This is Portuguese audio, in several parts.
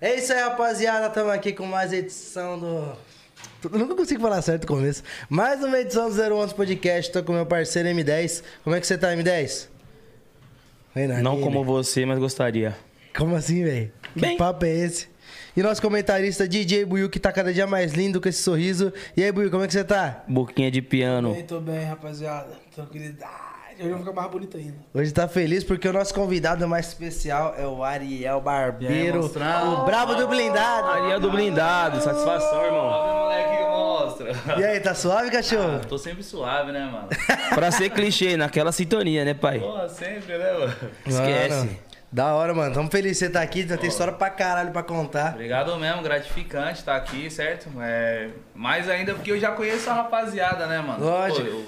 É isso aí, rapaziada. Estamos aqui com mais edição do. Eu nunca consigo falar certo no começo. Mais uma edição do 011 Podcast. Tô com meu parceiro M10. Como é que você tá, M10? Renato, Não e como ele? você, mas gostaria. Como assim, velho? Que Bem. papo é esse? E nosso comentarista DJ Buiu, que tá cada dia mais lindo com esse sorriso. E aí, Buiu, como é que você tá? Boquinha de piano. Bem, tô bem, rapaziada. Tranquilidade. Hoje eu vou ficar mais bonito ainda. Hoje tá feliz porque o nosso convidado mais especial é o Ariel E aí, Barbeiro, monstrão? o brabo do blindado. Maria do blindado, satisfação, irmão. moleque mostra. E aí, tá suave, cachorro? Tô sempre suave, né, mano? Pra ser clichê, naquela sintonia, né, pai? Porra, sempre, né, mano? Esquece. Mano, Da hora, mano. Tamo feliz que você tá aqui. Tem história pra caralho pra contar. Obrigado mesmo, gratificante estar aqui, certo? É... Mais ainda porque eu já conheço a rapaziada, né, mano? Lógico. eu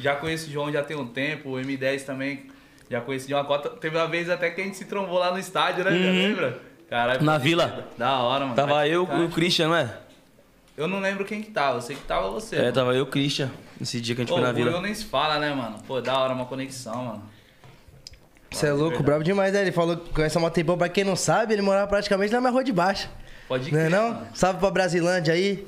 já conheço o João já tem um tempo, o M10 também já conheci de uma cota. Teve uma vez até que a gente se trombou lá no estádio, né, já lembra? Caralho, Uhum. Na foi- vila. Da hora, mano. Tava eu e o Gratificante. Christian, não é? Eu não lembro quem que tava, eu sei que tava você. É, mano. tava eu e o Christian. Esse dia que a gente Pô, foi na o Buiu vila. nem se fala, né, mano? Pô, da hora, uma conexão, mano. Você é louco, verdade. brabo demais, né? Ele falou que conhece a Motebão. Pra quem não sabe, ele morava praticamente na minha rua de baixo. Pode Não crer, é não? mano. Salve pra Brasilândia aí.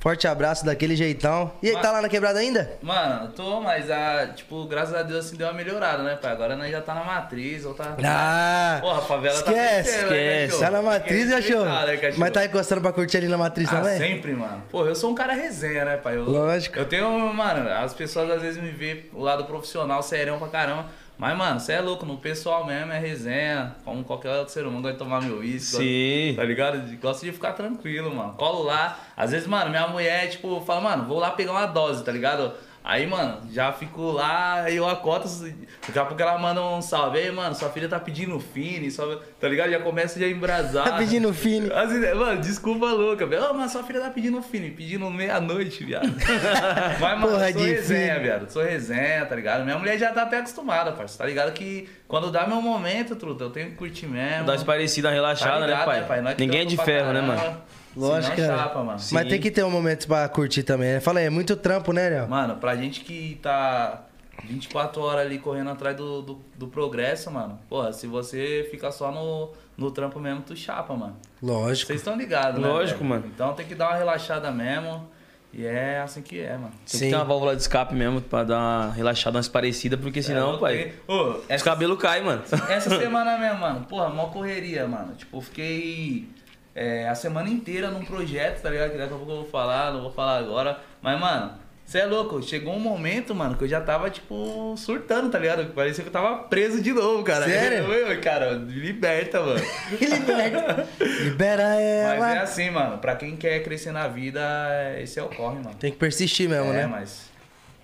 Forte abraço daquele jeitão. E aí, tá lá na quebrada ainda? Mano, eu tô, mas ah, tipo, graças a Deus assim deu uma melhorada, né, pai? Agora nós já tá na matriz, ou tá. Ah! Porra, a favela tá esquece, crescendo, né, esquece. cachorro? Tá na matriz, Tem que cachorro? respeitar, né, cachorro? Mas tá encostando pra curtir ali na matriz Ah, também? sempre, mano. Pô, eu sou um cara resenha, né, pai? Eu, Lógico. Eu tenho, mano, as pessoas às vezes me veem o lado profissional, serião pra caramba. Mas, mano, você é louco, no pessoal mesmo é resenha. Como qualquer outro ser humano, gosta de tomar meu uísque. Sim. Tá ligado? De- Gosto de ficar tranquilo, mano. Colo lá. Às vezes, mano, minha mulher, tipo, fala, mano, vou lá pegar uma dose, tá ligado? Aí, mano, já fico lá, aí eu acoto. Daqui a pouco ela manda um salve. Ei, mano, sua filha tá pedindo fine, só, tá ligado? Já começa já embrasar. Tá pedindo fine. As ideias- mano, desculpa louca, velho. Ô, mas sua filha tá pedindo fine, pedindo meia-noite, viado. Mas, mano, Porra eu sou de resenha, fine. viado. Sou resenha, tá ligado? Minha mulher já tá até acostumada, parça. Tá ligado que quando dá meu momento, truta, eu tenho que curtir mesmo. Dá uma esparecida, uma é Tá relaxada, ligado, né, pai? Nós que Ninguém é trampa de pra ferro, né, mano? caramba. Lógico, Senão é cara. chapa, mano. Mas Sim. tem que ter um momento pra curtir também, né? Fala aí, é muito trampo, né, Ariel? Mano, pra gente que tá 24 horas ali correndo atrás do, do, do progresso, mano. Porra, se você fica só no, no trampo mesmo, tu chapa, mano. Lógico. Vocês estão ligados, né? Lógico, velho? mano. Então tem que dar uma relaxada mesmo. E é assim que é, mano. Sim. Tem que ter uma válvula de escape mesmo pra dar uma relaxada, uma esparecida, porque senão, É, pai, tem- Ô, os essa, cabelos caem, mano. essa semana mesmo, mano. Porra, mó correria, mano. Tipo, eu fiquei é, a semana inteira num projeto, tá ligado? Que daqui a pouco eu vou falar, não vou falar agora. Mas, mano, você é louco. Chegou um momento, mano, que eu já tava, tipo, surtando, tá ligado? Parecia que eu tava preso de novo, cara. Sério? Eu, eu, cara, me liberta, mano. Liberta. Libera Mas ela. é assim, mano. Pra quem quer crescer na vida, esse é o corre, mano. Tem que persistir mesmo, É, né? mas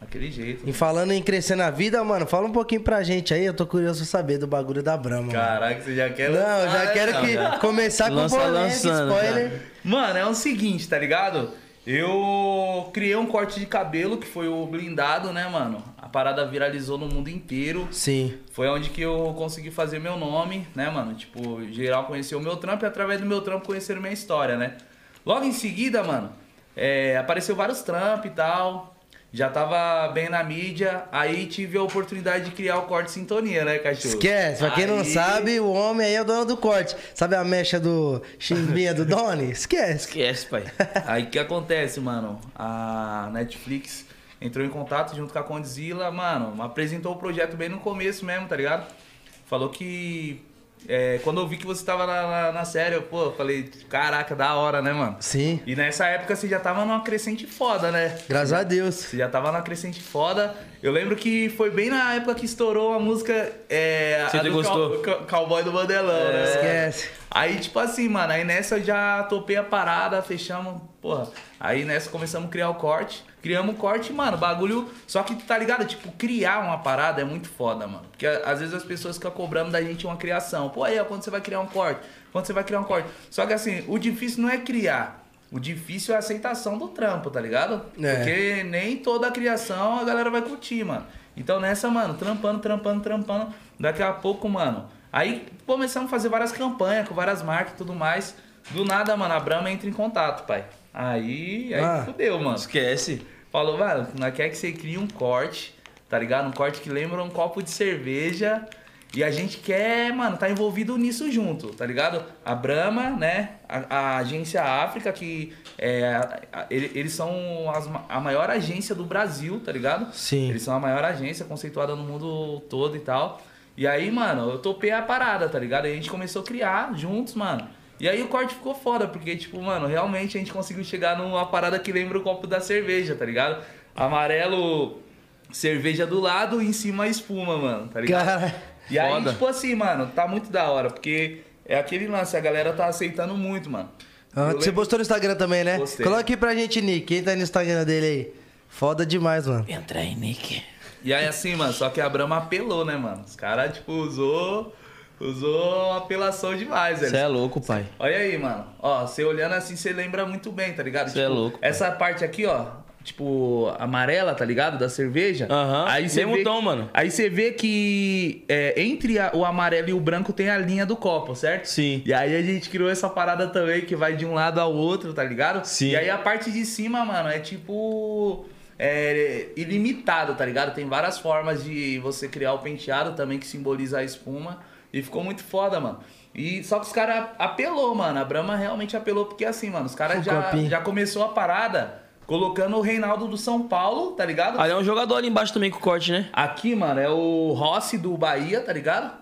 daquele jeito. E falando em crescer na vida, mano, fala um pouquinho pra gente aí. Eu tô curioso pra saber do bagulho da Brahma. mano. Caraca, você já quer Não, eu lançar, já né, quero cara? que começar com Lança né, polêmica, lançando, spoiler. Mano, é o seguinte, tá ligado? Eu criei um corte de cabelo que foi o blindado, né, mano? A parada viralizou no mundo inteiro. Sim. Foi onde que eu consegui fazer meu nome, né, mano? Tipo, geral conheceu o meu trampo e através do meu trampo conheceram minha história, né? Logo em seguida, mano, é, apareceu vários trampos e tal. Já tava bem na mídia. Aí tive a oportunidade de criar o corte sintonia, né, cachorro? Esquece, pra quem não Aí- sabe, o homem aí é o dono do corte. Sabe a mecha do chimbinha do Doni? Esquece. Esquece, pai. Aí o que acontece, mano? A Netflix entrou em contato junto com a Condzilla, mano, apresentou o projeto bem no começo mesmo, tá ligado? Falou que. é, quando eu vi que você tava na, na, na série, eu, pô, falei, caraca, da hora, né, mano? Sim. E nessa época você já tava numa crescente foda, né? Graças a Deus. Você já tava numa crescente foda. Eu lembro que foi bem na época que estourou a música. É, Você a te do gostou? Cow- Cowboy do Bandelão, né? Esquece. Aí, tipo assim, mano, aí nessa eu já topei a parada, fechamos, porra. Aí nessa começamos a criar o corte. Criamos o corte, mano, bagulho. Só que, tá ligado? Tipo, criar uma parada é muito foda, mano. Porque a- às vezes as pessoas ficam cobrando da gente uma criação. Pô, aí, ó, quando você vai criar um corte? Quando você vai criar um corte? Só que assim, o difícil não é criar. O difícil é a aceitação do trampo, tá ligado? É. Porque porque nem toda a criação a galera vai curtir, mano. Então nessa, mano, trampando, trampando, trampando. Daqui a pouco, mano. Aí começamos a fazer várias campanhas com várias marcas e tudo mais. Do nada, mano, a Brahma entra em contato, pai. Aí, aí Ah. fudeu, mano. Esquece. Falou, mano, nós quer que você crie um corte, tá ligado? Um corte que lembra um copo de cerveja. E a gente quer, mano, tá envolvido nisso junto, tá ligado? A Brahma, né? A, a agência África, que é, a- a- ele- eles são as ma- a maior agência do Brasil, tá ligado? Sim. Eles são a maior agência conceituada no mundo todo e tal. E aí, mano, eu topei a parada, tá ligado? E a gente começou a criar juntos, mano. E aí o corte ficou foda, porque, tipo, mano, realmente a gente conseguiu chegar numa parada que lembra o copo da cerveja, tá ligado? Amarelo, cerveja do lado e em cima a espuma, mano, tá ligado? Cara. E aí, Foda. tipo assim, mano, tá muito da hora, porque é aquele lance, a galera tá aceitando muito, mano. Ah, Eu Você lembro- postou no Instagram também, né? Postei. Coloca aqui pra gente, Nick. Quem tá aí no Instagram dele aí? Foda demais, mano. Entra aí, Nick. E aí, assim, mano, só que a Brahma apelou, né, mano? Os caras, tipo, usou. Usou apelação demais, velho. Você é louco, pai. Olha aí, mano. Ó, você olhando assim, você lembra muito bem, tá ligado? Cê é louco, pai. Essa parte aqui, ó. Tipo, amarela, tá ligado? Da cerveja. Aham. Aí você Mesmo vê- tom, mano. Aí você vê que é, entre a- o amarelo e o branco tem a linha do copo, certo? Sim. E aí a gente criou essa parada também que vai de um lado ao outro, tá ligado? Sim. E aí a parte de cima, mano, é tipo. É ilimitado, tá ligado? Tem várias formas de você criar o penteado também que simboliza a espuma. E ficou muito foda, mano. E só que os caras apelou, mano. A Brahma realmente apelou, porque assim, mano, os O caras já, copinho. já começou a parada colocando o Reinaldo do São Paulo, tá ligado? Ali é um jogador ali embaixo também com corte, né? Aqui, mano, é o Rossi do Bahia, tá ligado?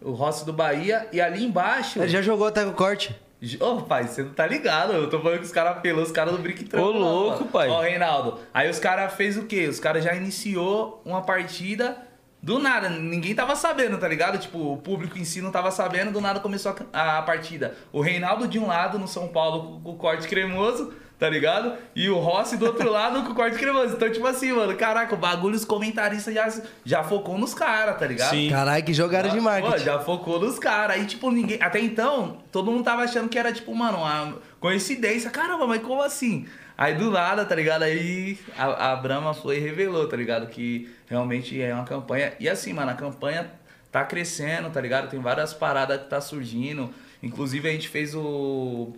O Rossi do Bahia. E ali embaixo. Ele já jogou até com corte. Ô, pai, você não tá ligado. Eu tô falando que os caras apelou, os caras do Brick Trampo Ô, lá, louco, mano. pai. Ó, Reinaldo. Aí os caras fez o quê? Os caras já iniciou uma partida do nada. Ninguém tava sabendo, tá ligado? Tipo, o público em si não tava sabendo. Do nada começou a, a partida. O Reinaldo de um lado, no São Paulo, com o corte cremoso. Tá ligado? E o Rossi do outro lado com o corte cremoso. Então, tipo assim, mano, caraca, o bagulho, os comentaristas já, já focou nos caras, tá ligado? Sim. Caralho, que jogada de Ah, Pô, marketing. já focou nos caras. Aí, tipo, ninguém. Até então, todo mundo tava achando que era, tipo, mano, uma coincidência. Caramba, mas como assim? Aí do nada, tá ligado? Aí a, a Brahma foi e revelou, tá ligado? Que realmente é uma campanha. E assim, mano, a campanha tá crescendo, tá ligado? Tem várias paradas que tá surgindo. Inclusive a gente fez o,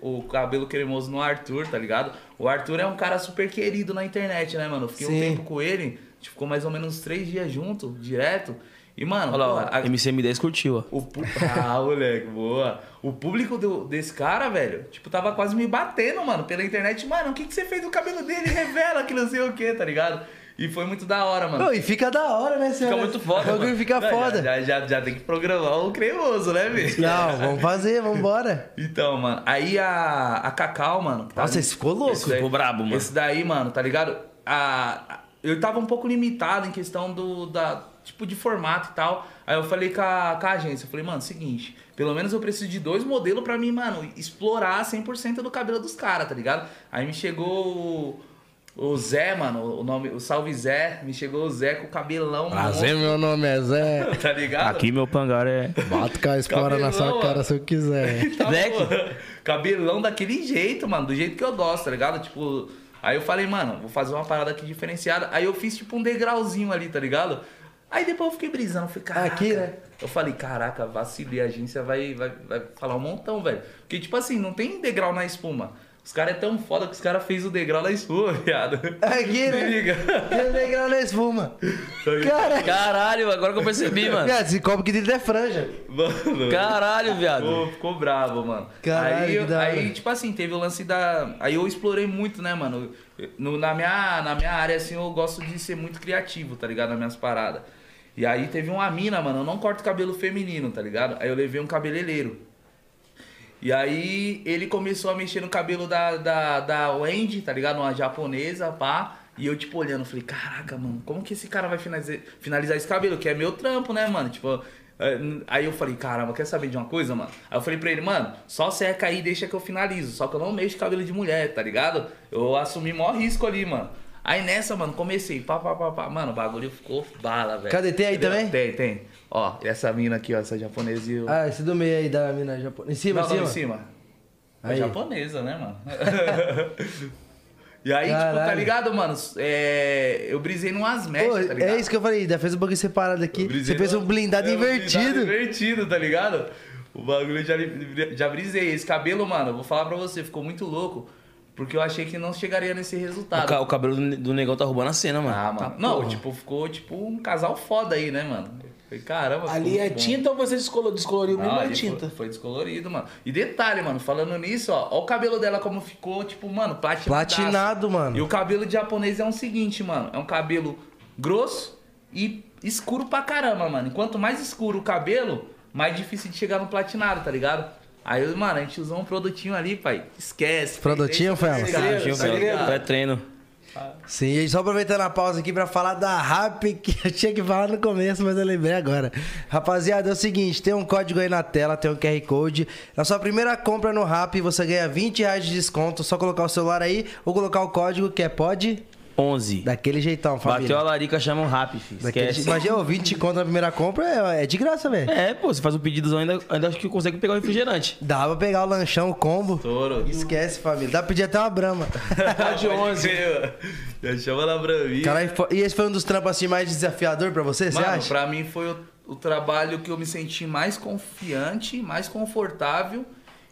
o cabelo cremoso no Arthur, tá ligado? O Arthur é um cara super querido na internet, né, mano? Eu Fiquei Sim. um tempo com ele, a gente ficou mais ou menos três dias junto, direto. E, mano, Olha lá, ó. porra, a- MCM10 curtiu, ó. o pu- Ah, moleque, boa. O público do- desse cara, velho, tipo, tava quase me batendo, mano, pela internet. Mano, o que, que você fez do cabelo dele? Revela que não sei o que, tá ligado? E foi muito da hora, mano. Não, e fica da hora, né, senhora? Fica muito foda, O bagulho mano. fica Não, foda. Já, já, já- já tem que programar o cremoso, né, velho? Não, vamos fazer, vambora. Então, mano, aí a, a Cacau, mano. que tá Nossa, esse ficou louco. daí- Ficou brabo, mano. Esse daí, mano, tá ligado? A, a- eu tava um pouco limitado em questão do. Da, tipo, de formato e tal. Aí eu falei com a, com a agência, eu falei, mano, seguinte, pelo menos eu preciso de dois modelos pra mim, mano, explorar 100% do cabelo dos caras, tá ligado? Aí me chegou o, o Zé, mano, o nome, o Salve Zé, me chegou o Zé com o cabelão, Prazer, meu nome é Zé. monstro, tá ligado? Aqui meu pangar é. Bato com a espora na sua Cabelão, cara ó. se eu quiser. Tá, Black? pô. Cabelão daquele jeito, mano. Do jeito que eu gosto, tá ligado? Tipo. Aí eu falei, mano, vou fazer uma parada aqui diferenciada. Aí eu fiz tipo um degrauzinho ali, tá ligado? Aí depois eu fiquei brisando, eu falei, caraca. Aqui, né? Eu falei, caraca, vacilei, a agência vai, vai, vai falar um montão, velho. Porque, tipo assim, não tem degrau na espuma. Os caras é tão foda que os caras fez o degrau na espuma, viado. Aqui, Se né? liga. Que legal na espuma. Cara, Caralho, agora que eu percebi, mano. viado, esse copo que tem é franja. Mano. Caralho, viado. Ficou, ficou bravo, mano. Caralho, aí, eu- que da hora. aí, tipo assim, teve o lance da. Aí eu explorei muito, né, mano? No- na, minha, na minha área, assim, eu gosto de ser muito criativo, tá ligado? Nas minhas paradas. E aí teve uma mina, mano, eu não corto cabelo feminino, tá ligado? Aí eu levei um cabeleireiro. E aí ele começou a mexer no cabelo da, da, da Wendy, tá ligado? Uma japonesa, pá. E eu, tipo, olhando, falei, caraca, mano, como que esse cara vai finalizar, finalizar esse cabelo? Que é meu trampo, né, mano? Tipo. eh, n- Aí eu falei, caramba, quer saber de uma coisa, mano? Aí eu falei pra ele, mano, só seca aí e deixa que eu finalizo. Só que eu não mexo cabelo de mulher, tá ligado? Eu assumi maior risco ali, mano. Aí nessa, mano, comecei, pá, pá, pá, pá. Mano, o bagulho ficou bala, velho. Cadê? Tem aí também? Tem, tem. Ó, essa mina aqui, ó, essa japonesa e o... Ah, esse do meio aí da mina japonesa. Em cima, Não, em cima. não, em cima. É Aí. japonesa, né, mano? e aí, tipo, tá Caralho. ligado, mano? É, eu brisei num asmatch, Pô, tá ligado? é isso que eu falei, já fez um bagulho separado aqui. Eu brisei Você fez numa- um blindado é, invertido. blindado invertido, tá ligado? O bagulho eu já, já brisei. Esse cabelo, mano, eu vou falar pra você, ficou muito louco. Porque eu achei que não chegaria nesse O, resultado. ca- o cabelo do ne- do negão tá roubando a cena, Tá. mano. Ah, mano. Tá não, porra. tipo, ficou tipo um casal foda aí, né, mano? Eu Falei, caramba. Ali ficou é muito bom. tinta ou você descoloriu? Descoloriu Não, mesmo é ali foi- tá? tinta? Foi, descolorido, mano. E detalhe, mano, falando nisso, ó, ó o cabelo dela como ficou, tipo, mano, platinado. Platinado, mano. E o cabelo de japonês é o seguinte, mano, é um cabelo grosso e escuro pra caramba, mano. E quanto mais escuro o cabelo, mais difícil de chegar no platinado, tá ligado? Aí, mano, a gente usou um produtinho ali, pai. Esquece. Produtinho, Fel? Segredo, Tadinho, velho. segredo. Pré-treino. Sim, e só aproveitando a pausa aqui pra falar da RAP, que eu tinha que falar no começo, mas eu lembrei agora. Rapaziada, é o seguinte, tem um código aí na tela, tem um QR Code. Na sua primeira compra no RAP, você ganha 20 reais de desconto. Só colocar o celular aí ou colocar o código que é POD. 11. Daquele jeitão, família. Bateu a larica, chama um rap, filho. Daquele jeito. Esquece. Imagina, ô, 20 conto na primeira compra é, é de graça, velho. É, pô, você faz um pedidozão ainda, ainda acho que consegue pegar o refrigerante. Dá pra pegar o lanchão, o combo. Estouro. Esquece, família. Dá pra pedir até uma brama. é de 11. Já chama lá pra mim. Caralho, fo- e esse foi um dos trampos assim mais desafiador pra você, você Mano, acha? pra mim foi o, o trabalho que eu me senti mais confiante, mais confortável.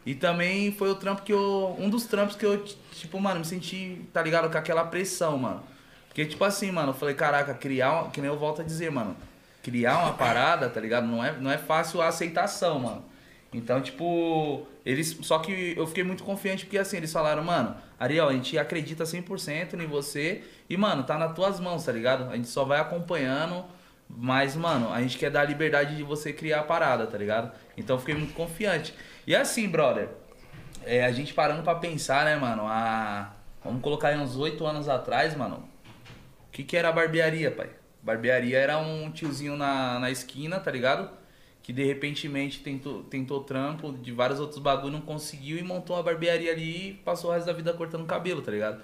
E também foi o trampo que eu. Um dos trampos que eu, ti- tipo, mano, me senti, tá ligado? Com aquela pressão, mano. Porque, tipo assim, mano, eu falei, caraca, criar. uma- Que nem eu volto a dizer, mano. Criar uma parada, tá ligado? Não é, não é fácil a aceitação, mano. Então, tipo, eles. Só que eu fiquei muito confiante porque assim, eles falaram, mano, Ariel, a gente acredita 100% em você e, mano, tá nas tuas mãos, tá ligado? A gente só vai acompanhando, mas, mano, a gente quer dar a liberdade de você criar a parada, tá ligado? Então, eu fiquei muito confiante. E assim, brother, é, a gente parando pra pensar, né, mano, a. Vamos colocar aí uns oito anos atrás, mano, o que, que era a barbearia, pai? Barbearia era um tiozinho na, na esquina, tá ligado? Que de repentemente tentou, tentou trampo de vários outros bagulho, não conseguiu e montou uma barbearia ali e passou o resto da vida cortando cabelo, tá ligado?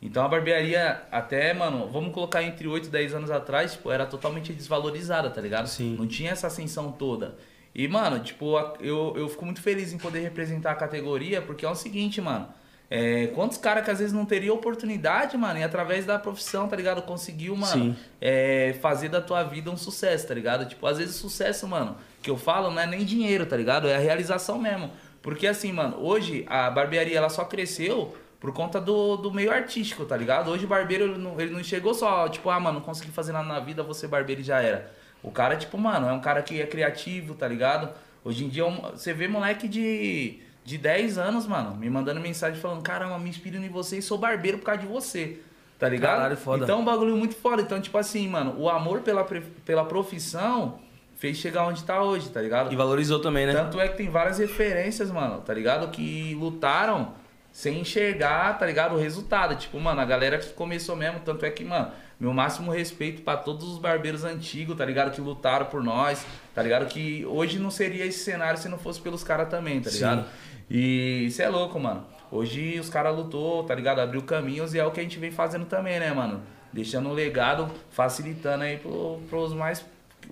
Então a barbearia, até, mano, vamos colocar entre 8 e 10 anos atrás, tipo, era totalmente desvalorizada, tá ligado? Sim. Não tinha essa ascensão toda. E, mano, tipo, a- eu, eu fico muito feliz em poder representar a categoria, porque é o seguinte, mano. É, quantos caras que às vezes não teria oportunidade, mano, e através da profissão, tá ligado? Conseguiu, mano, Sim. é, fazer da tua vida um sucesso, tá ligado? Tipo, às vezes sucesso, mano, que eu falo não é nem dinheiro, tá ligado? É a realização mesmo. Porque assim, mano, hoje a barbearia ela só cresceu por conta do, do meio artístico, tá ligado? Hoje o barbeiro ele não, ele não chegou só, tipo, ah, mano, não consegui fazer nada na vida, você barbeiro e já era. O cara, tipo, mano, é um cara que é criativo, tá ligado? Hoje em dia, é um- você vê moleque de, de 10 anos, mano, me mandando mensagem falando: caramba, me inspiro em você e sou barbeiro por causa de você, tá ligado? Caralho, foda. Então, é um bagulho muito foda. Então, tipo assim, mano, o amor pela, pre- pela profissão fez chegar onde tá hoje, tá ligado? E valorizou também, né? Tanto é que tem várias referências, mano, tá ligado? Que lutaram sem enxergar, tá ligado? O resultado. Tipo, mano, a galera que começou mesmo, tanto é que, mano, meu máximo respeito pra todos os barbeiros antigos, tá ligado? Que lutaram por nós, tá ligado? Que hoje não seria esse cenário se não fosse pelos caras também, tá Sim. ligado? E isso é louco, mano. Hoje os caras lutou, tá ligado? Abriu caminhos e é o que a gente vem fazendo também, né, mano? Deixando um legado, facilitando aí pro, pros mais.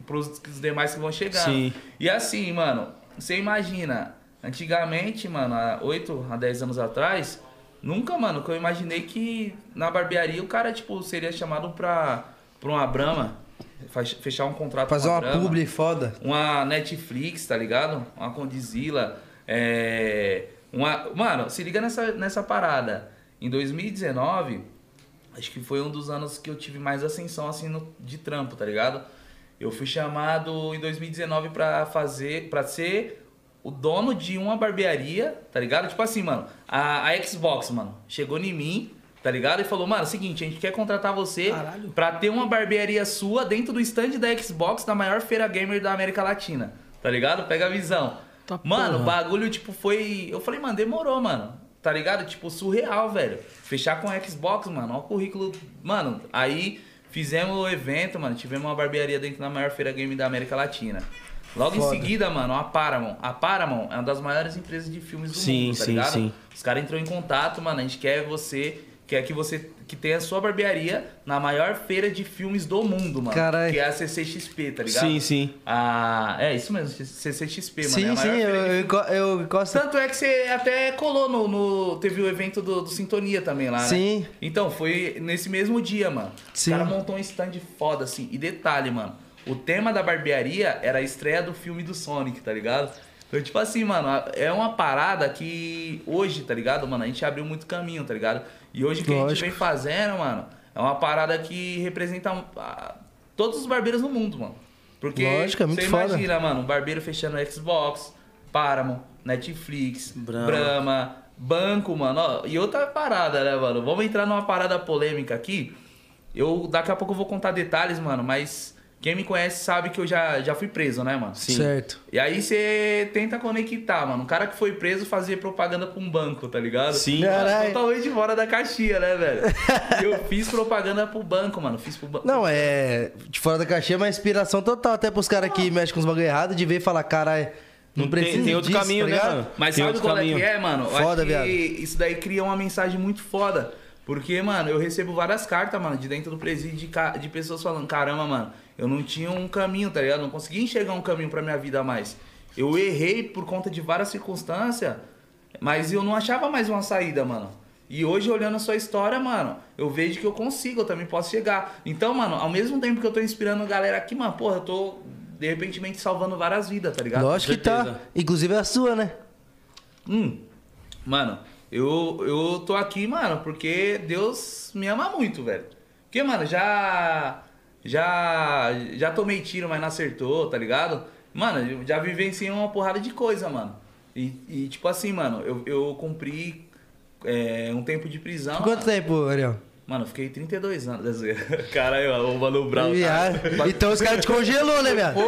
pros demais que vão chegar. Sim. E assim, mano, você imagina, antigamente, mano, há 8 a 10 anos atrás, nunca, mano, que eu imaginei que na barbearia o cara, tipo, seria chamado pra, pra uma Brahma, fa- fechar um contrato Fazer com a uma Brahma publi foda. uma Netflix, tá ligado? Uma Condizila, é... Uma... Mano, se liga nessa, nessa parada. Em 2019, acho que foi um dos anos que eu tive mais ascensão, assim, no- de trampo, tá ligado? Eu fui chamado em 2019 pra fazer... para ser o dono de uma barbearia, tá ligado? Tipo assim, mano, a, a Xbox, mano, chegou em mim, tá ligado? E falou, mano, seguinte, a gente quer contratar você Caralho. pra ter uma barbearia sua dentro do stand da Xbox na maior feira gamer da América Latina, tá ligado? Pega a visão. Tá mano, o bagulho, tipo, foi. Eu falei, mano, demorou, mano. Tá ligado? Tipo, surreal, velho. Fechar com a Xbox, mano, ó o currículo. Mano, aí fizemos o evento, mano. Tivemos uma barbearia dentro da maior feira game da América Latina. Logo Foda. em seguida, mano, a Paramount. A Paramount é uma das maiores empresas de filmes do Sim, mundo, tá sim, ligado? sim. Os caras entrou em contato, mano. A gente quer você. Quer que você que tenha a sua barbearia na maior feira de filmes do mundo, mano. Caralho. Que é a CCXP, tá ligado? Sim, sim. Ah, é isso mesmo, CCXP, mano. é Sim, a sim, maior eu, feira de eu, enco- eu encosto. tanto é que você até colou no. no- teve o evento do, do Sintonia também lá, né? Sim. Então, foi nesse mesmo dia, mano. Sim. O cara montou um stand foda, assim. E detalhe, mano. O tema da barbearia era a estreia do filme do Sonic, tá ligado? Então, tipo assim, mano, a- é uma parada que hoje, tá ligado, mano? A gente abriu muito caminho, tá ligado? E hoje o que a gente Lógico. vem fazendo, mano, é uma parada que representa ah, todos os barbeiros no mundo, mano. Porque Lógico, é muito você foda. imagina, mano, um barbeiro fechando Xbox, Paramount, Netflix, Brahma. Brahma, banco, mano. Ó, e outra parada, né, mano? Vamos entrar numa parada polêmica aqui. Eu daqui a pouco eu vou contar detalhes, mano, mas quem me conhece sabe que eu já, já fui preso, né, mano? Sim. Certo. E aí você tenta conectar, mano. Um cara que foi preso fazia propaganda pra um banco, tá ligado? Sim. Nossa, Caralho. Totalmente fora da caixinha, né, velho? E eu fiz propaganda pro banco, mano. Fiz pro banco. Não, é. De fora da caixinha é uma inspiração total, até pros caras que mexem com os bagulho errado, de ver e falar, caralho, não, Não tem- precisa. tem outro disso, caminho, tá né, ligado? mano? Mas Tem sabe outro qual caminho. é que é, mano? Eu Foda, acho viado. que isso daí cria uma mensagem muito foda. Porque, mano, eu recebo várias cartas, mano, de dentro do presídio de, ca- de pessoas falando, caramba, mano, eu não tinha um caminho, tá ligado? Não conseguia enxergar um caminho pra minha vida a mais. Eu errei por conta de várias circunstâncias, mas eu não achava mais uma saída, mano. E hoje, olhando a sua história, mano, eu vejo que eu consigo, eu também posso chegar. Então, mano, ao mesmo tempo que eu tô inspirando a galera aqui, mano, porra, eu tô, de repente, salvando várias vidas, tá ligado? Lógico que tá. certeza. Inclusive a sua, né? Hum, mano, eu, eu tô aqui, mano, porque Deus me ama muito, velho. Porque, mano, já. Já. Já tomei tiro, mas não acertou, tá ligado? Mano, eu já vivenciei uma porrada de coisa, mano. E, e, tipo assim, mano, eu, eu cumpri é, um tempo de prisão. Quanto mano. tempo, Ariel? Mano, eu fiquei 32 anos. é Caralho, é o tá? Mano Brown. Viado. Então os caras te congelou, né, viado?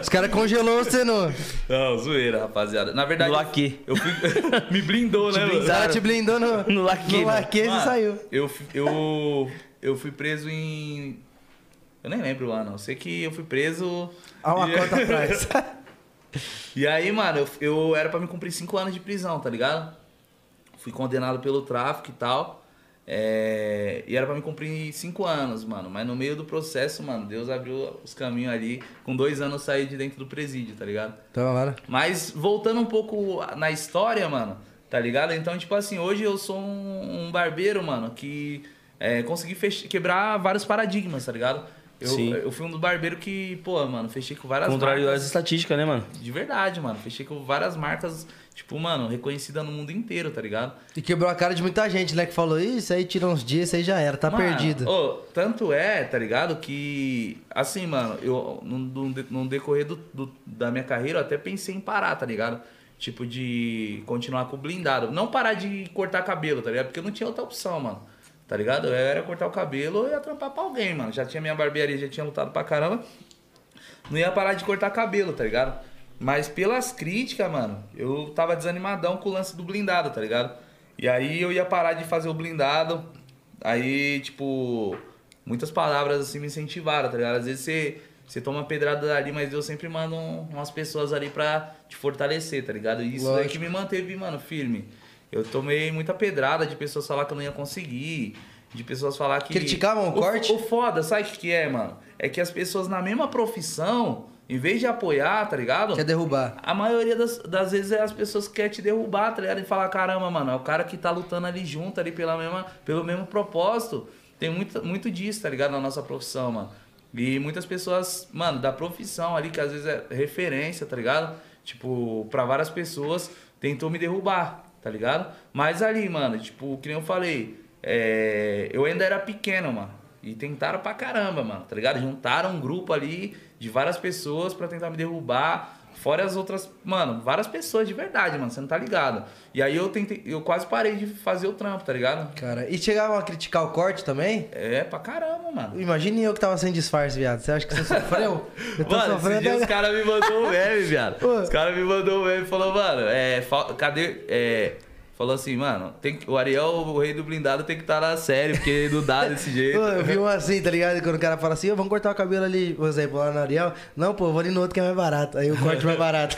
Os caras congelou você no. Não, zoeira, rapaziada. Na verdade. Do eu- Aqui. Eu fui. me blindou, né, mano? Os caras te blindou no. No laque, No né? laque e Mano, saiu. Eu, fi- eu, eu fui preso em. Eu nem lembro o ano. Eu sei que eu fui preso. Há Ah, uma e, cota atrás. e aí, mano, eu, eu era pra me cumprir 5 anos de prisão, tá ligado? Fui condenado pelo tráfico e tal. É, e era pra me cumprir 5 anos, mano. Mas no meio do processo, mano, Deus abriu os caminhos ali. Com dois anos eu saí de dentro do presídio, tá ligado? Então, mano. Mas voltando um pouco na história, mano, tá ligado? Então, tipo assim, hoje eu sou um, um barbeiro, mano, que é, consegui fech- quebrar vários paradigmas, tá ligado? Eu, Sim. eu fui um dos barbeiros que, pô, mano, fechei com várias Contrário às marcas. estatísticas, né, mano? De verdade, mano. Fechei com várias marcas, tipo, mano, reconhecida no mundo inteiro, tá ligado? E quebrou a cara de muita gente, né? Que falou, "Ih, isso aí tira uns dias, isso aí já era, tá Mano, perdido. ô, tanto é, tá ligado? Que, assim, mano, eu no, no de- no decorrer do, do- da minha carreira, eu até pensei em parar, tá ligado? Tipo, de continuar com o blindado. Não parar de cortar cabelo, tá ligado? Porque eu não tinha outra opção, mano. Tá ligado? Eu era cortar o cabelo ou ia trampar pra alguém, mano. Já tinha minha barbearia, já tinha lutado pra caramba. Não ia parar de cortar cabelo, tá ligado? Mas pelas críticas, mano, eu tava desanimadão com o lance do blindado, tá ligado? E aí eu ia parar de fazer o blindado. Aí, tipo, muitas palavras assim me incentivaram, tá ligado? Às vezes você, você toma uma pedrada dali, mas eu sempre mando um- umas pessoas ali pra te fortalecer, tá ligado? E isso daí Lógico. que me manteve, mano, firme. Eu tomei muita pedrada de pessoas falar que eu não ia conseguir, de pessoas falar que. Criticavam o corte? O foda, sabe o que, que é, mano? É que as pessoas na mesma profissão, em vez de apoiar, tá ligado? Quer derrubar. A maioria das, das vezes é as pessoas que querem te derrubar, tá ligado? E falar, caramba, mano, é o cara que tá lutando ali junto, ali pela mesma, pelo mesmo propósito. Tem muito, muito disso, tá ligado? Na nossa profissão, mano. E muitas pessoas, mano, da profissão ali, que às vezes é referência, tá ligado? Tipo, pra várias pessoas, tentou me derrubar, tá ligado? Mas ali, mano, tipo, que nem eu falei, é, eu ainda era pequeno, mano. E tentaram pra caramba, mano, tá ligado? Juntaram um grupo ali de várias pessoas pra tentar me derrubar. Fora as outras, mano, várias pessoas de verdade, mano, você não tá ligado. E aí eu tentei, eu quase parei de fazer o trampo, tá ligado? Cara, e chegavam a criticar o corte também? É pra caramba, mano. Imagine eu que tava sem disfarce, viado. Você acha que você sofreu? Eu tô Mano, esses sofrendo. dias os agora. caras me mandou um meme, viado. Ô. Os caras me mandou um meme e falou, mano, é, fa- cadê. É, falou assim, mano, tem que- o Ariel, o rei do blindado, tem que estar na série, porque não dá desse jeito. Pô, eu vi né? um assim, tá ligado? Quando o cara fala assim, ô, vamos cortar o cabelo ali, por exemplo, lá no Ariel. Não, pô, eu vou ali no outro que é mais barato. Aí o corte é mais barato.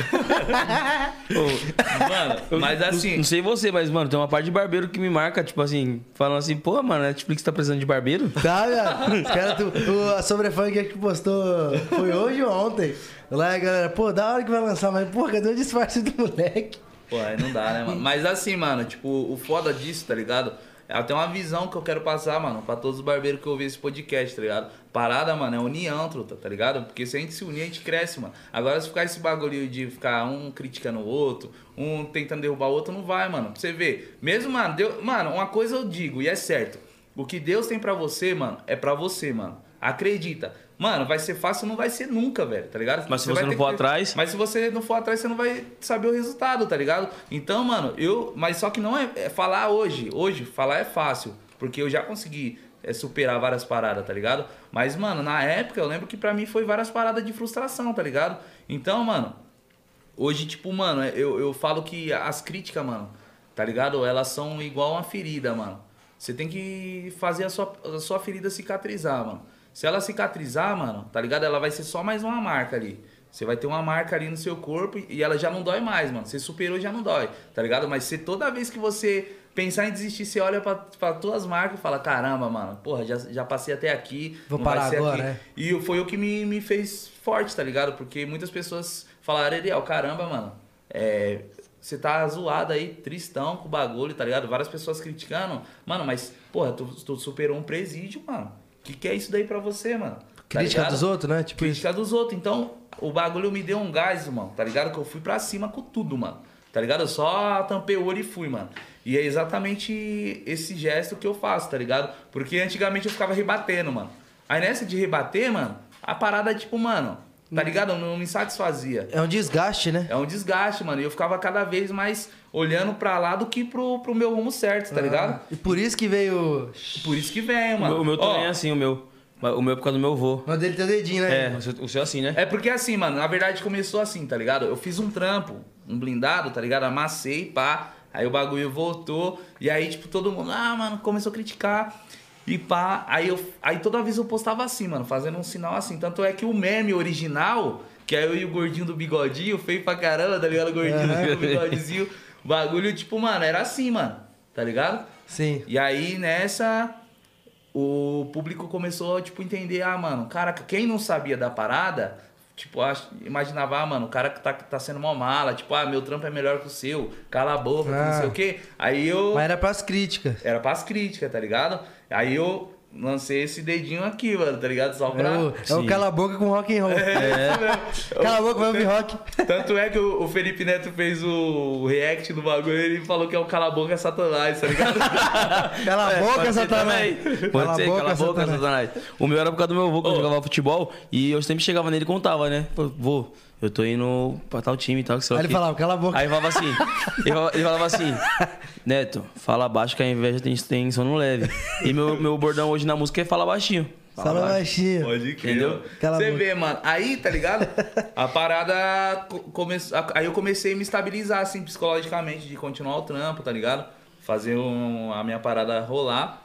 mano, Eu mas não- assim. Não sei você, mas, mano, tem uma parte de barbeiro que me marca, tipo assim, falando assim, pô, mano, a Netflix tá precisando de barbeiro? Tá, viado? Os caras, tu- o- a sobrefunk que postou foi hoje ou ontem. Lá a galera, pô, da hora que vai lançar, mas, pô, cadê o disfarce do moleque? Pô, aí não dá, né, mano? Mas assim, mano, tipo, o foda disso, tá ligado? É até uma visão que eu quero passar, mano, pra todos os barbeiros que ouvir esse podcast, tá ligado? Parada, mano, é união, truta, tá ligado? Porque se a gente se unir, a gente cresce, mano. Agora, se ficar esse bagulho de ficar um criticando o outro, um tentando derrubar o outro, não vai, mano. Pra você ver. Mesmo, mano, Deus- mano, uma coisa eu digo, e é certo. O que Deus tem pra você, mano, é pra você, mano. Acredita. Mano, vai ser fácil, não vai ser nunca, velho, tá ligado? Mas se você vai não ter for que- atrás- mas se você não for atrás, você não vai saber o resultado, tá ligado? Então, mano, eu. Mas só que não é, é falar hoje. Hoje, falar é fácil. Porque eu já consegui é, superar várias paradas, tá ligado? Mas, mano, na época eu lembro que pra mim foi várias paradas de frustração, tá ligado? Então, mano, Hoje, tipo, mano, eu, eu falo que as críticas, mano, tá ligado? Elas são igual uma ferida, mano. Você tem que fazer a sua, a sua ferida cicatrizar, mano. Se ela cicatrizar, mano, tá ligado? Ela vai ser só mais uma marca ali. Você vai ter uma marca ali no seu corpo e ela já não dói mais, mano. Você superou, já não dói, tá ligado? Mas você, toda vez que você pensar em desistir, você olha pra, pra tuas marcas e fala, caramba, mano, porra, já, já passei até aqui. Vou não vai parar ser agora, aqui." né? E foi o que me, me fez forte, tá ligado? Porque muitas pessoas falaram, Ariel, caramba, mano, é, você tá zoado aí, tristão com o bagulho, tá ligado? Várias pessoas criticando. Mano, mas, porra, tu, tu superou um presídio, mano. O que, que é isso daí pra você, mano? Tá Crítica ligado? dos outros, né? Tipo isso. crítica dos outros. Então, o bagulho me deu um gás, mano, tá ligado? Que eu fui pra cima com tudo, mano. Tá ligado? Eu só tampei o olho e fui, mano. E é exatamente esse gesto que eu faço, tá ligado? Porque antigamente eu ficava rebatendo, mano. Aí nessa de rebater, mano, a parada é tipo, mano, tá Uhum. ligado? Não me satisfazia. É um desgaste, né? É um desgaste, mano. E eu ficava cada vez mais olhando pra lá do que pro, pro meu rumo certo, tá ligado? E por isso que veio. Por isso que vem, Ah. O mano. meu, o meu Ó, também é assim, o meu. Mas O meu é por causa do meu avô. Mas dele tem o dedinho, né? É, o seu, o seu é assim, né? É porque assim, mano, na verdade começou assim, tá ligado? Eu fiz um trampo, um blindado, tá ligado? Amassei, pá. Aí o bagulho voltou. E aí, tipo, todo mundo, ah, mano, começou a criticar. E pá. Aí, eu, aí toda vez eu postava assim, mano, fazendo um sinal assim. Tanto é que o meme original, que é eu e o gordinho do bigodinho, feio pra caramba, tá ligado? O gordinho do bigodezinho. O bagulho, tipo, mano, era assim, mano, tá ligado? Sim. E aí nessa o público começou tipo a entender, ah, mano, caraca, quem não sabia da parada, tipo, ach- imaginava, ah, mano, o cara que tá, tá sendo uma mala, tipo, ah, meu trampo é melhor que o seu, cala a boca, que não Ah. sei o quê. Aí eu Mas era pras críticas. era pras críticas, tá ligado? Aí eu lancei esse dedinho aqui, mano, tá ligado? Só pra É o, é o Sim. cala a boca com rock and roll. É É. Cala a boca, vai ouvir rock. Tanto é que o o Felipe Neto fez o react do bagulho e ele falou que é o cala a boca satanás, tá ligado? Cala a boca, É, Pode ser Satanás. também. Pode ser, cala a boca, Satanás. O meu era por causa do meu avô, que eu jogava futebol. E eu sempre chegava nele e contava, né? Pô, vô, eu tô indo pra tal time e tal. Que sei lá Aí ele o quê. falava, cala a boca. Aí ele falava assim, ele falava, ele falava assim, Neto, fala baixo que a inveja tem, tem sono leve. E meu, meu bordão hoje na música é fala baixinho. Fala baixinho. Pode crer. Entendeu? Cala a Você boca. vê, mano. Aí, tá ligado? A parada co- começou. a- Aí eu comecei a me estabilizar, assim, psicologicamente, de continuar o trampo, tá ligado? Fazer um- a minha parada rolar.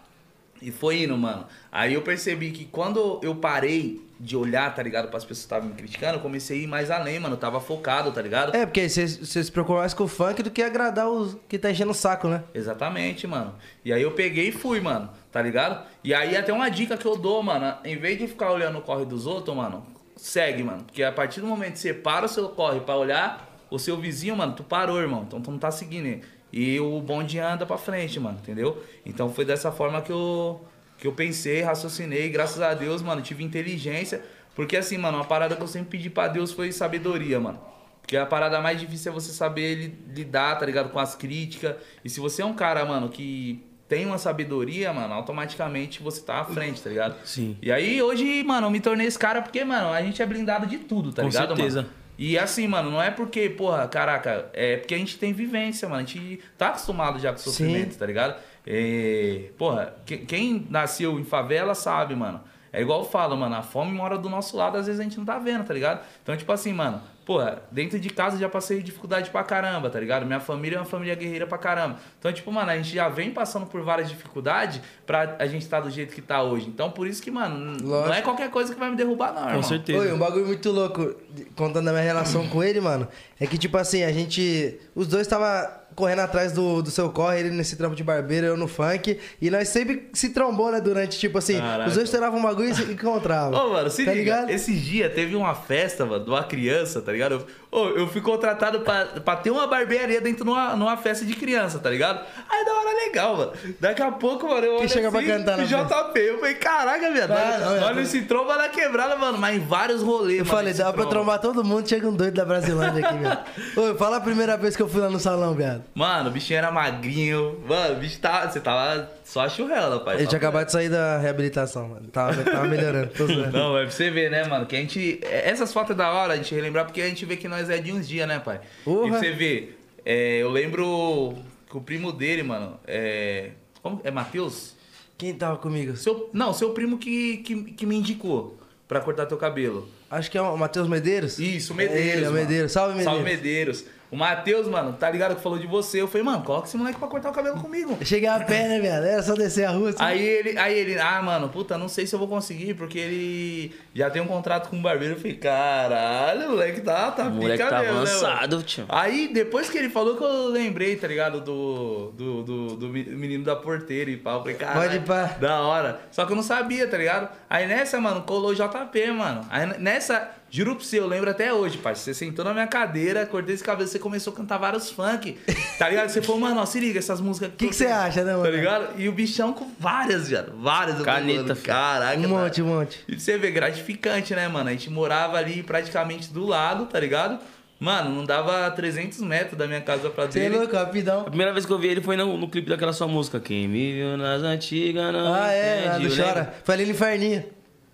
E foi indo, mano. Aí eu percebi que quando eu parei de olhar, tá ligado? Para as pessoas que estavam me criticando, eu comecei a ir mais além, mano. Eu tava focado, tá ligado? É, porque vocês vocês se preocupam mais com o funk do que agradar os que tá enchendo o saco, né? Exatamente, mano. E aí eu peguei e fui, mano, tá ligado? E aí até uma dica que eu dou, mano, em vez de ficar olhando o corre dos outros, mano, segue, mano. Porque a partir do momento que você para o seu corre pra olhar o seu vizinho, mano, tu parou, irmão. Então tu não tá seguindo ele. E o bonde anda pra frente, mano, entendeu? Então foi dessa forma que eu que eu pensei, raciocinei, graças a Deus, mano, tive inteligência, porque assim, mano, uma parada que eu sempre pedi pra Deus foi sabedoria, mano. Porque a parada mais difícil é você saber li- lidar, tá ligado? Com as críticas. E se você é um cara, mano, que tem uma sabedoria, mano, automaticamente você tá à frente, tá ligado? Sim. E aí hoje, mano, eu me tornei esse cara porque, mano, a gente é blindado de tudo, tá Com ligado, certeza. mano? E assim, mano, não é porque, porra, caraca, é porque a gente tem vivência, mano. A gente tá acostumado já com o sofrimento, tá ligado? É, porra, que- quem nasceu em favela sabe, mano. É igual eu falo, mano, a fome mora do nosso lado, às vezes a gente não tá vendo, tá ligado? Então, tipo assim, mano, porra, dentro de casa eu já passei dificuldade pra caramba, tá ligado? Minha família é uma família guerreira pra caramba. Então, tipo, mano, a gente já vem passando por várias dificuldades pra a gente tá do jeito que tá hoje. Então, por isso que, mano, n- não é Lógico. qualquer coisa que vai me derrubar, não, irmão. Com certeza. Oi, um bagulho muito louco, de- contando a minha relação com ele, mano, é que, tipo assim, a gente. Os dois tava correndo atrás do, do seu corre, ele nesse trampo de barbeiro, eu no funk. E nós sempre se trombou, né? Durante, tipo assim, Caraca. os dois estouravam um bagulho e se encontravam. Ô, mano, se tá liga. ligado? Esses dias teve uma festa, mano, de uma criança, tá ligado? Eu, ô, eu fui contratado pra, pra ter uma barbearia dentro de uma, numa festa de criança, tá ligado? Aí é da hora legal, mano. Daqui a pouco, mano, eu olho chega pra assim, cantar na JP, eu falei, caraca, viado, Ah, olha, olha, olha esse tromba na quebrada, mano, mas em vários rolês, Eu falei, dá pra trombar todo mundo, chega um doido da Brasilândia aqui, viado. Ô, fala a primeira vez que eu fui lá no salão, viado. Mano, o bichinho era magrinho, mano, o bicho tava, você tava só a churrela, pai. tá Ele tinha acabado de sair da reabilitação, mano. Tava, tava melhorando. Tô zoando. Não, é pra você ver, né, mano? Que a gente. Essas fotos é da hora a gente relembrar, porque a gente vê que nós é de uns dias, né, pai? Porra. E pra você ver, é, eu lembro que o primo dele, mano, é. Como? É Matheus? Quem tava comigo? Seu, não, seu primo que, que, que me indicou pra cortar teu cabelo. Acho que é o Matheus Medeiros? Isso, o É Medeiros. ele, é o mano. Medeiros. Salve, Medeiros. Salve, Medeiros. O Matheus, mano, tá ligado que falou de você. Eu falei, mano, coloca esse moleque pra cortar o cabelo comigo. Eu Cheguei a pé, né, viado? Era só descer a rua. Assim. Aí ele, aí ele, ah, mano, puta, não sei se eu vou conseguir, porque ele já tem um contrato com o barbeiro. Eu falei, caralho, o moleque tá, tá O moleque pica tá mesmo, né, mano?" avançado, tio. Aí, depois que ele falou que eu lembrei, tá ligado, do, do, do, do me- menino da porteira e pau. Eu falei, caralho, Pode pá. da hora. Só que eu não sabia, tá ligado? Aí nessa, mano, colou o JP, mano. Aí nessa, juro pra você, eu lembro até hoje, parceiro. Você sentou na minha cadeira, cortei esse cabelo, você começou a cantar vários funk, tá ligado? Você falou, mano, ó, se liga, essas músicas aqui. Que que você acha, né, mano? Tá ligado? E o bichão com várias, viado. Várias. eu falei, Caneta, mano, filho. Caraca, um mano. monte, um monte. E você vê, gratificante, né, mano? A gente morava ali praticamente do lado, tá ligado? Mano, não dava 300 metros da minha casa pra Você é dele. louco, rapidão. A primeira vez que eu vi ele foi no, no clipe daquela sua música. Quem me viu nas antigas não Ah, é, lá entende, do lembra? Chora. Falei no Inferninho.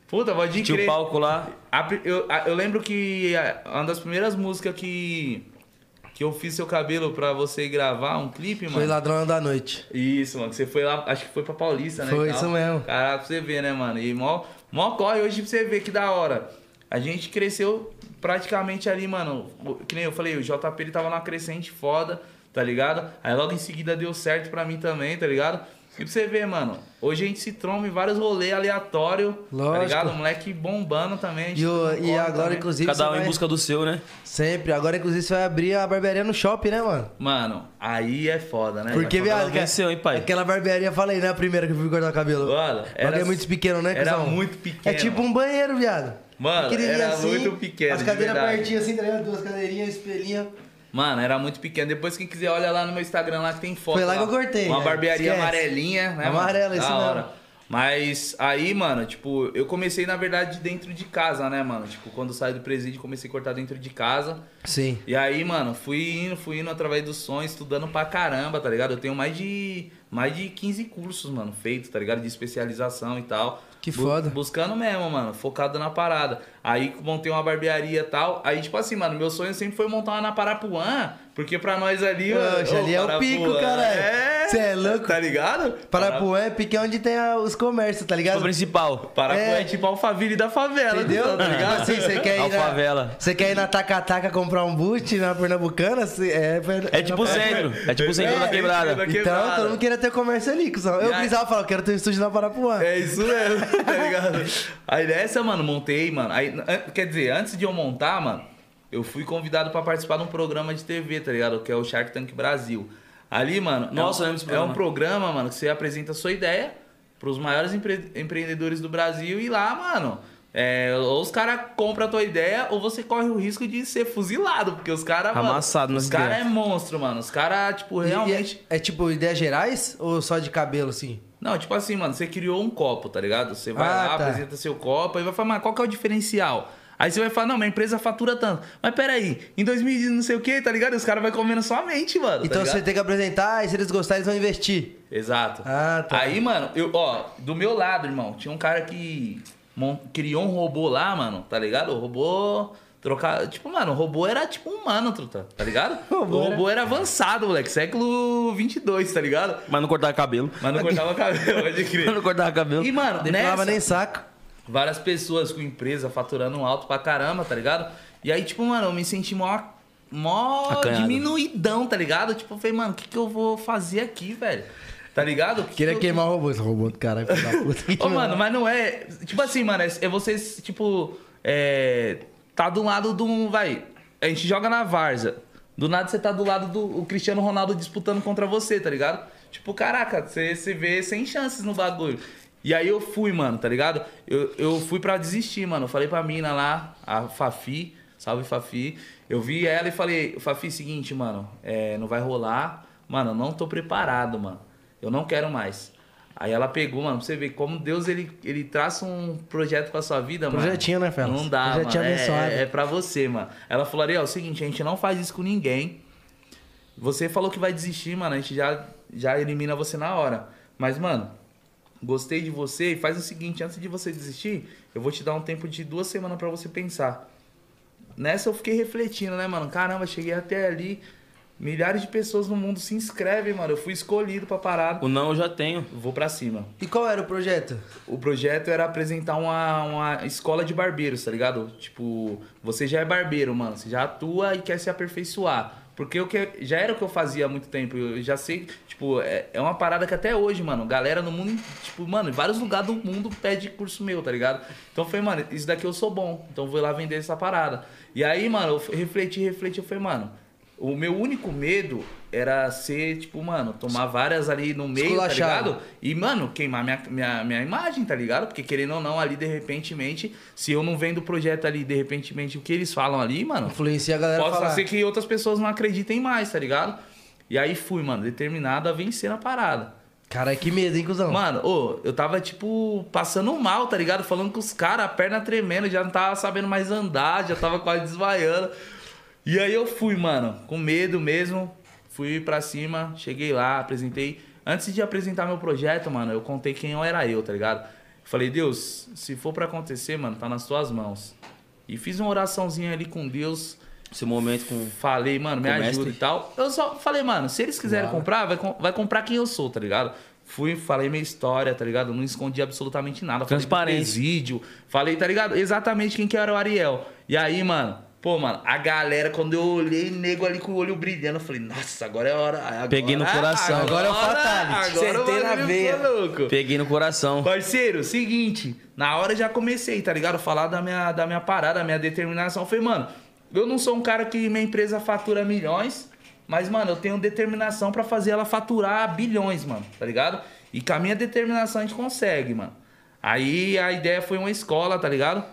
Puta, pode Tinha o crer. palco lá. A pri- eu, a- eu lembro que a- uma das primeiras músicas que, que eu fiz seu cabelo pra você gravar um clipe, mano. Foi ladrão da noite. Isso, mano. que Você foi lá, acho que foi pra Paulista, né? Foi, e tal. isso mesmo. Caraca, pra você ver, né, mano? E mó, mó corre hoje pra você ver que da hora. A gente cresceu praticamente ali, mano. O- Que nem eu falei, o JP ele tava numa crescente foda, tá ligado? Aí logo em seguida deu certo pra mim também, tá ligado? E pra você ver, mano, hoje a gente se tromba em vários rolês aleatórios, tá Lógico. ligado? Moleque bombando também. a gente E, o- e concorre agora, também. inclusive. Cada você um em vai- busca do seu, né? Sempre. Agora, inclusive, você vai abrir a barbearia no shopping, né, mano? Mano, aí é foda, né? Porque, falar viado, bem seu, hein, pai? aquela barbearia, falei, né? A primeira que eu fui cortar o cabelo. Mano, era era- é muito pequeno, né, era cuzão? muito pequeno. É tipo um banheiro, viado. Mano, Pequenininho assim, era muito pequeno, As de cadeiras verdade. pertinhas assim, tá ligado? Duas cadeirinhas, espelhinha. Mano, era muito pequeno. Depois, quem quiser, olha lá no meu Instagram lá que tem foto. Foi lá que eu cortei, Uma né? barbearia Esquece. amarelinha, né? mano? Amarela, isso Da mesmo. Mas aí, mano, tipo, eu comecei, na verdade, dentro de casa, né, mano? Tipo, quando eu saí do presídio, comecei a cortar dentro de casa. Sim. E aí, mano, fui indo, fui indo através do som, estudando pra caramba, tá ligado? Eu tenho mais de mais de 15 cursos, mano, feitos, tá ligado? De especialização e tal. Que foda. buscando mesmo, mano, focado na parada. Aí montei uma barbearia e tal. Aí, tipo assim, mano, meu sonho sempre foi montar uma na Parapuã, porque pra nós ali, mano, Poxa, ô, ali é o Parapuã, pico, caralho. É. Cê é louco? Tá ligado? Parapuã é pique onde tem a- os comércios, tá O ligado? principal. Parapuã é. É. tipo a alfaville da favela, Entendeu? tá ligado? Assim, você quer ir na, Alfavela. você quer ir na Tacataca comprar um boot na Pernambucana? Cê- É, É tipo o centro. É tipo o centro É, da quebrada. é. Então, Quebrada. todo mundo queria ter comércio ali, cuzão. Eu E aí- precisava falar, eu quero ter um estúdio na Parapuã. É isso mesmo, tá ligado? Aí nessa, mano, montei, mano. Aí, an- quer dizer, antes de eu montar, mano, eu fui convidado pra participar de um programa de TV, tá ligado? Que é o Shark Tank Brasil. Ali, mano, Nossa, eu é, lembro desse um, é um programa, mano, que você apresenta a sua ideia pros maiores empre- empreendedores do Brasil e lá, mano. é, ou os caras compram a tua ideia, ou você corre o risco de ser fuzilado, porque os caras. mano, Amassado nas Os caras é ideias. monstro, mano. Os caras, tipo, E- e realmente. É, é tipo ideias gerais ou só de cabelo, assim? Não, tipo assim, mano, você criou um copo, tá ligado? Você vai Ah, lá, tá. apresenta seu copo, aí vai falar, mas qual que é o diferencial? Aí você vai falar, não, minha empresa fatura tanto. Mas peraí, em 2000 não sei o que, tá ligado? E os caras vão comendo sua mente, mano. tá então ligado? você tem que apresentar e se eles gostarem, eles vão investir. Exato. Ah, tá. Aí, mano, eu, ó, do meu lado, irmão, tinha um cara que mon- criou um robô lá, mano, tá ligado? O robô trocar, tipo, mano, o robô era tipo um mano, truta, tá ligado? o robô era- robô era avançado, moleque, século 22, tá ligado? Mas não cortava cabelo. Mas não cortava cabelo, pode Mas crer. não cortava cabelo. E, mano, Não nessa, lava nem saco. várias pessoas com empresa faturando alto pra caramba, tá ligado? E aí, tipo, mano, eu me senti mó, mó Acanhado. diminuidão, tá ligado? Tipo, eu falei, mano, o que, que eu vou fazer aqui, velho? Tá ligado? Que Queria que eu- queimar o robô, esse robô do caralho, filho da puta. Ô, mano, mas não é. Tipo assim, mano, é, é você, tipo. É, tá do lado de um. Vai. A gente joga na várzea. Do nada você tá do lado do o Cristiano Ronaldo disputando contra você, tá ligado? Tipo, caraca, você se vê sem chances no bagulho. E aí eu fui, mano, tá ligado? Eu, eu fui pra desistir, mano. Eu falei pra mina lá, a Fafi. Salve, Fafi. Eu vi ela e falei, Fafi, seguinte, mano, é, não vai rolar. mano, eu não tô preparado, mano. Eu não quero mais. Aí ela pegou, mano, pra você ver como Deus ele, ele traça um projeto pra sua vida, mano. Projetinho, né, Felas? Não dá, Projetinho mano. abençoado. É, é, é pra você, mano. Ela falou, Ariel, é o seguinte, a gente não faz isso com ninguém. Você falou que vai desistir, mano. A gente já, já elimina você na hora. Mas, mano, gostei de você. E faz o seguinte, antes de você desistir, eu vou te dar um tempo de duas semanas pra você pensar. Nessa eu fiquei refletindo, né, mano? Caramba, cheguei até ali. Milhares de pessoas no mundo se inscrevem, mano. Eu fui escolhido pra parada. O não eu já tenho. Vou pra cima. E qual era o projeto? O projeto era apresentar uma, uma escola de barbeiros, tá ligado? Tipo, você já é barbeiro, mano. Você já atua e quer se aperfeiçoar. Porque o que já era o que eu fazia há muito tempo. Eu já sei, tipo, é, é uma parada que até hoje, mano, galera no mundo, tipo, mano, em vários lugares do mundo pede curso meu, tá ligado? Então eu falei, mano, isso daqui eu sou bom. Então eu vou lá vender essa parada. E aí, mano, eu f- refleti, refleti, eu falei, mano, o meu único medo era ser, tipo, mano, tomar várias ali no meio, tá Esculachado. ligado? E, mano, queimar minha, minha, minha imagem, tá ligado? Porque querendo ou não, ali de repentemente, se eu não vendo o projeto ali de repentemente, o que eles falam ali, mano, Influencia a galera pode falar. ser que outras pessoas não acreditem mais, tá ligado? E aí fui, mano, determinado a vencer na parada. Cara, que medo, hein, cuzão? Mano, ô, eu tava, tipo, passando mal, tá ligado? Falando com os caras, a perna tremendo, já não tava sabendo mais andar, já tava quase desmaiando. E aí eu fui, mano, com medo mesmo. Fui pra cima, cheguei lá, apresentei. Antes de apresentar meu projeto, mano, eu contei quem eu era eu, tá ligado? Falei, Deus, se for pra acontecer, mano, tá nas tuas mãos. E fiz uma oraçãozinha ali com Deus. Esse momento com. Falei, mano, me Com o ajuda mestre. e tal. Eu só falei, mano, se eles quiserem comprar, vai, com- vai comprar quem eu sou, tá ligado? Fui, falei minha história, tá ligado? Não escondi absolutamente nada. Falei do Transparência. presídio. Falei, tá ligado? Exatamente quem que era o Ariel. E aí, mano, pô, mano, a galera, quando eu olhei, nego ali com o olho brilhando, eu falei, nossa, agora é a hora. Agora, Peguei no coração. Agora é o fatality. Agora Acertei Acertei na na veia. louco. Peguei no coração. Parceiro, seguinte, na hora eu já comecei, tá ligado? Falar da minha, da minha parada, da minha determinação. Eu falei, mano, eu não sou um cara que minha empresa fatura milhões, mas, mano, eu tenho determinação pra fazer ela faturar bilhões, mano, tá ligado? E com a minha determinação a gente consegue, mano. Aí a ideia foi uma escola, tá ligado?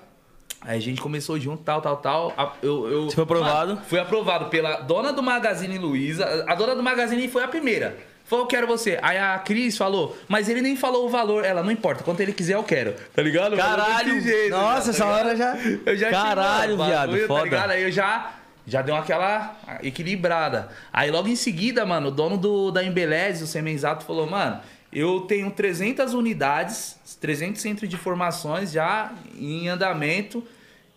Aí a gente começou junto, tal, tal, tal. A- Eu, eu, Você foi aprovado? Mano, fui aprovado pela dona do Magazine Luiza. A dona do Magazine foi a primeira. Falou, eu quero você. Aí a Cris falou, mas ele nem falou o valor. Ela, não importa, quanto ele quiser eu quero. Tá ligado? Caralho! Falou desse jeito, Nossa, mano, tá essa ligado? hora já. Eu já Caralho, tinha, mano, viado, bagulho, foda. Tá ligado? Aí eu já, já deu aquela equilibrada. Aí logo em seguida, mano, o dono do, da Embeleze, o Semenzato, falou, mano, eu tenho 300 unidades, 300 centros de formações já em andamento.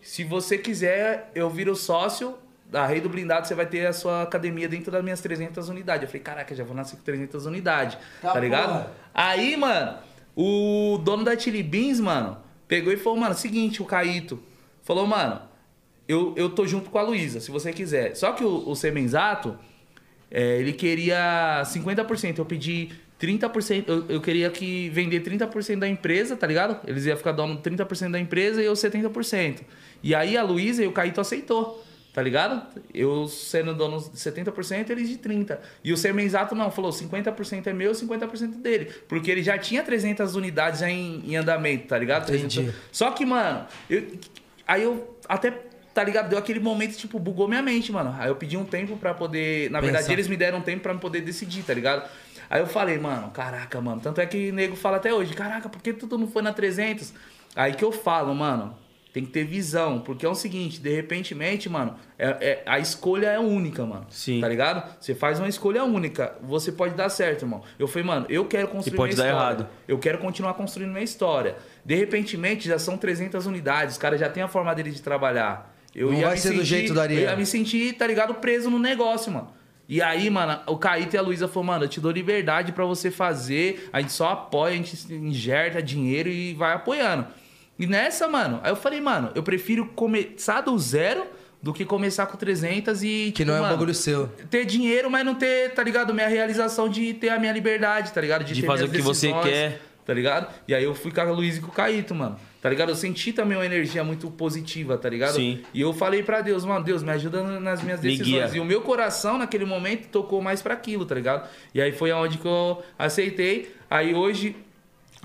Se você quiser, eu viro sócio da Rei do Blindado, você vai ter a sua academia dentro das minhas 300 unidades. Eu falei, caraca, já vou nascer com 300 unidades, tá, Tá ligado? porra. Aí, mano, o dono da Chili Beans, mano, pegou e falou, mano, seguinte, o Caíto. Falou, mano, eu, eu tô junto com a Luísa, se você quiser. Só que o, o Semenzato, é, ele queria 50%. Eu pedi 30%. Eu, eu queria que vender 30% da empresa, tá ligado? Eles iam ficar dono de 30% da empresa e eu 70%. E aí a Luísa e o Caíto aceitou. Tá ligado? Eu sendo dono de 70%, eles de 30%. E o Semenzato não, falou 50% é meu, 50% dele. Porque ele já tinha 300 unidades já em, em andamento, tá ligado? Entendi. 300. Só que, mano, eu, aí eu até, tá ligado? Deu aquele momento, tipo, bugou minha mente, mano. Aí eu pedi um tempo pra poder. Na verdade, Pensar. eles me deram um tempo pra eu poder decidir, tá ligado? Aí eu falei, mano, caraca, mano. Tanto é que nego fala até hoje, caraca, por que tu não foi na 300? Aí que eu falo, mano, tem que ter visão. Porque é o seguinte, de repentemente, mano, é, é- a escolha é única, mano. Sim. Tá ligado? Você faz uma escolha única. Você pode dar certo, irmão. Eu falei, mano, eu quero construir pode minha dar história. errado. Eu quero continuar construindo minha história. De repentemente, já são 300 unidades. O cara já tem a forma dele de trabalhar. Eu Não ia vai me ser do sentir- jeito do Ariel. Eu ia me sentir, tá ligado, preso no negócio, mano. E aí, mano, o Caíto e a Luísa falaram, mano, eu te dou liberdade pra você fazer. A gente só apoia, a gente injerta dinheiro e vai apoiando. E nessa, mano, aí eu falei, mano, eu prefiro começar do zero do que começar com 300 e... tipo, Que não é um mano, bagulho seu. Ter dinheiro, mas não ter, tá ligado, minha realização de ter a minha liberdade, tá ligado? De ter fazer minhas o que você decisões, quer. Tá ligado? E aí eu fui com a Luiz e com o Caíto, mano. Tá ligado? Eu senti também uma energia muito positiva, tá ligado? Sim. E eu falei pra Deus, mano, Deus, me ajuda nas minhas Me decisões. guia. E o meu coração, naquele momento, tocou mais pra aquilo, tá ligado? E aí foi aonde que eu aceitei. Aí hoje,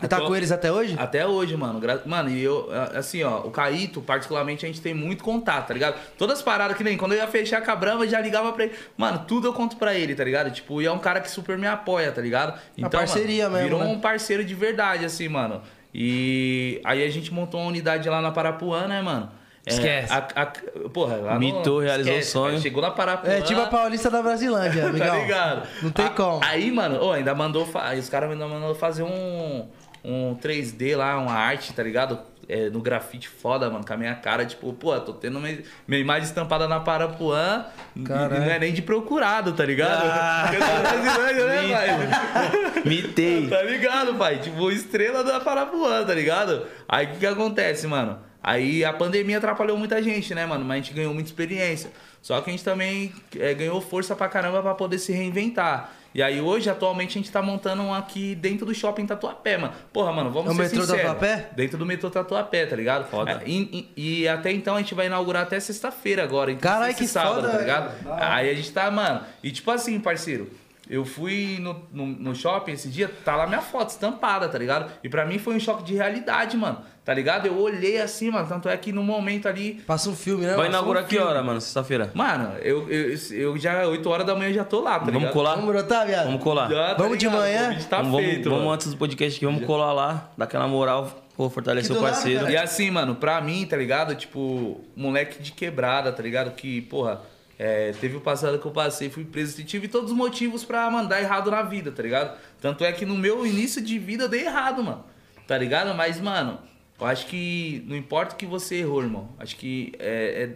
E tá Atual- com eles até hoje? Até hoje, mano. Gra- Mano, e eu, a- assim, ó, o Caíto, particularmente, a gente tem muito contato, tá ligado? Todas as paradas que nem quando eu ia fechar com a Brahma, eu já ligava pra ele. Mano, tudo eu conto pra ele, tá ligado? Tipo, e é um cara que super me apoia, tá ligado? É parceria mano, mesmo, Virou né? um parceiro de verdade, assim, mano. E aí a gente montou uma unidade lá na Parapuã, né, mano? É, Esquece. a- a- porra, lá no- Mitou, realizou o sonho. cara, Chegou na Parapuã. É tipo a Paulista da Brasilândia, amigão. Tá ligado? Não tem A- como. Aí, mano, ô, ainda mandou. fa- aí Os caras ainda mandou fazer um, um 3D lá, uma arte, tá ligado? É, no grafite foda, mano, com a minha cara, tipo, pô, tô tendo minha, minha imagem estampada na Parapuã, e- e Caralho. não é nem de procurado, tá ligado? Ah. Porque tá na Brasilândia, né, pai? Mitei. Tá ligado, pai? Tipo, estrela da Parapuã, tá ligado? Aí o que, que acontece, mano? Aí a pandemia atrapalhou muita gente, né, mano? Mas a gente ganhou muita experiência. Só que a gente também eh, ganhou força pra caramba pra poder se reinventar. E aí hoje, atualmente, a gente tá montando um aqui dentro do shopping Tatuapé, mano. Porra, mano, vamos É o ser metrô sinceros. Tatuapé? Dentro do metrô Tatuapé, tá ligado? Foda. É, E, e- e até então a gente vai inaugurar até sexta-feira agora. Então, Caralho, esse que sábado, foda, tá ligado? Aí a gente tá, mano. E tipo assim, parceiro, eu fui no, no, no shopping esse dia, tá lá minha foto estampada, tá ligado? E pra mim foi um choque de realidade, mano. Tá ligado? Eu olhei assim, mano. Tanto é que no momento ali. Passa um filme, né? Vai mano? inaugurar que hora, mano? Sexta-feira. Mano, eu, eu, eu já, 8 horas da manhã, eu já tô lá, tá Vamos ligado? colar? Vamos brotar, viado? Vamos colar. Já, tá Vamos de ligado? manhã? O convite Tá vamos, vamos- feito, vamos mano. antes do podcast aqui, vamos colar lá, dar aquela moral, pô, fortalecer Aqui o do lado, parceiro. cara. E assim, mano, pra mim, tá ligado? Tipo, moleque de quebrada, tá ligado? Que, porra, é, teve o passado que eu passei, fui preso e tive todos os motivos pra mandar errado na vida, tá ligado? Tanto é que no meu início de vida eu dei errado, mano. Tá ligado? Mas, mano, eu acho que não importa o que você errou, irmão. Acho que é, é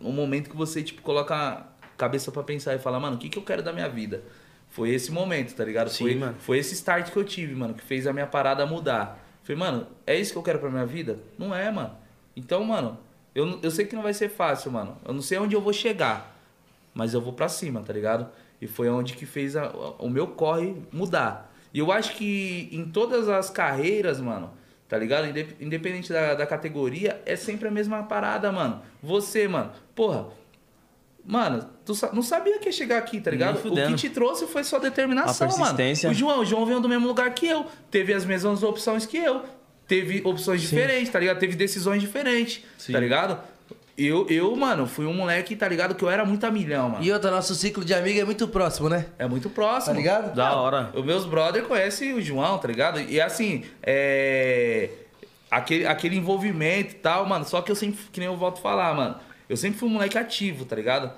o momento que você, tipo, coloca a cabeça pra pensar e fala, mano, o que, que eu quero da minha vida? Foi esse momento, tá ligado? Sim, foi, mano. foi esse start que eu tive, mano, que fez a minha parada mudar. Falei, mano, é isso que eu quero pra minha vida? Não é, mano. Então, mano, eu, não- eu sei que não vai ser fácil, mano. Eu não sei onde eu vou chegar, mas eu vou pra cima, tá ligado? E foi onde que fez a- o meu corre mudar. E eu acho que em todas as carreiras, mano, tá ligado? Inde- Independente da, da categoria, é sempre a mesma parada, mano. Você, mano, porra. Mano, tu sa- não sabia que ia chegar aqui, tá Nem ligado? O que fudendo. te trouxe foi sua determinação, A persistência. mano. O João, o João veio do mesmo lugar que eu, teve as mesmas opções que eu, teve opções diferentes, tá ligado? Teve decisões diferentes, Sim. tá ligado? Eu, eu, mano, fui um moleque, tá ligado? Que eu era muito a milhão, mano. E outra, nosso ciclo de amigo é muito próximo, né? É muito Tá próximo. ligado? Da hora. Os meus brother conhecem o João, tá ligado? E assim, é. Aquele, aquele envolvimento e tal, mano. Só que eu sempre, que nem eu volto a falar, mano. Eu sempre fui um moleque ativo, tá ligado?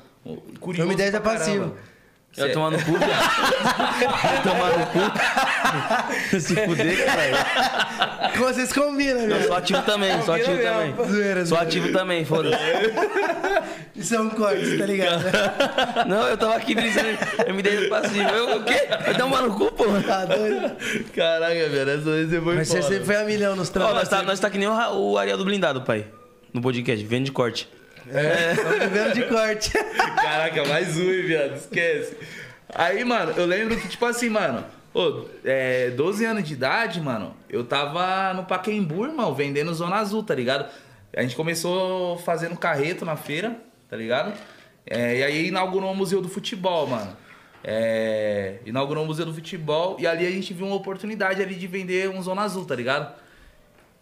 Curioso. Uma ideia pra tá passivo. caramba. Eu ia tomar no cu, viado. Vai tomar no cu. Se fuder, cara. Vocês combinam, Eu viado. sou ativo também, sou ativo também. Zoeira, Sou zoeira. ativo também, foda-se. Isso é um corte, tá ligado? né? Não, eu tava aqui brisando, eu me dei no passivo. Eu, o quê? Vai tomar no cu, porra? Tá doido? Caraca, velho, essa vez você foi Mas você embora. sempre foi a milhão nos Ó, nós, trabalhos. tá, nós tá que nem o, Ra- o Ariel do Blindado, pai. No podcast, vendo de corte. é. Tô vivendo de corte. Caraca, mais um, hein, viado. Esquece. Aí, mano, eu lembro que, tipo assim, mano, ô, é, 12 anos de idade, mano, eu tava no Paquembu, irmão, vendendo Zona Azul, tá ligado? A gente começou fazendo carreto na feira, tá ligado? É, e aí inaugurou o Museu do Futebol, mano. É, inaugurou o Museu do Futebol e ali a gente viu uma oportunidade ali de vender um Zona Azul, tá ligado?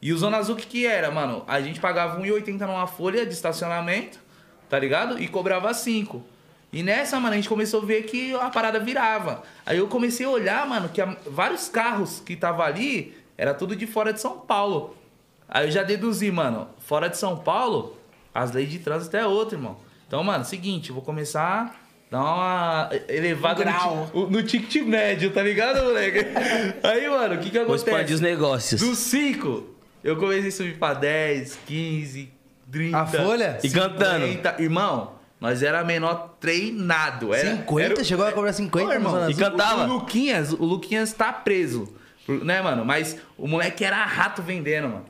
E o Zona Azul, o que, que era, mano? A gente pagava 1,80 numa folha de estacionamento, tá ligado? E cobrava 5. E nessa, mano, a gente começou a ver que a parada virava. Aí eu comecei a olhar, mano, que a- vários carros que tava ali era tudo de fora de São Paulo. Aí eu já deduzi, mano, fora de São Paulo, as leis de trânsito é outra, irmão. Então, mano, seguinte, eu vou começar a dar uma elevada no grau. ti- no ticket médio, tá ligado, moleque? Aí, mano, o que que Vou acontece? expandir os negócios. Dos 5, eu comecei a subir pra 10, 15, 30. A folha? E cantando. 50. Irmão, nós era menor treinado. Era, 50? era- Chegou a cobrar 50 Ô, irmão, no Zona o- E cantava? O, Luquinhas, o Luquinhas tá preso. por- Né, mano? Mas o moleque era rato vendendo, mano.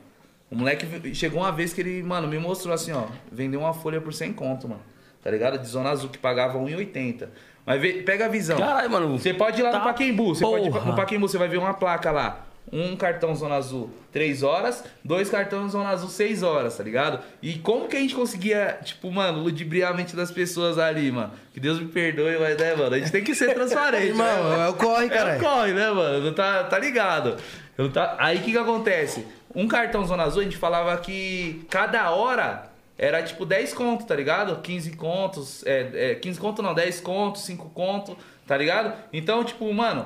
O moleque v- chegou uma vez que ele, mano, me mostrou assim, ó. Vendeu uma folha por 100 conto, mano. Tá ligado? De Zona Azul que pagava 1,80. Mas vê- pega a visão. Caralho, mano. Você pode ir lá Tá no Paquembu. Você pode ir porra. no Paquembu, você vai ver uma placa lá. um cartão Zona Azul 3 horas, dois cartões Zona Azul 6 horas, tá ligado? E como que a gente conseguia, tipo, mano, ludibriar a mente das pessoas ali, mano? Que Deus me perdoe, mas, né, mano? A gente tem que ser transparente. Irmão, né, mano? é o corre, É caralho. o corre, né, mano? Não tá, tá ligado. Não tá... Aí o que que acontece? Um cartão Zona Azul, a gente falava que cada hora era tipo 10 conto, tá ligado? 15 contos, é, é, 15 conto não, 10 conto, 5 conto, tá ligado? Então, tipo, mano,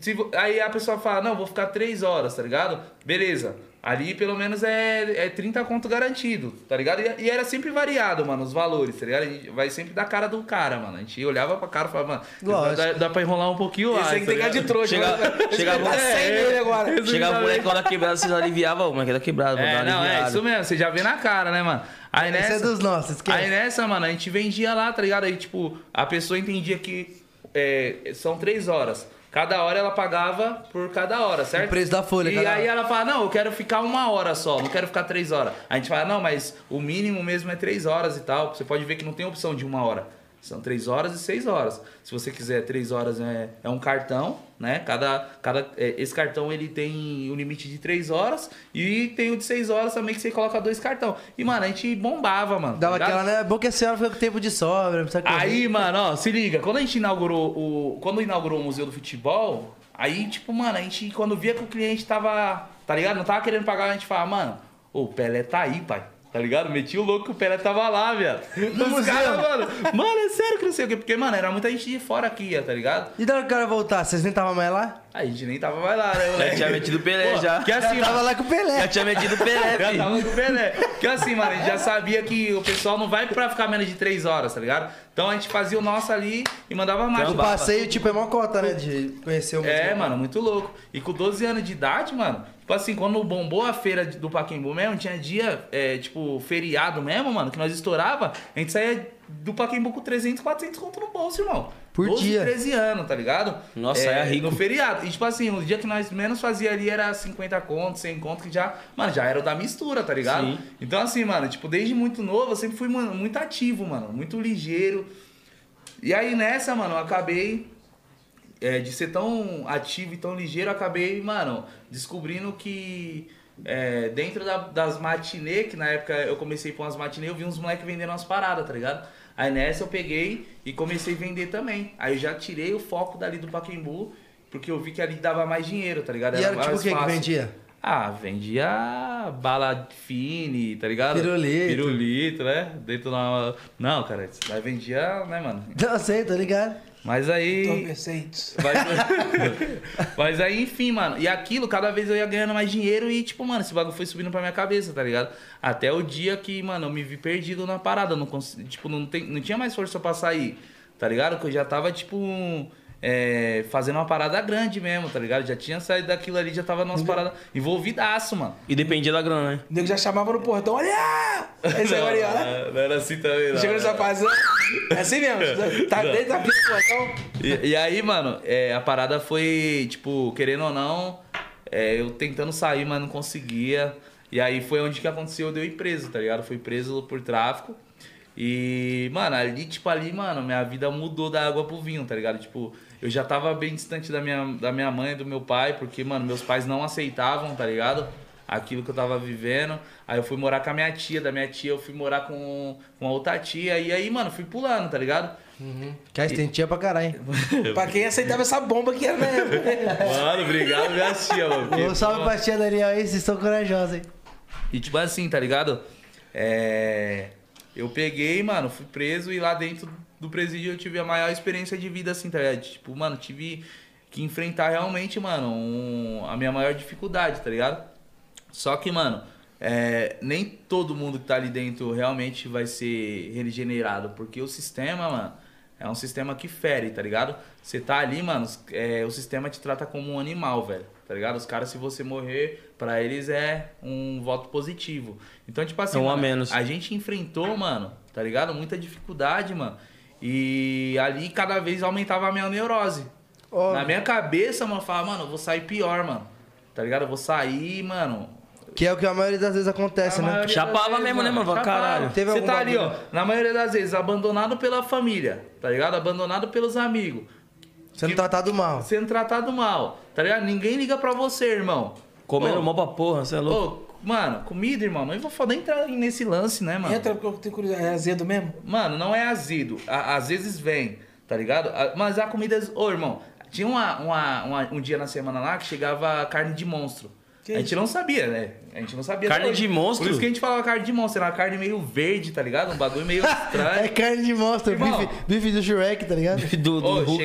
se vo- aí a pessoa fala, não, vou ficar 3 horas, tá ligado? Beleza. Ali pelo menos é, é 30 conto garantido, tá ligado? E, e era sempre variado, mano, os valores, tá ligado? A gente vai sempre da cara do cara, mano. A gente olhava pra cara e falava, mano, Lógico. dá, dá pra enrolar um pouquinho lá. Esse aí que tá tem É cara de ligado? trouxa. Chega- né? mas- chega- tá sem é, ele agora. Chegava o moleque lá quebrada, vocês aliviavam, o moleque tá quebrado, vou É, dar uma não, é aliviada. isso mesmo, você já vê na cara, né, mano? Aí Esse nessa, é dos nossos, aí esquece. nessa, mano, a gente vendia lá, tá ligado? Aí, tipo, a pessoa entendia que é, são três horas. Cada hora ela pagava por cada hora, certo? O preço da folha, E cada aí hora. ela fala, não, eu quero ficar uma hora só, não quero ficar três horas. A gente fala, não, mas o mínimo mesmo é três horas e tal. Você pode ver que não tem opção de uma hora. São três horas e seis horas. Se você quiser três horas é, é um cartão, né? Cada, cada, é, esse cartão ele tem o limite de três horas e tem o de seis horas também que você coloca dois cartão. E, mano, a gente bombava, mano. tá Dava ligado? aquela, né? É bom que a senhora fica com tempo de sobra, não precisa correr. Aí, mano, ó, se liga, quando a gente inaugurou o. Quando inaugurou o Museu do Futebol, aí, tipo, mano, a gente, quando via que o cliente tava. Tá ligado? Não tava querendo pagar, a gente falava, mano, ô, o Pelé tá aí, pai. Tá ligado? Meti o louco que o Pelé tava lá, velho. Os caras, mano. Mano, é sério que não sei o quê. Porque, mano, era muita gente de fora aqui, ia, tá ligado? E da hora que o cara voltar, vocês nem estavam mais lá? Aí a gente nem tava mais lá, né, Já moleque? tinha metido o Pelé, Pô, já. Que assim, tava mano, lá com o Pelé. Já tinha metido o Pelé, já filho. tava com o Pelé. Porque assim, mano, a gente já sabia que o pessoal não vai pra ficar menos de três horas, tá ligado? Então a gente fazia o nosso ali e mandava mais. O passeio, tipo, é mó cota, né? De conhecer o É, museu. mano, muito louco. E com 12 anos de idade, mano, tipo assim, quando bombou a feira do Paquembu mesmo, tinha dia, é, tipo, feriado mesmo, mano, que nós estourava, a gente saía do Paquembu com 300, 400 conto no bolso, irmão. Por 12, dia. 13 anos, tá ligado? Nossa, era rico. No feriado. E tipo assim, o dia que nós menos fazia ali era 50 conto, 100 conto, que já, mano, já era o da mistura, tá ligado? Sim. Então assim, mano, tipo, desde muito novo, eu sempre fui mano, muito ativo, mano, muito ligeiro. E aí nessa, mano, eu acabei é, de ser tão ativo e tão ligeiro, eu acabei, mano, descobrindo que é, dentro da- das matinê, que na época eu comecei com umas matinê, eu vi uns moleques vendendo umas paradas, tá ligado? Aí nessa eu peguei e comecei a vender também. Aí eu já tirei o foco dali do Pacaembu, porque eu vi que ali dava mais dinheiro, tá ligado? E era tipo mais o que que fácil. vendia? Ah, vendia bala fine, tá ligado? Pirulito. Pirulito, né? Dentro na. Não, cara, isso daí vendia, né, mano? Não sei, tô ligado. Mas aí. Torpeceitos. Mas, mas aí, enfim, mano. E aquilo, cada vez eu ia ganhando mais dinheiro e, tipo, mano, esse bagulho foi subindo pra minha cabeça, tá ligado? Até o dia que, mano, eu me vi perdido na parada. eu Não cons... Tipo, não, tem... não tinha mais força pra sair, tá ligado? Que eu já tava, tipo, um, é, fazendo uma parada grande mesmo, tá ligado? Já tinha saído daquilo ali, já tava Uhum. nas paradas. Envolvidaço, mano. E dependia da grana, né? O nego já chamava no portão, olha! Aí saiu Ariana. Não, não era assim também, não. é Chegou nessa fase. É assim mesmo. Tá dentro da pista do portão. E, e aí, mano, é, a parada foi, tipo, querendo ou não, é, eu tentando sair, mas não conseguia. E aí foi onde que aconteceu, deu preso, tá ligado? Fui preso por tráfico. E, mano, ali, tipo, ali, mano, minha vida mudou da água pro vinho, tá ligado? Tipo, eu já tava bem distante da minha, da minha mãe e do meu pai, porque, mano, meus pais não aceitavam, tá ligado? aquilo que eu tava vivendo. Aí eu fui morar com a minha tia, da minha tia eu fui morar com, com a outra tia. E aí, mano, fui pulando, tá ligado? Que a estentia pra caralho, hein? Pra quem aceitava essa bomba que era né? na época. Mano, obrigado, minha tia, mano. porque, Um salve pô, pra tia Daniel aí, vocês são corajosos, hein? E tipo assim, tá ligado? É... Eu peguei, mano, fui preso e lá dentro do presídio eu tive a maior experiência de vida, assim, tá ligado? Tipo, mano, tive que enfrentar realmente, mano, um- a minha maior dificuldade, tá ligado? Só que, mano, é, nem todo mundo que tá ali dentro realmente vai ser regenerado, porque o sistema, mano, é um sistema que fere, tá ligado? Você tá ali, mano, os- é, o sistema te trata como um animal, velho, tá ligado? Os caras, se você morrer, pra eles é um voto positivo. Então, tipo assim, É um a mano, menos. a gente enfrentou, mano, tá ligado? Muita dificuldade, mano. E ali cada vez aumentava a minha neurose, Ó, na minha cabeça, mano, eu falava, mano, eu vou sair pior, mano. Tá ligado? Eu vou sair, mano. Que é o que a maioria das vezes acontece, A né? maioria Chapava das vezes, mesmo, né, mano? Chapava. Caralho. Teve Você algum tá ali, ó, bagulho? na maioria das vezes, abandonado pela família, tá ligado? Abandonado pelos amigos. Sendo tratado mal. Sendo tratado mal, tá ligado? Ninguém liga pra você, irmão. Comendo Ô, mal pra porra, você é louco. Ô, mano, comida, irmão, não vou foder entrar nesse lance, né, mano? Entra porque eu tenho curiosidade. É azedo mesmo? Mano, não é azido. A- às vezes vem, tá ligado? A- mas a comida. Ô, irmão, tinha uma, uma- uma- um dia na semana lá que chegava carne de monstro. Que a gente não sabia, né? A gente não sabia. Carne até hoje. de monstro? Por isso que a gente falava carne de monstro. Era uma carne meio verde, tá ligado? Um bagulho meio É estranho. carne de monstro, Irmão. bife, bife do Shrek, tá ligado? Do, do Ô, Hulk.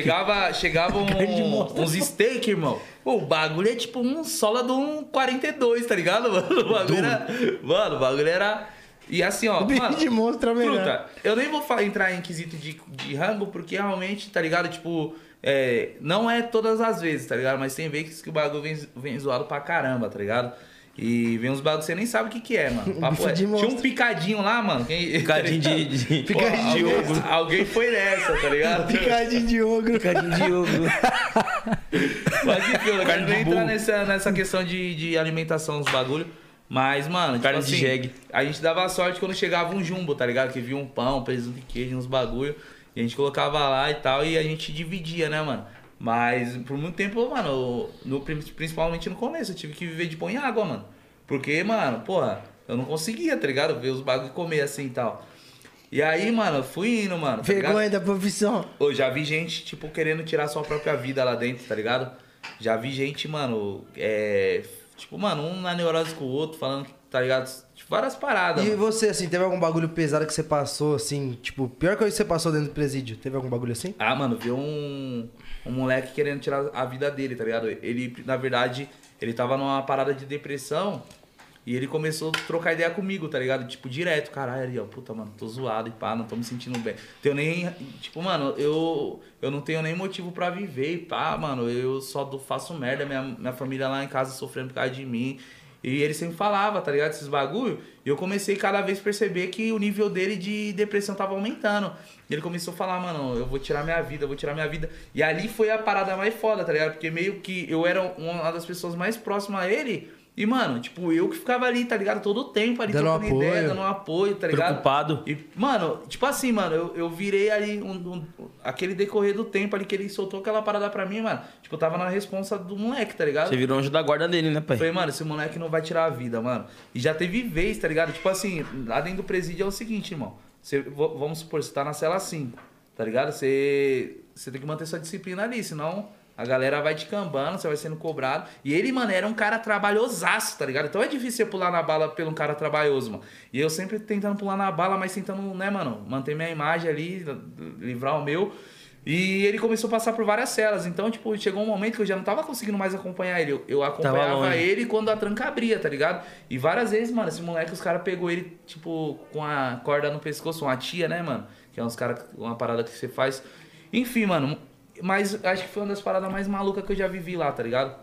chegava, chegava um- Carne de monstro. uns steak, irmão. Pô, o bagulho é tipo um sola de um 42, tá ligado, mano? O bagulho era. Mano, o bagulho era. E assim, ó. O bife mano, de monstro é o melhor. Truta, eu nem vou fa- entrar em quesito de, de rango, porque realmente, tá ligado? Tipo, é, não é todas as vezes, tá ligado? Mas tem vezes que o bagulho vem, vem zoado pra caramba, tá ligado? E vem uns bagulho que você nem sabe o que que é, mano. Papo bife é. de Tinha um monstro. picadinho lá, mano. Quem, Picadinho tá de, ligado? de... Pô, Picadinho de alguém- Alguém foi nessa, tá ligado? Picadinho de Tá ogro. Picadinho de ovo. Mas enfim, eu Carne quero de nem entrar burro. nessa, nessa questão de, de alimentação, os bagulho. Mas, mano, Carne tipo de assim, jegue. A gente dava sorte quando chegava um jumbo, tá ligado? Que via um pão, presunto e queijo, uns bagulho. E a gente colocava lá e tal, e a gente dividia, né, mano? Mas por muito tempo, mano, no, principalmente no começo, eu tive que viver de pão e água, mano. Porque, mano, porra, eu não conseguia, tá ligado? Ver os bagulho e comer assim e tal. E aí, mano, eu fui indo, mano. tá ligado? Vergonha da profissão. Eu já vi gente, tipo, querendo tirar sua própria vida lá dentro, tá ligado? Já vi gente, mano, é. Tipo, mano, um na neurose com o outro, falando, que, tá ligado? Tipo, várias paradas. E mano. você, assim, teve algum bagulho pesado que você passou, assim, tipo, pior coisa que você passou dentro do presídio? Teve algum bagulho assim? Ah, mano, viu um, um moleque querendo tirar a vida dele, tá ligado? Ele, na verdade, ele tava numa parada de depressão e ele começou a trocar ideia comigo, tá ligado? Tipo, direto, caralho, ali, ó, puta, mano, tô zoado e pá, não tô me sentindo bem. Tenho nem. Tipo, mano, eu, eu não tenho nem motivo pra viver e pá, mano, eu só do- faço merda, minha, minha família lá em casa sofrendo por causa de mim. E ele sempre falava, tá ligado? Esses bagulho. E eu comecei cada vez a perceber que o nível dele de depressão tava aumentando. E ele começou a falar, mano, eu vou tirar minha vida, eu vou tirar minha vida. E ali foi a parada mais foda, tá ligado? Porque meio que eu era uma das pessoas mais próximas a ele. E, mano, tipo, eu que ficava ali, tá ligado? Todo o tempo ali, Dando trocando apoio. ideia, dando um apoio, tá ligado? Preocupado. E, mano, tipo assim, mano, eu, eu virei ali um- um- aquele decorrer do tempo ali que ele soltou aquela parada pra mim, mano. Tipo, eu tava na responsa do moleque, tá ligado? Você virou anjo da guarda dele, né, pai? Falei, mano, esse moleque não vai tirar a vida, mano. E já teve vez, tá ligado? Tipo assim, lá dentro do presídio é o seguinte, irmão. Você, v- vamos supor, você tá na cela 5, tá ligado? Você, você tem que manter sua disciplina ali, senão a galera vai te cambando, você vai sendo cobrado. E ele, mano, era um cara trabalhosaço, tá ligado? Então é difícil você pular na bala pelo um cara trabalhoso, mano. E eu sempre tentando pular na bala, mas tentando, né, mano, manter minha imagem ali, livrar o meu. E ele começou a passar por várias celas. Então, tipo, chegou um momento que eu já não tava conseguindo mais acompanhar ele. Eu, eu acompanhava longe. ele quando a tranca abria, tá ligado? E várias vezes, mano, esse moleque, os caras pegou ele, tipo, com a corda no pescoço, uma tia, né, mano? Que é uns caras, uma parada que você faz. Enfim, mano, mas acho que foi uma das paradas mais malucas que eu já vivi lá, tá ligado?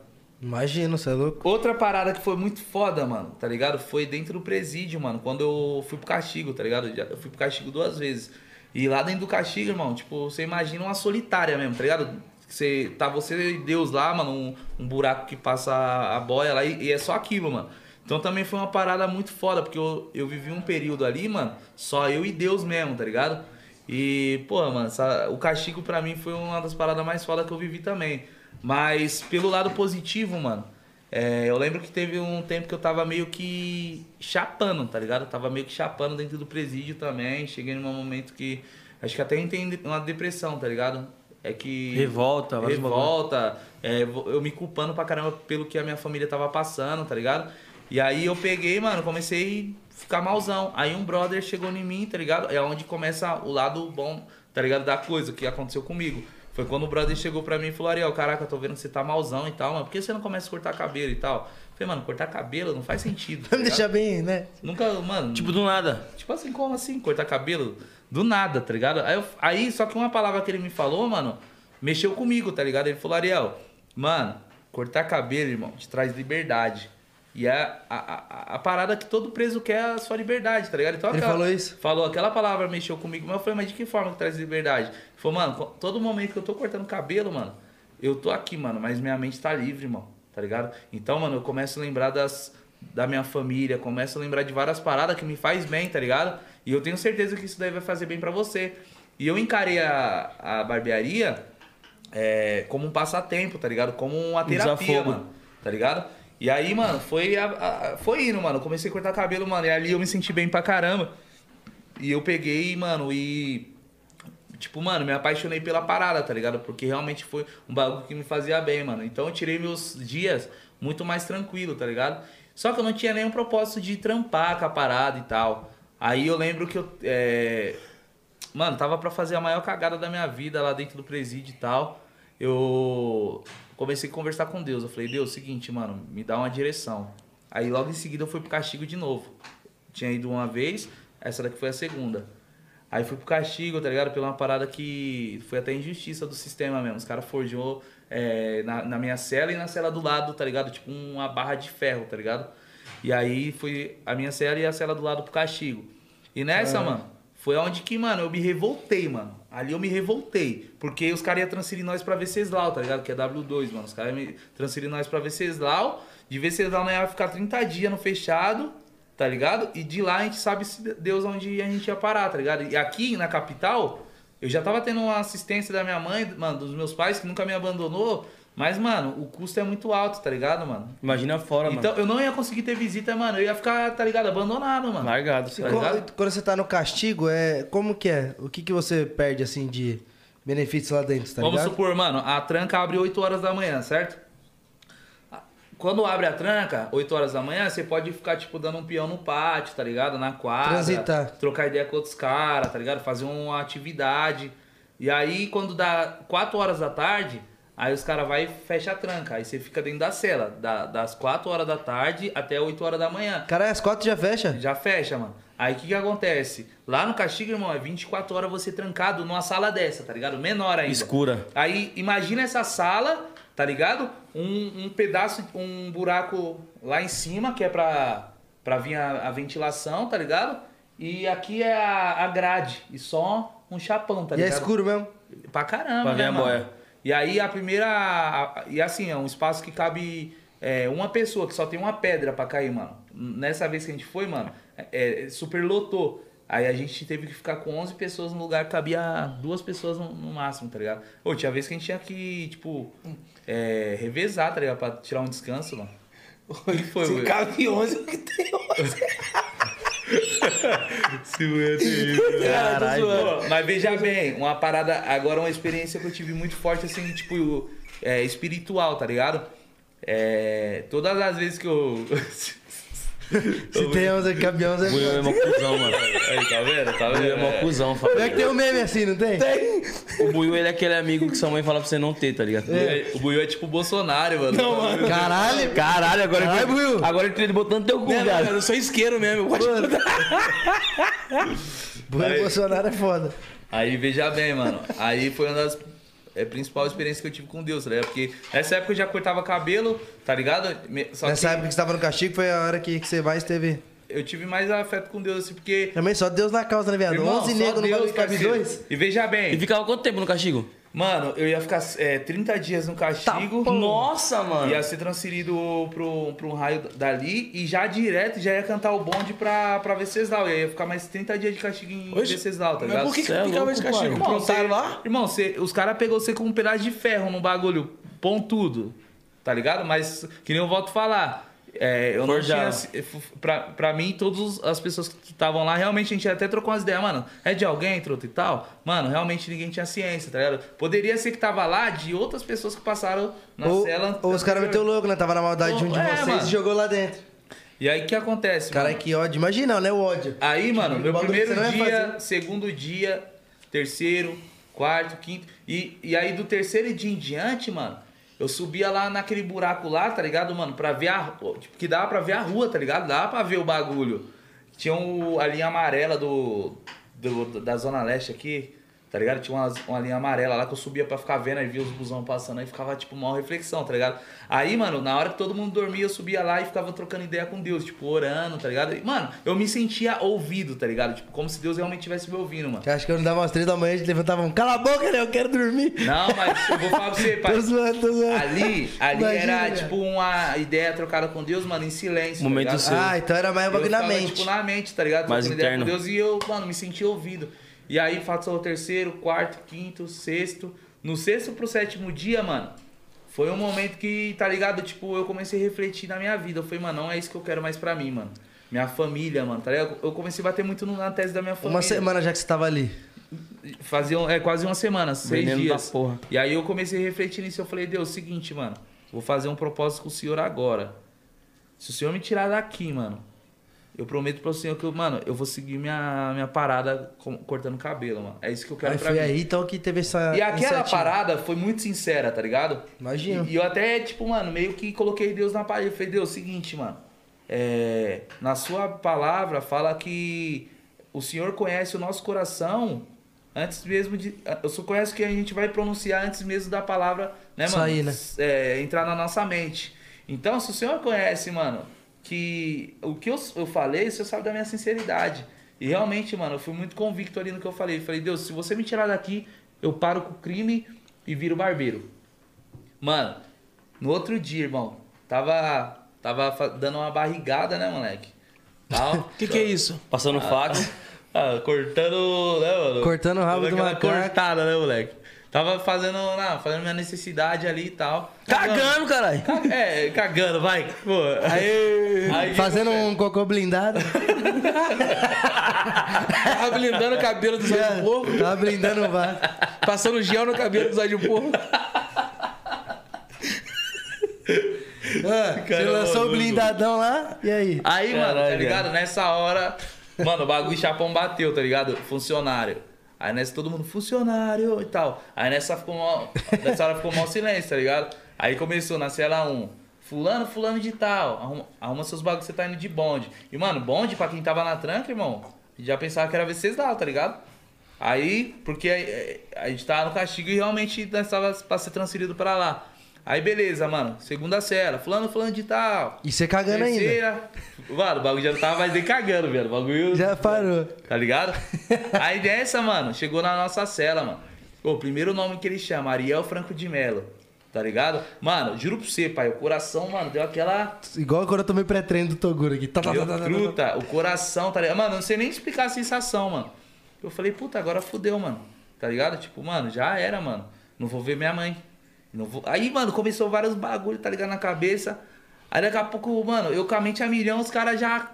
Imagino, você é louco. Outra parada que foi muito foda, mano, tá ligado? Foi dentro do presídio, mano, quando eu fui pro castigo, tá ligado? Já- Eu fui pro castigo duas vezes. E lá dentro do castigo, irmão, tipo, você imagina uma solitária mesmo, tá ligado? Você, tá você e Deus lá, mano, um, um buraco que passa a boia lá e, e é só aquilo, mano. Então também foi uma parada muito foda, porque eu, eu vivi um período ali, mano, só eu e Deus mesmo, tá ligado? E, pô, mano, essa- o castigo pra mim foi uma das paradas mais foda que eu vivi também. Mas pelo lado positivo, mano, é, eu lembro que teve um tempo que eu tava meio que chapando, tá ligado? Eu tava meio que chapando dentro do presídio também. Cheguei num momento que. Acho que até entrei uma depressão, tá ligado? É que. Revolta, vários Revolta. é, vo- eu me culpando pra caramba pelo que a minha família tava passando, tá ligado? E aí eu peguei, mano, comecei a ficar malzão. Aí um brother chegou em mim, tá ligado? É onde começa o lado bom, tá ligado? Da coisa que aconteceu comigo. Foi quando o brother chegou pra mim e falou, Ariel, caraca, tô vendo que você tá malzão e tal, mano. Por que você não começa a cortar cabelo e tal? Eu falei, mano, cortar cabelo não faz sentido. tá Vai me ligado? deixar bem, né? Nunca, mano. Tipo, do nada. Tipo assim, como assim? Cortar cabelo do nada, tá ligado? Aí, eu- aí, só que uma palavra que ele me falou, mano, mexeu comigo, tá ligado? Ele falou, Ariel, mano, cortar cabelo, irmão, te traz liberdade. E é a, a, a- a parada que todo preso quer é a sua liberdade, tá ligado? Então, Ele falou isso? Falou, aquela palavra mexeu comigo, mas eu falei, mas de que forma que traz liberdade? Ele falou, mano, co- todo momento que eu tô cortando cabelo, mano, eu tô aqui, mano, mas minha mente tá livre, irmão, tá ligado? Então, mano, eu começo a lembrar das, da minha família, começo a lembrar de várias paradas que me faz bem, tá ligado? E eu tenho certeza que isso daí vai fazer bem pra você. E eu encarei a, a barbearia é, como um passatempo, tá ligado? Como uma terapia, desafogo. mano. Tá ligado? E aí, mano, foi, a- a- foi indo, mano. Eu comecei a cortar cabelo, mano. E ali eu me senti bem pra caramba. E eu peguei, mano, e. Tipo, mano, me apaixonei pela parada, tá ligado? Porque realmente foi um bagulho que me fazia bem, mano. Então eu tirei meus dias muito mais tranquilo, tá ligado? Só que eu não tinha nenhum propósito de trampar com a parada e tal. Aí eu lembro que eu. é, Mano, tava pra fazer a maior cagada da minha vida lá dentro do presídio e tal. Eu comecei a conversar com Deus. Eu falei, Deus, seguinte, mano, me dá uma direção. Aí logo em seguida eu fui pro castigo de novo. Tinha ido uma vez, essa daqui foi a segunda. Aí fui pro castigo, tá ligado? Pela uma parada que foi até injustiça do sistema mesmo. Os caras forjou é, na, na minha cela e na cela do lado, tá ligado? Tipo uma barra de ferro, tá ligado? E aí fui a minha cela e a cela do lado pro castigo. E nessa, mano, foi onde que, mano, eu me revoltei, mano. Ali eu me revoltei. Porque os caras iam transferir nós pra Venceslau, tá ligado? Que é W2, mano. Os caras iam me transferir nós pra Venceslau. De Venceslau nós ia ficar 30 dias no fechado, tá ligado? E de lá a gente sabe se Deus onde a gente ia parar, tá ligado? E aqui na capital, eu já tava tendo uma assistência da minha mãe, mano, dos meus pais, que nunca me abandonou. Mas, mano, o custo é muito alto, tá ligado, mano? Imagina fora, Então, mano. eu não ia conseguir ter visita, mano. Eu ia ficar, tá ligado, abandonado, mano. Largado. é Se Tá co- ligado? quando você tá no castigo, é como que é? O que, que você perde, assim, de benefício lá dentro, tá Vamos ligado? supor, mano, a tranca abre 8 horas da manhã, certo? A- Quando abre a tranca, 8 horas da manhã, você pode ficar, tipo, dando um peão no pátio, tá ligado? Na quadra. Transitar. Trocar ideia com outros caras, tá ligado? Fazer uma atividade. E aí, quando dá 4 horas da tarde, aí os caras vai e fecha a tranca. Aí você fica dentro da cela, da- das 4 horas da tarde até 8 horas da manhã. Caralho, as quatro já fecha? Já fecha, mano. Aí o que que acontece? Lá no castigo, irmão, é 24 horas você trancado numa sala dessa, tá ligado? Menor ainda. Escura. Aí imagina essa sala, tá ligado? Um, um pedaço, um buraco lá em cima, que é pra, pra vir a, a ventilação, tá ligado? E aqui é a, a grade, e só um chapão, tá e é ligado? escuro mesmo? Pra caramba, Pra ver né, a mano? boia. E aí a primeira. a- a- e assim, é um espaço que cabe é, uma pessoa, que só tem uma pedra pra cair, mano. Nessa vez que a gente foi, mano, é, é, super lotou. Aí a gente teve que ficar com 11 pessoas no lugar que cabia duas pessoas no, no máximo, tá ligado? Ô, tinha vez que a gente tinha que, tipo, é, revezar, tá ligado? Pra tirar um descanso, mano. O que foi, Se Will? cabe 11, o que tem 11? Caralho. Pô, Mas veja bem, uma parada. Agora uma experiência que eu tive muito forte, assim, tipo, é, espiritual, tá ligado? É, todas as vezes que eu. Se tem 11 cabe 11, é O Will é mó cuzão, mano. Aí, tá vendo? Tá O Will é vendo? mó cuzão, Pior que família. tem um meme assim, não tem? Tem. O Buiu, ele é aquele amigo que sua mãe fala pra você não ter, tá ligado? É, O Buiu é tipo Bolsonaro, mano. Não, mano. Caralho, Caralho, agora Caralho, Buiu. Agora ele botou no teu cu, Né, Cara, viado. né, eu sou isqueiro mesmo. eu gosto de- Bolsonaro Bolsonaro é foda. Aí veja bem, mano. Aí foi uma das é, principal experiência que eu tive com Deus, tá ligado? Porque nessa época eu já cortava cabelo, tá ligado? Me- Só Nessa que época que você tava no castigo foi a hora que, que você mais teve. eu tive mais afeto com Deus, assim, porque. Também só Deus na causa, né, viado? irmão, 11 só negros no bagulho que cabe parceiro. dois? E veja bem. E ficava quanto tempo no castigo? Mano, eu ia ficar é, 30 dias no castigo. Nossa, mano. Ia ser transferido pro, pro um raio dali e já direto já ia cantar o bonde pra, pra Venceslau. E aí ia ficar mais 30 dias de castigo em Oxe, Venceslau, tá Mas ligado? por que que Cê é ficava louco, de castigo? pai. Irmão, Prontaram cê- lá? Irmão, cê- os caras pegou você com um pedaço de ferro no bagulho, pontudo, tá ligado? Mas, que nem eu volto falar, é, eu Forjaram. não tinha... f- Pra, pra mim, todas as pessoas que estavam lá, realmente a gente até trocou umas ideias, mano, é de alguém, truta e tal? Mano, realmente ninguém tinha ciência, tá ligado? Poderia ser que tava lá de outras pessoas que passaram na Ou, cela... ou os caras meteu louco, né? Tava na maldade de um de É, vocês mano. e jogou lá dentro. E aí, o que acontece, mano? Caralho, que ódio. Imagina, né? O ódio. Aí, mano, meu bagulho que primeiro você não ia dia, segundo dia, terceiro, quarto, quinto. E, e aí do terceiro dia em diante, mano, eu subia lá naquele buraco lá, tá ligado, mano? Pra ver a. Tipo, que dava pra ver a rua, tá ligado? Dava pra ver o bagulho. Tinha um- a linha amarela do, do- da Zona Leste aqui. Tá ligado? Tinha uma, uma linha amarela lá que eu subia pra ficar vendo e via os busão passando aí ficava, tipo, mal reflexão, tá ligado? Aí, mano, na hora que todo mundo dormia, eu subia lá e ficava trocando ideia com Deus, tipo, orando, tá ligado? E, mano, eu me sentia ouvido, tá ligado? Tipo, como se Deus realmente estivesse me ouvindo, mano. Que acho que eu não dava umas três da manhã, a gente levantava um. Cala a boca, né? Eu quero dormir. Não, mas eu vou falar pra você, pai. Tô zoando, tô zoando. Ali, ali Imagina, era, velho. tipo, uma ideia trocada com Deus, mano, em silêncio. tá Momento ligado? seu. Ah, então era mais um Eu bagulho na ficava, mente. Tipo, na mente, tá ligado? Mais Trocando ideia com interno. Deus e eu, mano, me senti ouvido. E aí, fato o terceiro, quarto, quinto, sexto. No sexto pro sétimo dia, mano, foi um momento que, tá ligado? Tipo, eu comecei a refletir na minha vida. Eu falei, mano, não é isso que eu quero mais pra mim, mano. Minha família, mano, tá ligado? Eu comecei a bater muito no- na tese da minha família. Uma semana já que você tava ali. Fazia um- é, quase uma semana, seis Veneno da dias. porra. E aí eu comecei a refletir nisso. Eu falei, Deus, seguinte, mano. Vou fazer um propósito com o senhor agora. Se o senhor me tirar daqui, mano, eu prometo pro senhor que eu, mano, eu vou seguir minha, minha parada com- cortando cabelo, mano. É isso que eu quero Aí pra foi mim. aí então que teve essa. E aquela iniciativa. parada foi muito sincera, tá ligado? Imagino. E, e eu até, tipo, mano, meio que coloquei Deus na parede. Eu falei, Deus, seguinte, mano. é, na sua palavra fala que o Senhor conhece o nosso coração antes mesmo de. Eu só conheço que a gente vai pronunciar antes mesmo da palavra, né, mano? Sair, né? é, entrar na nossa mente. Então, se o senhor conhece, mano, que o que eu, eu falei, o senhor sabe da minha sinceridade. E realmente, mano, eu fui muito convicto ali no que eu falei. Falei, Deus, se você me tirar daqui, eu paro com o crime e viro barbeiro. Mano, no outro dia, irmão, tava, tava fa- dando uma barrigada, né, moleque? Tal. O que, que é isso? Passando fax. Ah, cortando, né, mano? Cortando o rabo Dando do aquela macaco. cortada, né, moleque? Tava fazendo, não, fazendo minha necessidade ali e tal. Cagando, caralho. Caga- É, cagando, vai. Pô, aí, aí o que Fazendo acontece? um cocô blindado. Tava blindando o cabelo do Zé de Porco, É, tava blindando o vaso. passando gel no cabelo do Zé de Porco. Ah, você é um Cara, lançou o maluco. blindadão lá, e aí? Aí, mano, tá Caralho. ligado? Nessa hora, mano, o bagulho chapão bateu, tá ligado? Funcionário. Aí nessa todo mundo, funcionário e tal. Aí nessa ficou mal, nessa hora ficou mal silêncio, tá ligado? Aí começou na cela 1. Fulano, fulano de tal. Arruma, arruma seus bagulhos que você tá indo de bonde. E, mano, bonde, pra quem tava na tranca, irmão, já pensava que era V6 tá ligado? Aí, porque eh, a gente tava no castigo e realmente nós tava pra ser transferido pra lá. Aí, beleza, mano. Segunda cela, fulano, fulano de tal. E você cagando ainda. Terceira. Mano, o bagulho já não tava mais nem cagando, velho. O é bagulho. Já parou. Tá ligado? Aí dessa, mano, chegou na nossa cela, mano. Pô, o primeiro nome que ele chama, Ariel Franco de Melo. Tá ligado? Mano, juro pra você, pai. O coração, mano, deu aquela. Igual quando eu tomei pré-treino do Toguro aqui. Tá, tá, tá, Deu tá, tá, tá. truta, o coração, tá ligado? Mano, eu não sei nem explicar a sensação, mano. Eu falei, puta, agora fudeu, mano. Tá ligado? Tipo, mano, já era, mano. Não vou ver minha mãe. Não vou... Aí, mano, começou vários bagulho, tá ligado? Na cabeça. Aí daqui a pouco, mano, eu com a mente a milhão, os caras já.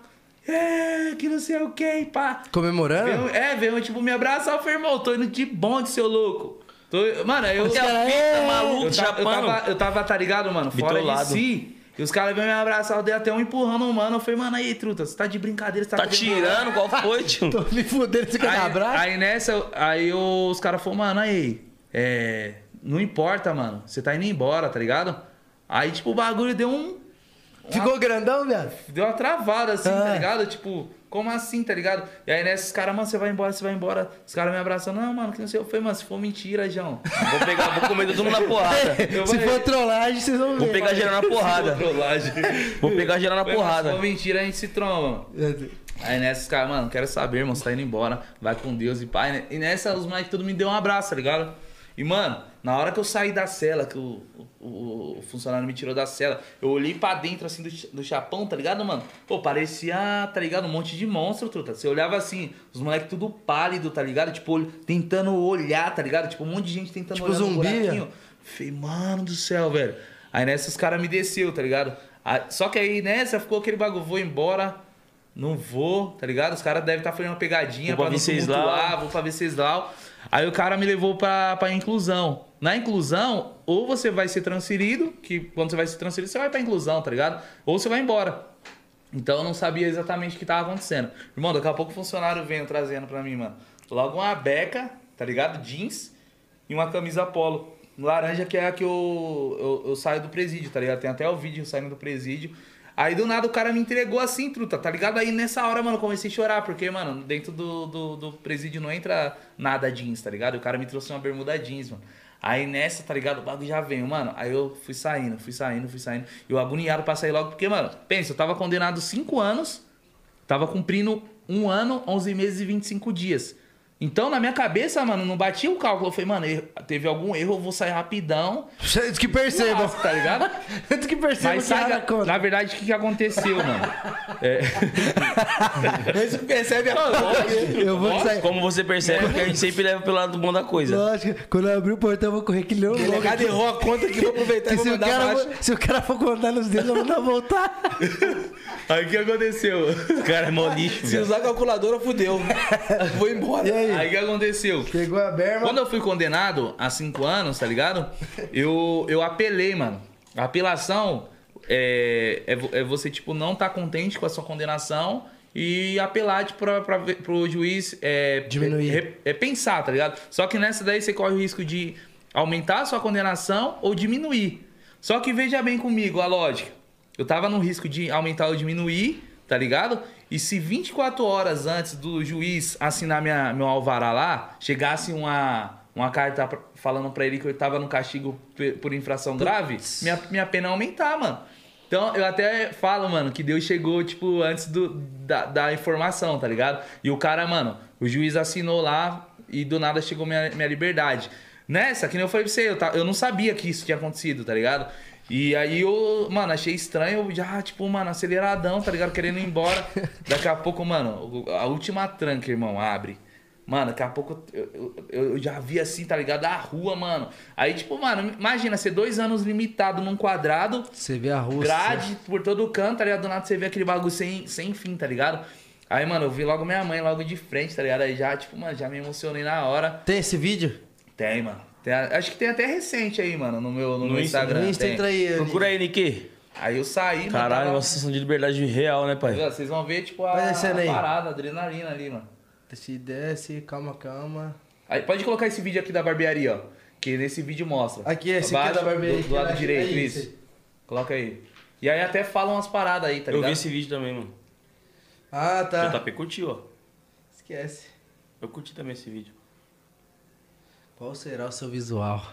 É, que não sei o que, pá. tá. Comemorando? Veio, é, veio, tipo, me abraçar, eu falei, irmão, tô indo de bonde, seu louco. Tô, mano, aí eu. Os caras, "É". Eu maluco, tava, Japão. eu, tava, eu tava, tá ligado, mano? Fora Bitolado. de si. E os caras vêm me abraçar, eu dei até um empurrão no mano. Eu falei, mano, aí, truta, você tá de brincadeira, você tá Tá querendo- tirando, qual foi, tio? Tô me fudendo, você quer dar Aí, abraço? aí nessa, eu- aí os caras falaram, mano, aí, é, não importa, mano, você tá indo embora, tá ligado? Aí, tipo, o bagulho deu um. ah. Ficou grandão, viado? Deu uma travada, assim, Ah. tá ligado? Tipo, como assim, tá ligado? E aí, nessa, os caras, mano, você vai embora, você vai embora. Os caras me abraçam, não, mano, que não sei. Eu falei, mano, se for mentira, João. Vou pegar, vou comer todo mundo na porrada. Eu Se falei- for trollagem, vocês vão ver. Vou pegar geral na porrada. Trollagem. Vou pegar geral na Falei, mano, Se porrada. for mentira, a gente se tromba, mano. É, Aí nessa, os caras, mano, quero saber, irmão, você tá indo embora, vai com Deus e pai. né? E nessa, os moleques tudo me deu um abraço, tá ligado? E, mano, na hora que eu saí da cela, que o, o- o funcionário me tirou da cela, eu olhei pra dentro, assim, do, ch- do chapão, tá ligado, mano? Pô, parecia, tá ligado, um monte de monstro, truta. Você olhava assim, os moleques tudo pálido, tá ligado? Tipo, ol- tentando olhar, tá ligado? Tipo, um monte de gente tentando Tipo olhar no zumbi, buraquinho. Falei, mano do céu, velho. Aí nessa os caras me desceu, tá ligado? Aí- só que aí nessa ficou aquele bagulho, vou embora, não vou, tá ligado? Os caras devem estar fazendo uma pegadinha Vou pra pra não Venceslau. tumultuar, vou pra Venceslau. Aí o cara me levou pra, pra inclusão. Na inclusão, ou você vai ser transferido, que quando você vai ser transferido, você vai pra inclusão, tá ligado? Ou você vai embora. Então eu não sabia exatamente o que tava acontecendo. Irmão, daqui a pouco o funcionário veio trazendo pra mim, mano. Logo uma beca, tá ligado? Jeans e uma camisa polo. Laranja que é a que eu, eu, eu saio do presídio, tá ligado? Tem até o vídeo saindo do presídio. Aí do nada o cara me entregou assim, truta, tá ligado? Aí nessa hora, mano, eu comecei a chorar, porque, mano, dentro do, do, do presídio não entra nada jeans, tá ligado? E o cara me trouxe uma bermuda jeans, mano. Aí nessa, tá ligado? O bagulho já veio, mano. Aí eu fui saindo, fui saindo, fui saindo. E eu agoniado pra sair logo, porque, mano, pensa, eu tava condenado 5 anos, tava cumprindo um ano, 11 meses e 25 dias. Então, na minha cabeça, mano, não batia o cálculo. Eu falei, mano, erro- teve algum erro, eu vou sair rapidão. Antes que percebam. Nossa, tá ligado? Antes que percebam Mas que sai nada da... conta. Na verdade, o que, que aconteceu, mano? Mas você percebe a Eu vou Lógico, sair. Como você percebe que a gente sempre leva pelo lado bom da coisa. Lógico, quando eu abrir o portão, eu vou correr que ele não O delegado errou a conta que eu vou aproveitar Que e vou se, o mandar cara, abaixo. se o cara for contar nos dedos, eu vou mandar voltar. Aí o que aconteceu? O cara é mó lixo, Se velho. usar a calculadora, fudeu. Vou embora. E aí? Aí o que aconteceu? Pegou a berma. Quando eu fui condenado a cinco anos, tá ligado? Eu, eu apelei, mano. A apelação é, é, vo- é você, tipo, não tá contente com a sua condenação e apelar, tipo, pra, pra, ver- pro juiz é, Diminuir. re- é pensar, tá ligado? Só que nessa daí você corre o risco de aumentar a sua condenação ou diminuir. Só que veja bem comigo a lógica. Eu tava no risco de aumentar ou diminuir, tá ligado? E se 24 horas antes do juiz assinar minha, meu alvará lá, chegasse uma, uma carta pra- falando pra ele que eu tava no castigo pe- por infração grave, minha, minha pena ia aumentar, mano. Então, eu até falo, mano, que Deus chegou, tipo, antes do, da, da informação, tá ligado? E o cara, mano, o juiz assinou lá e do nada chegou minha, minha liberdade. Nessa, que nem eu falei pra você, eu, ta- eu não sabia que isso tinha acontecido, tá ligado? E aí eu, mano, achei estranho, eu já, tipo, mano, aceleradão, tá ligado? Querendo ir embora. Daqui a pouco, mano, a última tranca, irmão, abre. Mano, daqui a pouco eu, eu- eu, eu já vi assim, tá ligado? A rua, mano. Aí, tipo, mano, imagina ser dois anos limitado num quadrado, Você vê a rua. grade por todo canto, tá ligado? Do nada você vê aquele bagulho sem, sem fim, tá ligado? Aí, mano, eu vi logo minha mãe logo de frente, tá ligado? Aí já, tipo, mano, já me emocionei na hora. Tem esse vídeo? Tem, mano. Tem a- acho que tem até recente aí, mano, no meu, no meu Insta, Instagram. No Insta, tem. entra aí. eu- Procura aí, Niki. Aí eu saí, mano, Caralho, tava- uma sensação de liberdade real, né, pai? Vocês vão ver, tipo, a, Vai descendo aí. a parada, a adrenalina ali, mano. Desce, desce, calma, calma. Aí, pode colocar esse vídeo aqui da barbearia, ó. Que nesse vídeo mostra. Aqui, esse aqui é Abaixo, da barbearia, Do, do lado aqui, direito, é isso. esse. Coloca aí. E aí até falam umas paradas aí, tá eu ligado? vi esse vídeo também, mano. Ah, O tá. JP curtiu, ó. Esquece. Eu curti também esse vídeo. Qual será o seu visual?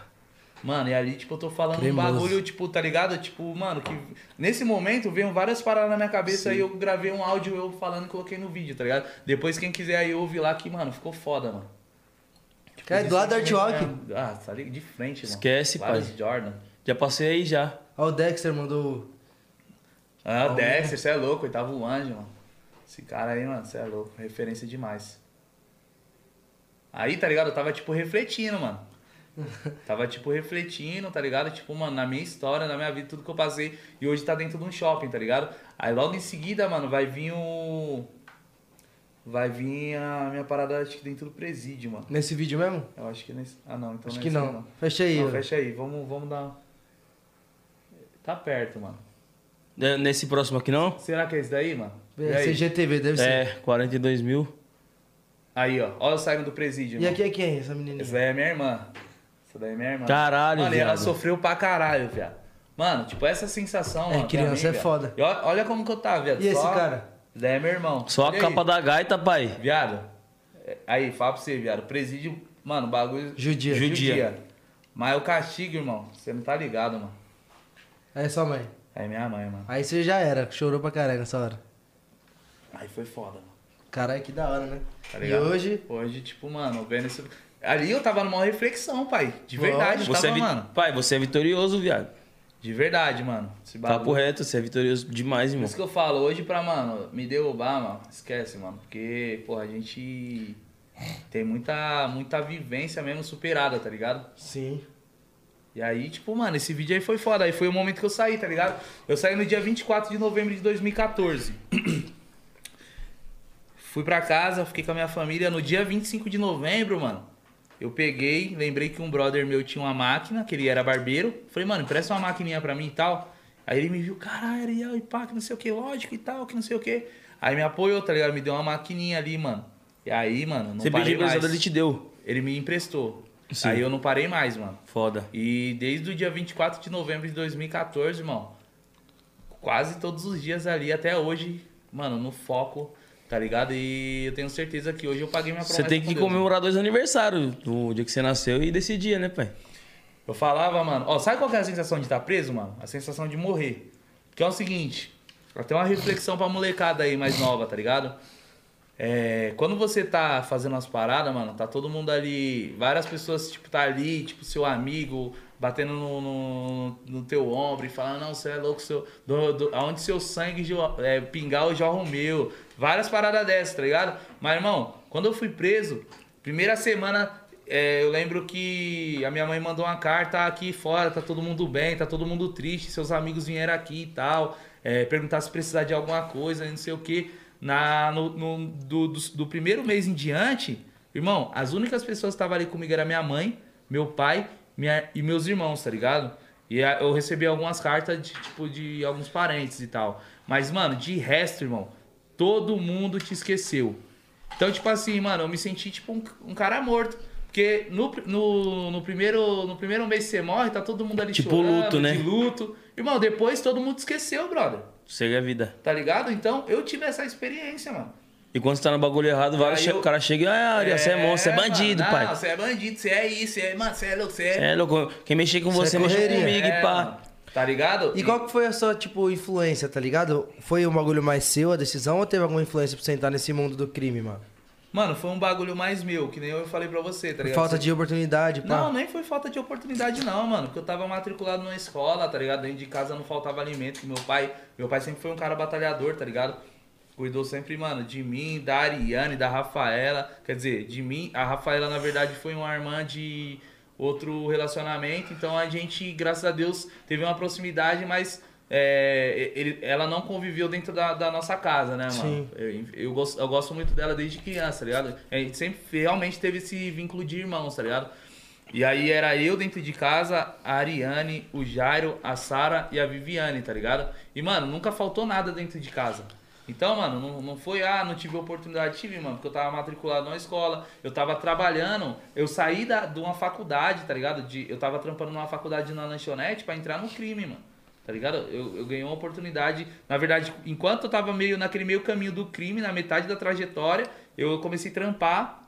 Mano, e ali, tipo, eu tô falando Cremoso. um bagulho, tipo, tá ligado? Tipo, mano, que. Nesse momento veio várias paradas na minha cabeça e eu gravei um áudio eu falando e coloquei no vídeo, tá ligado? Depois, quem quiser aí ouvir lá que, mano, ficou foda, mano. Tipo, Cara, de do lado do frente Art mesmo, né? Ah, tá ali de frente, mano. Esquece, Vários pai. Jordan. Já passei aí já. Ó, o Dexter mandou. Ah, Então, o né? Dexter, você é louco, oitavo anjo, mano. Esse cara aí, mano, você é louco, referência demais. Aí, tá ligado? Eu tava, tipo, refletindo, mano. Tava, tipo, refletindo, tá ligado? Tipo, mano, na minha história, na minha vida, tudo que eu passei. E hoje tá dentro de um shopping, tá ligado? Aí logo em seguida, mano, vai vir o. Vai vir a minha parada, acho que dentro do presídio, mano. Nesse vídeo mesmo? Eu acho que nesse. Ah, não, então Acho é que esse aí, não. Fecha aí. Não, ó. fecha aí, vamos, vamos dar. um- Tá perto, mano. N- Né, Nesse próximo aqui, não? Será que é esse daí, mano? E É, aí? CGTV, deve ser. É, 42 mil. Aí, ó. Olha eu saindo do presídio. E mano. aqui é quem, essa menininha? Essa daí é minha irmã. Essa daí é minha irmã. Caralho, Mano, e ela viado. sofreu pra caralho, viado. Mano, tipo, essa É, sensação. mano, pra criança mim, é viado. foda. E ó- olha como que eu tava, viado. E esse Só- cara? Esse daí é meu irmão. Só Olha a capa da gaita, pai. aí. Viado. É, Aí, fala pra você, viado. Presídio, mano, bagulho. Judia. Judia. Mas é o castigo, irmão. Você não tá ligado, mano. Aí sua mãe. É minha mãe, mano. Aí você já era, chorou pra caralho nessa hora. Aí foi foda, mano. Caralho, que da hora, né? Tá e ligado? hoje, Hoje, tipo, mano, vendo isso. Ali eu tava numa reflexão, pai. De verdade, eu Você é tava, vi- mano. Pai, você é vitorioso, viado. De verdade, mano. Esse Papo bagulho. reto, você é vitorioso demais, Por irmão. isso que eu falo, hoje pra, mano, me derrubar, mano, esquece, mano. Porque, porra, a gente tem muita, muita vivência mesmo superada, tá ligado? sim. E aí, tipo, mano, esse vídeo aí foi foda. Aí foi o momento que eu saí, tá ligado? Eu saí no dia 24 de novembro de 2014. Fui pra casa, fiquei com a minha família. No dia 25 de novembro, mano, eu peguei, lembrei que um brother meu tinha uma máquina, que ele era barbeiro. Falei, mano, empresta uma maquininha pra mim e tal. Aí ele me viu, caralho, Ariel, e pá, que não sei o que, lógico e tal, que não sei o que. Aí me apoiou, tá ligado? Me deu uma maquininha ali, mano. E aí, mano, não Você parei pediu mais. emprestado, ele te deu. Ele me emprestou. Sim. Aí eu não parei mais, mano. Foda. E desde o dia 24 de novembro de 2014, irmão, quase todos os dias ali até hoje, mano, no foco, tá ligado? E eu tenho certeza que hoje eu paguei minha promessa. Você tem que com Deus. comemorar dois aniversários, o dia que você nasceu e desse dia, né, pai? Eu falava, mano, ó, sabe qual que é a sensação de estar preso, mano? A sensação de morrer. Que é o seguinte, até uma reflexão pra molecada aí mais nova, tá ligado? é, quando você tá fazendo as paradas, mano, tá todo mundo ali. Várias pessoas, tipo, tá ali, tipo, seu amigo batendo no, no, no teu ombro e falando, não, você é louco, seu, do, do- aonde seu sangue de, é, pingar eu já arrumeu. Várias paradas dessas, tá ligado? Mas, irmão, quando eu fui preso, primeira semana é, eu lembro que a minha mãe mandou uma carta aqui fora, tá todo mundo bem, tá todo mundo triste, seus amigos vieram aqui e tal, é, perguntar se precisar de alguma coisa, não sei o quê. Na, no, no- do, do, do primeiro mês em diante, irmão, as únicas pessoas que estavam ali comigo era minha mãe, meu pai minha, e meus irmãos, tá ligado? E a- eu recebi algumas cartas de, tipo, de alguns parentes e tal. Mas, mano, de resto, irmão, todo mundo te esqueceu. Então, tipo assim, mano, eu me senti tipo um, um cara morto. Porque no, pr- no, no primeiro, no primeiro mês que você morre, tá todo mundo ali Tipo chorando, luto, né? de luto. Irmão, depois todo mundo esqueceu, brother. Segue a vida. Tá ligado? Então, eu tive essa experiência, mano. E quando você tá no bagulho errado, vários Aí che- eu- o cara chega e, ah, Ariel, você é monstro, você é mano, bandido, não, pai. Você é bandido, você é isso, você é, mano, você é louco, você Você é. é louco. Quem mexer com Isso você, é mexe correria. comigo, É, e pá. mano, Tá ligado? E qual que foi a sua, tipo, influência, tá ligado? Foi um bagulho mais seu a decisão ou teve alguma influência pra você entrar nesse mundo do crime, mano? Mano, foi um bagulho mais meu, que nem eu falei pra você, tá ligado? Falta Você- de oportunidade, pá. Não, né? nem foi falta de oportunidade não, mano. Porque eu tava matriculado numa escola, tá ligado? Dentro de casa não faltava alimento. que Meu pai, meu pai sempre foi um cara batalhador, tá ligado? Cuidou sempre, mano, de mim, da Ariane, da Rafaela. Quer dizer, de mim. A Rafaela, na verdade, foi uma irmã de outro relacionamento. Então a gente, graças a Deus, teve uma proximidade, mas é, ele- ela não conviveu dentro da, da nossa casa, né, mano? Sim. Eu, eu gosto, eu gosto muito dela desde criança, tá ligado? A gente sempre realmente teve esse vínculo de irmãos, tá ligado? E aí era eu dentro de casa, a Ariane, o Jairo, a Sara e a Viviane, tá ligado? E, mano, nunca faltou nada dentro de casa. Então, mano, não, não foi, ah, não tive oportunidade, tive, mano, porque eu tava matriculado numa escola, eu tava trabalhando, eu saí da, de uma faculdade, tá ligado? De, eu tava trampando numa faculdade na lanchonete pra entrar no crime, mano. Tá ligado? Eu, eu ganhei uma oportunidade. Na verdade, enquanto eu tava meio naquele meio caminho do crime, na metade da trajetória, eu comecei a trampar.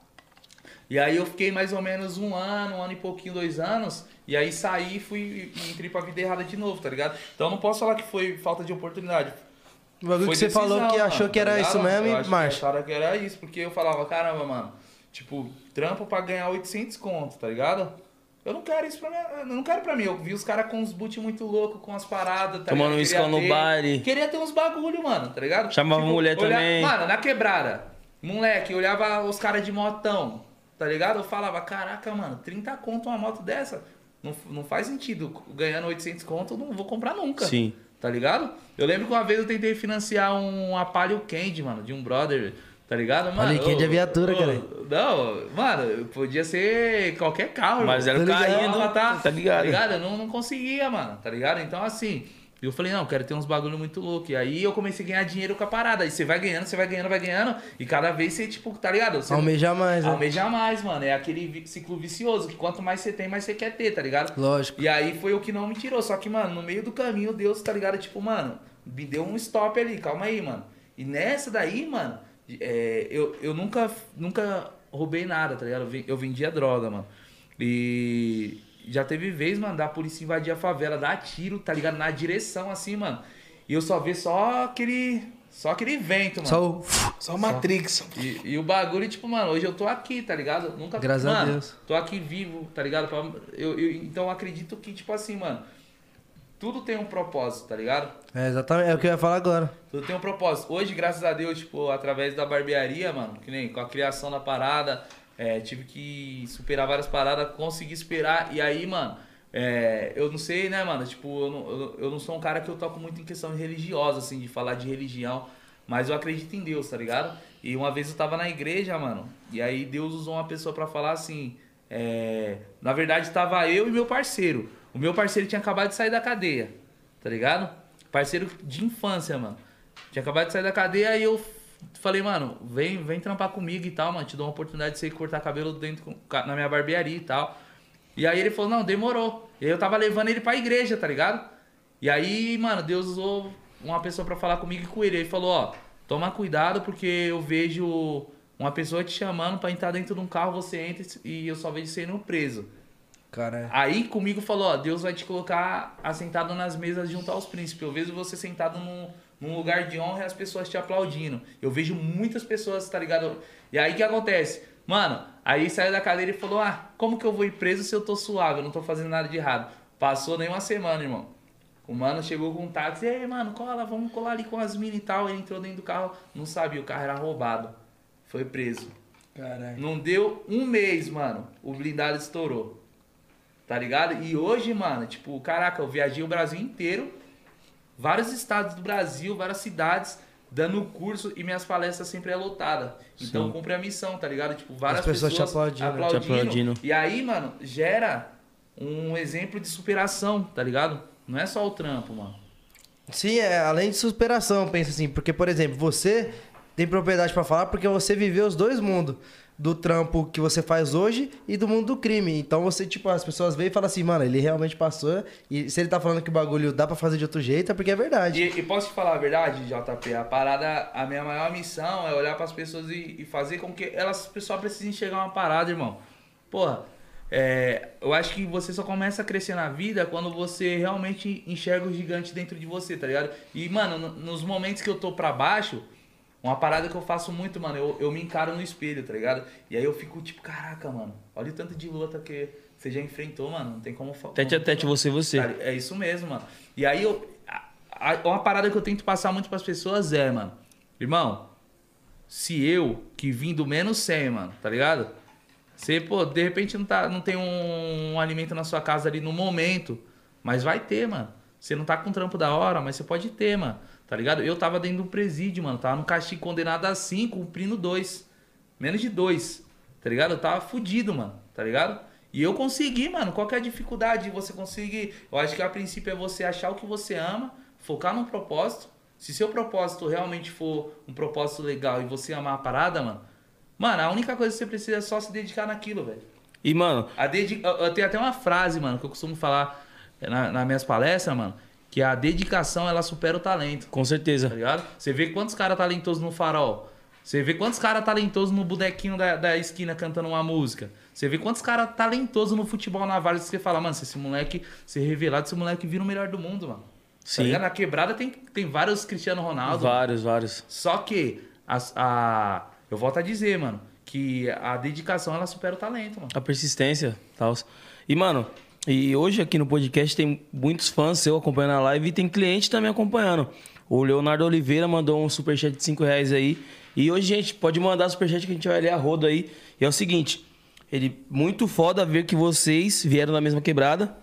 E aí eu fiquei mais ou menos um ano, um ano e pouquinho, dois anos. E aí saí e fui e entrei pra vida errada de novo, tá ligado? Então eu não posso falar que foi falta de oportunidade. O Um bagulho Foi que você decisão, falou que mano, achou que tá era ligado? isso mesmo Eu e acho marcha. Que acharam que era isso, porque eu falava, caramba, mano, tipo, trampo pra ganhar 800 conto, tá ligado? Eu não quero isso pra mim, eu não quero pra mim. Eu vi os caras com uns boot muito louco, com as paradas, tá Tomando ligado? um Queria iscão no ter- baile. Queria ter uns bagulho, mano, tá ligado? Chamava mulher também. Mano, na quebrada, moleque, eu olhava os caras de motão, tá ligado? Eu falava, caraca, mano, 30 conto uma moto dessa, não, não faz sentido. Ganhando 800 conto, eu não vou comprar nunca. Sim. Tá ligado? Eu lembro que uma vez eu tentei financiar um Apalio Candy, mano, de um brother, tá ligado? Mano, Palio Candy ô, é viatura, ô, cara. Não, mano, podia ser qualquer carro. Mas era irmão. o Tá ligado? carrinho do- tá ligado? Tá ligado? Eu não, não conseguia, mano, tá ligado? Então, assim, eu falei, não, eu quero ter uns bagulho muito louco. E aí eu comecei a ganhar dinheiro com a parada. E você vai ganhando, você vai ganhando, vai ganhando. E cada vez você, tipo, tá ligado? Você Almeja mais, né? Almeja mais, mano. É aquele vi- ciclo vicioso, que quanto mais você tem, mais você quer ter, tá ligado? Lógico. E aí foi o que não me tirou. Só que, mano, no meio do caminho, Deus, tá ligado? Tipo, mano, me deu um stop ali, calma aí, mano. E nessa daí, mano, é, eu, eu nunca, nunca roubei nada, tá ligado? Eu ven- Eu vendia droga, mano. E já teve vez, mano, da polícia invadir a favela, dar tiro, tá ligado? Na direção, assim, mano. E eu só vi só aquele. Só aquele vento, mano. Só o... Só Matrix. E, e o bagulho, tipo, mano, hoje eu tô aqui, tá ligado? Nunca Graças a mano, Deus. Tô aqui vivo, tá ligado? Pra- Eu, eu- então eu acredito que, tipo assim, mano, tudo tem um propósito, tá ligado? É, exatamente. É o que eu ia falar agora. Eu tenho um propósito. Hoje, graças a Deus, tipo, através da barbearia, mano, que nem com a criação da parada, é, tive que superar várias paradas, consegui superar. E aí, mano, é, eu não sei, né, mano? Tipo, eu não, eu- eu não sou um cara que eu toco muito em questão religiosa, assim, de falar de religião. Mas eu acredito em Deus, tá ligado? E uma vez eu tava na igreja, mano, e aí Deus usou uma pessoa pra falar assim. é, na verdade, tava eu e meu parceiro. O meu parceiro tinha acabado de sair da cadeia, tá ligado? Parceiro de infância, mano. Tinha acabado de sair da cadeia e eu f- falei, mano, vem, vem trampar comigo e tal, mano. Te dou uma oportunidade de você cortar cabelo dentro com- ca- na minha barbearia e tal. E aí ele falou, não, demorou. E aí eu tava levando ele pra igreja, tá ligado? E aí, mano, Deus usou uma pessoa pra falar comigo e com ele. Ele falou, ó, toma cuidado porque eu vejo uma pessoa te chamando pra entrar dentro de um carro, você entra e eu só vejo você indo preso. Cara, Aí comigo falou, ó, Deus vai te colocar assentado nas mesas junto aos príncipes. Eu vejo você sentado num, num lugar de honra e as pessoas te aplaudindo. Eu vejo muitas pessoas, tá ligado? E aí o que acontece? Mano, aí saiu da cadeira e falou: Ah, como que eu vou ir preso se eu tô suave? Eu não tô fazendo nada de errado. Passou nem uma semana, irmão. O mano chegou com um táxi, ei, mano, cola, vamos colar ali com as minas e tal. Ele entrou dentro do carro, não sabia, o carro era roubado. Foi preso. Caralho. Não deu um mês, mano. O blindado estourou. Tá ligado? E hoje, mano, tipo, caraca, eu viajei o Brasil inteiro, vários estados do Brasil, várias cidades, dando curso e minhas palestras sempre é lotada. Então Sim. cumpre a missão, tá ligado? Tipo, várias As pessoas te aplaudindo. aplaudindo. Te aplaudindo. E aí, mano, gera um exemplo de superação, tá ligado? Não é só o trampo, mano. Sim, é, além de superação, pensa assim, porque, por exemplo, você tem propriedade pra falar porque você viveu os dois mundos. Do trampo que você faz hoje e do mundo do crime. Então você, tipo, as pessoas veem e falam assim, mano, ele realmente passou. E se ele tá falando que o bagulho dá pra fazer de outro jeito, é porque é verdade. E, e posso te falar a verdade, JP? A parada, a minha maior missão é olhar pras pessoas e, e fazer com que elas pessoal precisem enxergar uma parada, irmão. Porra, é, eu acho que você só começa a crescer na vida quando você realmente enxerga o gigante dentro de você, tá ligado? E, mano, no- nos momentos que eu tô pra baixo, uma parada que eu faço muito, mano, eu, eu me encaro no espelho, tá ligado? E aí eu fico tipo, caraca, mano, olha o tanto de luta que você já enfrentou, mano, não tem como falar. Tete a tete, você e você. Cara, É isso mesmo, mano. E aí, eu, a- a- uma parada que eu tento passar muito pras pessoas é, mano, irmão, se eu, que vim do menos 100, mano, tá ligado? Você, pô, de repente não, tá, não tem um, um alimento na sua casa ali no momento, mas vai ter, mano. Você não tá com trampo da hora, mas você pode ter, mano, tá ligado? Eu tava dentro de um presídio, mano, tava no castigo condenado a 5, cumprindo dois. Menos de dois, tá ligado? Eu tava fudido, mano, tá ligado? E eu consegui, mano. Qual que é a dificuldade? Você conseguir. Eu acho que a princípio é você achar o que você ama, focar num propósito. Se seu propósito realmente for um propósito legal e você amar a parada, mano. Mano, a única coisa que você precisa é só se dedicar naquilo, velho. E, mano, A dedi... eu- Eu tenho até uma frase, mano, que eu costumo falar eh, na, nas minhas palestras, mano. Que a dedicação, ela supera o talento com tá certeza. ligado? Você vê quantos caras talentosos no farol. Você vê quantos caras talentosos no bonequinho da, da esquina cantando uma música. Você vê quantos caras talentosos no futebol na Vargas que você fala, mano, se esse moleque ser revelado, esse moleque vira o melhor do mundo, mano. Tá Sim. ligado? Na quebrada tem, tem vários Cristiano Ronaldo. Vários, vários. Só que a, a- eu volto a dizer, mano, que a dedicação ela supera o talento, mano. A persistência, tal. E, mano, e hoje aqui no podcast tem muitos fãs seu acompanhando a live e tem cliente também acompanhando. O Leonardo Oliveira mandou um superchat de 5 reais aí. E hoje, gente, pode mandar superchat que a gente vai ler a roda aí. E é o seguinte, ele muito foda ver que vocês vieram da mesma quebrada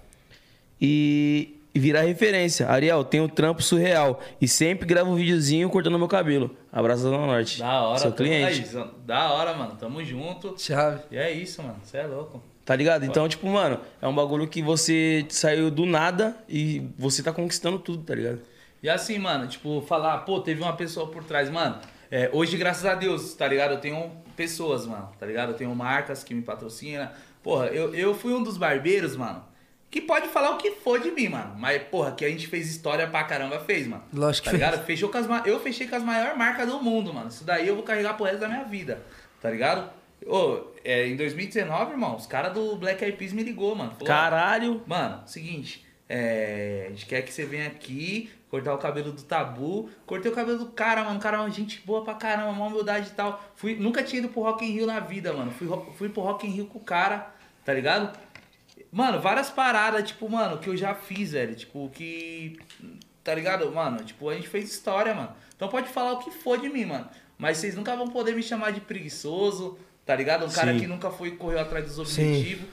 e e virar referência. Ariel, tem um trampo surreal e sempre gravo um videozinho cortando meu cabelo. Abraço da Zona Norte. Da hora, Seu tamo- cliente. aí, da hora, mano. Tamo junto. Chave. E é isso, mano. Você é louco. Tá ligado? Então, tipo, mano, é um bagulho que você saiu do nada e você tá conquistando tudo, tá ligado? E assim, mano, tipo, falar, pô, teve uma pessoa por trás, mano. é, hoje, graças a Deus, tá ligado? Eu tenho pessoas, mano, tá ligado? Eu tenho marcas que me patrocinam. Porra, eu, eu fui um dos barbeiros, mano, que pode falar o que for de mim, mano. Mas, porra, que a gente fez história pra caramba, fez, mano. Lógico tá que ligado? Fechou com as, ma- eu fechei com as maiores marcas do mundo, mano. Isso daí eu vou carregar pro resto da minha vida, tá ligado? Ô, é, em 2019, irmão, os caras do Black Eyed Peas me ligou, mano. Falou, ó, Caralho! Mano, seguinte, é, a gente quer que você venha aqui cortar o cabelo do Tabu. Cortei o cabelo do cara, mano. O cara é uma gente boa pra caramba, uma humildade e tal. Fui, nunca tinha ido pro Rock in Rio na vida, mano. Fui, ro- fui pro Rock in Rio com o cara, tá ligado? Mano, várias paradas, tipo, mano, que eu já fiz, velho. Tipo, que. Tá ligado? Mano, tipo, a gente fez história, mano. Então pode falar o que for de mim, mano. Mas vocês nunca vão poder me chamar de preguiçoso, tá ligado? Um cara Sim. que nunca foi correu atrás dos objetivos.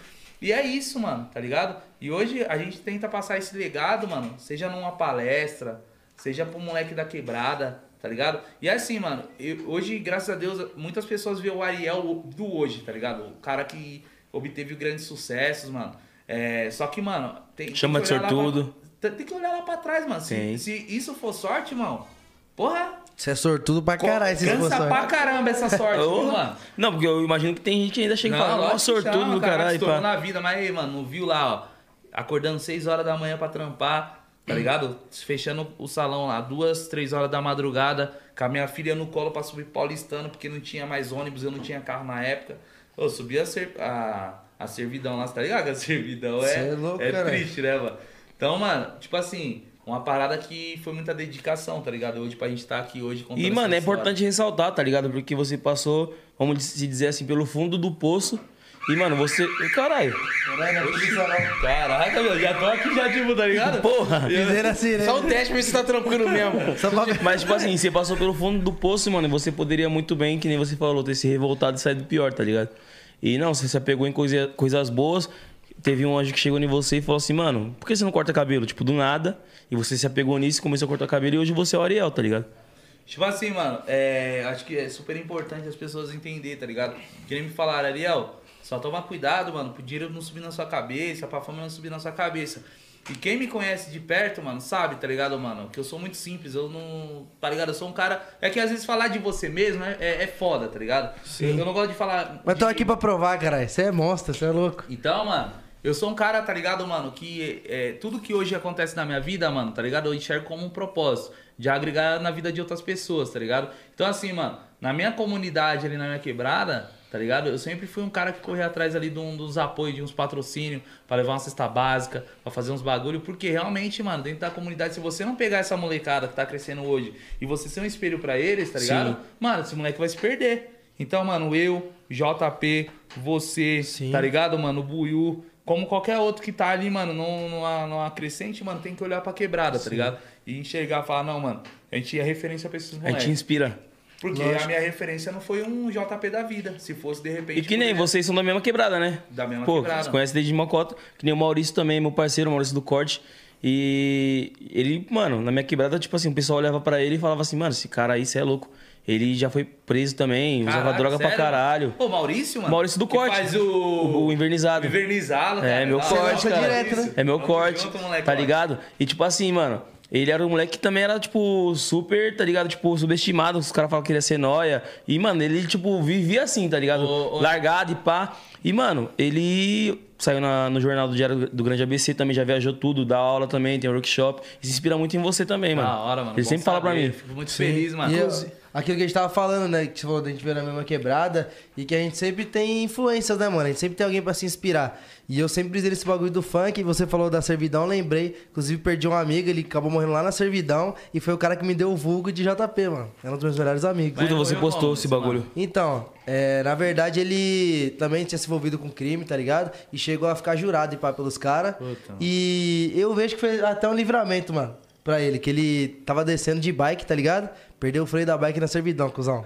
E é isso, mano, tá ligado? E hoje a gente tenta passar esse legado, mano, seja numa palestra, seja pro moleque da quebrada, tá ligado? E é assim, mano, eu- hoje, graças a Deus, muitas pessoas vê o Ariel do hoje, tá ligado? O cara que obteve grandes sucessos, mano. É, só que, mano, tem tem Chama que de olhar lá sortudo. pra- tem que olhar lá pra trás, mano. Se, Tem. se isso for sorte, irmão, porra, Você é sortudo pra caralho, se não for cansa sorte. pra caramba essa sorte, viu, mano. Não, porque eu imagino que tem gente que ainda chega e fala, ó, lógico que é um sortudo chama, do caraca, caralho. Estourou pá." na vida, mas aí, mano, não viu lá, ó. Acordando 6 horas da manhã pra trampar, tá ligado? Fechando o salão lá, duas, três horas da madrugada, com a minha filha no colo pra subir paulistano, porque não tinha mais ônibus, eu não tinha carro na época. Eu subi a, ser, a, a servidão lá, você tá ligado? A servidão é, Cê é louco, é caralho. triste, né, mano? Então, mano, tipo assim, uma parada que foi muita dedicação, tá ligado? Hoje, pra gente estar aqui hoje contando E, mano, essa é história. importante ressaltar, tá ligado? Porque você passou, vamos se dizer assim, pelo fundo do poço. E, mano, você. Caralho. Caraca, meu, já tô aqui já, tipo, tá ligado? Porra! Dizendo assim, né? Só o teste pra ver se tá tranquilo mesmo. um Só pra ver. Mas, tipo assim, você passou pelo fundo do poço, mano, e você poderia muito bem, que nem você falou, ter se revoltado e saído pior, tá ligado? E não, você se apegou em coisa- coisas boas. Teve um anjo que chegou em você e falou assim, mano, por que você não corta cabelo? Tipo, do nada. E você se apegou nisso e começou a cortar cabelo e hoje você é o Ariel, tá ligado? Tipo assim, mano, é, acho que é super importante as pessoas entenderem, tá ligado? Que nem me falaram, Ariel, só toma cuidado, mano, pro dinheiro não subir na sua cabeça, pra fama não subir na sua cabeça. E quem me conhece de perto, mano, sabe, tá ligado, mano? Que eu sou muito simples, eu não. Tá ligado? Eu sou um cara. É que às vezes falar de você mesmo é, é, é foda, tá ligado? Sim. Eu não gosto de falar. Mas então tô de- aqui pra provar, caralho. Você é monstro, você é louco. então, mano, eu sou um cara, tá ligado, mano, que é, tudo que hoje acontece na minha vida, mano, tá ligado? Eu enxergo como um propósito de agregar na vida de outras pessoas, tá ligado? Então, assim, mano, na minha comunidade ali, na minha quebrada, tá ligado? Eu sempre fui um cara que corria atrás ali de um- dos apoios, de uns patrocínios, pra levar uma cesta básica, pra fazer uns bagulho, porque realmente, mano, dentro da comunidade, se você não pegar essa molecada que tá crescendo hoje e você ser um espelho pra eles, tá ligado? Sim. Mano, esse moleque vai se perder. Então, mano, eu, JP, você, tá ligado, mano? O Buiu, como qualquer outro que tá ali, mano, num- numa, numa crescente, mano, tem que olhar pra quebrada, tá ligado? E enxergar, falar, não, mano, a gente é referência pra esses A gente moleques. inspira. Porque a minha referência não foi um JP da vida, se fosse de repente... E que nem por exemplo. vocês são da mesma quebrada, né? Da mesma Pô, quebrada. Vocês conhecem desde Mocota. Que nem o Maurício também, meu parceiro, o Maurício do Corte. E ele, mano, na minha quebrada, tipo assim, o pessoal olhava pra ele e falava assim, mano, esse cara aí, você é louco. Ele já foi preso também, usava Caralho, droga pra sério? caralho. Ô, Maurício, mano. Maurício do que Corte. né? Faz o... O- o invernizado. O invernizado, cara. É, meu Da corte, hora, cara. Direto, né? É meu Tamo corte, junto, moleque, tá ó. ligado? E tipo assim, mano, ele era um moleque que também era, tipo, super, tá ligado? Tipo, subestimado, os caras falavam que ele ia ser nóia. E, mano, ele, tipo, vivia assim, tá ligado? Ô, ô. Largado e pá. E, mano, ele saiu na- no jornal do Diário do Grande ABC também, já viajou tudo, dá aula também, tem workshop. E se inspira muito em você também, mano. Da hora, mano. Ele bom sempre fala pra saber. mim. Fico muito feliz, mano. E eu- aquilo que a gente tava falando, né? Que você falou da gente ver na mesma quebrada e que a gente sempre tem influências, né, mano? A gente sempre tem alguém pra se inspirar. E eu sempre brisei nesse bagulho do funk, você falou da servidão, lembrei. Inclusive, perdi um amigo, ele acabou morrendo lá na servidão e foi o cara que me deu o vulgo de JP, mano. Era um dos meus melhores amigos. Mas Puta, você morreu postou como esse esse bagulho. Então, é, na verdade ele também tinha se envolvido com crime, tá ligado? E chegou a ficar jurado e pá pelos caras. E eu vejo que foi até um livramento, mano, pra ele. Que ele tava descendo de bike, tá ligado? Perdeu o freio da bike na servidão, cuzão.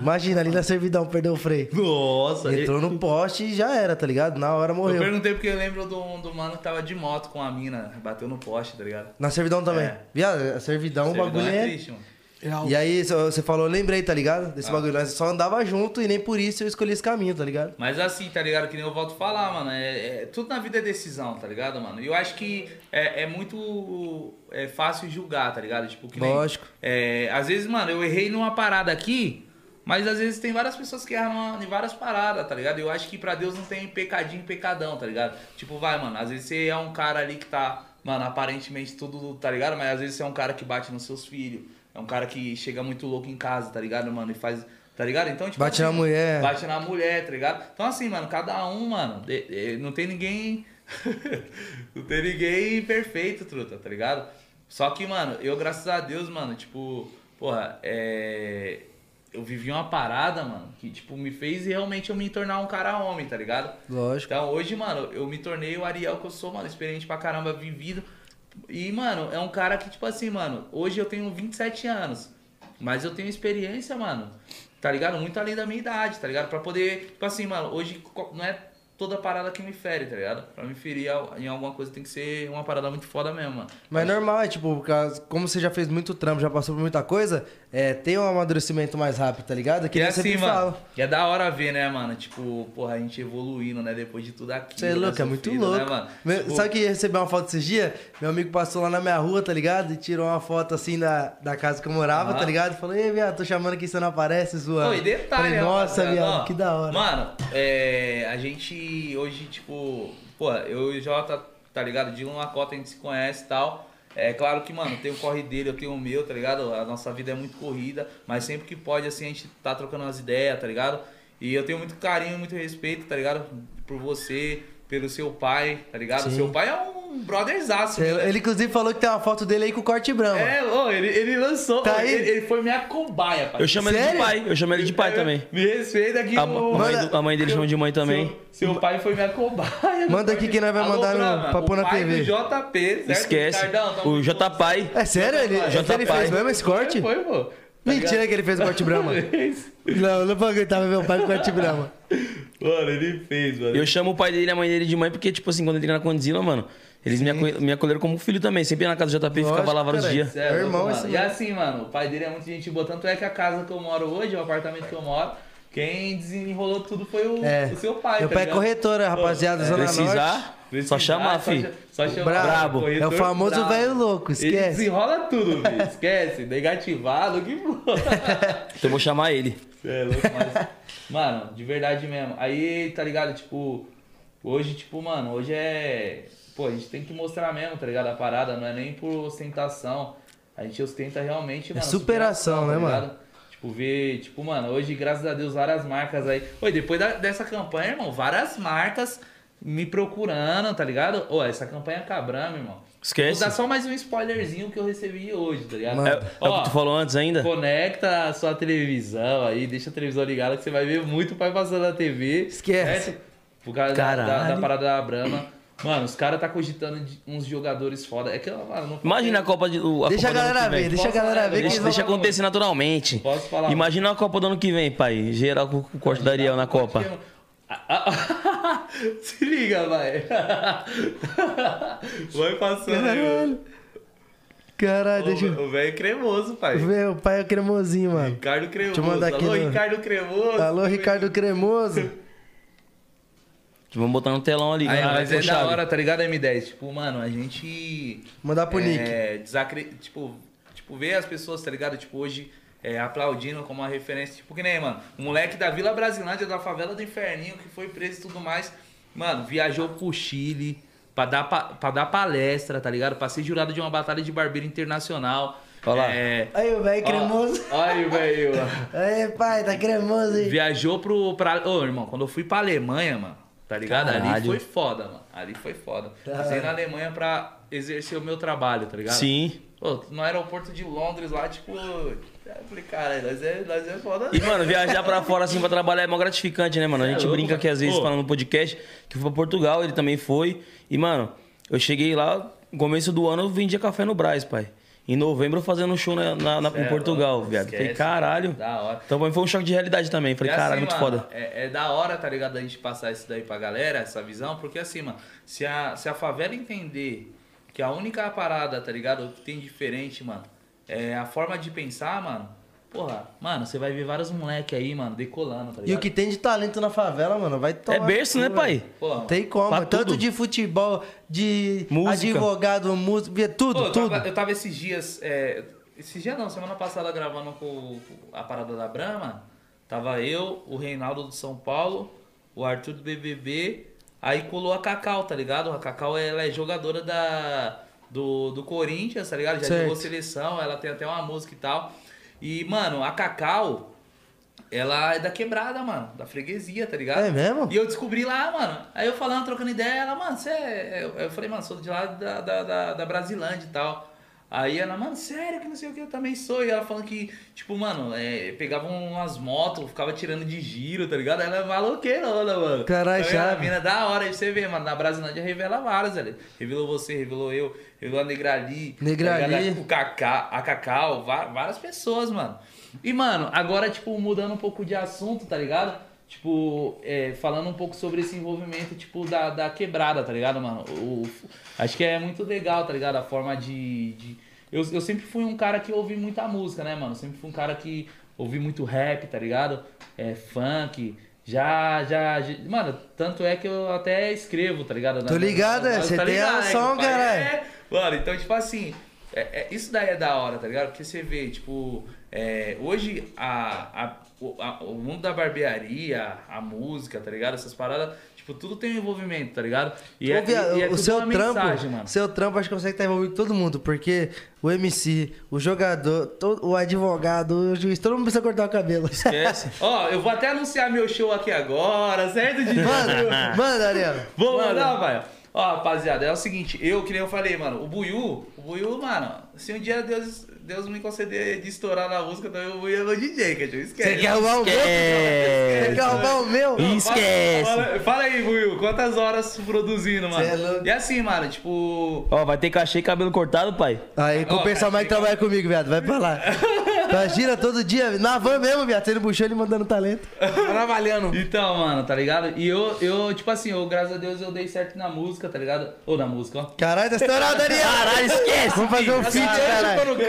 Imagina, ali na servidão, perdeu o freio. Nossa, Entrou no poste e já era, tá ligado? Na hora Eu morreu. perguntei porque eu lembro do, do mano que tava de moto com a mina, bateu no poste, tá ligado? Na servidão também. É. Viado, a servidão, o Servidão bagulho é é. triste, Ah. mano. Real. E aí, só- você falou, eu lembrei, tá ligado? Desse bagulho. Nós só andava junto e nem por isso eu escolhi esse caminho, tá ligado? Mas assim, tá ligado? Que nem eu volto a falar, mano. É, é- tudo na vida é decisão, tá ligado, mano? E eu acho que é, é muito é fácil julgar, tá ligado? Tipo, que nem. Lógico. É, às vezes, mano, eu errei numa parada aqui, mas às vezes tem várias pessoas que erram numa- em várias paradas, tá ligado? Eu acho que pra Deus não tem pecadinho, pecadão, tá ligado? Tipo, vai, mano, às vezes você é um cara ali que tá, mano, aparentemente tudo, tá ligado? Mas às vezes você é um cara que bate nos seus filhos, é um cara que chega muito louco em casa, tá ligado, mano? E faz. Tá ligado? Então, tipo. Bate na mulher. Bate bate na mulher, tá ligado? Então assim, mano, cada um, mano, de- de- não tem ninguém. não tem ninguém perfeito, truta, tá ligado? Só que, mano, eu, graças a Deus, mano, tipo, porra, é. Eu vivi uma parada, mano, que, tipo, me fez realmente eu me tornar um cara homem, tá ligado? Lógico. Então hoje, mano, eu me tornei o Ariel que eu sou, mano, experiente pra caramba, vivido. E, mano, é um cara que, tipo assim, mano, hoje eu tenho 27 anos, mas eu tenho experiência, mano, tá ligado? Muito além da minha idade, tá ligado? Pra poder, tipo assim, mano, hoje co- não é toda parada que me fere, tá ligado? Pra me ferir al- em alguma coisa tem que ser uma parada muito foda mesmo, mano. Mas é normal, é tipo, por causa- como você já fez muito trampo, já passou por muita coisa, é, tem um amadurecimento mais rápido, tá ligado? Que nem é eu assim, sempre mano. falo. que é da hora ver, né, mano? Tipo, porra, a gente evoluindo, né? Depois de tudo aquilo. Você é louco, é muito né, louco. Meu- Tipo, Sabe que eu recebi uma foto esses dias? Meu amigo passou lá na minha rua, tá ligado? E tirou uma foto assim da, da casa que eu morava, Aham. tá ligado? Falou, ei, viado, tô chamando aqui, você não aparece, zoando. Não, e detalhe, Falei, né, Nossa, rapaziada? viado, Ó, que da hora. Mano, é, a gente hoje, tipo, pô, eu e o Jota, tá ligado? De uma cota a gente se conhece e tal. É claro que, mano, tem o corre dele, eu tenho o meu, tá ligado? A nossa vida é muito corrida, mas sempre que pode, assim, a gente tá trocando umas ideias, tá ligado? E eu tenho muito carinho, muito respeito, tá ligado? Por você, pelo seu pai, tá ligado? Sim. Seu pai é um um brotherzaço. né? Ele, inclusive, falou que tem uma foto dele aí com o corte branco. É, ô, ele, ele lançou. Tá ô, aí? Ele, ele foi minha cobaia, pai. Eu chamo ele de Sério? pai, eu chamo ele de pai também. Me respeita aqui. A, ô- a mãe Manda- do- a mãe dele chama de mãe também. Seu, seu pai foi minha cobaia. Manda aqui que nós vai mandar no Brahma, Papo o na pai TV. do JP, certo? tá Esquece. Ricardão, tamo O junto. J pai. É sério? Ele, J. então ele Pai. fez mesmo esse corte? Foi, pô. Tá Mentira que ele fez o corte brama. ligado? Fez. Não, não vou aguentar ver meu pai com corte brama. Mano, ele fez, mano. Eu chamo o pai dele e a mãe dele de mãe, porque, tipo assim, quando ele entra na Condzilla, mano, eles me, acolhe- me acolheram como filho também. Sempre ia na casa do JP e Lógico, ficava lá vários caralho. dias. Cê é louco, irmão mano. esse E mesmo. assim, mano, o pai dele é muito gente boa. Tanto é que a casa que eu moro hoje, o apartamento que eu moro, quem desenrolou tudo foi o, É. o seu pai. Meu tá pai é ligado? corretora, rapaziada, Zona Norte. Precisar, só Precisar, chamar, fi. Só chamar. Brabo. Corretor É o famoso brabo. velho louco, Ele esquece. desenrola tudo, filho. Esquece. Negativado, que porra. Então eu vou chamar ele. Cê é louco, mas. Mano, de verdade mesmo. Aí, tá ligado? Tipo, hoje, tipo, mano, hoje é. Pô, a gente tem que mostrar mesmo, tá ligado? A parada, não é nem por ostentação. A gente ostenta É realmente, mano. superação, né, tá mano? ligado? Tipo, ver, tipo, mano, hoje, graças a Deus, várias marcas aí. Oi, depois da- dessa campanha, irmão, várias marcas me procurando, tá ligado? Ô, essa campanha cabrama, irmão. Esquece. Vou dar só mais um spoilerzinho que eu recebi hoje, tá ligado? É, Ah. é o que tu falou antes ainda? Conecta a sua televisão aí, deixa a televisão ligada que você vai ver muito pai passando na TV. Esquece. Certo? Por causa da, Caralho. da- da parada da Brahma. Mano, os caras tá cogitando de- uns jogadores foda. É que, mano, não Imagina a Copa de. o- A Deixa a Copa do ano galera que vem. ver, deixa a galera ver que eles Deixa, vão... deixa acontecer naturalmente. Posso falar? Imagina a Copa do ano que vem, pai. Geral com com o corte da Ariel na Copa. Ah, ah, Se liga, vai. Vai passando aí. mano. Caralho, deixa eu... O o velho cremoso, pai. Meu pai é cremosinho, mano. Ricardo Cremoso. eu mandar aqui Alô, no- Ricardo Cremoso. Alô, Ricardo Cremoso. Vamos botar no telão ali. Aí, galera, mas com é da chave. hora, tá ligado, M10? Tipo, mano, a gente. Mandar pro Nick. É, desacre... tipo, tipo, ver as pessoas, tá ligado? Tipo, hoje é, aplaudindo como uma referência. Tipo, que nem, mano, um moleque da Vila Brasilândia, da favela do Inferninho, que foi preso e tudo mais. Mano, viajou pro Chile pra dar, pa... pra dar palestra, tá ligado? Pra ser jurado de uma batalha de barbeiro internacional. Olha lá. É... Aí, o velho ó, cremoso. Olha aí, velho. Aí, pai, tá cremoso, hein? Viajou pro. Pra... Ô, irmão, quando eu fui pra Alemanha, mano, tá ligado? Caralho. Ali foi foda, mano. Ali foi foda. Passei na Alemanha pra exercer o meu trabalho, tá ligado? Sim. Pô, no aeroporto de Londres lá, tipo. Eu falei, cara, nós é, nós é foda. E, mano, viajar pra fora assim pra trabalhar é mó gratificante, né, mano? A Cê é gente louco, brinca aqui às vezes Pô. falando no podcast que foi pra Portugal, ele também foi. E, mano, eu cheguei lá, no começo do ano eu vendia café no Brás, pai. Em novembro eu fazendo um show na, na- na- em é Portugal, louco, viado. Falei, esquece. caralho. Da hora. Então pra mim foi um choque de realidade também. Falei, E assim, caralho, muito mano, foda. É, é da hora, tá ligado? A gente passar isso daí pra galera, essa visão, porque assim, mano, se a, se a favela entender que a única parada, tá ligado? Que tem diferente, mano, é a forma de pensar, mano. Porra, mano, você vai ver vários moleque aí, mano, decolando, tá ligado? E o que tem de talento na favela, mano, vai tomar... É berço, no né, cu, pai? velho. Porra, mano. Tem como. Pra Tanto tudo. de futebol, de Música. advogado, música, tudo, Pô, tá eu, tudo. Tava, eu tava esses dias. é, esses dias não, semana passada gravando com com a parada da Brahma. Tava eu, o Reinaldo do São Paulo, o Arthur do BBB. Aí colou a Cacau, tá ligado? A Cacau ela é jogadora da, do, do Corinthians, tá ligado? Já Certo. jogou seleção, ela tem até uma música e tal. E, mano, a Cacau, ela é da quebrada, mano, da freguesia, tá ligado? É mesmo? E eu descobri lá, mano. Aí eu falando, trocando ideia, ela, mano, você é. Eu eu falei, mano, sou de lá da, da, da, da Brasilândia e tal. Aí ela, mano, sério que não sei o que, eu também sou. E ela falando que, tipo, mano, é, pegava umas motos, ficava tirando de giro, tá ligado? Ela é maloqueirona, mano. Caralho, Tá ligado? chave. A mina é da hora, aí você vê, mano, na Brasilândia revela várias, velho. Revelou você, revelou eu, revelou a Negrali. tá Negrali. ligado? o Cacá, a Cacau, va- várias pessoas, mano. E, mano, agora, tipo, mudando um pouco de assunto, tá ligado? Tipo, é, falando um pouco sobre esse envolvimento, tipo, da, da quebrada, tá ligado, mano? O, o- acho que é muito legal, tá ligado? A forma de. de- Eu, eu sempre fui um cara que ouvi muita música, né, mano? Eu sempre fui um cara que ouvi muito rap, tá ligado? É, funk. Já, já, já- Mano, tanto é que eu até escrevo, tá ligado? Tô ligado, é, você tem a noção, pai? caralho. É, Mano, então, tipo assim, é- é- isso daí é da hora, tá ligado? Porque você vê, tipo, é, hoje a, a- o, a- o mundo da barbearia, a música, tá ligado? Essas paradas, tipo, tudo tem um envolvimento, tá ligado? E é Ô, viado, é- o tudo seu uma trampo, mensagem, mano. seu trampo acho que consegue estar envolvido todo mundo, porque o MC, o jogador, to- o advogado, o juiz, todo mundo precisa cortar o cabelo. Esquece. Ó, eu vou até anunciar meu show aqui agora, certo? De manda, manda, Ariel. Vou mandar, vai. Ó, rapaziada, é o seguinte, eu, que nem eu falei, mano, o Buiu, o Buiu, mano, se um dia Deus, Deus me conceder de estourar na música, também o Buiu é meu DJ, que eu esquece. Você quer arrumar o meu? Você Esquece. quer arrumar o meu? Ih, Não, Esquece. Fala, fala- fala aí, Buiu, quantas horas produzindo, mano? Cê é louco. E assim, mano, tipo. Ó, vai ter cachê e cabelo cortado, pai? Aí, Ó, compensa mais que trabalha comigo, viado. Vai pra lá. Imagina todo dia, na van mesmo, viado. Você não puxou ele mandando talento. Tá Trabalhando. Então, mano, tá ligado? E eu, eu, tipo assim, eu, graças a Deus, eu dei certo na música, tá ligado? Ou na música, ó. Caralho, tá estourado, Daniel. Caralho, esquece. Vamos fazer um feat, caralho.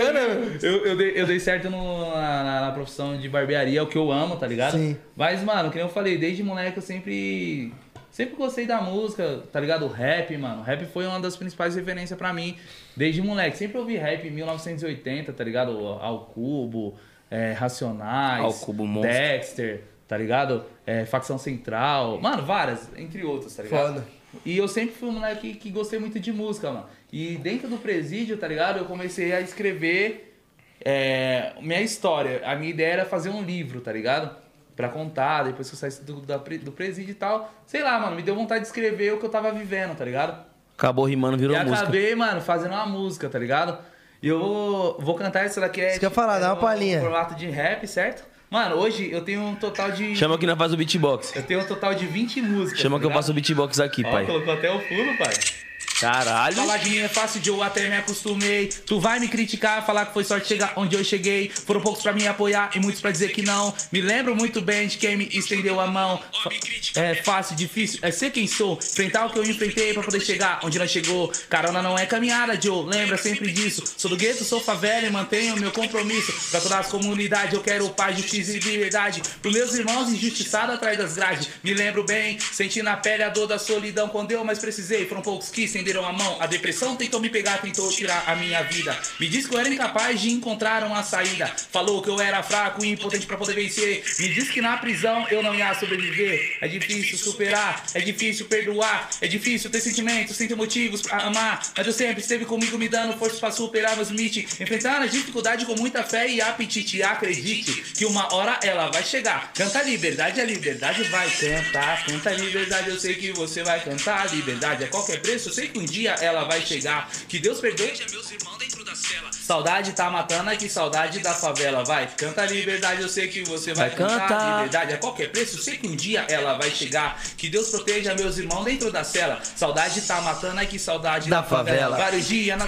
Eu, eu, dei, eu dei certo no- na, na- na profissão de barbearia, é o que eu amo, tá ligado? Sim. Mas, mano, que nem eu falei, desde moleque eu sempre. Sempre gostei da música, tá ligado? O rap, mano. O rap foi uma das principais referências pra mim. Desde moleque. Sempre ouvi rap em 1980, tá ligado? Ao Cubo, é, Racionais. Ao Cubo, Monstro. Dexter, tá ligado? É, Facção Central. Mano, várias, entre outras, tá ligado? Foda. E eu sempre fui um moleque que gostei muito de música, mano. E dentro do presídio, tá ligado? Eu comecei a escrever é, minha história. A minha ideia era fazer um livro, tá ligado? Pra contar, depois que eu saísse do, da pre- do presídio e tal. Sei lá, mano, me deu vontade de escrever o que eu tava vivendo, tá ligado? Acabou rimando, virou e música. acabei, mano, fazendo uma música, tá ligado? E eu vou, vou cantar isso daqui. É, Isso que eu ia falar, dá uma no palhinha. formato de rap, certo? Mano, hoje eu tenho um total de. Chama que nós faz o beatbox. Eu tenho um total de 20 músicas. Chama tá que eu ligado? faço o beatbox aqui, Ó, pai. colocou até o pulo, pai. Caralho. Falar de mim é fácil, de eu até me acostumei. Tu vai me criticar, falar que foi sorte chegar onde eu cheguei. Foram poucos pra me apoiar e muitos pra dizer que não. Me lembro muito bem de quem me estendeu a mão. Fa- É fácil, difícil, é ser quem sou. Enfrentar o que eu enfrentei pra poder chegar onde nós chegou. Carona não é caminhada, Joe, lembra sempre disso. Sou do gueto, sou favela e mantenho meu compromisso. Pra todas as comunidades, eu quero paz, justiça e liberdade. Pros meus irmãos injustiçados atrás das grades. Me lembro bem, senti na pele a dor da solidão quando eu mais precisei. Foram poucos que estenderam a mão. A depressão tentou me pegar, tentou tirar a minha vida. Me disse que eu era incapaz de encontrar uma saída. Falou que eu era fraco e impotente pra poder vencer. Me disse que na prisão eu não ia sobreviver. É difícil superar, é difícil perdoar, é difícil ter sentimentos, sem ter motivos pra amar. Mas eu sempre esteve comigo, me dando forças pra superar meus limites. Enfrentar as dificuldades com muita fé e apetite. Acredite que uma hora ela vai chegar. Canta a liberdade, a liberdade vai cantar. Canta a liberdade, eu sei que você vai cantar. A liberdade a qualquer preço, eu sei que um dia ela vai chegar. Que Deus perdoe a é meus irmãos dentro da cela. Saudade tá matando, é que saudade da favela. Vai, canta a liberdade, eu sei que você vai, Vai cantar. cantar. Liberdade verdade, a qualquer preço, sei que um dia ela vai chegar. Que Deus proteja meus irmãos dentro da cela. Saudade tá matando, ai que saudade Da favela. Vários dias na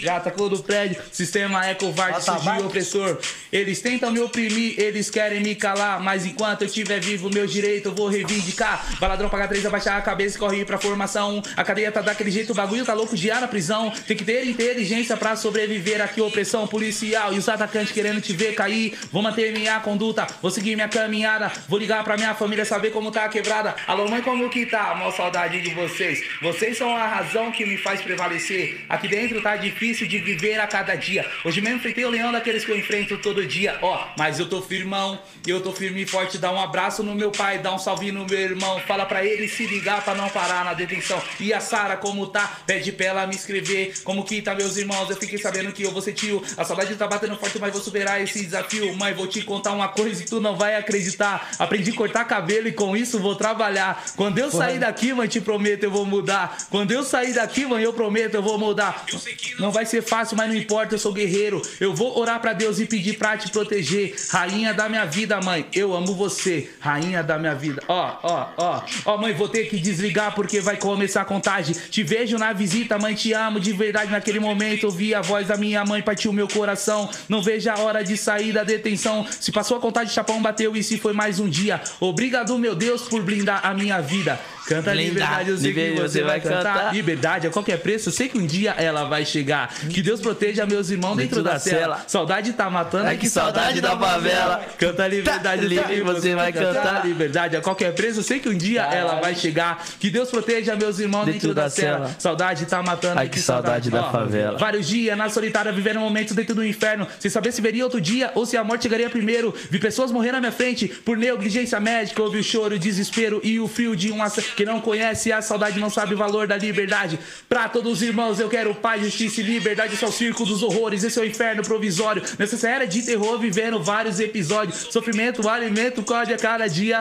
já atacou do prédio, sistema é covarde, Nossa, sujo vai. e opressor. Eles tentam me oprimir, eles querem me calar. Mas enquanto eu estiver vivo, meu direito eu vou reivindicar. Vai ladrão paga três, abaixar a cabeça e corre pra formação. A cadeia tá daquele jeito, o bagulho tá louco de ar na prisão. Tem que ter inteligência pra sobreviver aqui, opressão policial. E os atacantes querendo te ver cair. Vou manter minha conduta, vou seguir minha caminhada. Vou ligar pra minha família saber como tá a quebrada. Alô, mãe, como que tá? Mó saudade de vocês. Vocês são a razão que me faz prevalecer. Aqui dentro tá difícil de viver a cada dia. Hoje mesmo enfrentei o leão daqueles que eu enfrento todo dia. Ó, mas eu tô firmão, eu tô firme e forte. Dá um abraço no meu pai, dá um salve no meu irmão. Fala pra ele se ligar pra não parar na detenção. E a Sara, como tá? Pede pra ela me escrever. Como que tá, meus irmãos? Eu fiquei sabendo que eu vou ser tio. A saudade tá batendo forte, mas vou superar esse desafio. Mãe, vou te contar uma coisa e tu não vai acreditar. Aprendi a cortar cabelo e com isso vou trabalhar. Quando eu sair daqui, mãe, te prometo, eu vou mudar. Quando eu sair daqui, mãe, eu prometo, eu vou mudar. Não vai ser fácil, mas não importa, eu sou guerreiro. Eu vou orar pra Deus e pedir pra te proteger. Rainha da minha vida, mãe, eu amo você. Rainha da minha vida. Ó, ó, ó. Ó, mãe, vou ter que desligar porque vai começar a contagem. Te vejo na visita, mãe, te amo de verdade. Naquele momento ouvi a voz da minha mãe, partiu meu coração. Não vejo a hora de sair da detenção. Se passou a contagem, chapão bateu e se foi mais um dia. Obrigado, meu Deus, por blindar a minha vida. Canta a Blindar. liberdade, eu sei que você vai cantar. Liberdade a qualquer preço, eu sei que um dia ela vai chegar. Que Deus proteja meus irmãos dentro, da, cela. Saudade tá matando, Ai, É que saudade da favela. Tá Canta a liberdade, eu sei Livre, que você vai cantar. a Liberdade a qualquer preço, eu sei que um dia ela vai chegar. Que Deus proteja meus irmãos dentro, da, cela. Saudade tá matando, Ai, que saudade da favela. Vários dias na solitária vivendo momentos dentro do inferno, sem saber se veria outro dia ou se a morte chegaria primeiro. Vi pessoas morrer na minha frente por negligência médica, ouvi o choro, o desespero e o frio de um aça que não conhece a saudade, não sabe o valor da liberdade. Pra todos os irmãos eu quero paz, justiça e liberdade. Esse é o circo dos horrores, esse é o inferno provisório. Nessa era de terror vivendo vários episódios, sofrimento, alimento, corde a cada dia.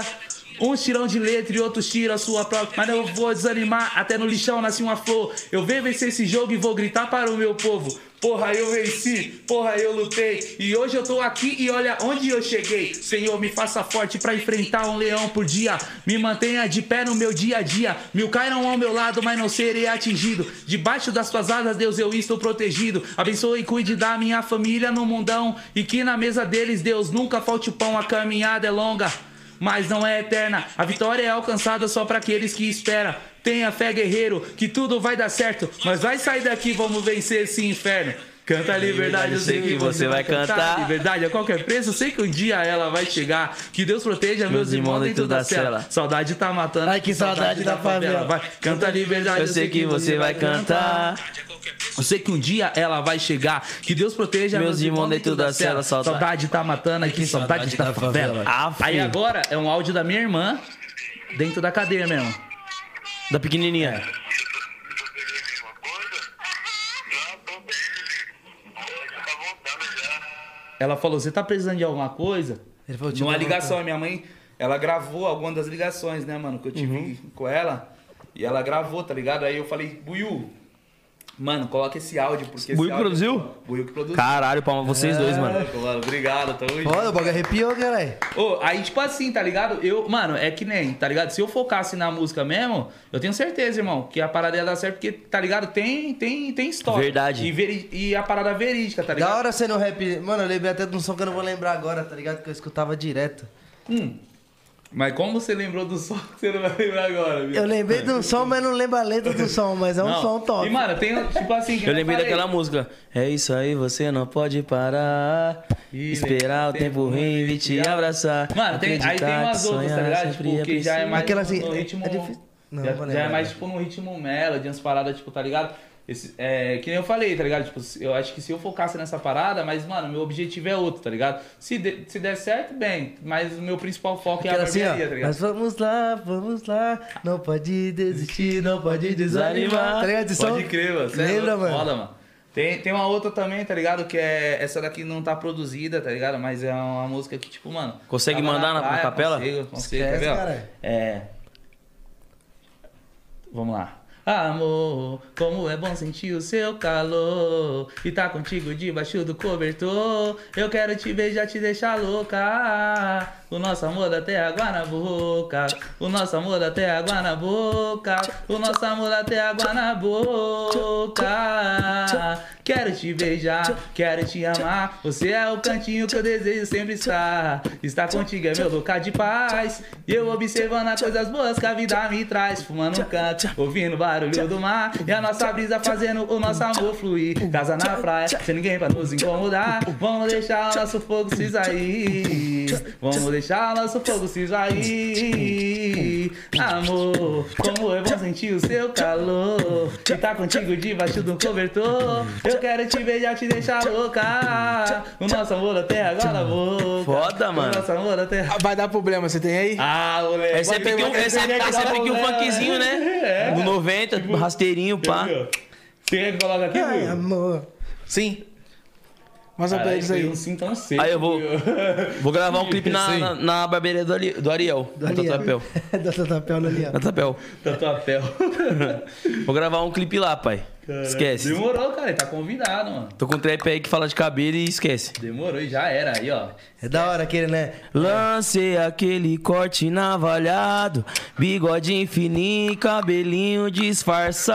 Uns tiram Um de letra e outros tiram a sua própria. Mas não vou desanimar, até no lixão nasce uma flor. Eu venho vencer esse jogo e vou gritar para o meu povo. Porra, eu venci, porra, eu lutei. E hoje eu tô aqui e olha onde eu cheguei. Senhor, me faça forte pra enfrentar um leão por dia. Me mantenha de pé no meu dia a dia. Mil cairão ao meu lado, mas não serei atingido. Debaixo das tuas asas, Deus, eu estou protegido. Abençoe e cuide da minha família no mundão. E que na mesa deles, Deus, nunca falte o pão. A caminhada é longa mas não é eterna. A vitória é alcançada só para aqueles que esperam. Tenha fé, guerreiro, que tudo vai dar certo. Mas vai sair daqui, vamos vencer esse inferno. Canta a liberdade, eu sei que você vai cantar. Liberdade a qualquer preço, eu sei que um dia ela vai chegar. Que Deus proteja meus, irmãos dentro da cela. Saudade tá matando. Ai, que saudade da favela. Vai, canta a liberdade, Eu sei que você vai cantar. eu sei que um dia ela vai chegar. Que Deus proteja Meus meus irmãos dentro da cela. saudade. Saudade tá matando aqui, saudade da favela. Aff. Aí agora é um áudio da minha irmã dentro da cadeia mesmo. Da pequenininha. Ela falou: "Você tá precisando de alguma coisa?" Ele falou, "Te Numa dou uma ligação, minha mãe, ela gravou alguma das ligações, né, mano, que eu tive com ela. E ela gravou, tá ligado? Aí eu falei: "Buiu, mano, coloca esse áudio porque Buiu esse que áudio- produziu? Buiu que produziu. Caralho, palma vocês dois, mano. Caraca, mano, obrigado, tamo junto. Olha, o bagulho arrepiou, né, caralho. Ô, aí, tipo assim, tá ligado? Eu, mano, é que nem, tá ligado? Se eu focasse na música mesmo, eu tenho certeza, irmão, que a parada ia dar certo, porque, tá ligado? Tem, tem, tem história. Verdade. E, veri- e a parada verídica, tá Da ligado? hora sendo um rap. Mano, eu lembrei até de um som que eu não vou lembrar agora, tá ligado? Que eu escutava direto. Hum. Mas como você lembrou do som que você não vai lembrar agora, viu? Eu lembrei de um som, mas não lembro a letra do som, mas é um Não. som top. E, mano, tem, tipo assim... que Eu nem lembrei falei. daquela música. É isso aí, você não pode parar. Ih, esperar o tempo ruim e te abraçar. Mano, tem, aí tem Acreditar umas que outras, tá sonhar ligado? sempre Tipo, que já é possível. mais Aquela assim, no ritmo... é difícil. Não, já, não vou já é lembrar. mais, tipo, no ritmo melody, umas paradas, tipo, tá ligado? Esse- é, que nem eu falei, tá ligado? Tipo, se- eu acho que se eu focasse nessa parada, mas, mano, meu objetivo é outro, tá ligado? Se, de- se der certo, bem, mas o meu principal foco é a Aquela assim, ó. barbearia, tá ligado? Mas vamos lá, vamos lá. Não pode desistir, não pode desanimar. Tá ligado? Esse som? Pode crer, mano. Cê é Lembra, louco, mano? Foda, mano. Tem, tem uma outra também, tá ligado? Que é. Essa daqui não tá produzida, tá ligado? Mas é uma música que, tipo, mano. Consegue tava mandar na- na capela? Consigo, consigo. Esquece, quer ver, ó? caralho. É. Vamos lá. Amor, como é bom sentir o seu calor e tá contigo debaixo do cobertor. Eu quero te beijar, te deixar louca. O nosso amor dá até água na boca. O nosso amor dá até água na boca. O nosso amor dá até água na boca. Quero te beijar, quero te amar. Você é o cantinho que eu desejo sempre estar. Estar contigo é meu lugar de paz. E eu observando as coisas boas que a vida me traz. Fumando um canto, ouvindo o barulho do mar. E a nossa brisa fazendo o nosso amor fluir. Casa na praia, sem ninguém pra nos incomodar. Vamos deixar o nosso fogo se sair. Vamos deixar o nosso fogo se sair. Amor, como é bom sentir o seu calor. E tá contigo debaixo do cobertor. Eu quero te beijar, te deixar louca. O nosso amor até agora na boca. Foda, mano. O nosso amor até. Ah, Vai dar problema, você tem aí? Ah, moleque. Esse é Bota aí, pique, bota aí, esse é, bota aí, esse é bota aí, pique um bota aí. funkzinho, né? No 90, rasteirinho, Ah. pá. É. Tipo, Entendeu? Você quer que coloque aqui, é, Ai, Will? amor. Sim. Mais ou Caralho, menos fez aí. um sim tão seco. Aí eu vou- viu? Vou gravar um clipe na, na, na barbearia do, Ari- do Ariel. Do Daniel. Tatuapel. Da Tapel no Leão. Da Tatuapel. Tatuapel. Vou gravar um clipe lá, pai. Esquece. Demorou, cara. Ele tá convidado, mano. Tô com um trap aí que fala de cabelo e esquece. Demorou e já era. Aí, ó. É da hora aquele, né? Lancei aquele corte navalhado, bigode fininho, cabelinho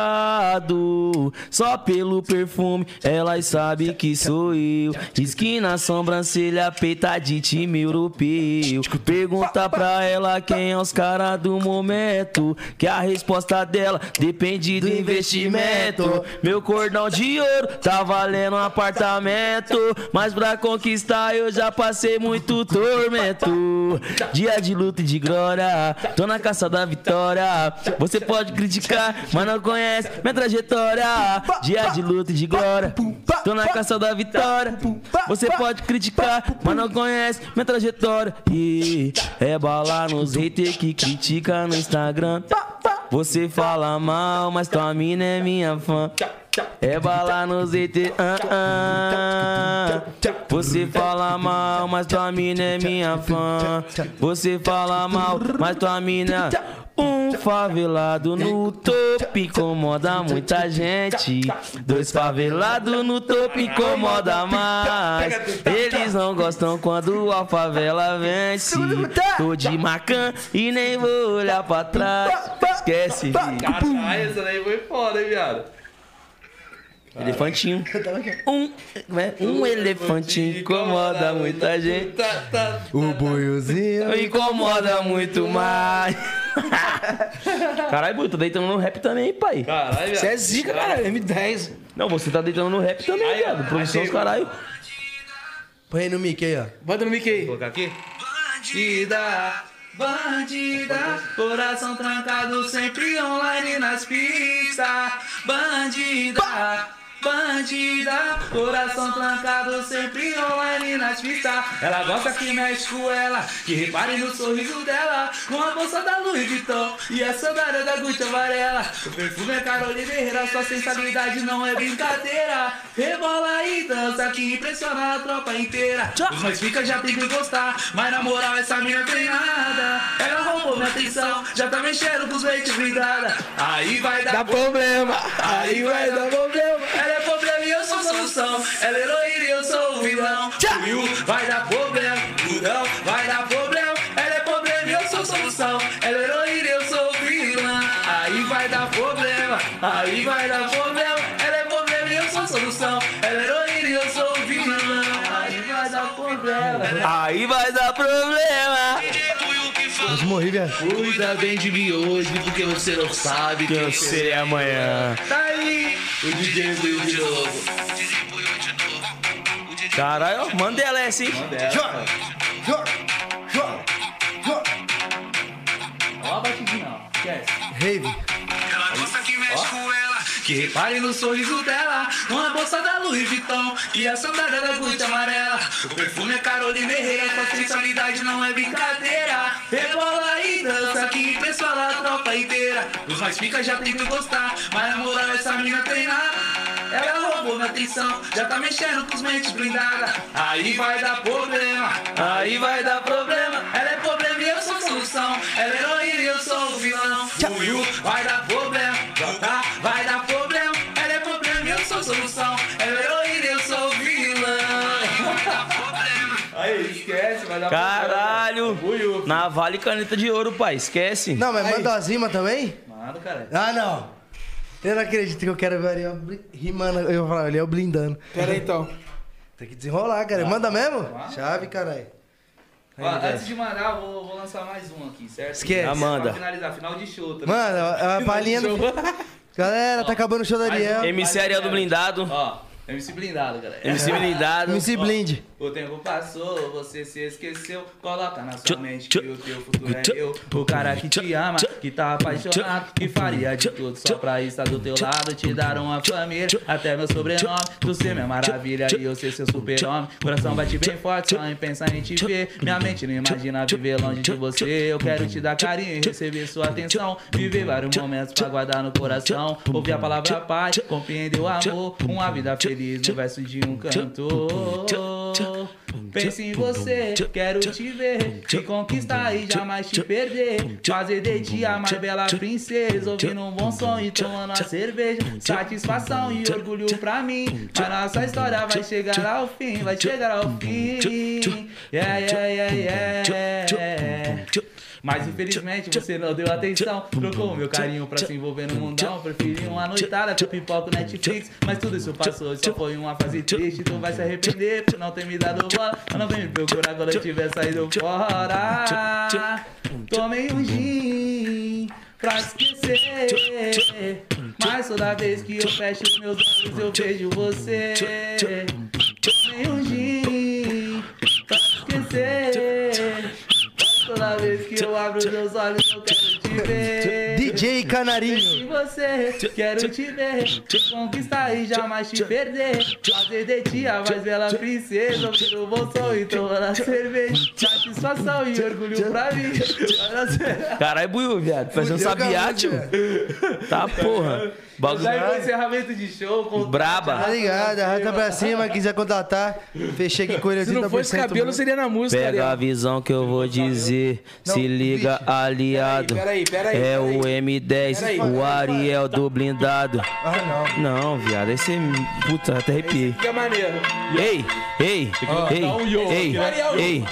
disfarçado. Só pelo perfume, elas sabem que sou eu. Esquina, sobrancelha, peita de time europeu. Pergunta pra ela quem é os caras do momento. Que a resposta dela depende do investimento. Meu cordão de ouro tá valendo um apartamento. Mas pra conquistar eu já passei muito tormento. Dia de luta e de glória, tô na caça da vitória. Você pode criticar, mas não conhece minha trajetória. Dia de luta e de glória, tô na caça da vitória. Você pode criticar, mas não conhece minha trajetória. E é bala nos haters que critica no Instagram. Você fala mal, mas tua mina é minha fã. É bala no ZT, ah, ah. Você fala mal, mas tua mina é minha fã. Você fala mal, mas tua mina. Um favelado no topo incomoda muita gente. Dois favelados no topo incomoda mais. Eles não gostam quando a favela vence. Tô de macan e nem vou olhar pra trás. Esquece, filho. Caralho, essa daí Ah, foi foda, hein, viado? elefantinho. Um, como é? um elefantinho incomoda muita gente. Tá, tá. O boiozinho. Incomoda muito mais. Caralho, Buiu, tô deitando no rap também, pai. Caralho, Você é viado. zica, caralho. M10. Não, você tá deitando no rap também, Aí, ó, viado. Produção os achei, caralho. Põe aí no mic aí, ó. Bota no mic aí. Vou colocar aqui. Bandida, bandida, coração trancado sempre online nas pistas. Bandida, bandida, coração trancado sempre online nas pistas. Ela gosta que mexe com ela, que repare no sorriso dela. Com a bolsa da Louis Vuitton e a sandália da Gucci Varela. O perfume é Carolina Herrera, sua sensibilidade não é brincadeira. Rebola e dança que impressiona a tropa inteira. Os mais fica já tem que gostar, mas na moral essa mina tem nada. Ela roubou minha atenção, já tá mexendo com os leites blindada. Aí vai dar Dá problema. Aí vai dar problema. ela é problema e eu sou solução. Ela é heroína e eu sou o vilão. Will vai dar problema, Budão vai dar problema. Ela é problema e eu sou solução. Ela é heroína e eu sou o vilão. Aí vai dar problema, aí vai dar problema. Ela é problema e eu sou solução. Ela é heroína e eu sou o vilão. Aí vai dar problema. Aí vai dar problema. Mas morri, viado. Cuida bem de mim hoje, porque você não sabe quem eu Serei amanhã. Tá aí, o DJ Will de novo. Caralho, ó, Mandela essa, hein? Joga! Joga! Joga! Joga! Ó a batidinha, ó. Esquece. Rave. Ela gosta que mexe com ela. Que repare no sorriso dela. Uma bolsa da Louis Vuitton e a sandália da Gucci amarela. O perfume é Carolina Herrera. Sua sensualidade não é brincadeira. Rebola e dança que impressiona a tropa inteira. Os mais ficas já tentam gostar, mas na moral essa mina tem nada. Ela roubou minha atenção, já tá mexendo com os mentes blindadas. Aí vai dar problema, aí vai dar problema. Ela é problema e eu sou solução. Ela é heroína e eu sou o vilão. O Will vai dar problema, Jota vai dar problema. Ela é problema e eu sou solução. Ela é heroína e eu sou o vilão. Aí, esquece, vai dar Caralho. Navalha e caneta de ouro, pai. Esquece. Não, mas manda as rimas também? Mano, cara. Ah, não. Eu não acredito que eu quero ver o Ariel brin- rimando. Eu vou falar, o Ariel blindando. Pera aí, então. Tem que desenrolar, cara. Manda mesmo? Chave, caralho. Aí, Ó, cara. antes de mandar, eu vou, vou lançar mais um aqui, certo? Esquece. Amanda. Pra finalizar, final de show tá também. Mano, a- a palhinha. do- Galera, tá acabando o show do Ariel. MC Ariel do Blindado. Ó, MC blindado, galera. MC Blindado. MC Blind. O tempo passou, você se esqueceu. Coloca na sua Tchau, mente tchau, que o teu futuro é tchau, eu. O cara que te tchau, ama, tchau, que tá apaixonado, que faria de tchau, tudo só tchau, pra estar do teu tchau, lado. Te dar uma tchau, família, tchau, até meu sobrenome. Tu ser minha maravilha tchau, e eu ser seu super-homem. Coração bate bem forte, só em pensar em te tchau, ver. Minha mente não imagina tchau, viver longe de tchau, você. tchau, Eu quero te dar carinho e tchau, receber sua atenção. tchau, Viver vários tchau, momentos tchau, pra guardar no coração. tchau, Ouvir a tchau, palavra paz, tchau, compreender o tchau, amor. Uma vida feliz tchau, no verso de um cantor. Pense em você, quero te ver, te conquistar e jamais te perder. Fazer de ti a mais bela princesa, ouvindo um bom som e tomando uma cerveja. Satisfação e orgulho pra mim. A nossa história vai chegar ao fim, vai chegar ao fim. Yeah, yeah, yeah, yeah. Mas infelizmente você não deu atenção. Trocou meu carinho pra se envolver no mundão. Preferi uma noitada com pipoca Netflix. Mas tudo isso passou, isso foi uma fase triste. Tu vai se arrepender por não ter me dado bola. Mas não vem me procurar quando eu tiver saído fora. Tomei um gin pra esquecer. Mas toda vez que eu fecho os meus olhos, eu vejo você. Tomei um gin pra esquecer. Mas Toda vez que eu abro os meus olhos, eu quero te ver. DJ Pense em Canarinho. você, quero te ver, te conquistar e jamais te perder. Fazer de ti a mais bela princesa, ouvir o bom som e tomar a cerveja. Satisfação e orgulho pra mim. Caralho, Buiu, viado. Fazendo Fudeu, sabiá, garoto, tio. velho. Tá porra. Bagulho. Usar em encerramento de show. com- Tá Braba. ligado, arrasta pra cima, quiser contratar, fechei aqui com ele 80%. Se não fosse cabelo, mano. seria na música, né? Pega a Ariel. visão que eu vou dizer. Se liga, aliado. peraí, peraí, É peraí. o M10, Peraí, o peraí, Ariel do blindado. Ah, não. Não, viado, esse é. Puta, até arrepiei. Fica maneiro. Ei, ei, ei, botar um yo ei, aqui, né? ei, ei, Ariel. ei.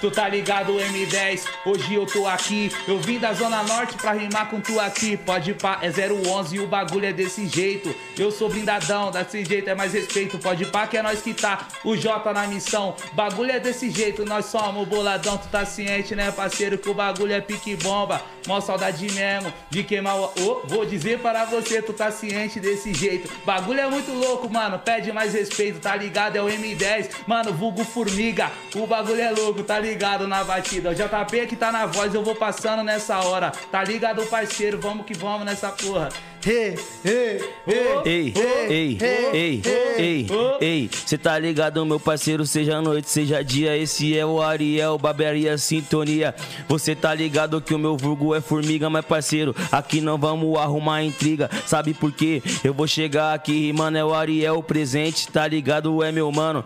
Tu tá ligado, M10? Hoje eu tô aqui. Eu vim da Zona Norte pra rimar com tu aqui. Pode pá, é 011 e o bagulho é desse jeito. Eu sou blindadão, desse jeito é mais respeito. Pode pá, que é nós que tá. O J na missão. Bagulho é desse jeito, nós somos boladão. Tu tá ciente, né, parceiro? Que o bagulho é pique bomba. Mó saudade mesmo de queimar o. Ô, vou dizer para você, tu tá ciente desse jeito. Bagulho é muito louco, mano. Pede mais respeito, tá ligado? É o M10, mano, vulgo formiga. O bagulho é louco, tá ligado na batida. O JP que tá na voz, eu vou passando nessa hora. Tá ligado, parceiro? Vamos que vamos nessa porra. Ei, ei, ei. Ei, ei, ei, ei, ei, cê tá ligado, meu parceiro, seja noite, seja dia, esse é o Ariel, barbearia, sintonia. Você tá ligado que o meu vulgo é formiga, mas parceiro, aqui não vamos arrumar intriga, sabe por quê? Eu vou chegar aqui, mano, é o Ariel presente, tá ligado, é meu mano.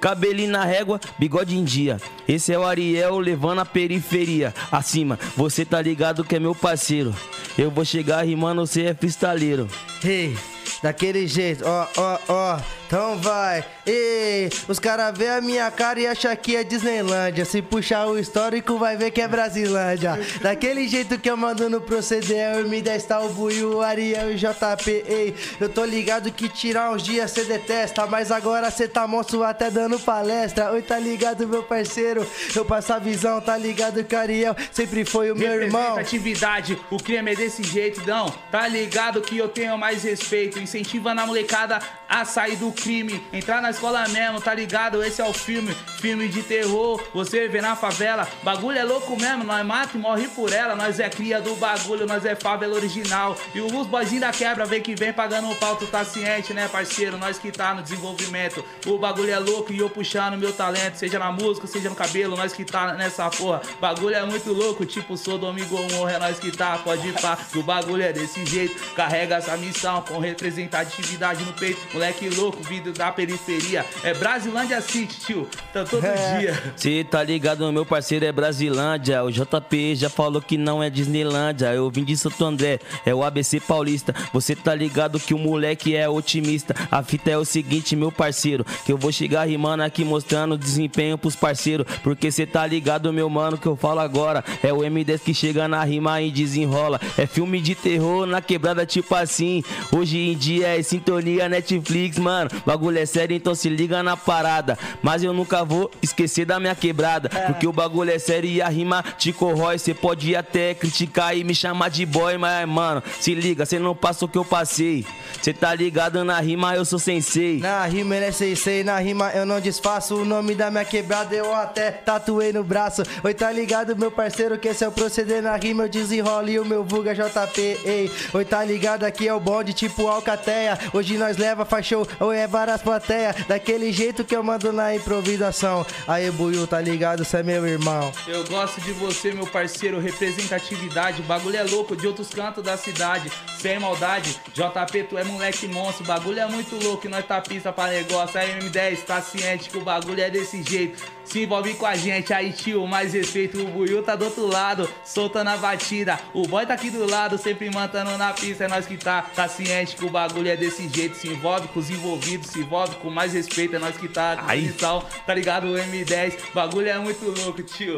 Cabelinho na régua, bigode em dia. Esse é o Ariel levando a periferia acima. Você tá ligado que é meu parceiro. Eu vou chegar rimando, você é freestaleiro. Ei, daquele jeito, ó, ó, ó, então vai. Ei, os caras vê a minha cara e acham que é Disneylândia. Se puxar o histórico, vai ver que é Brasilândia. Daquele jeito que eu mando no proceder, eu me desta o Buiu, o Ariel e o JP. Ei, eu tô ligado que tirar uns dias cê detesta, mas agora cê tá monstro até dando palestra. Oi, tá ligado, meu parceiro? Eu passo a visão, tá ligado que o Ariel sempre foi o meu irmão. Representatividade, o crime é desse jeito, não. Tá ligado que eu tenho mais respeito. Incentiva na molecada a sair do crime. Entrar na escola mesmo, tá ligado? Esse é o filme. Filme de terror, você vê na favela. Bagulho é louco mesmo, nós mata e morre por ela. Nós é cria do bagulho, nós é favela original. E os boizinhos da quebra vem que vem pagando o pau, tu tá ciente, né, parceiro? Nós que tá no desenvolvimento. O bagulho é louco e eu puxando meu talento, seja na música, seja no cabelo, nós que tá nessa porra. Bagulho é muito louco, tipo sou domingo morro, é nós que tá, pode ir pá. Que o bagulho é desse jeito, carrega essa missão com representatividade no peito. Moleque louco, vindo da periferia. É Brasilândia City, tio, tá todo dia. Cê tá ligado, meu parceiro é Brasilândia. O JP já falou que não é Disneylândia. Eu vim de Santo André, é o ABC Paulista. Você tá ligado que o moleque é otimista. A fita é o seguinte, meu parceiro. Que eu vou chegar rimando aqui mostrando desempenho pros parceiros. Porque cê tá ligado, meu mano, que eu falo agora. É o M10 que chega na rima e desenrola. É filme de terror na quebrada, tipo assim. Hoje em dia é sintonia Netflix, mano. Bagulho é sério, então se liga na parada. Mas eu nunca vou esquecer da minha quebrada. Porque o bagulho é sério e a rima te corrói. Cê pode até criticar e me chamar de boy, mas, mano, se liga, cê não passa o que eu passei. Cê tá ligado na rima, eu sou sensei. Na rima ele é sensei, na rima eu não desfaço O nome da minha quebrada eu até tatuei no braço Oi, tá ligado, meu parceiro, que esse é o proceder Na rima eu desenrolo e o meu vulga JP, ei Oi, tá ligado, aqui é o bonde tipo Alcateia Hoje nós leva, faz show, ou é várias plateia Daquele jeito que eu mando na improvisação Aê, Buiu, tá ligado, cê é meu irmão Eu gosto de você, meu parceiro, representatividade. Bagulho é louco de outros cantos da cidade, sem maldade. JP, tu é moleque monstro, bagulho é muito louco e nós tá pista pra negócio. Aí M10, tá ciente que o bagulho é desse jeito. Se envolve com a gente, aí tio, mais respeito. O Buiu tá do outro lado, soltando a batida. O boy tá aqui do lado, sempre mantando na pista. É nós que tá, tá ciente que o bagulho é desse jeito. Se envolve com os envolvidos, se envolve com mais respeito. É nós que tá, Aí. Sal, tá ligado? O M10, bagulho é muito louco, tio.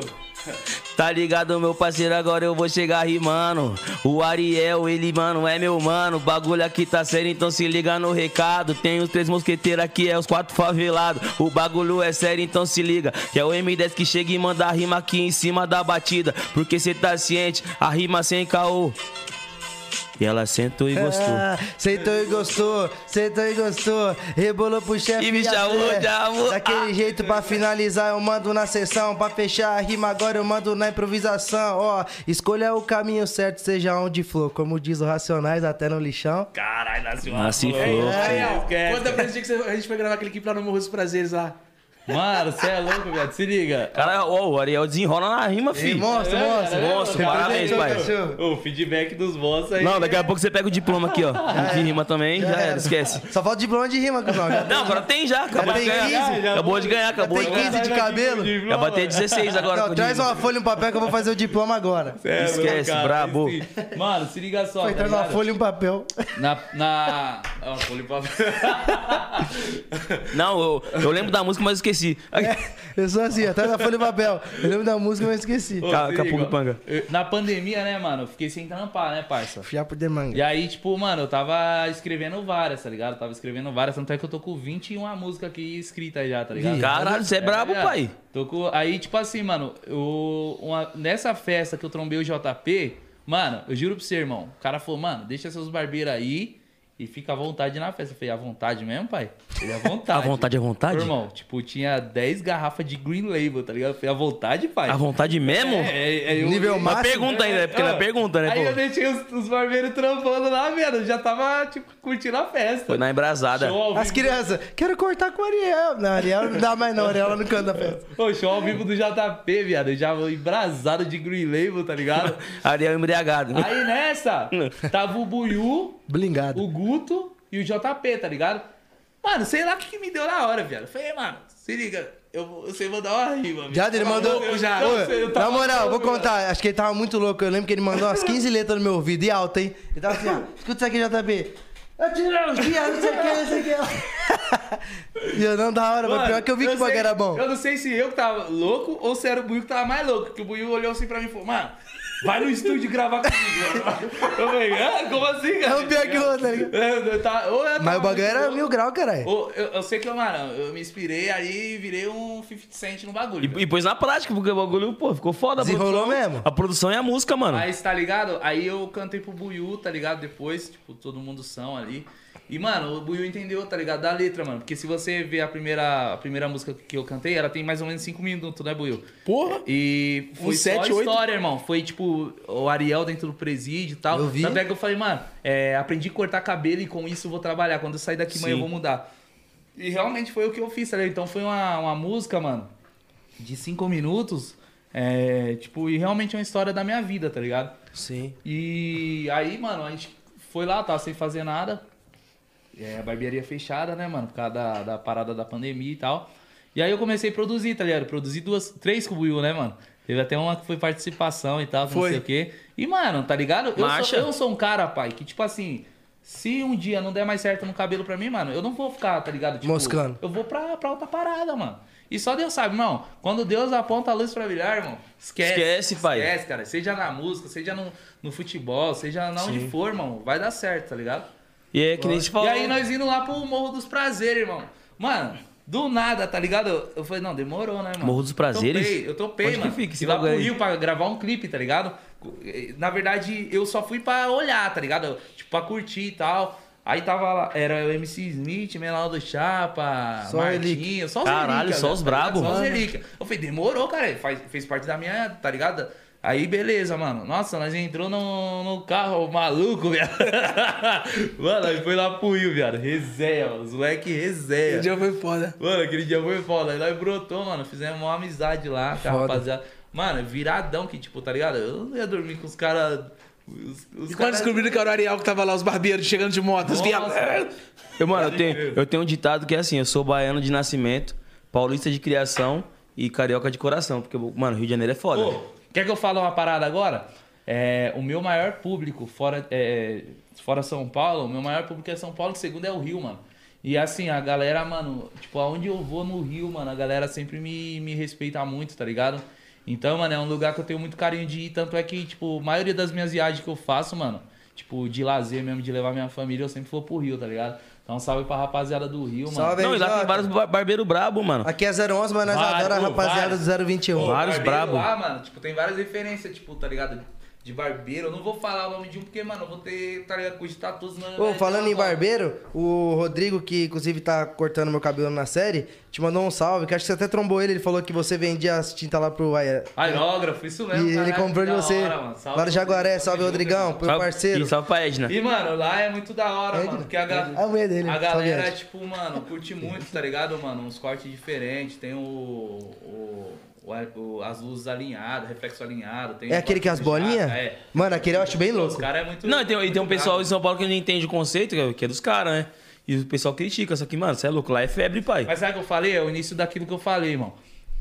Tá ligado, meu parceiro? Agora eu vou chegar rimando. O Ariel, ele, mano, é meu mano. O bagulho aqui tá sério, então se liga no recado. Tem os três mosqueteiros aqui, é os quatro favelados. O bagulho é sério, então se liga. Que é o M10 que chega e manda a rima aqui em cima da batida. Porque cê tá ciente, a rima sem caô. E ela sentou e gostou. Ah, Sentou e gostou, sentou e gostou, rebolou pro chefe. E me de chamou até. de amor. Ah. Daquele jeito pra finalizar, eu mando na sessão. Pra fechar a rima agora, eu mando na improvisação. Ó, escolha o caminho certo, seja onde for. Como diz o Racionais, até no lixão. Caralho, nasceu uma Nasci flor. flor. Ariel, Ariel, esquece. quanta vez a gente foi gravar aquele clipe lá no Morro dos Prazeres lá? Mano, você é louco, viado. Se liga. Cara, ó, o Ariel desenrola na rima, Ei, filho. mostra, mostra. É, Monstro, parabéns, Representou, pai. cachorro. O feedback dos boss aí. Não, daqui a pouco você pega o diploma aqui, ó. De rima também, já era, esquece. Só falta diploma de rima, cuzão. Já Não, agora tem já. Acabou tem de ganhar. 15? Acabou de ganhar, acabou de tem ganhar. tá 15 de cabelo. Já bater 16 agora. Não, com o traz Diego. uma folha e um papel que eu vou fazer o diploma agora. É, meu Esquece, cara, brabo. esse- Mano, se liga só. Foi, tá traz uma ligado? folha e um papel. Na. na... Ah, Ó, vou limpar. Não, eu, eu lembro da música, mas eu esqueci. Ai, Eu sou assim, ó, traz a folha e o papel. Eu lembro da música, mas esqueci. Ô, Ca- se Capunga liga, ó. Panga. Eu- Na pandemia, né, mano? eu Fiquei sem trampar, né, parça? Fiar pro demanga. E aí, tipo, mano, eu tava escrevendo várias, tá ligado? Eu tava escrevendo várias, tanto é que eu tô com 21 músicas aqui escritas já, tá ligado? Caralho, você é brabo, É, pai. Tô com... Aí, tipo assim, mano, eu... uma- nessa festa que eu trombei o JP, mano, eu juro pra você, irmão. O cara falou, mano, deixa seus barbeiros aí e fica à vontade na festa. Eu falei, à vontade mesmo, pai? Ele à À vontade. vontade, à vontade? Irmão, tipo, tinha 10 garrafas de Green Label, tá ligado? Eu falei, à vontade, pai? À vontade mesmo? É, é, eu- Nível Uma máximo. pergunta ainda, é porque ela Ó, pergunta, né? Ah. Aí eu Pô? deixei os, os barbeiros trampando lá, velho. Já tava, tipo, curtindo a festa. Foi na embrasada. Show ao vivo. né? As crianças, quero cortar com o Ariel. Não, Ariel não dá mais não, Ariel lá no canto da festa. Ô, show ao vivo do JP, viado. Eu já embrasado de Green Label, tá ligado? Ariel embriagado. Aí nessa, tava o Buiu, Blingado. o Guto e o JP, tá ligado? Mano, sei lá o que, que me deu na hora, viado. Eu Falei, mano, se liga, eu, vou- eu sei mandar uma rima. Já ele mandou. Eu já. Ô, eu sei, eu na tava- moral, vou contar. Acho que ele tava muito louco. Eu lembro que ele mandou umas 15 letras no meu ouvido e alta, hein? Ele tava assim, ó. Escuta isso aqui, JB. Eu tirei os dias, não sei o que, não sei o que. E eu não da hora, mas Mano, pior que eu vi que o bagulho sei- era bom. Eu não sei se eu que tava louco ou se era o Buiu que tava mais louco. Que o Buiu olhou assim pra mim e falou, mano, vai no estúdio gravar comigo. mano." eu falei, ah, como assim, É cara? É, o pior que o outro, tá ligado? Eu- eu tava- ou eu Mas tava o bagulho muito era louco, mil grau, caralho. ou eu, eu sei que, eu, mano, eu me inspirei aí e virei um 50 cent no bagulho. E, e pôs na prática, porque o bagulho, pô, ficou foda. a Desenrolou produção. mesmo. A produção e a música, mano. Mas, tá ligado? Aí eu cantei pro Buiu, tá ligado? Depois, tipo, todo mundo são ali. E, mano, o Buiu entendeu, tá ligado? Da letra, mano. Porque se você ver a primeira, a primeira música que eu cantei, ela tem mais ou menos 5 minutos, né, Buiu? Porra! E foi Uns sete, Um só oito. história, irmão. Foi, tipo, o Ariel dentro do presídio e tal. Eu vi. Tanto é que eu falei, mano, é, aprendi a cortar cabelo e com isso eu vou trabalhar. Quando eu sair daqui amanhã eu Sim. vou mudar. E realmente foi o que eu fiz, tá ligado? Então foi uma, uma música, mano, de cinco minutos. É, tipo, e realmente é uma história da minha vida, tá ligado? Sim. E aí, mano, a gente foi lá, tava sem fazer nada. É, a barbearia fechada, né, mano? Por causa da, da parada da pandemia e tal. E aí eu comecei a produzir, tá ligado? Produzi duas, três com o Will, né, mano? Teve até uma que foi participação e tal, que não Foi. sei o quê. E, mano, tá ligado? Eu Marcha. sou, eu sou um cara, pai, que tipo assim. Se um dia não der mais certo no cabelo pra mim, mano, eu não vou ficar, tá ligado? Tipo, Moscando. Eu vou pra, pra outra parada, mano. E só Deus sabe, irmão. Quando Deus aponta a luz pra brilhar, irmão, esquece. Esquece, pai. Esquece, cara. Seja na música, seja no, no futebol, seja na onde for, irmão. Vai dar certo, tá ligado? E é que nem se falou. E aí nós indo lá pro Morro dos Prazeres, irmão. Mano, do nada, tá ligado? Eu- Eu falei, não, demorou, né, mano? Morro dos Prazeres? Topei, eu topei, Onde que mano. fica esse e lá bagulho pro aí? Rio pra gravar um clipe, tá ligado? Na verdade, eu só fui pra olhar, tá ligado? Eu, Tipo, pra curtir e tal. Aí tava lá, era o MC Smith, Menaldo Chapa, Só Martinho, só os Caralho, relíquias, só os tá ligado? brabo. Só os relíquias. Eu falei, demorou, cara, faz, fez parte da minha, tá ligado? Aí, beleza, mano. Nossa, nós entrou no, no carro maluco, viado. mano, aí foi lá pro Rio, viado. Resenha, mano. Os moleque resenha. Esse dia foi foda. Mano, aquele dia foi foda. Aí nós brotou, mano. Fizemos uma amizade lá com a Foda. rapaziada. Mano, viradão que, tipo, tá ligado? Eu não ia dormir com os caras. Os, os E quando descobriram que era o Ariel que tava lá, os barbeiros chegando de moto, assim, é, os Nossa. viados. Eu, mano, eu tenho, eu tenho um ditado que é assim: eu sou baiano de nascimento, paulista de criação e carioca de coração. Porque, mano, Rio de Janeiro é foda. Ô, quer que eu fale uma parada agora? É, o meu maior público fora, é, fora São Paulo, o meu maior público é São Paulo, o segundo é o Rio, mano. E assim, a galera, mano, tipo, aonde eu vou no Rio, mano, a galera sempre me, me respeita muito, tá ligado? Então, mano, é um lugar que eu tenho muito carinho de ir, tanto é que, tipo, a maioria das minhas viagens que eu faço, mano, tipo, de lazer mesmo, de levar minha família, eu sempre vou pro Rio, tá ligado? Então, salve pra rapaziada do Rio, mano. Salve, Não, e lá RJ. tem vários ba- barbeiro brabo, mano. Aqui é 011, mas nós Vários, adoramos a ô, rapaziada do 021. Pô, Vários barbeiro brabo. Lá, mano, tipo, tem várias referências, tipo, tá ligado? de barbeiro. Eu não vou falar o nome de um, porque, mano, eu vou ter, tá ligado, com status né, então, na. Ô, falando em barbeiro, o Rodrigo, que inclusive tá cortando meu cabelo na série, te mandou um salve, que acho que você até trombou ele, ele falou que você vendia as tintas lá pro Aia. Aerógrafo, isso E mesmo. ele caralho, comprou de da você. hora, mano. lá no Jaguaré, salve Rodrigão, meu Salve- parceiro. E né? salve pra Edna. E, mano, lá é muito da hora, Edna? mano. Porque a, ga- É a mulher dele, a salve, galera, Edna. tipo, mano, curte muito, tá ligado, mano? Uns cortes diferentes, tem o. o, o- as luzes alinhadas, reflexo alinhado. Tem É aquele que as bolinhas? É. Mano, aquele eu acho bem Os louco. caras é muito. Não, e tem, e tem um muito pessoal brabo. em São Paulo que não entende o conceito, que é- que é dos caras, né? E o pessoal critica, só que, mano, você é louco, lá é febre, pai. Mas sabe o que eu falei? É o início daquilo que eu falei, irmão.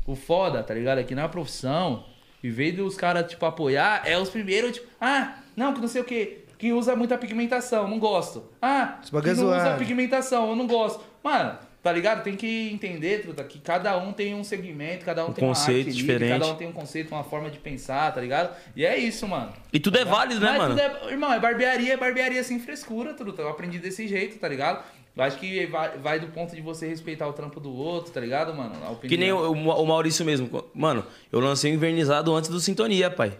O foda, tá ligado? Aqui na profissão, em vez dos caras, tipo, apoiar, é os primeiros, tipo, ah, não, que não sei o quê. Que usa muita pigmentação, não gosto. Ah, Esse que bagulho é não usa zoado. pigmentação, eu não gosto. Mano, tá ligado? Tem que entender, Truta, que cada um tem um segmento, cada um tem conceito uma arte diferente. cada um tem um conceito, uma forma de pensar, tá ligado? E é isso, mano. E tudo é válido, né, Mas mano? tudo é- irmão, é barbearia, é barbearia sem frescura, truta. Eu aprendi desse jeito, tá ligado? Eu acho que vai, vai do ponto de você respeitar o trampo do outro, tá ligado, mano? A opinião. Que nem o, o Maurício mesmo. Mano, eu lancei o invernizado antes do Sintonia, pai.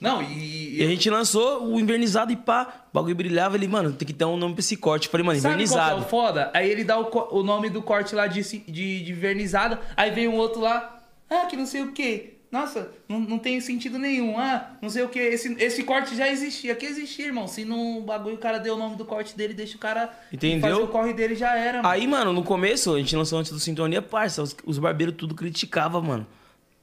Não, e. E a gente lançou o invernizado e pá, o bagulho brilhava. Ele, mano, tem que dar um nome pra esse corte. Eu falei, mano, Sabe qual que é o invernizado. foda? Aí ele dá o, co- o nome do corte lá de, si- de, de vernizada, aí vem um outro lá, ah, que não sei o quê. Nossa, não, não tem sentido nenhum. Ah, não sei o quê. Esse, esse corte já existia. Que existia, irmão. Se não o bagulho, o cara deu o nome do corte dele, deixa o cara Entendeu? fazer o corre dele já era, mano. Aí, mano, no começo, a gente lançou antes do Sintonia, parça, os, os barbeiros tudo criticava, mano.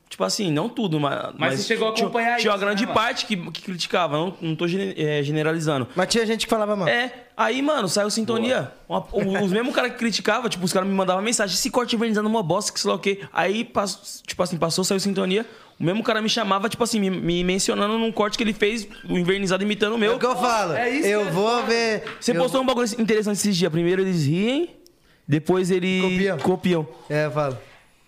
Tipo assim, não tudo, mas. Mas, você chegou a tinha- acompanhar Tinha uma isso, grande né, mano? parte que, que criticava, não, não tô gene- eh, generalizando. Mas tinha gente que falava, mano. É, aí, mano, saiu sintonia. Uma- o- os mesmos caras que criticava, tipo, os caras me mandavam mensagem, esse corte invernizando uma bosta, que sei lá o quê. Aí, pass- tipo assim, passou, saiu sintonia. O mesmo cara me chamava, tipo assim, me, me mencionando num corte que ele fez, o invernizado imitando o É meu. o que eu falo. É isso eu que é vou foda. ver. Você eu... postou um bagulho interessante esses dias. Primeiro eles riem, depois eles Copiam. copiam. É, eu falo.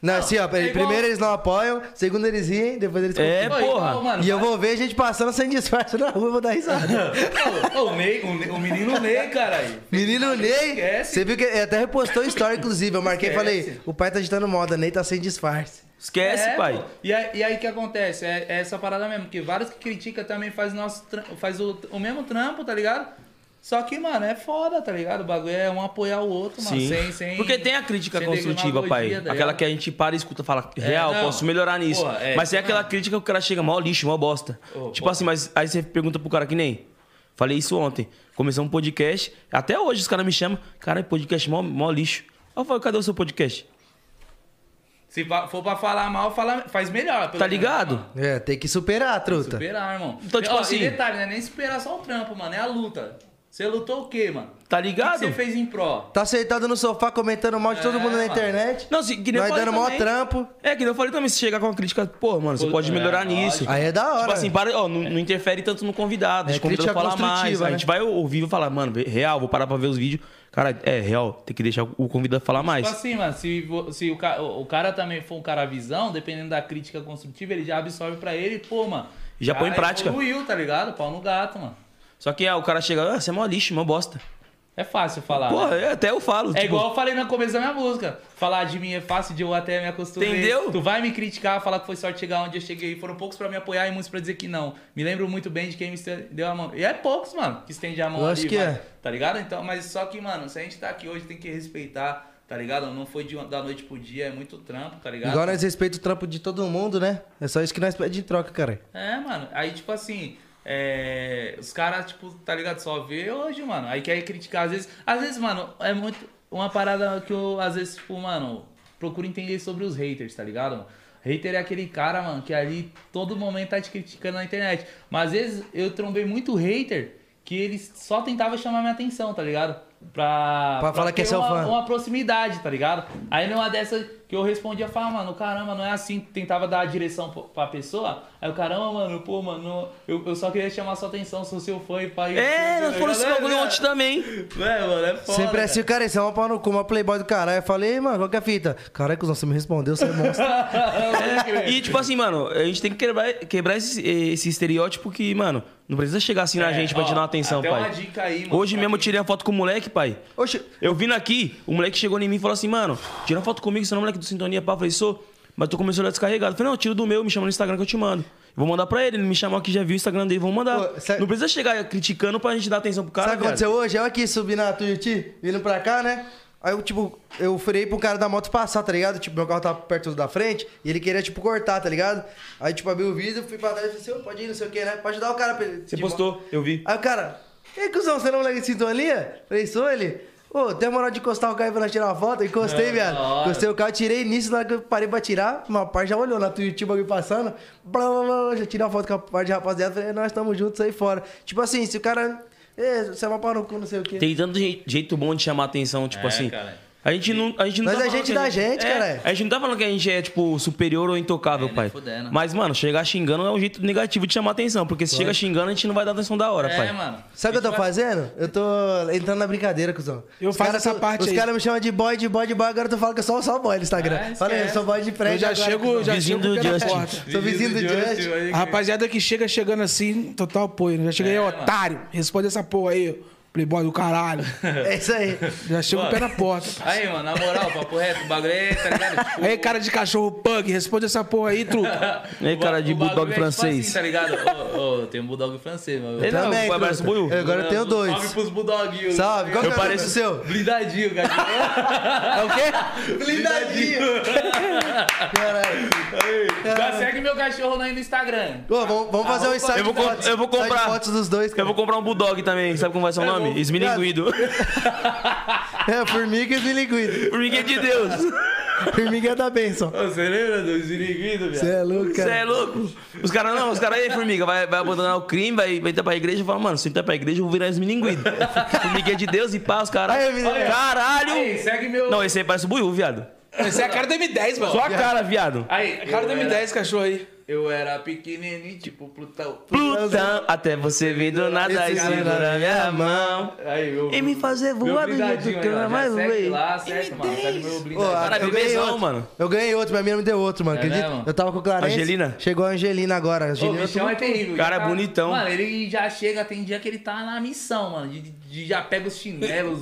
Não, assim, ó, é peraí, igual- primeiro eles não apoiam, segundo eles riem, depois eles É, Pô, porra. E eu vou ver gente passando sem disfarce na rua, eu vou dar risada. Ô, ô, o, Ney, o, Ney- o menino Ney, caralho. Menino Ney, Esquece. você viu que ele até repostou história, inclusive. Eu marquei e falei: Esquece. o pai tá ditando moda, Ney tá sem disfarce. Esquece, É, pai. pô. E aí, e aí que acontece? É, é essa parada mesmo, que vários que criticam também faz, nosso tram- faz o, o mesmo trampo, tá ligado? Só que, mano, é foda, tá ligado? O bagulho é um apoiar o outro, mano. Sim. Sem, sem, Porque tem a crítica sem construtiva, pai. demagogia, tá aquela ligado? É, que é- a gente para e escuta, fala, real, não. posso melhorar nisso. Porra, é, mas tem isso aquela crítica que o cara chega, mó lixo, mó bosta. Ô, tipo porra. assim, mas aí você pergunta pro cara que nem. Falei isso ontem. Começamos um podcast. Até hoje os caras me chamam, cara, podcast mó, mó lixo. Aí eu falo, cadê o seu podcast? Se fa- for pra falar mal, fala, faz melhor. pelo Tá menos, ligado? mano. É, tem que superar, truta. Superar, irmão. Então, tipo Ó, assim- E detalhe, não é nem superar só o trampo, mano. É a luta. Você lutou o quê, mano? Tá O que que ligado? você fez em pró? Tá sentado no sofá comentando mal de todo É, mundo na mano. internet. Não, se, que nem eu Nós falei dando mó também. trampo. É, que nem eu falei também, se chegar com uma crítica, pô, mano, você Pô, pode é, melhorar lógico. nisso. Aí é da hora. Tipo assim, para, ó, não, não interfere tanto no convidado. É, Deixa o convidado crítica falar mais. construtiva, A né? gente vai ouvir e falar, mano, real, vou parar pra ver os vídeos. Cara, é real, tem que deixar o convidado falar mais. Tipo assim, mano, se, vo- se o, ca- o- o cara também for um cara visão, dependendo da crítica construtiva, ele já absorve pra ele, pô, mano. Já põe em prática. Evoluiu, tá ligado? Pau no gato, mano. Só que ah, o cara chega, ah, você é mó lixo, mó bosta. É fácil falar. Porra, né? é, até eu falo. É tipo, igual eu falei no começo da minha música. Falar de mim é fácil, de eu até me acostumar. Entendeu? Tu vai me criticar, falar que foi sorte chegar onde eu cheguei. Foram poucos pra me apoiar e muitos pra dizer que não. Me lembro muito bem de quem me estendeu a mão. E é poucos, mano, que estende a mão Eu ali, acho que mano. é. Tá ligado? Então, mas só que, mano, se a gente tá aqui hoje, tem que respeitar, tá ligado? Não foi de uma- da noite pro dia, é muito trampo, tá ligado? Igual nós respeitamos o trampo de todo mundo, né? É só isso que nós pedimos em troca, cara. É, mano. Aí, tipo assim, é, os caras, tipo, tá ligado? Só vê hoje, mano. Aí quer criticar. Às vezes, às vezes, mano, é muito. Uma parada que eu, às vezes, tipo, mano, procuro entender sobre os haters, tá ligado? mano? Hater é aquele cara, mano, que ali todo momento tá te criticando na internet. Mas às vezes eu trombei muito hater que ele só tentava chamar minha atenção, tá ligado? Pra. Pra falar que é ter seu uma- fã. uma uma proximidade, tá ligado? Aí numa dessa que eu respondia, falava, mano, caramba, não é assim. Tentava dar a direção pro- pra pessoa. Aí eu, caramba, mano, pô, mano, eu, eu só queria chamar sua atenção, sou seu fã e pai. É, nós falamos esse bagulho ontem também. É, mano, é foda. Sempre é assim, cara, esse é uma pau no cu, uma playboy do caralho. Eu falei, "Ei, mano, qual que é a fita? Caralho, cuzão, você me respondeu, você é monstro. assim. E tipo assim, mano, a gente tem que quebrar, quebrar esse, esse estereótipo que, mano, não precisa chegar assim na É, gente pra ó, te dar uma atenção, até pai. uma dica aí, mano, Hoje pra mesmo eu quem- tirei a foto com o moleque, pai. Oxi, Eu vindo aqui, o moleque chegou em mim e falou assim, mano, tira é uma foto comigo, senão o moleque do Sintonia, pá. Eu falei, sou, mas tô começando a descarregado. Eu falei, não, tira do meu, me chama no Instagram que eu te mando. Vou mandar pra ele, ele me chamou aqui, já viu o Instagram dele, vou mandar. Pô, sabe- Não precisa chegar criticando pra gente dar atenção pro cara, Sabe o que viado. aconteceu hoje? Eu aqui subi na Tuiuti, vindo pra cá, né? Aí eu, tipo, eu freiei pro cara da moto passar, tá ligado? Tipo, meu carro tava perto da frente e ele queria, tipo, cortar, tá ligado? Aí, tipo, abri o vidro, fui pra trás e falei assim, ô, pode ir, não sei o que, né? Pra ajudar o cara pra ele. Você de postou, eu vi. Aí o cara, e aí, cuzão, você não é um moleque de sintonia? Falei, sou ele. Ô, tem a moral de encostar o carro pra nós tirar uma foto? Encostei, viado. Encostei o carro, tirei nisso, na hora que eu parei pra tirar, uma parte já olhou na Twitch, o bagulho passando, blá, blá, blá, blá, já tirei uma foto com a parte de rapaziada, falei, "É, nós estamos juntos aí fora. Tipo assim, se o cara, "Ê, você é vai para o cu, não sei o quê. Tem tanto jei- jeito bom de chamar atenção, tipo É, assim. cara. A gente não. A gente não tá Nós é falando gente que da gente, é, caralho. A gente não tá falando que a gente é, tipo, superior ou intocável, É, nem pai. fudendo. Mas, mano, chegar xingando é um jeito negativo de chamar atenção. Porque se chega xingando, a gente não vai dar atenção da hora, É, pai. mano. Sabe o que eu tô fazendo? Eu tô entrando na brincadeira, cuzão. Eu Os faço caras essa são- parte Os aí. caras me chamam de boy, de boy, de boy, agora tu fala que eu sou só boy no Instagram. Ah, Fala aí, eu esquece. sou boy de prédio Eu já agora, chego, cuzão. já Vizinho chego do pé na Justin. porta. Sou vizinho do Just. é A rapaziada que chega chegando assim, total apoio. né? Já chega aí, mano. otário. Responde essa porra aí, playboy do caralho. É isso aí. Já chega o pé na porta. Aí, mano, na moral, papo reto, o bagulho é, tá ligado? Tipo, Aí, cara de cachorro pug, responde essa porra aí, truta. E aí, o cara ba- de o bagulho bulldog é tipo assim, francês. tá ligado? Ô, ô, tem um bulldog francês, mano. Ele- Não, Também, vai, parece truta. buiu. Eu Agora eu tenho dois. Salve pros bulldoguinhos. Salve, qual que é Eu o pareço- pareço... seu? Blindadinho, cara. É o quê? Blindadinho! Caralho. Já segue meu cachorro aí no Instagram. Ô, vamos, vamos fazer um ensaio Eu vou, de com- fotos. eu vou Ensaio de comprar. fotos dos dois, Eu cara. vou comprar um bulldog também. Sabe como vai ser o nome? Esmilinguido. É, formiga e linguido. Formiga de Deus. Formiga é da bênção. Ô, Você lembra dos inimigos, Você velho? é louco, Você cara. é louco? Os caras não, os caras aí, formiga, vai, vai abandonar o crime, vai, vai entrar pra igreja e fala, mano, se entrar pra igreja, eu vou virar esmilinguido. formiga é de Deus e pá, os caras. Aí, menino. Caralho! Aí, segue meu... Não, esse aí parece o Buiu, viado. Essa é a cara do M10, mano. Só a cara, viado. Aí, a cara do eu era- M10, cachorro aí. Eu era pequenininho, tipo Plutão. Plutão, até você vir do nada e Esse cara segurar na minha mão. Aí, meu... E me fazer meu voar do jeito blindadinho que aí, ó, eu já mais segue veio. lá, certo, mano? Segue meu Ô, blindadinho. Cara, eu ganhei bebezão, outro. mano. Eu ganhei outro, minha mina me deu outro, mano. É acredita? mesmo? Eu tava com o Clarence. Angelina? Chegou a Angelina agora. A O Angelina bichão é terrível. Cara, Já tá- bonitão. Mano, ele já chega, tem dia que ele tá na missão, mano. De, de- já pega os chinelos,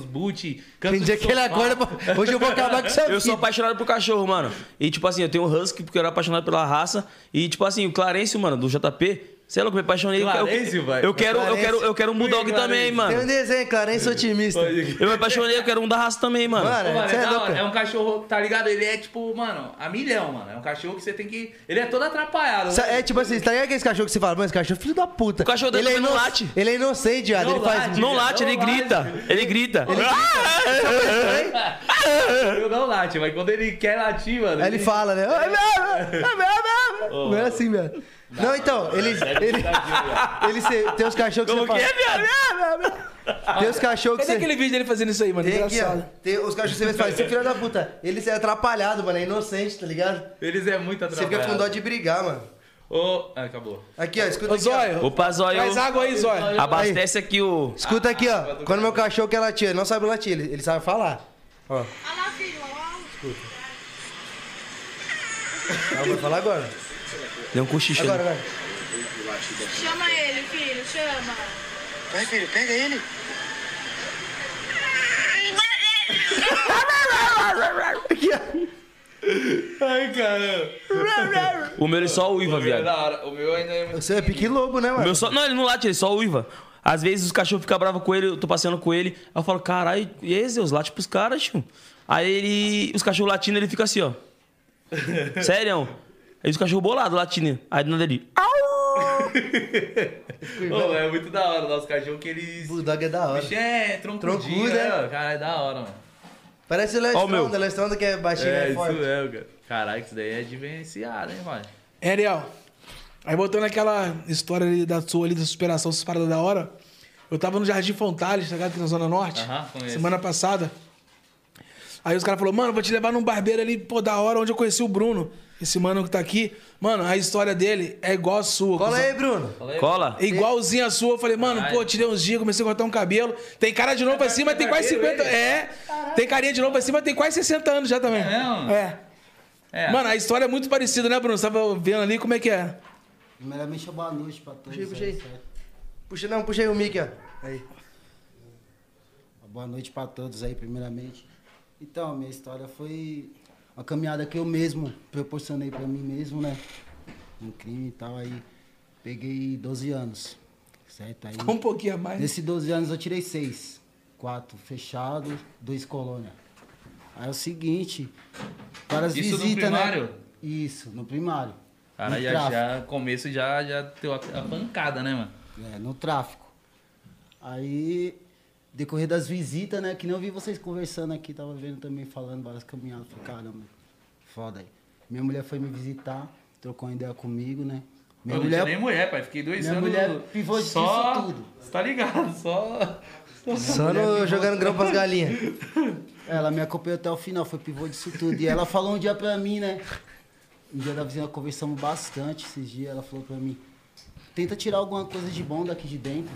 os boot. canto Tem dia de que ele sofá. acorda. pra- Hoje eu vou acabar com isso aqui. Eu sou apaixonado por cachorro, mano. E, tipo assim, eu tenho um husky porque eu era apaixonado pela raça. E, tipo assim, o Clarence, mano, do JP, sei lá, que é me apaixonei. eu- Clarence, eu, vai. eu, quero, eu, Clarence. quero, eu quero um Bulldog Clarence. também, Tem um mano. desenho, Clarence otimista. Eu me apaixonei, eu quero um da raça também, mano. Mano, Ô, mano, Cê é, é da louco, hora. cara. É um cachorro, tá ligado? Ele é tipo, mano, a milhão, mano. É um cachorro que você tem que. Ele é todo atrapalhado. Sa- né? É tipo assim, tá ligado aquele cachorro que você fala, mano, esse cachorro é filho da puta. O cachorro dele ele é também não inoc- late. Ele é inocente, viado. Não Ele faz. late. Não late, ele Não late. grita. Ele grita. Eu não late, mas quando ele quer latir, mano. Aí ele fala, né? "Ai, meu, ai, meu, ai, meu." Não é assim, velho. Não, então, ele. ele, ele se- tem os cachorros que Como você que é, fala. viado? Tem os cachorros que Cadê você. aquele vídeo dele fazendo isso aí, mano? Tem aqui, ó. Engraçado. Tem os cachorros que você fala, esse filho da puta. Ele é atrapalhado, mano. É inocente, tá ligado? Eles é muito Você atrapalhado. fica com dó de brigar, mano. Ô, ah, acabou. Aqui, ó, escuta Ô, aqui. ó. Zóio, Opa, zóio. traz água aí, Zóio. Abastece aqui o. Escuta aqui, ó. Quando meu cachorro quer latir, ele não sabe latir, ele, ele sabe falar. Ó. Olha lá, filho, olha lá. Ah, vou falar agora. Deu um cochicho. Agora, ali. agora. Chama ele, filho, chama. Vai, filho, pega ele. Aqui, ó. Ai, caramba. O meu ele só uiva, O meu, é viado. da hora. o meu ainda é muito. Você é pique lobo, né, O meu mano? só. Não, ele não late, ele só uiva. Às vezes os cachorros ficam bravos com ele, eu tô passeando com ele. Aí eu falo, caralho, e aí, Zeus, late pros caras, tio. Aí ele. Os cachorros latindo, ele fica assim, ó. Sério. Aí os cachorros bolados latindo. Aí do nada ele. Ô, é muito da hora o nosso cachorro que eles. O dog é da hora. Bicho é troncudinho, Troncudo, né? né? Cara, é da hora, mano. Parece o Ó o meu. Lestranda, o Lestranda que é baixinho, É, é, isso forte. mesmo, cara. Caralho, isso daí é diferenciado, hein, mano. É, Ariel. Aí voltando naquela história ali da sua ali, da superação, essas paradas da hora. Eu tava no Jardim Fontales, tá ligado? Aqui na Zona Norte. Aham, conheço. semana passada. Aí os caras falaram, mano, vou te levar num barbeiro ali, pô, da hora, onde eu conheci o Bruno. Esse mano que tá aqui. Mano, a história dele é igual a sua. Cola cuzão. aí, Bruno. Cola. É Igualzinho a sua. Eu falei, mano, pô, tirei uns dias, comecei a cortar um cabelo. Tem cara de novo assim, mas tem quase 50. É. Tem carinha de novo assim, mas tem quase 60 anos já também. É mesmo? É. É. Mano, a história é muito parecida, né, Bruno? Você tava vendo ali como é que é. Primeiramente, boa noite pra todos. Puxa aí, puxa aí, aí. certo? Puxa, não, puxa aí o mic, ó. Aí. Boa noite pra todos aí, primeiramente. Então, minha história foi uma caminhada que eu mesmo proporcionei pra mim mesmo, né? Um crime e tal. Aí Peguei 12 anos, certo? Aí, Um pouquinho a é? mais. Nesses 12 anos eu tirei seis. Quatro fechado, dois colônia. Aí é o seguinte, várias Isso no visitas, né? primário? Isso, no primário. Cara, No já, tráfico. já, começo já, já deu a, a pancada, né, mano? É, no tráfico. Aí, decorrer das visitas, né? Que nem eu vi vocês conversando aqui, tava vendo também, falando várias caminhadas. Falei, caramba, foda aí. Minha mulher foi me visitar, trocou uma ideia comigo, né? Minha eu mulher. não tinha nem mulher, pai. Fiquei dois minha anos. mulher pivô disso só... tudo. Você tá ligado? Só. Só no, jogando grão pras galinhas. Ela me acompanhou até o final, foi pivô disso tudo. E ela falou um dia pra mim, né? Um dia da vizinha conversamos bastante esses dias. Ela falou pra mim, tenta tirar alguma coisa de bom daqui de dentro.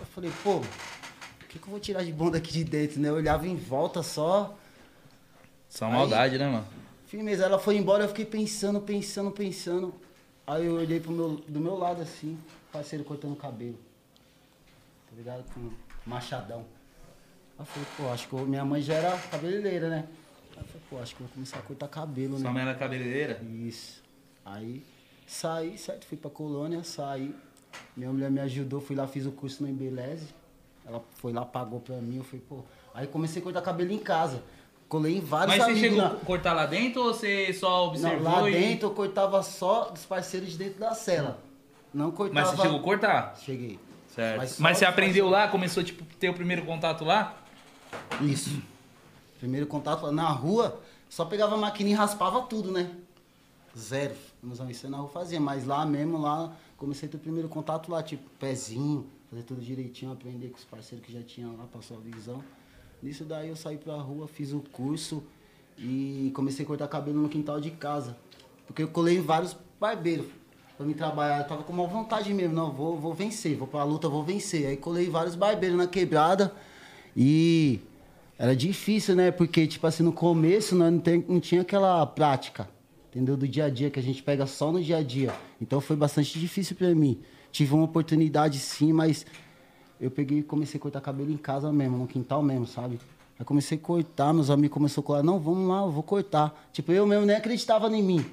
Eu falei, pô, o que, que eu vou tirar de bom daqui de dentro, né? Eu olhava em volta só. Só maldade, né, mano? Firmeza, ela foi embora, eu fiquei pensando, pensando, pensando. Aí eu olhei pro meu, do meu lado assim, parceiro cortando o cabelo. Tá ligado? Com machadão. Aí eu falei, pô, acho que eu- minha mãe já era cabeleireira, né? Aí eu falei, pô, acho que eu vou começar a cortar cabelo, Sua né? mãe era cabeleireira. Isso. Aí saí, certo? Fui pra colônia, saí. Minha mulher me ajudou, fui lá, fiz o curso no Embeleze. Ela foi lá, pagou pra mim, eu falei, pô. Aí comecei a cortar cabelo em casa. Colei em vários Mas você Ah, amigos chegou lá. a cortar lá dentro ou você só Não, observou? lá e... dentro eu cortava só dos parceiros de dentro da cela. Não cortava. Mas você chegou a cortar? Cheguei. Certo. Mas Mas, só você os aprendeu lá, começou tipo ter o primeiro contato lá? Isso. Primeiro contato na rua, só pegava a maquininha e raspava tudo, né? Zero. Nos anos na rua fazia, mas lá mesmo, lá, comecei a ter o primeiro contato lá, tipo, pezinho, fazer tudo direitinho, aprender com os parceiros que já tinham lá, passou a visão. Nisso daí eu saí pra rua, fiz o curso e comecei a cortar cabelo no quintal de casa. Porque eu colei em vários barbeiros pra me trabalhar. Eu tava com uma vontade mesmo, não, vou, vou vencer, vou pra luta, vou vencer. Aí colei em vários barbeiros na quebrada e era difícil, né? Porque, tipo assim, no começo nós não, tem- não tinha aquela prática, entendeu? Do dia a dia, que a gente pega só no dia a dia. Então foi bastante difícil pra mim. Tive uma oportunidade sim, mas eu peguei e comecei a cortar cabelo em casa mesmo, no quintal mesmo, sabe? Aí comecei a cortar, meus amigos começaram a colar, não, vamos lá, eu vou cortar. Tipo, eu mesmo nem acreditava em mim.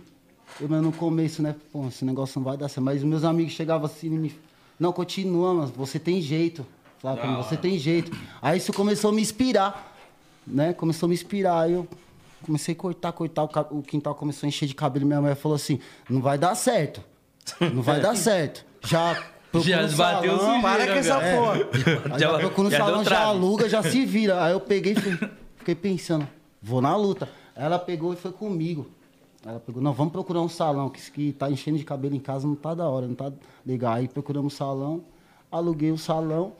Eu mesmo no começo, né? Pô, esse negócio não vai dar certo. Mas meus amigos chegavam assim e me. Não, continua, mas você tem jeito. Falava pra mim, você tem jeito. Aí isso começou a me inspirar, né? Começou a me inspirar. Aí eu comecei a cortar, cortar, o, ca- o quintal começou a encher de cabelo. Minha mãe falou assim: não vai dar certo. Não vai dar certo. Já. procura um bateu o sujeito. salão, Para com essa É. porra. Aí já procura no já deu salão, já trave. aluga, já se vira. Aí eu peguei e fui- fiquei pensando, vou na luta. Aí Ela pegou e foi comigo. Ela pegou, não, vamos procurar um salão, que isso que tá enchendo de cabelo em casa não tá da hora, não tá legal. Aí procuramos um salão, aluguei o salão,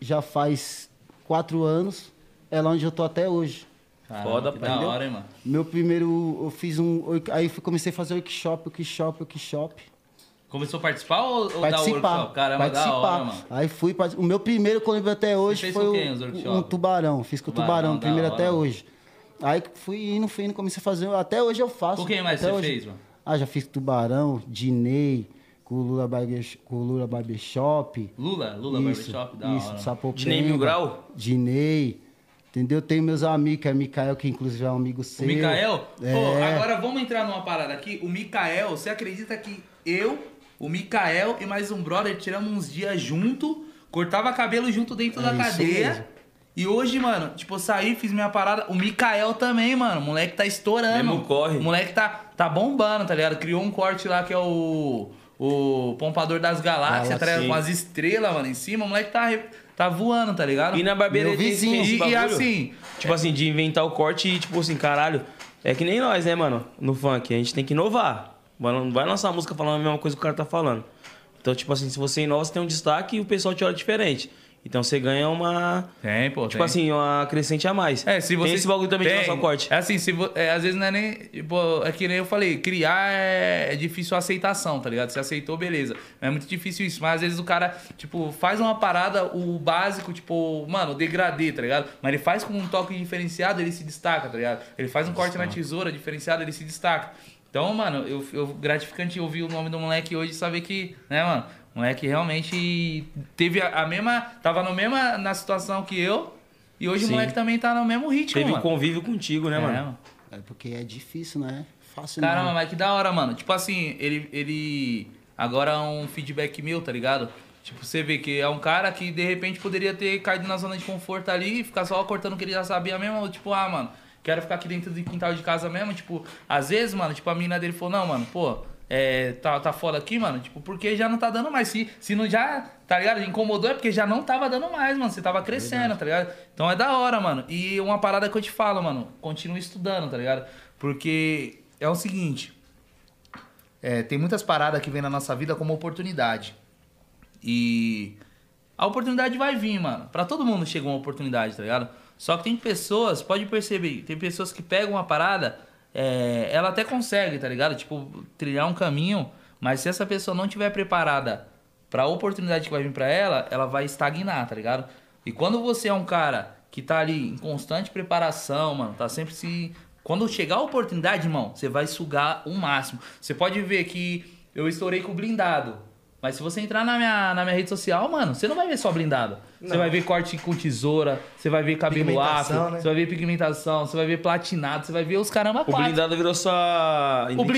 já faz quatro anos, é lá onde eu tô até hoje. Caramba, Foda, que pai. da hora, hein, mano? Meu primeiro, eu fiz um. work- Aí eu comecei a fazer workshop, workshop, workshop. Começou a participar ou, ou dar Participar. workshop? Caramba, da hora, mano. Aí fui. part- O meu primeiro que eu lembro até hoje fez foi com o- quem os workshops? um tubarão. Fiz com o Tubarão, tubarão, da primeiro até hora. hoje. Aí fui indo, fui indo, comecei a fazer. Até hoje eu faço. Com quem mais até você hoje. fez, mano? Ah, já fiz com tubarão, Dinei, com o Lula Barber, com o Lula Barber Shop. Lula, Lula isso, Barbershop, da isso, hora. Sapopemba, Dinei Mil Grau? Dinei. Entendeu? Tem meus amigos, que é Mikael, que inclusive é um amigo O seu. Mikael? É. Pô, agora vamos entrar numa parada aqui. O Mikael, você acredita que eu, o Mikael e mais um brother tiramos uns dias junto, cortava cabelo junto dentro da É isso cadeia. mesmo. E hoje, mano, tipo, eu saí, fiz minha parada. O Mikael também, mano. O moleque tá estourando. Mesmo corre. O moleque tá, tá bombando, tá ligado? Criou um corte lá que é o. O Pompador das Galáxias, tá ligado? sim. Com as estrelas, mano, em cima. O moleque tá, re- tá voando, tá ligado? E na barbearia Meu tem- vizinho. tem esse E- e bagulho? assim, Tipo assim, de inventar o corte e tipo assim, caralho. É que nem nós, né, mano? No funk. A gente tem que inovar. Mano, Não vai lançar música falando a mesma coisa que o cara tá falando. Então, tipo assim, se você inova, você tem um destaque e o pessoal te olha diferente. Então você ganha uma. Tem, pô. Tipo tem. assim, uma crescente a mais. É, se você. Tem esse bagulho também de Tem. lançar o corte. É assim, se vo- é, às vezes não é nem. Tipo, é que nem eu falei, criar é, é difícil a aceitação, tá ligado? Se aceitou, beleza. É muito difícil isso, mas às vezes o cara, tipo, faz uma parada, o básico, tipo, mano, o degradê, tá ligado? Mas ele faz com um toque diferenciado, ele se destaca, tá ligado? Ele faz um corte na tesoura diferenciado, ele se destaca. Então, mano, eu, eu gratificante ouvir o nome do moleque hoje e saber que, né, mano, o moleque realmente teve a, a mesma. Tava no mesma, na situação que eu. E hoje Sim. o moleque também tá no mesmo ritmo, Teve um mano. convívio contigo, né, É, mano? mano. É porque é difícil, né? Fácil não. Caramba, mas que da hora, mano. Tipo assim, ele, ele Agora um feedback meu, tá ligado? Tipo, você vê que é um cara que de repente poderia ter caído na zona de conforto ali e ficar só cortando o que ele já sabia mesmo. ou Tipo, ah, mano, quero ficar aqui dentro do quintal de casa mesmo. Tipo, às vezes, mano, tipo, a mina dele falou, não, mano, pô, é, tá, tá foda aqui, mano. Tipo, porque já não tá dando mais. Se, se não já, tá ligado? Incomodou é porque já não tava dando mais, mano. Você É tava crescendo, tá ligado? Então é da hora, mano. E uma parada que eu te falo, mano, continue estudando, tá ligado? Porque é o seguinte. É, tem muitas paradas que vem na nossa vida como oportunidade. E a oportunidade vai vir, mano. Pra todo mundo chega uma oportunidade, tá ligado? Só que tem pessoas, pode perceber, tem pessoas que pegam uma parada, é, ela até consegue, tá ligado? Tipo, trilhar um caminho, mas se essa pessoa não tiver preparada pra oportunidade que vai vir pra ela, ela vai estagnar, tá ligado? E quando você é um cara que tá ali em constante preparação, mano, tá sempre se. Quando chegar a oportunidade, irmão, você vai sugar o máximo. Você pode ver que eu estourei com o blindado. Mas se você entrar na minha, na minha rede social, mano, você não vai ver só blindado. Você vai ver corte com tesoura, você vai ver cabelo Pigmentação, afro, né? você vai ver pigmentação, você vai ver platinado, você vai ver os caramba O quatro. blindado virou sua identidade. O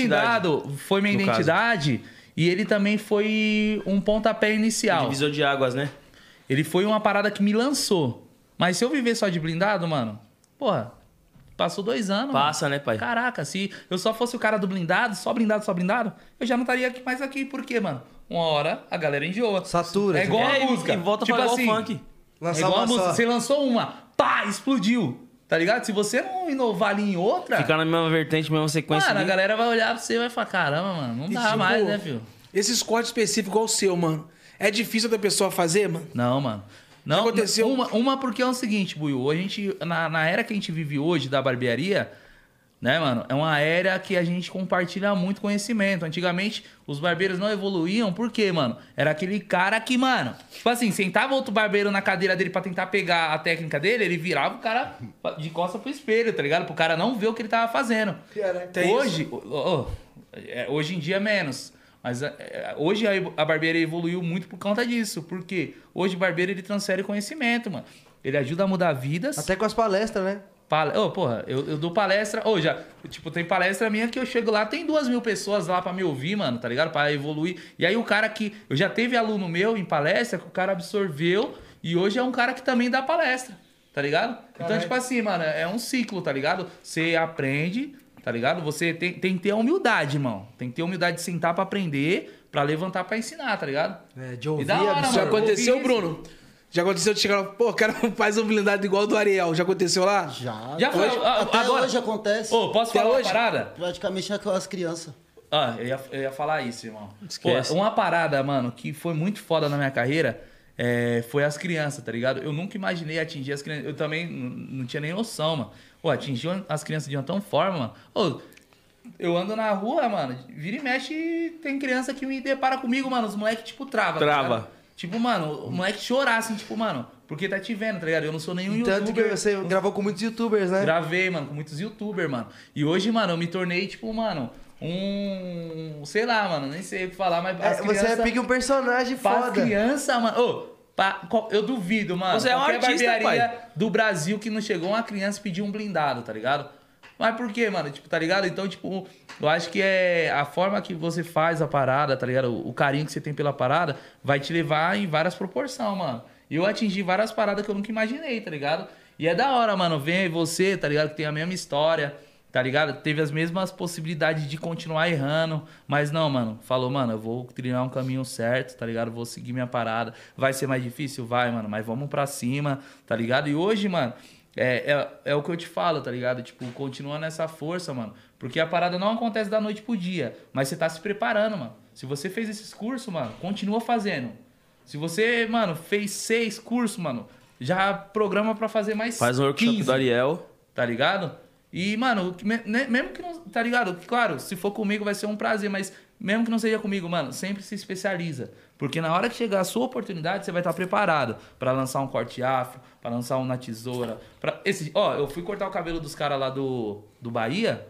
blindado foi minha no caso. identidade e ele também foi um pontapé inicial. Divisor de águas, né? Ele foi uma parada que me lançou. Mas se eu viver só de blindado, mano, porra, passou dois anos. mano. Passa, né, pai? Caraca, se eu só fosse o cara do blindado, só blindado, só blindado, eu já não estaria aqui- mais aqui. Por quê, mano? Uma hora a galera enjoa. Satura, É igual É, a e- música. E volta pra igual o funk. É Lançar igual a uma música. só. Você lançou uma, pá, explodiu. Tá ligado? Se você não inovar ali em outra, Ficar na mesma vertente, mesma sequência. mano, a ali. galera vai olhar pra você e vai falar, caramba, mano, não E, dá tipo, mais, né, filho? Esses cortes específicos, igual o seu, mano. É difícil outra pessoa fazer, mano? Não, mano. Não, aconteceu? Uma, uma porque é o seguinte, Buiu. A gente, na, na era que a gente vive hoje da barbearia, né, mano? É uma era que a gente compartilha muito conhecimento. Antigamente, os barbeiros não evoluíam. Por quê, mano? Era aquele cara que, mano... Tipo assim, sentava outro barbeiro na cadeira dele pra tentar pegar a técnica dele, ele virava o cara de costa pro espelho, tá ligado? Pro cara não ver o que ele tava fazendo. Tem Hoje, ô, ô, é, hoje em dia menos. Mas é, é, hoje a, evo- a barbeira evoluiu muito por conta disso. Porque hoje o barbeiro ele transfere conhecimento, mano. Ele ajuda a mudar vidas. Até com as palestras, né? Pal... Ô, porra, eu, eu dou palestra. Ô, já. Tipo, tem palestra minha que eu chego lá, tem duas mil pessoas lá pra me ouvir, mano, tá ligado? Pra evoluir. E aí o cara que. Eu já teve aluno meu em palestra que o cara absorveu e hoje é um cara que também dá palestra, tá ligado? Então, tipo assim, mano, é um ciclo, tá ligado? Você aprende, tá ligado? Você tem, tem que ter a humildade, irmão. Tem que ter a humildade de sentar pra aprender, pra levantar pra ensinar, tá ligado? É, de ouvir, da hora, absorver. mano. Já aconteceu, ouvi isso. Bruno? Já aconteceu de chegar lá, pô, quero fazer um blindado igual o do Ariel. Já aconteceu lá? Já. Já foi. Hoje- ah, até agora- hoje acontece. Ô, posso Até falar uma hoje? parada? Praticamente é com as crianças. Ah, eu ia, eu ia falar isso, irmão. Esquece. Pô, uma parada, mano, que foi muito foda na minha carreira é, foi as crianças, tá ligado? Eu nunca imaginei atingir as crianças. Eu também n- não tinha nem noção, mano. Pô, atingir as crianças de uma tão forma, mano. Ô, eu ando na rua, mano, vira e mexe tem criança que me depara comigo, mano. Os moleques, tipo, trava. tá Trava. ligado? tipo, mano, o moleque chorar, assim, tipo, mano, porque tá te vendo, tá ligado? Eu não sou nenhum Tanto que youtuber. você gravou com muitos youtubers, né? Gravei, mano, com muitos youtubers, mano. E hoje, mano, eu me tornei, tipo, mano, um. Sei lá, mano, nem sei o que falar, mas. É, as você é criança- pique um personagem pra foda. criança, mano. Ô, pra- qual- eu duvido, mano. Você é um Qualquer artista, barbearia pai. do Brasil que não chegou uma criança pedir um blindado, tá ligado? Mas por quê, mano? Tipo, tá ligado? Então, tipo, eu acho que é a forma que você faz a parada, tá ligado? O, o carinho que você tem pela parada vai te levar em várias proporções, mano. E eu atingi várias paradas que eu nunca imaginei, tá ligado? E é da hora, mano. Vem você, tá ligado? Que tem a mesma história tá ligado? Teve as mesmas possibilidades de continuar errando, mas não, mano. Falou, mano, eu vou trilhar um caminho certo, tá ligado? Vou seguir minha parada. Vai ser mais difícil? Vai, mano, mas vamos pra cima, tá ligado? E hoje, mano, é, é, é o que eu te falo, tá ligado? Tipo, continua nessa força, mano. Porque a parada não acontece da noite pro dia, mas você tá se preparando, mano. Se você fez esses cursos, mano, continua fazendo. Se você, mano, fez seis cursos, mano, já programa pra fazer mais Faz um workshop 15 do Ariel. tá ligado? E, mano, que me- né- mesmo que não. Tá ligado? Claro, se for comigo vai ser um prazer, mas mesmo que não seja comigo, mano, sempre se especializa. Porque na hora que chegar a sua oportunidade, você vai estar preparado pra lançar um corte afro, pra lançar um na tesoura. Pra... Esse, ó, eu fui cortar o cabelo dos caras lá do, do Bahia.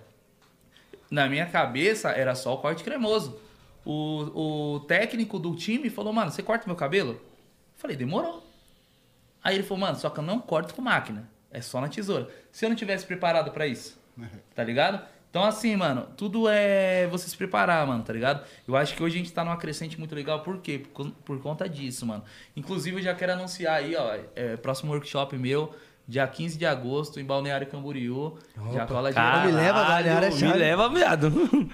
Na minha cabeça era só o corte cremoso. O, o técnico do time falou, mano, você corta meu cabelo? Eu falei, demorou. Aí ele falou, mano, só que eu não corto com máquina. É só na tesoura. Se eu não tivesse preparado pra isso, tá ligado? Então, Então, assim, mano, tudo é você se preparar, mano, tá ligado? Eu acho que hoje a gente tá numa crescente muito legal, por quê? Por, con- por conta disso, mano. Inclusive, eu já quero anunciar aí, ó, é, próximo workshop meu, dia 15 de agosto, em Balneário Camboriú. já cola de Caralho, me leva, galera, é Me chave. leva, viado.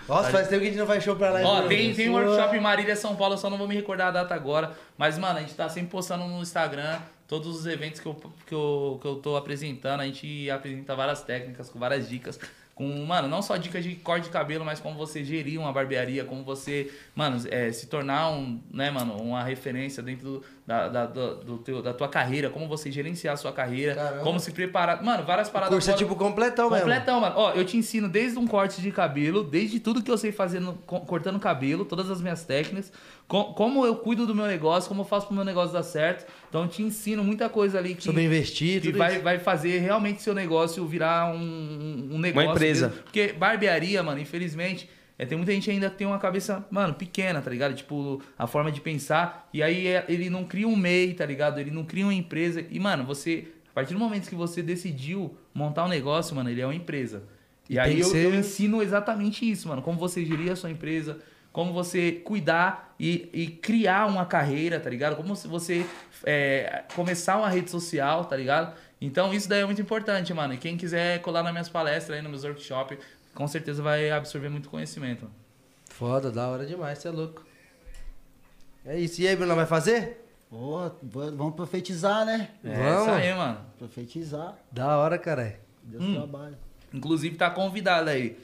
Nossa, faz tempo que a gente não vai show pra lá. Ó, hein, tem, mano? tem um Sua- workshop em Marília, São Paulo, eu só não vou me recordar a data agora. Mas, mano, a gente tá sempre postando no Instagram todos os eventos que eu, que eu, que eu tô apresentando. A gente apresenta várias técnicas, com várias dicas. Com, mano, não só dicas de corte de cabelo, mas como você gerir uma barbearia, como você, mano, é, se tornar um, né, mano, uma referência dentro do- da, da, do, do teu- da tua carreira, como você gerenciar a sua carreira, Caramba. como se preparar. Mano, várias paradas. Curso é fora- tipo completão, mesmo. Completão, mano. Ó, eu te ensino desde um corte de cabelo, desde tudo que eu sei fazer no- co- cortando cabelo, todas as minhas técnicas, co- como eu cuido do meu negócio, como eu faço pro meu negócio dar certo. Então eu te ensino muita coisa ali que, Sobre investir, que tudo vai, isso. vai fazer realmente seu negócio virar um- um, um negócio. empresa. mesmo. Porque barbearia, mano, infelizmente. É, tem muita gente ainda que tem uma cabeça, mano, pequena, tá ligado? Tipo, a forma de pensar. E aí é- ele não cria um MEI, tá ligado? Ele não cria uma empresa. E, mano, você. A partir do momento que você decidiu montar um negócio, mano, ele é uma empresa. E, aí que eu, ser- eu ensino exatamente isso, mano. Como você gerir a sua empresa, como você cuidar e, e criar uma carreira, tá ligado? Como se você é, começar uma rede social, tá ligado? Então isso daí é muito importante, mano. E quem quiser colar nas minhas palestras aí, nos meus workshops, com certeza vai absorver muito conhecimento. Foda, da hora demais, você é louco. É isso. E aí, Bruno, vai fazer? Porra, v- vamos profetizar, né? É Vamos. isso aí, mano. Profetizar. Da hora, caralho. Deus trabalha. Inclusive tá convidado aí.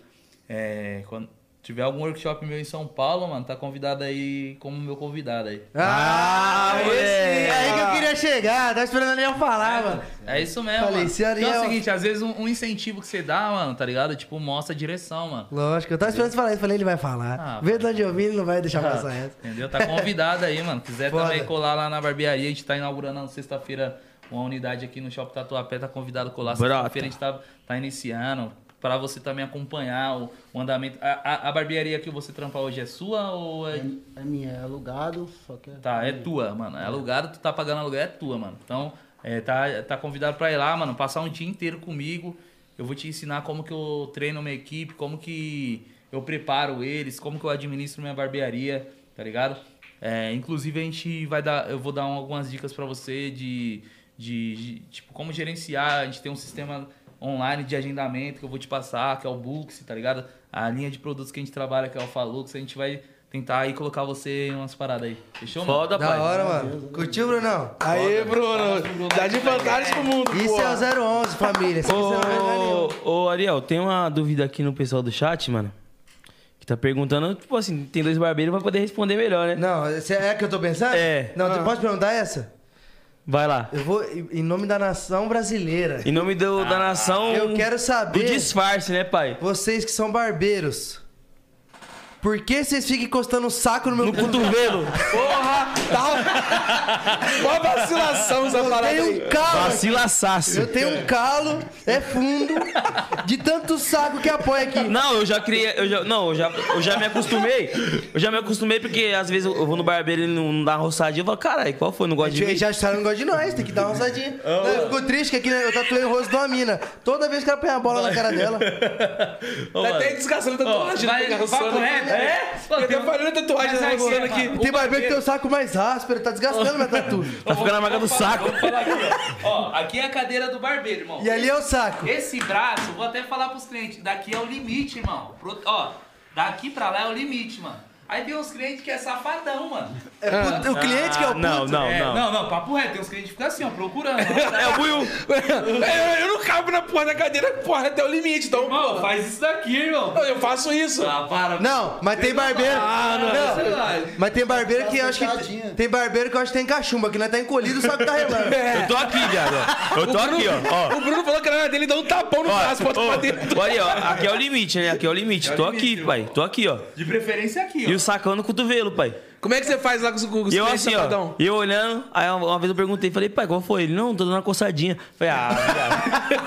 É, quando tiver algum workshop meu em São Paulo, mano, tá convidado aí como meu convidado aí. Ah, Ah, esse moleque. aí que eu queria chegar. Tava esperando ele falar, mano. É isso mesmo, Falei, mano. se Ariel- Então é o seguinte, às vezes um, um incentivo que você dá, mano, tá ligado? Tipo, mostra a direção, mano. Lógico, eu tava esperando você falar isso. Falei, ele vai falar. Ah, Vê de onde eu vim, ele não vai deixar passar essa. é. Entendeu? Tá convidado aí, mano. Quiser Foda. também colar lá na barbearia, a gente tá inaugurando na sexta-feira uma unidade aqui no Shopping Tatuapé, tá convidado a colar. Brota. Sexta-feira a gente tá, tá iniciando. Pra você também acompanhar o, o andamento. A, a- a barbearia que você trampa hoje é sua ou é. É, é minha, é alugado, só que é. Tá, é tua, mano. É alugado, tu tá pagando aluguel, é tua, mano. Então, é, tá, tá convidado pra ir lá, mano, passar um dia inteiro comigo. Eu vou te ensinar como que eu treino minha equipe, como que eu preparo eles, como que eu administro minha barbearia, tá ligado? É, inclusive a gente vai dar, eu vou dar um- algumas dicas pra você de, de, de, tipo, como gerenciar, a gente tem um sistema online de agendamento que eu vou te passar, que é o Books, tá ligado? A linha de produtos que a gente trabalha, que é o Falux, a gente vai tentar aí colocar você em umas paradas aí. Fechou, mano? Foda, Da pai. hora, mano. Curtiu, Brunão? Aê, um Bruno. Dá de vantagem pro mundo, Isso pô. é o 011, família. Se quiser, não vai ganhar nenhum. Ô, ô, Ariel, tem uma dúvida aqui no pessoal do chat, mano. Que tá perguntando, tipo assim, tem dois barbeiros pra poder responder melhor, né? Não, essa é a que eu tô pensando? É. Não, tu pode perguntar essa? Vai lá. Eu vou, em em nome da nação brasileira, Em nome do- da nação. Ah, eu quero Do saber, disfarce, né, pai? vocês que são barbeiros, por que vocês ficam encostando o saco no meu No cotovelo. Porra, tá. Mó vacilação essa Eu parada tenho aí. um calo, Vacilaçaço. eu tenho um calo, é fundo, de tanto saco que apoia aqui. Não, eu já criei. Eu já, não, eu já, eu já me acostumei. Eu já me acostumei porque às vezes eu eu vou no barbeiro e ele não não dá uma roçadinha. Eu falo, caralho, qual foi? Não gosta de mim? Eles já acharam que não gosta de nós, tem que dar uma rosadinha. Não, eu fico triste que aqui né, eu tatuei o rosto de uma mina. Toda vez que ela põe a bola na cara dela. Tá Ô, mano. até desgastando tatuagem. Vai, né, vai roçando pro aqui. reto, é? Pô, Eu tem tô um- falando tatuagem Mas aí, roçando mano, aqui. o Tem barbeiro que tem o saco mais áspero, tá desgastando minha tatu. Tá ficando na marca do Vou saco. falar- vou falar aqui, ó. Ó, aqui é a cadeira do barbeiro, irmão. E ali é o saco. Esse braço, vou até falar pros clientes, daqui é o limite, irmão. Pro- ó, daqui pra lá é o limite, mano. Aí tem uns clientes que é safadão, mano. É puto- o cliente que é o Ah, puto. Não, não, É, não. não, não, papo reto, tem uns clientes que ficam assim, ó, procurando. É o Buiu. É, Eu, eu não cabo na porra da cadeira, porra, até o limite. Então, Irmão, faz isso daqui, irmão. pô, eu faço isso. Ah, para. Não, mas tem barbeiro. Ah, não, Não, sei lá. Mas tem barbeiro que eu acho que. Sentadinha. Tem barbeiro que eu acho que tem cachumba, que nós tá encolhido, só que tá relando. Eu tô aqui, viado. ó. Eu tô aqui, ó. ó. É. O Bruno falou que na dele dá um tapão no braço, bota pra dentro. Ó, Olha, ó, aqui é o limite, né? Aqui é o limite. É o Tô limite, aqui, irmão. pai. Tô aqui, ó. De preferência aqui, ó. E o sacão no cotovelo, pai. Como é que você faz lá com os com os E eu clientes, assim, ó. safadão? E eu olhando, aí uma uma vez eu perguntei, falei, pai, qual foi? Ele, não, tô dando uma coçadinha. Falei, ah,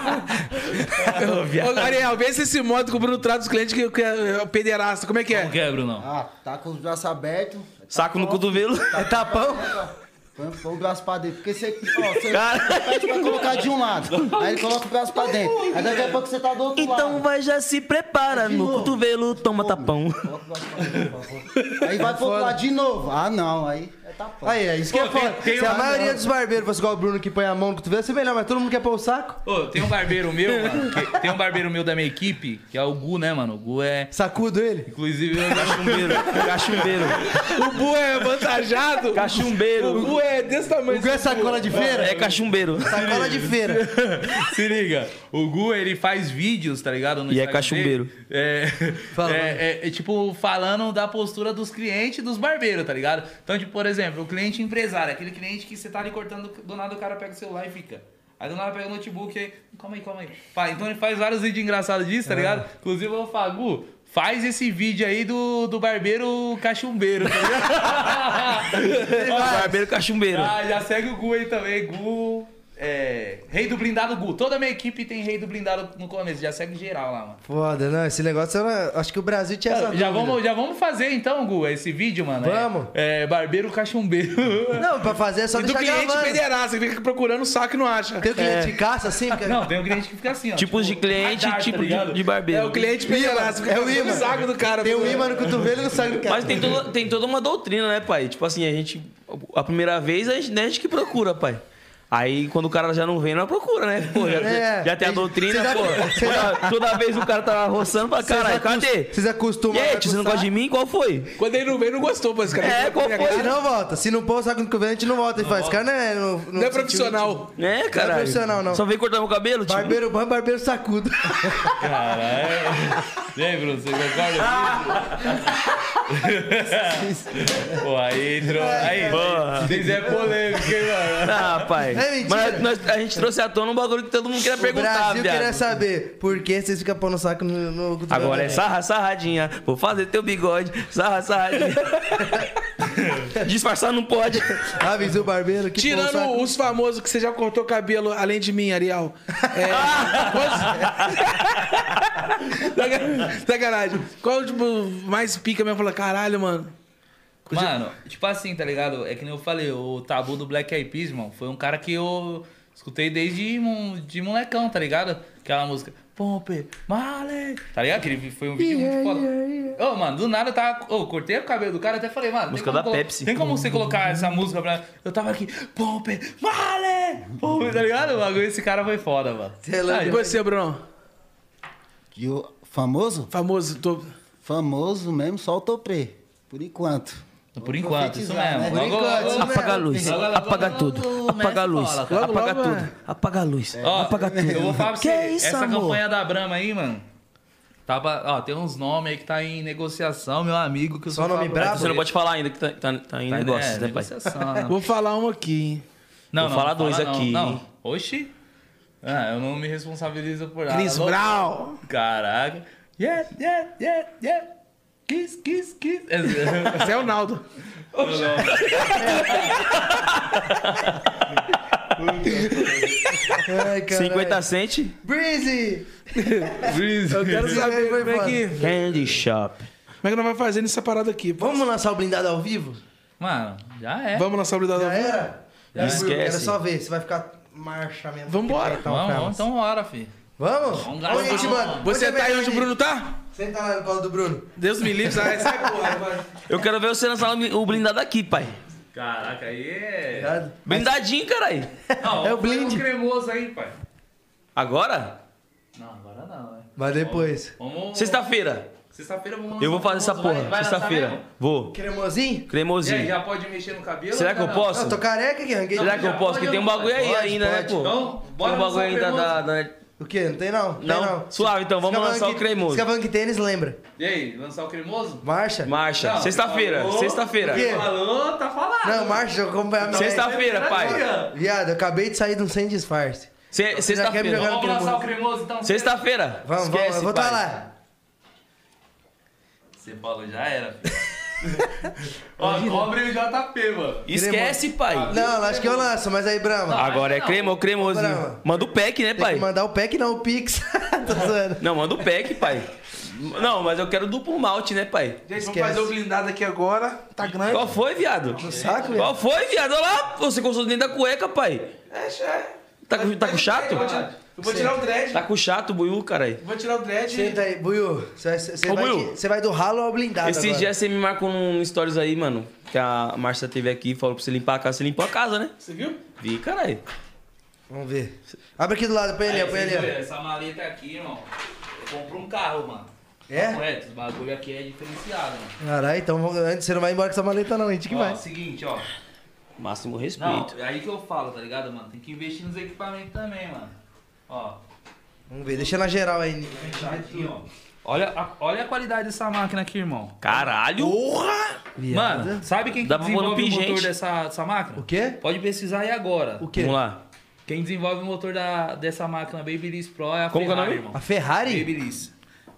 viado. Ô, Ô, viado. Ariel, vê se esse modo que o Bruno trata os clientes que, que é pederasta. Como é que é? Não quebro, não. Ah, tá com os braços abertos. Saco no cotovelo. É tapão? Põe, põe o braço pra dentro. Porque você, ó, você pede pra colocar de um lado. Aí ele coloca o braço pra dentro. Aí daqui a pouco você tá do outro lado. Então vai, já se prepara De no novo. cotovelo, toma tapão. Coloca o braço pra dentro, por favor. Aí vai pro outro lado de novo. Ah, não. Aí é tapão. Aí, é isso que é foda. Se a maioria dos barbeiros fosse igual o Bruno que põe a mão no cotovelo, seria melhor, mas todo mundo quer pôr o saco. Ô, tem um barbeiro meu, mano. que- tem um barbeiro meu da minha equipe, que é o Gu, né, mano? O Gu é. Sacudo ele. Inclusive, eu Cachumbeiro, cachumbeiro, O Bu é avantajado. O cachumbeiro. Bu é desse tamanho. O Gu é sacola de feira? É cachumbeiro. Sacola de feira. Se liga, o Gu ele faz vídeos, tá ligado? No E é Instagram cachumbeiro. dele. É, é, é, é, tipo falando da postura dos clientes e dos barbeiros, tá ligado? Então, tipo, por exemplo, o cliente empresário, aquele cliente que você tá ali cortando, do nada o cara pega o celular e fica. Aí do nada pega o notebook e aí, calma aí, calma aí. Pá, então ele faz vários vídeos engraçados disso, tá ligado? Inclusive eu vou falar, Gu, faz esse vídeo aí do, do barbeiro cachumbeiro, tá ligado? Barbeiro, cachumbeiro. Ah, já segue o Gu aí também. Gu. É. Rei do blindado Gu. Toda a minha equipe tem rei do blindado no começo. Já segue geral lá, mano. Foda, não, esse negócio, eu não- acho que o Brasil tinha essa Já dúvida. vamos, já vamos fazer então, Gu, esse vídeo, mano. Tá Vamos. É, é barbeiro cachumbeiro. Não, pra fazer é só E do deixar cliente gravando. pederasta, que fica procurando o saco e não acha. Tem o cliente de caça, assim? porque- Não, tem um cliente que fica assim, ó. Tipos de cliente, radar, tá tipo de, ligado? de barbeiro. É o cliente pederasta, fica É o procurando imã. o saco do cara. Tem o imã no cotovelo e um no sangue do cara. Mas tem toda, tem toda uma doutrina, né, pai? Tipo assim, a gente. A primeira vez a gente, né, a gente que procura, pai. Aí quando o cara já não vem, não procura, né? Pô, já, É. já tem a doutrina, Cê já- pô. cê já- Toda, toda vez o cara tá roçando pra caralho, cadê? Vocês E acostumam. aí, a tio, você não acusar? gosta de mim? Qual foi? Quando ele não veio, não gostou, mas cara. É, qual foi? Se não volta. Se não pôr o saco no cotovelo, a gente não volta. Ele faz. Esse cara não é, não, não Não é sentiu- Tipo, profissional. É, caralho. profissional, não. Só veio cortar meu cabelo, tio? Barbeiro bom, é barbeiro sacudo. Lembra? Você concorda? Pô, aí entrou. Aí, vocês é polêmico, hein, mano? Ah, pai. É mentira. Mas nós- a gente trouxe à tona um bagulho que todo mundo queria O perguntar, Brasil viado. queria saber por que vocês ficam pondo o saco no, no cotovelo. Agora é sarra, sarradinha. Vou fazer teu bigode. Sarra, sarradinha. Disfarçar não pode. Avisa o barbeiro que põe o Tirando saco. os famosos que você já cortou cabelo, além de mim, Ariel. É. Sacanagem. Qual, tipo, mais pica mesmo? Fala, caralho, mano. Mano, tipo assim, tá ligado? É que nem eu falei, o tabu do Black Eyed Peas, mano, foi um cara que eu escutei desde mo- de molecão, tá ligado? Aquela música, Pompe, Marley, tá ligado? Aquele foi um vídeo muito foda. Ô, mano, do nada eu tava... Ô, cortei o cabelo do cara, até falei, mano... tem Música como da colo- Pepsi. Tem como você colocar essa música pra... Eu tava aqui, Pompe, Marley, Pompe, tá ligado? O bagulho, esse cara foi foda, mano. é Ah, Ah, E você, Bruno? E o famoso? Famoso. Tô... Famoso mesmo, só o Topré. Por enquanto. Por enquanto, isso profetizar, mesmo. Logo, né? Por enquanto, logo- isso mesmo. Apaga a luz. Logo, logo, Apaga logo, tudo. logo, Apaga a mestre luz. fala, cara. Logo, Apaga logo, tudo. é. Ah, Apaga a luz. Ó, Apaga tudo. Eu vou falar pra Que você, isso, essa amor? campanha da Brahma aí, mano. Tava, ó, tem uns nomes aí que tá em negociação, meu amigo. Que eu Só só nome falo- brabo? Tá, Você não pode falar ainda que tá, tá, tá em né, negócios, né, pai? negociação, né? Vou falar um aqui, hein? Não, Vou não, falar não dois fala não, aqui. Não, oxi. Ah, eu não me responsabilizo por nada. Chris Alô? Brown. Caraca. Yeah, yeah, yeah, yeah. Kiss, kiss, kiss. Não, Zé Ronaldo. não. Ai, caralho. 50 cent. É, Breezy! Eu quero Esse saber aí foi como é, foda. que, Candy Shop. como é que nós vamos fazer nessa parada aqui. Vamos, Vamos lançar o blindado ao vivo? Mano, já é. vamos lançar o blindado. Já era? Já esquece. Era só ver, você vai ficar marcha mesmo. Vambora. Então, Vamos, calma. vamos, então hora, filho. Vamos? Vamos, galera. Onde a gente Vamos. manda? Você é tá aí melhor onde o ir? Bruno tá? Senta lá no colo do Bruno. Deus me livre, sai, sai, porra. vai. Eu quero ver você lançar o blindado aqui, pai. Caraca, aí é. Obrigado. Blindadinho, caralho. Não, É o põe um blind. cremoso aí, pai. Agora? Não, agora não, é. Mas depois. Vamos. Sexta-feira. Sexta-feira vamos lançar Eu vou fazer essa cremoso. Vai- porra. vai lançar Sexta-feira. mesmo? Vou. Cremosinho? E aí, Cremosinho. já pode mexer no cabelo? Será ou que eu não? Não, posso? tô careca aqui, ranguei. Será que eu posso? Porque tem um bagulho aí Pode, ainda, né, pode. pô? Então, bora Tem um bagulho lançar o ainda da- da, O quê? Não tem não? Tem, Não? Suave, então, vamos Fica lançar falando o que- cremoso. Fica falando que tênis lembra. E aí, lançar o cremoso? Marcha? Marcha. Não, Sexta-feira. falou. Sexta-feira. O quê? Falou, tá falado. Não, marcha, eu acompanhava minha tá Sexta-feira, pai. mãe. Viado, eu acabei de sair de um sem disfarce. Se- já quer me Sexta-feira. jogar- Vamos lançar o cremoso então. Sexta-feira. Vamos, vamos, Esquece, eu vou pai. tá lá. Você falou, já era. filho. Ó, cobre o JP, mano. Esquece, pai. Não, eu acho que eu lanço, mas aí, Brahma. Agora é cremo ou cremosinho? Brava. Manda o pack, né, Tem pai? que mandar o pack, não, o Pix. Tô zoando. Não, manda o pack, pai. Não, mas eu quero duplo malte, né, pai? Gente, vamos Esquece. fazer o blindado aqui agora. Tá grande. Qual foi, viado? saco, Qual foi, viado? Olha lá, você gostou dentro da cueca, pai. É, chefe. Tá com- tá com chato? Eu vou tirar, eu vou tirar o dread. Tá com chato o buiú, caralho. Eu Vou tirar o dread. Senta aí, Buiu. Você vai, você Ô, vai Buiu. de- você vai do ralo ao blindado Esses agora. dias você me marcou num stories aí, mano. Que a Márcia teve aqui e falou pra você limpar a casa. Você limpou a casa, né? Você viu? Vi, caralho. Vamos ver. Abre aqui do lado, põe ali, ó, põe Aí, ali. vocês ó. veem, Essa maleta aqui, irmão. Eu compro um carro, mano. É? Papo reto, Esse bagulho aqui é diferenciado, mano. Caralho, então vamos- antes você não vai embora com essa maleta não, a gente que ó, vai. seguinte, ó. Máximo Não, respeito. é aí que eu falo, tá ligado, mano? Tem que investir nos equipamentos também, mano. Ó, Vamos ver, deixa na geral aí. fechadinho, ó. Olha a, olha a qualidade dessa máquina aqui, irmão. Caralho! Porra! Viado. Mano, sabe quem que Dá pra pôr no desenvolve o motor pingente. dessa, dessa máquina? O quê? Pode pesquisar aí agora. O quê? Vamos lá. Quem desenvolve o motor da, dessa máquina Babyliss Pro é a Como que é o Ferrari, nome? irmão. A Ferrari? Babyliss.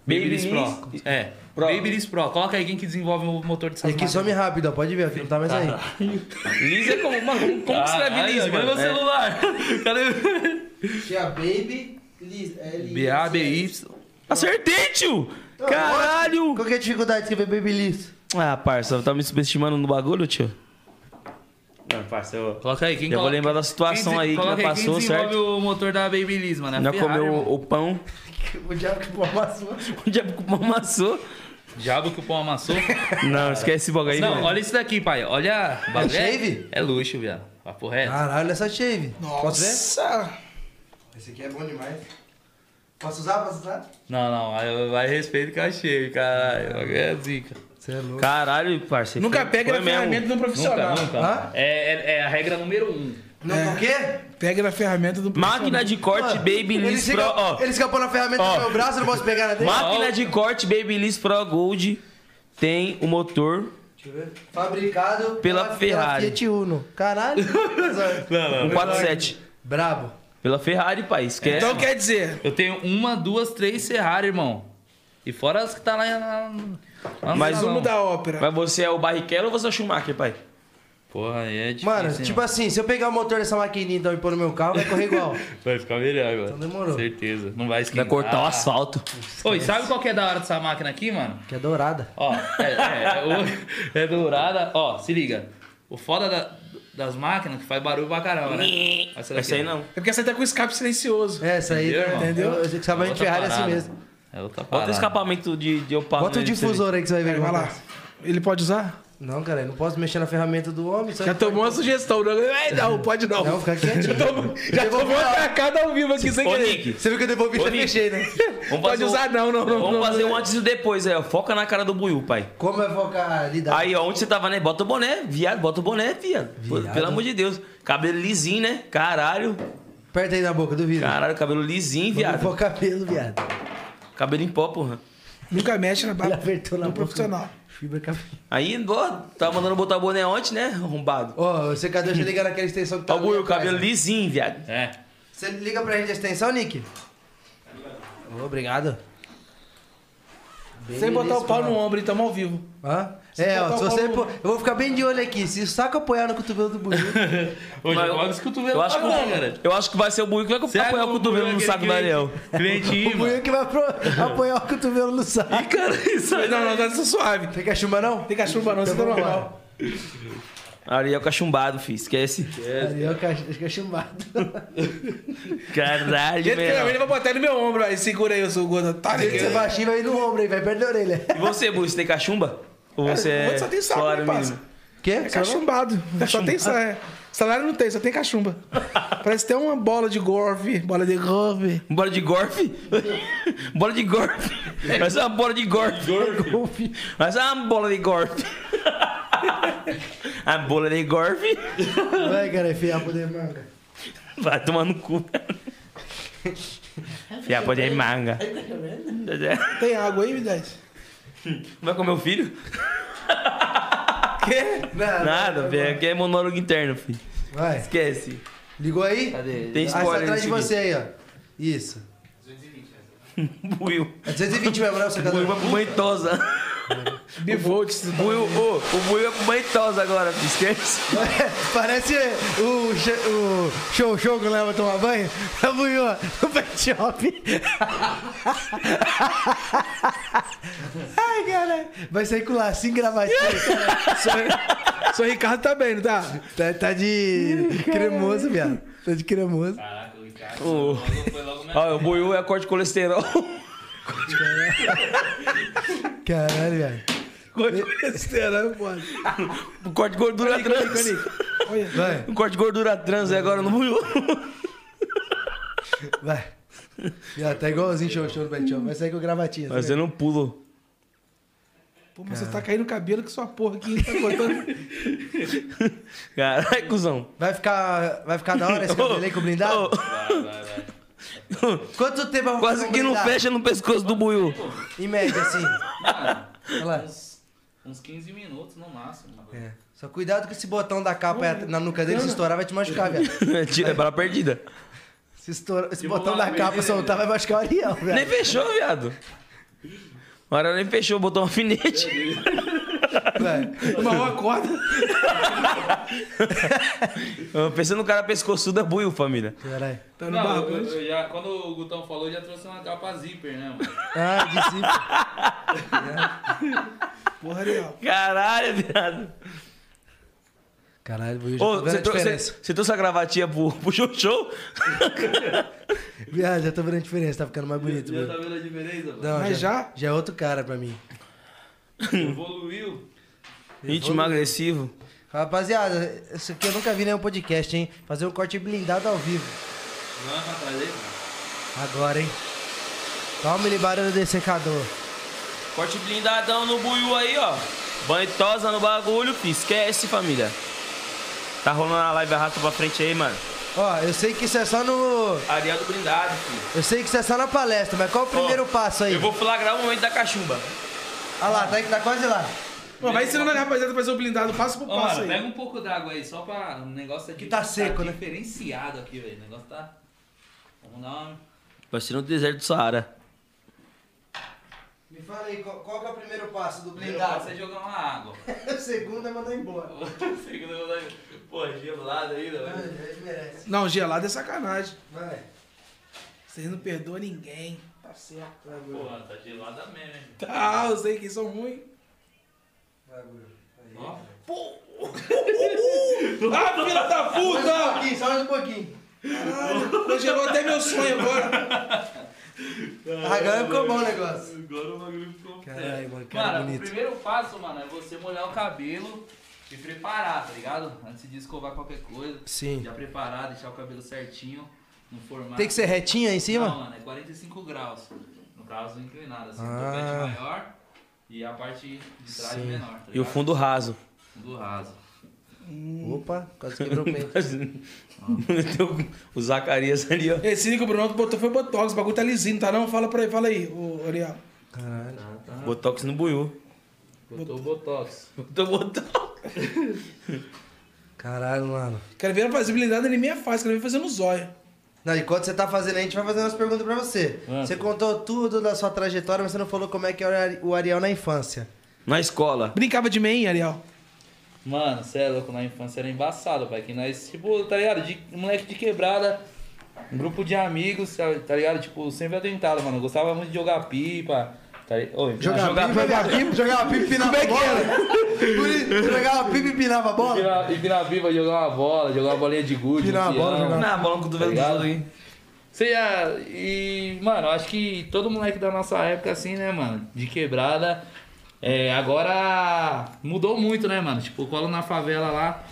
Babyliss Babyliss Pro. É. Pro. É Babyliss Pro. Coloca aí quem que desenvolve o motor dessa Aqui máquina. É some rápido, ó, pode ver, ó, que não tá mais aí. Liz é como, mano, como, como que escreve Caralho, Liz, cadê mano? É. meu celular? Cadê? Tia Baby, Liz, é, L- B-A-B-Y. Acertei, Tá tio! Caralho! Qual que é a dificuldade de escrever Babyliss? Ah, parça, tá me subestimando no bagulho, tio? Não, parça, eu... Coloca aí, quem Eu vou coloca- lembrar da situação quem aí desen- que coloca nós aí, passou, quem desenvolve certo? o motor da Babyliss, mano. É a Já Ferrari, comeu mano. o pão, O diabo que pôr a sua. o diabo com o pão amassou. Diabo que o pão amassou. Não, esquece esse bagulho aí, Não, mano. olha isso daqui, pai. Olha. É shave? Ah. É luxo, viado. Papo reto. Caralho, essa shave. Posso ver? Nossa! Esse aqui é bom demais. Posso usar? Posso usar? Não, não. aí Vai respeito que eu achei, caralho. É zica. Você é louco. Caralho, parça. Nunca foi- pega foi na ferramenta de um profissional. Nunca, nunca. Hã? É, é- é a regra número um. Não, o quê? Pega na ferramenta um do Máquina de corte Ele, Babyliss Pro, escapou, ó. ele escapou na ferramenta Ó. do meu braço, eu não posso pegar na dele? Máquina de corte Babyliss Pro Gold tem o motor Deixa eu ver. Fabricado Pela Ferrari. Fiat Uno. Caralho. Mas, ó, 147. Brabo. Pela Ferrari, pai, esquece. Então quer dizer, Eu tenho uma, duas, três Ferrari, irmão. E fora as que tá lá na. lá no Mais salão. resumo da ópera. Mas você é o Barrichello ou você é o Schumacher, pai? Porra, aí é difícil. Mano, tipo assim, se eu pegar o motor dessa maquininha então, e pôr no meu carro, vai correr igual. Vai ficar melhor agora. Então demorou. Certeza. Não vai Vai esquentar. cortar o asfalto. Oi, sabe qual que é da hora dessa máquina aqui, mano? que é dourada. Ó, é, é, é, o- é dourada. Ó, se liga. O foda da- das máquinas é que faz barulho pra caramba, né? Essa daqui, Essa aí não. É porque essa aí tá com escape silencioso. É, essa aí, Entendeu, irmão? entendeu? Eu sei que sabe de outra Ferrari é assim parada. mesmo. É outra parada. Bota o escapamento de, de opamento. Bota o difusor aí que você vai ver. Vai lá. acontece. Ele pode usar? Não, cara, eu não posso mexer na ferramenta do homem. só Já que- tomou uma sugestão. Não, Ai, não pode não. Não, fica já quietinho. tomou, já tomou uma tacada ao vivo aqui sem Ô, querer. Nick, Você viu que eu devolvi Ô, sem Nick. mexer, né? vamos Pode fazer um usar? Não, não, não. Vamos não, fazer não. um antes e o depois, aí, ó. Foca na cara do Buiu, pai. Como é focar lidar? Aí, ó, onde você tava, né? Bota o boné, viado. Bota o boné, viado. Pô, Viado. Pelo amor de Deus. Cabelo lisinho, né? Caralho. Aperta aí na boca, duvido. Caralho, cabelo lisinho, viado. Vou cabelo, viado. Cabelo em pó, porra. Nunca mexe na Ele barba apertou na Ah, do boca. profissional. Fibra cabelo. Aí, ó, tava mandando botar o boné ontem, né? Arrombado. Ó, o secador, deixa eu ligar naquela extensão que tá Ó, o ali Buiu, atrás, cabelo ó. lisinho, viado. É. Você liga pra gente a extensão, Nick? Ô, Obrigado. Sem botar o pau no ombro, então ao vivo. Hã? É, ó, botar se o você. pau pô- Eu vou ficar bem de olho aqui. Se o saco apoiar no cotovelo do Buiu. Hoje Mas eu- logo esse cotovelo Eu acho, tá bom, cara. que, eu acho que vai ser o Buiu que vai Será apoiar que o cotovelo Buiu no é saco do aquele Ariel. Cliente o imã. Buiu que vai apro- apoiar o cotovelo no saco. Cara, isso aí Não, não, tá tá suave. Tem cachumba, não? Tem cachumba não, você tá Então vamos lá. normal. Ariel é cachumbado, fi. Esquece. Ali é o cach- cachumbado. Caralho, Ele velho. ele vai botar ele no meu ombro aí. Segura aí, eu sou o gordo. Tá Ele ser ligado? baixinho vai ir no ombro aí, vai perder a orelha. E você, Buiu, você tem cachumba? Ou você é Você só tem saco, salário né, parça? mínimo? Quê? É cachumbado. Só tem sa- é. salário. não tem, só tem cachumba. Parece ter uma bola de golfe. Bola de golfe. Bola de golfe? bola de golfe. Mas é uma bola de golfe. Golfe. Mas é uma bola de golfe. A bola de golfe Vai, cara, é enfiar poder manga. vai tomar no cu. Fiapo de manga. Tem água aí, Vidais? Vai comer o filho? Quê? Nada, Nada, velho. Aqui é monólogo interno, filho. Vai. Esquece. Ligou aí? Cadê? Tem Ah, está spoiler atrás nesse de você aí, ó. Isso. vídeo. Buiu. É 220 mesmo, né? O secador. Buiu vai pro mãe tosa. Bivolts. Buio, ô, o Buio é com banitosa agora, filho, esquece. Parece o, che- o show show que leva a tomar banho. É buiô no pet shop. Ai, cara. Vai sair com lacinho gravatinho. Só Ricardo tá bem, não tá? Tá, tá de cremoso, viado. Tá de cremoso. Caraca, o Ricardo O- foi logo mesmo. Ó, o Buio é corte de colesterol. Caralho, viado. Corte de colesterol, pode. O corte de Tá gordura trans. Vai, O corte de gordura trans é agora no Buio. vai. Viado, tá igualzinho show show no pet shop. Vai sair com gravatinha. tá Mas eu não pulo. Pô, mas você tá caindo o cabelo que sua porra aqui tá cortando. Caralho, cuzão. Vai ficar, vai ficar da hora esse cabelo aí com o blindado? Vai, vai, vai. Quanto tempo vai Quase ficar com que não blindado? fecha no pescoço do Buio. Em média, assim. Mano, Olha lá. uns, uns 15 minutos no máximo. É. Só cuidado com esse botão da capa é na nuca dele, se estourar vai te machucar, velho. É bala perdida. Se estourar, esse E botão vamos lá, da capa beleza. soltar vai machucar o Ariel, Nem velho. fechou, viado. O Arara nem fechou, botou um alfinete. Vai. Mal acorda. Eu Pensei no cara pescoçudo, é buio, família. Caralho. Tá no Não, eu, barbante. eu já, quando o Gutão falou, eu já trouxe uma capa zíper, né, mano? Ah, disse. Porra, Ariel. Caralho, viado. Caralho, eu já tô Ô, vendo você a trouxe, diferença. você- você trouxe a gravatinha pro, pro show show? Viado, já tô vendo a diferença, tá ficando mais bonito, Já tá meu. vendo a diferença, mano? Não, Mas já, já? já é outro cara pra mim. Evoluiu. Ritmo agressivo. Rapaziada, isso aqui eu nunca vi em nenhum podcast, hein? Fazer um corte blindado ao vivo. Não é pra trazer, mano. Agora, hein? Toma ele barulho desse secador. Corte blindadão no buio aí, ó. Banitosa no bagulho, fi. Esquece, família. Tá rolando a live arrasta pra frente aí, mano. Ó, eu sei que isso é só no. Ariel do blindado, fi. Eu sei que isso é só na palestra, mas qual o primeiro Ó, passo aí? Eu vou flagrar o momento da cachumba. Ah lá, tá, tá quase lá. Mano, vai ensinando a rapaziada a fazer o blindado passo por Ô, passo mano, aí. pega um pouco d'água aí, só pra. O negócio aqui Que tá seco, né? diferenciado aqui, velho. O negócio tá. Vamos dar uma. Parece no deserto do Saara. Me fala aí, qual, qual que é o primeiro passo do Primeiro passo é jogar uma água. o segundo é mandar embora. Segundo, eu vou dar- tá- Pô, é gelado ainda, velho. ele merece. Não, gelado é sacanagem. Vai. Vocês não perdoam ninguém. Tá certo. Vai, Bruno. Pô, tá gelada mesmo, hein? Tá, eu sei que são ruins. Vai, Bruno. Aí. Ó. Ah, filha da Só um puta! pouquinho, só mais um pouquinho. Congelou até meu sonho agora. Agora ficou bom o negócio. Agora o bagulho ficou Caralho, mano, cara Cara, o bonito. primeiro passo, mano, é você molhar o cabelo e preparar, tá ligado? Antes de escovar qualquer coisa. Sim. Já preparar, deixar o cabelo certinho, no formato. Tem que ser retinha em Não, cima? mano, é 45 graus. No caso, inclinado, assim. Ah. O topete maior e a parte de trás Sim. menor, tá E o ligado? fundo raso. Do raso. Opa, quase quebrou o peito. o Zacarias ali, ó. Esse link que o Bruno botou foi Botox, o bagulho tá lisinho, tá não? Fala pra ele, fala aí, ô Ariel. Caralho. Botox no buiú. Botou o botox. Botou botox. Caralho, mano. Quero ver ele fazer blindado ele meia faz, quero ver fazendo zóio. Não, enquanto você tá fazendo aí, a gente vai fazer umas perguntas pra você. Você contou tudo da sua trajetória, mas você não falou como é que era o Ariel na infância. Na escola. Brincava de meia, Ariel. Mano, cê é louco, na infância era embaçado, pai. Que nós, tipo, tá ligado? De, moleque de quebrada, um grupo de amigos, tá tá ligado? Tipo, sempre atentado, mano. Eu Gostava muito de jogar pipa. Tá li... Ô, Jogava pipa, jogava pipa, jogava pipa e pinava é é bola. Jogava pipa e pinava E bola. na, e na viva jogar uma bola, jogar uma bolinha de gude. Virar uma um bola, peão. jogar- Na bola no cotovelo do Tá outro aí. Você já. E, mano, acho que todo moleque da nossa época, assim, né, mano? De quebrada. É, agora mudou muito, né, mano? Tipo, colo na favela lá.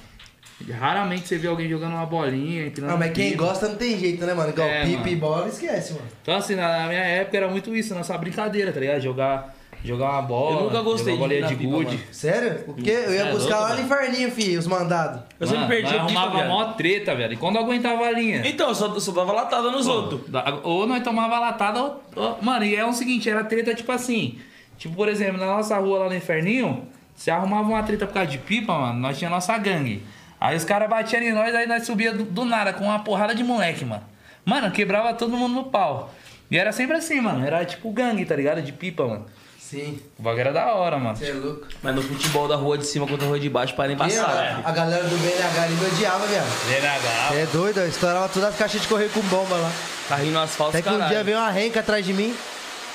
Raramente você vê alguém jogando uma bolinha. empinando Não, mas quem pipa. gosta não tem jeito, né, mano? Igual É, pipa mano. e bola, esquece, mano. Então, assim, na na minha época era muito isso, nossa brincadeira, tá ligado? Jogar, jogar uma bola. Eu nunca gostei jogar de bolinha de pipa, gude. mano. Sério? O quê? Eu ia É buscar louco, lá no mano. inferninho, filho, os mandados. Eu sempre Mano, perdi nós a pipa, arrumava viado. mó treta, velho. E quando aguentava a linha? Então, eu só, só dava latada nos outros. Da- Ou nós tomava latada, ou, ou- Mano, e é o seguinte, era treta tipo assim. Tipo, por exemplo, na nossa rua lá no Inferninho, se arrumava uma treta por causa de pipa, mano, nós tinha nossa gangue. Aí os caras batiam em nós, aí nós subia do, do nada com uma porrada de moleque, mano. Mano, quebrava todo mundo no pau. E era sempre assim, mano. Era tipo gangue, tá ligado? De pipa, mano. Sim, O bagulho era da hora, mano. você é louco. Mas no futebol da rua de cima contra a rua de baixo, para nem passar. né? a, a galera do BNH ali me odiava, viado. VNH. É doido, eu estourava todas as caixas de correr com bomba lá. Carrinho no Tá asfalto, Até que um caralho. dia veio uma renca atrás de mim.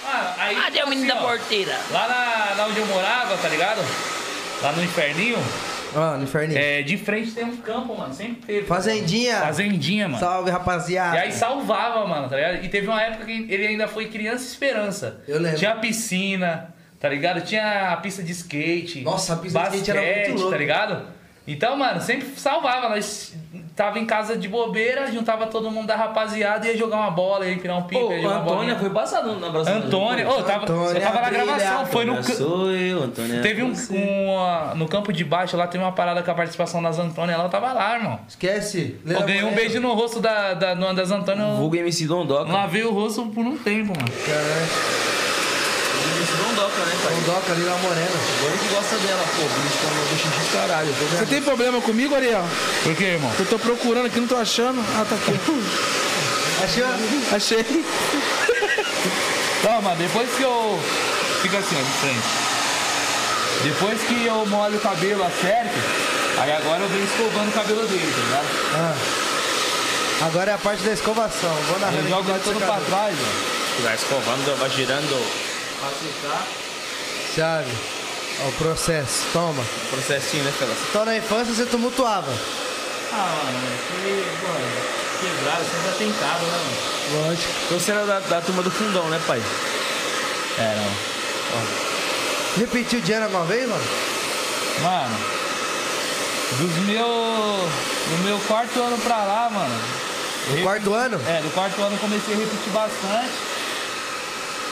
Mano, aí. Cadê o menino da porteira? Lá na, lá onde eu morava, tá ligado? Lá no inferninho. Ah, no inferninho. É, de frente tem um campo, mano. Sempre teve. Fazendinha. Fazendinha, mano. Salve, rapaziada. E aí salvava, mano, tá ligado? E teve uma época que ele ainda foi criança esperança. Eu lembro. Tinha piscina, tá ligado? Tinha a pista de skate. Nossa, a pista de basquete, skate era muito louca. tá ligado? Então, mano, sempre salvava. Nós tava em casa de bobeira, juntava todo mundo da rapaziada, ia jogar uma bola, ia empinar um pipa, Pô, ia jogar a uma bola. Antônia foi passada na Brasileira. Antônia, ô, eu tava, eu Antônia, tava na brilha, gravação, foi no, né? Antônia ca- Sou eu, Antônia. Teve um, você. um, ah, no campo de baixo lá, teve uma parada com a participação das Antônia, ela tava lá, irmão. Esquece. Eu ganhei um beijo no rosto da, da, de uma das Antônia. eu Vulgo MC Dondoca. não lavei o rosto por um tempo, mano. Caralho. MC Dondoca, né, pai? O Doca ali na morena. Agora que gosta dela, pô. Bicho, tá um bicho de caralho. Tô Você vendo. tem problema comigo, Ariel? Por quê, irmão? Eu tô procurando aqui, não tô achando. Ah, tá aqui. Achei. Achei. Toma, depois que eu. Fica assim, ó, de frente. Depois que eu molho o cabelo, acerto, aí agora eu venho escovando o cabelo dele, tá ligado? Agora é a parte da escovação. Vou Aí narrar eu jogo Ah. ele todo pra trás, ó. Vai escovando, vai girando. Chave. Ó, o processo. Toma. Processinho, né, fela? Então na infância você tumultuava. Ah, mano, que, mano, quebrado, sempre atentado, né, mano? Lógico. Então você era da, da turma do fundão, né, pai? É, não. Repetiu o dinheiro alguma vez, mano? Mano, dos meus. Do meu quarto ano pra lá, mano, No quarto ano? É, no quarto ano eu comecei a repetir bastante.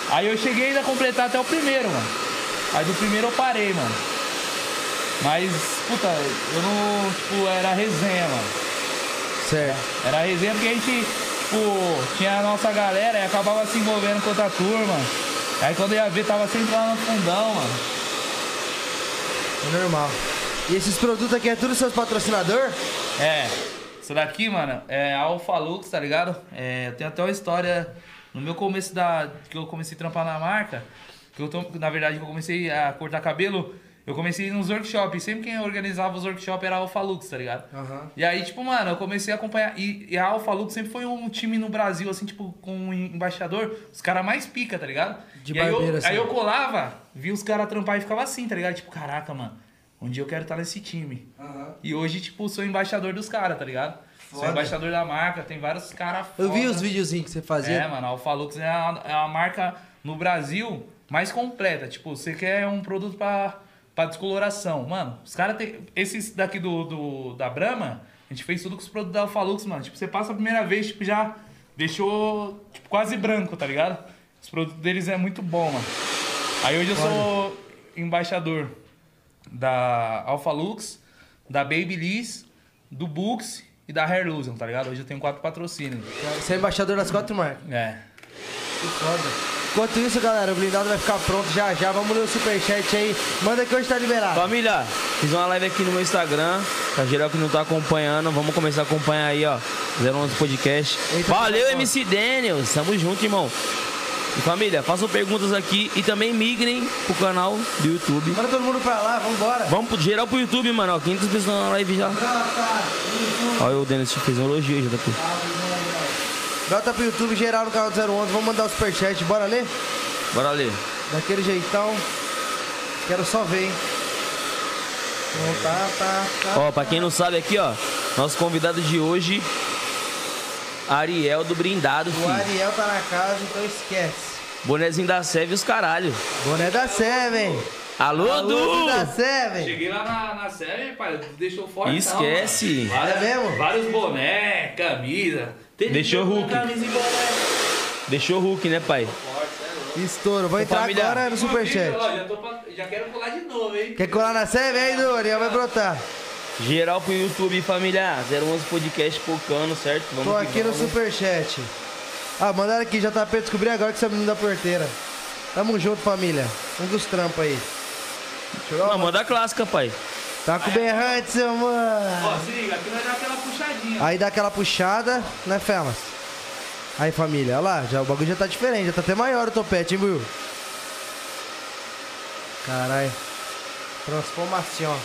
Aí eu cheguei ainda a completar até o primeiro, mano. Aí do primeiro eu parei, mano. Mas, puta, eu não. Tipo, era resenha, mano. Certo. Era resenha porque a gente, tipo, tinha a nossa galera e acabava se envolvendo com outra turma. Aí quando eu ia ver, tava sempre lá no fundão, mano. É normal. E esses produtos aqui é tudo seus patrocinador? É, isso daqui, mano, é Alfa Lux, tá ligado? É, eu tenho até uma história no meu começo da. que eu comecei a trampar na marca, que eu tô, na verdade, que eu comecei a cortar cabelo, eu comecei nos workshops. Sempre quem organizava os workshops era a Alfa Lux, tá ligado? E aí, tipo, mano, eu comecei a acompanhar. E, e a Alfa Lux sempre foi um time no Brasil, assim, tipo, com um embaixador, os caras mais pica, tá ligado? De e aí eu- barbeiro, assim. aí eu colava, via os caras trampar e ficava assim, tá ligado? Tipo, caraca, mano, um dia eu quero estar nesse time. E hoje, tipo, sou embaixador dos caras, tá ligado? Sou embaixador da marca, tem vários caras Eu vi foda. os videozinhos que você É, fazia. mano, a Alfa Lux é a, é a marca no Brasil mais completa. Tipo, você quer um produto pra, pra descoloração. Mano, os caras tem. Esses daqui do, do- da Brahma, a gente fez tudo com os produtos da Alfa Lux, mano. Tipo, você passa a primeira vez, tipo, já deixou tipo, quase branco, tá ligado? Os produtos deles é muito bom, mano. Aí hoje eu sou embaixador da Alpha Lux, da Babyliss, do Books e da Hair Illusion, tá ligado? Hoje eu tenho quatro patrocínios. Você é embaixador das quatro marcas. É. Enquanto isso, galera, o blindado vai ficar pronto já já. Vamos ler o superchat aí. Manda que hoje tá liberado. Família, fiz uma live aqui no meu Instagram. Pra geral que não tá acompanhando, vamos começar a acompanhar aí, ó. 011 Podcast. Eita, Valeu, tá bom. MC Daniel. Tamo junto, irmão. E família, façam perguntas aqui e também migrem pro canal do YouTube. Manda todo mundo pra lá, vambora. Vamos pro, geral pro YouTube, mano. Ó, 500 pessoas na live já. Olha o Denis fez um elogio já, JP. Bota pro YouTube geral no canal do 011. Vamos mandar o superchat. Bora ler? Bora ler. Daquele jeitão. Quero só ver, hein? Não, tá, tá, tá. Ó, pra quem não sabe aqui, ó, nosso convidado de hoje, Ariel do Brindado, O filho. Ariel tá na casa, então esquece. Bonezinho da Seve e os caralho. Boné da Seven. Alô, Boné Du! da Seven. Cheguei lá na, na série, pai, deixou forte. Esquece. É mesmo? Vários boné, camisa. Deixou o Hulk. Deixou o Hulk, né, pai? Estouro. Vou entrar família. agora no superchat. Já, tô pra- já quero pular de novo, hein? Quer colar na Seven aí, Du? Ariel vai brotar. Geral pro YouTube, família. 011 Podcast focando, certo? Vamos Tô que aqui no vamos. superchat. Ah, mandaram aqui, JP, descobri agora que você é o menino da porteira. Tamo junto, família. Um dos trampos aí. Ah, manda a clássica, pai. Tá com o berrante, seu mano. Ó, se liga, aqui vai dar aquela puxadinha. Aí dá aquela puxada, né, Felas? Aí, família, olha lá, já, o bagulho já tá diferente, já tá até maior o topete, hein, Buiu? Caralho. Transformação.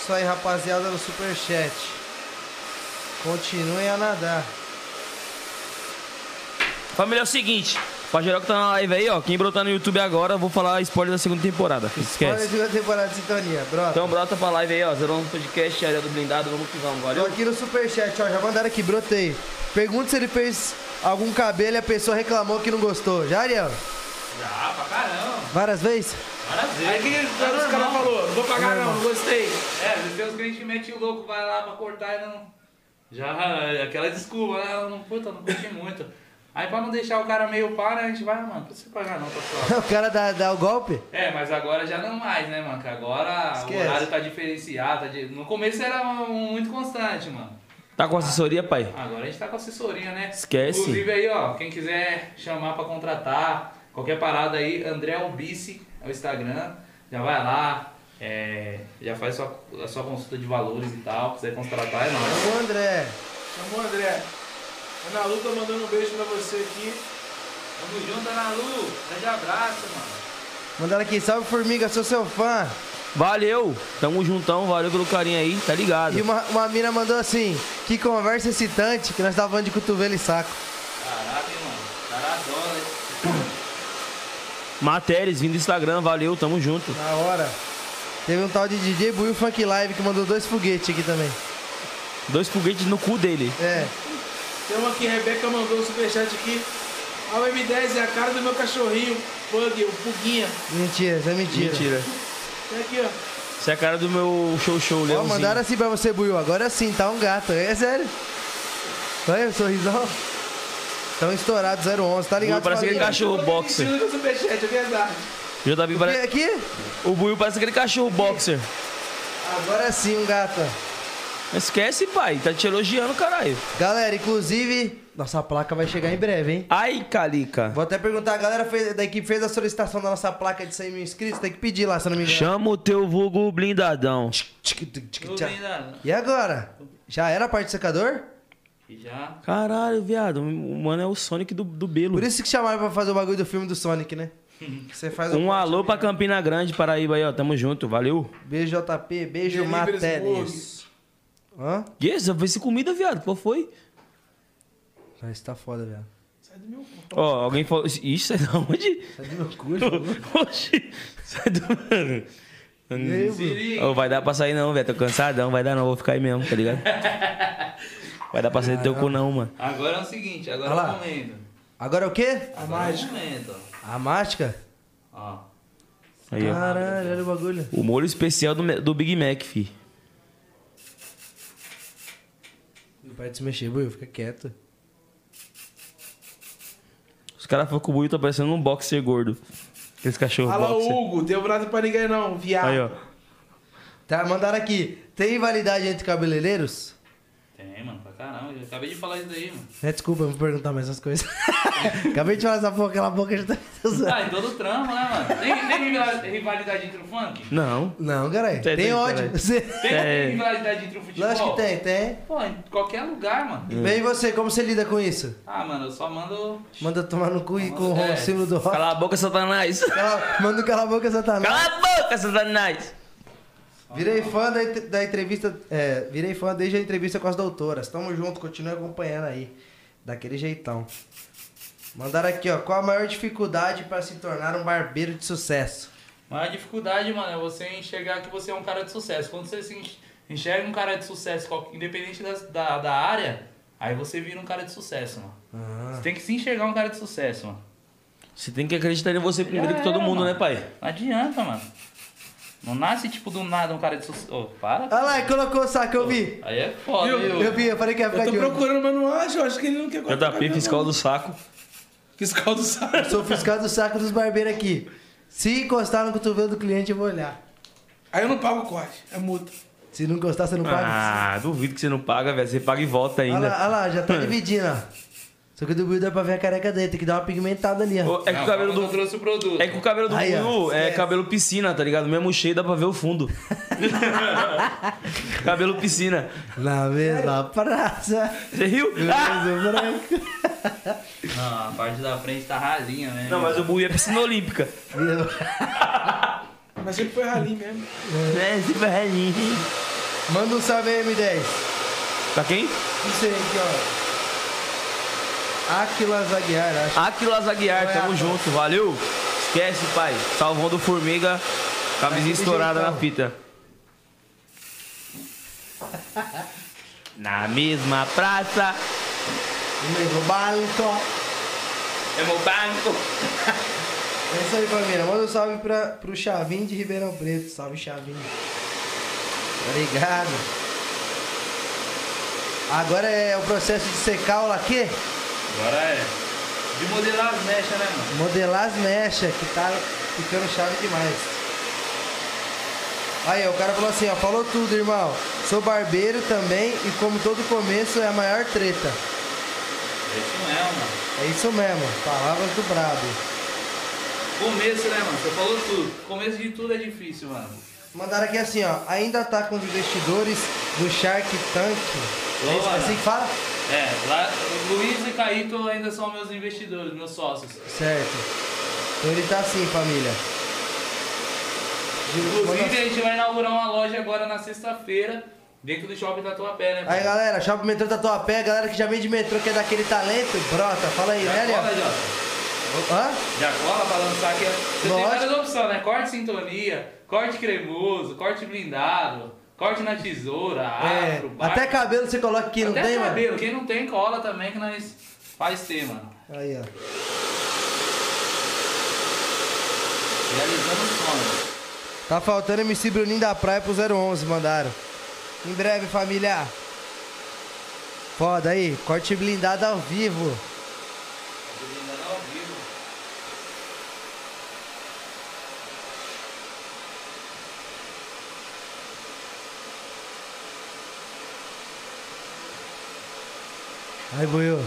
Isso aí, rapaziada do Superchat. Continuem a nadar. Família, é o seguinte. Pra geral que tá na live aí, ó. Quem brotar no YouTube agora, eu vou falar spoiler da segunda temporada. Olha a Esquece. segunda temporada de sintonia, brota. Então brota pra live aí, ó. Zerou no podcast, área do blindado, vamos que vamos, Tô valeu? aqui no superchat, ó. Já mandaram aqui, brotei. Pergunta se ele fez algum cabelo e a pessoa reclamou que não gostou. Já, Ariel? Já, pra caramba. Várias vezes? Prazer. Aí que os caras falaram, não vou pagar não, não gostei. É, às vezes os clientes metem o louco, vai lá pra cortar e não. Já, aquela desculpa, né? Ela não, puta, não curti muito. Aí pra não deixar o cara meio para, a gente vai, "Ah, mano, não precisa pagar não, pessoal. É o cara dá, dá o golpe? É, mas agora já não mais, né, mano? Que agora Esquece. o horário tá diferenciado. tá di- No começo era um- muito constante, mano. Tá com assessoria, pai? Agora a gente tá com assessoria, né? Esquece. Inclusive aí, ó, quem quiser chamar pra contratar, qualquer parada aí, André Albice é o Instagram. Já vai lá, é, já faz sua, a sua consulta de valores e tal. Quiser contratar, é nóis. Ô, André. Chamou, André. Ana Lu tá mandando um beijo pra você aqui. Tamo junto, Ana Lu. Grande abraço, mano. Mandaram aqui, salve formiga, sou seu fã. Valeu! Tamo juntão, valeu pelo carinho aí, tá ligado? E uma, uma mina mandou assim, que conversa excitante, que nós tava falando de cotovelo e saco. Caraca, hein, mano. Caradona, hein? Matérias vindo do Instagram, valeu, tamo junto. Na hora. Teve um tal de DJ Buiu Funk Live que mandou dois foguetes aqui também. Dois foguetes no cu dele. É. Tem uma que a Rebeca mandou um superchat aqui. A M10 é a cara do meu cachorrinho, Pug, o Puguinha. Mentira, isso é mentira. Mentira. Tá aqui, ó. Isso é a cara do meu show show, Ó, Leãozinho. mandaram assim pra você, Buiu. Agora sim, tá um gato. É sério. Olha o sorrisão. Tão estourados, 011, tá ligado? Buiu parece aquele família? cachorro boxer. Mentira do superchat, é verdade. JB E parece... aqui? O Buiu parece aquele cachorro boxer. Agora sim, um gato. Não Esquece, pai. Tá te elogiando, caralho. Galera, inclusive, nossa placa vai chegar em breve, hein? Ai, Calica. Vou até perguntar, a galera fez- da equipe fez a solicitação da nossa placa de 100 mil inscritos, tem que pedir lá, se eu não me engano. Chama o teu vulgo blindadão. Tudo bem, Ana? E agora? Já era a parte do secador? E já. Caralho, viado. O mano é o Sonic do, do Belo. Por isso que chamaram pra fazer o bagulho do filme do Sonic, né? Que Você faz Um um alô pra Campina Grande, Paraíba aí, ó. Tamo junto, valeu. beijo JP, beijo Deliveries Matelis. Hã? Yes, já fez comida, viado. Qual foi? Ah, Isso tá foda, velho. Ó, alguém falou. Isso é da onde? Sai do meu cu, Oxi. Sai do. Ô, vai dar pra sair não, velho. Tô cansadão, vai dar não, vou ficar aí mesmo, tá ligado? Vai dar pra sair do teu cu não, mano. Agora é o seguinte, agora Olha é lá. o momento. Agora é o quê? Agora mágica. é o momento, A mágica? ó. Ó. Aí, ó. Caralho, olha o bagulho. O molho especial do, Me- do Big Mac, fi. Não para de se mexer, Buiu, fica quieto. Os caras falam que o Buio tá parecendo um boxer gordo. Esse cachorro Alô, boxer. Hugo, deu brado pra ninguém não, viado. Aí, ó. Tá, mandaram aqui. Tem validade entre cabeleireiros? Tem, mano, pra caramba. Eu acabei de falar isso daí, mano. É, desculpa, eu vou perguntar mais essas coisas. Acabei de falar essa porra, aquela boca já tá me zoando. Tá, em todo trampo, né, mano? Tem, tem rival- rivalidade entre o funk? Não. Não, caralho. Tem, Tem, tem, ódio. caralho. Você... Tem, É. tem rivalidade entre o futebol? Lógico que tem, tem. Pô, em qualquer lugar, mano. Bem, e você, como você lida com isso? Ah, mano, eu só mando. Manda tomar no cu e com É. o símbolo do rock. Cala a boca, Satanás. Cala- Manda um cala a boca, Satanás. Cala a boca, Satanás. Virei fã da, entre- da entrevista. É, virei fã desde a entrevista com as doutoras. Tamo junto, continue acompanhando aí. Daquele jeitão. Mandaram aqui, ó. Qual a maior dificuldade pra se tornar um barbeiro de sucesso? Mas a dificuldade, mano, é você enxergar que você é um cara de sucesso. Quando você se enx- enxerga um cara de sucesso, qual- independente da, da, da área, aí você vira um cara de sucesso, mano. Ah. Você tem que se enxergar um cara de sucesso, mano. Você tem que acreditar em você primeiro Já que todo era, mundo, mano. né, pai? Não adianta, mano. Não nasce, tipo, do nada um cara de sucesso. Ô, para. Olha lá, colocou o saco, eu vi. Aí é foda, viu? Eu vi, eu falei que ia ficar Eu tô de olho. procurando, mas não acho, eu acho que ele não quer cortar JP, cabelo, fiscal não. do saco. Fiscal do saco. Sou fiscal do saco dos barbeiros aqui. Se encostar no cotovelo do cliente, eu vou olhar. Aí eu não pago o corte, é multa. Se não encostar, você não paga. Ah, duvido que você não paga, velho. Você paga e volta Olha lá, olha ainda. lá, já tá dividindo, ó. Só que o do Buiu dá pra ver a careca dele, tem que dar uma pigmentada ali, ó. Ô, É que o Não, cabelo calma que eu do. trouxe o produto. É que o cabelo do ah, Aí, ó, Buiu é esquece. cabelo piscina, tá ligado? Mesmo cheio, dá pra ver o fundo. cabelo piscina. Na mesma praça. Você riu? Ah! Preso branco. Não, a parte da frente tá rasinha, né? Não, mas o Buia é piscina olímpica. Mas sempre foi ralinho mesmo. É, se ferrinho. Manda um salve aí, M10. Pra quem? Isso aí, aqui, ó. Aquila Zaguiar, acho. Aquilas Aguiar, tamo junto, valeu. Esquece, pai. Salvão do Formiga, camisinha estourada então. na fita. Na mesma praça, O mesmo banco. é meu banco. É isso aí, família. Manda um salve pra, pro Chavinho de Ribeirão Preto. Salve, Chavinho. Obrigado. Agora é o processo de secar o laque, Agora é. De modelar as mechas, né, mano? modelar as mechas, que tá ficando chave demais. Aí, ó, o cara falou assim, ó, falou tudo, irmão. Sou barbeiro também e como todo começo é a maior treta. Isso não é, mano. É isso mesmo, palavras do brabo. Começo, né, mano? Você falou tudo. Começo de tudo é difícil, mano. Mandaram aqui assim, ó, ainda tá com os investidores do Shark Tank. É isso, Boa. assim que fala? É, lá, o Luiz e Caíto ainda são meus investidores, meus sócios. Certo. Então ele tá assim, família. Inclusive, a gente vai inaugurar uma loja agora na sexta-feira, dentro do shopping da tua pé, né? Aí galera, Shopping Metrô Tatuapé, galera que já vem de metrô, que é daquele talento, brota, fala aí, né, Já Leandro? cola, Jota. Hã? Já cola pra lançar aqui. Você Lógico. tem várias opções, né? Corte sintonia, corte cremoso, corte blindado, corte na tesoura, É, afro, barba. até cabelo você coloca aqui, não Até tem, cabelo. Quem não tem, cola também, que nós faz ter, mano. mano? Aí, ó. Realizando o sonho. Tá faltando MC Bruninho da Praia pro 011, mandaram. Em breve, família. Foda aí, corte blindado ao vivo. Blindado ao vivo. Aí, Buiu.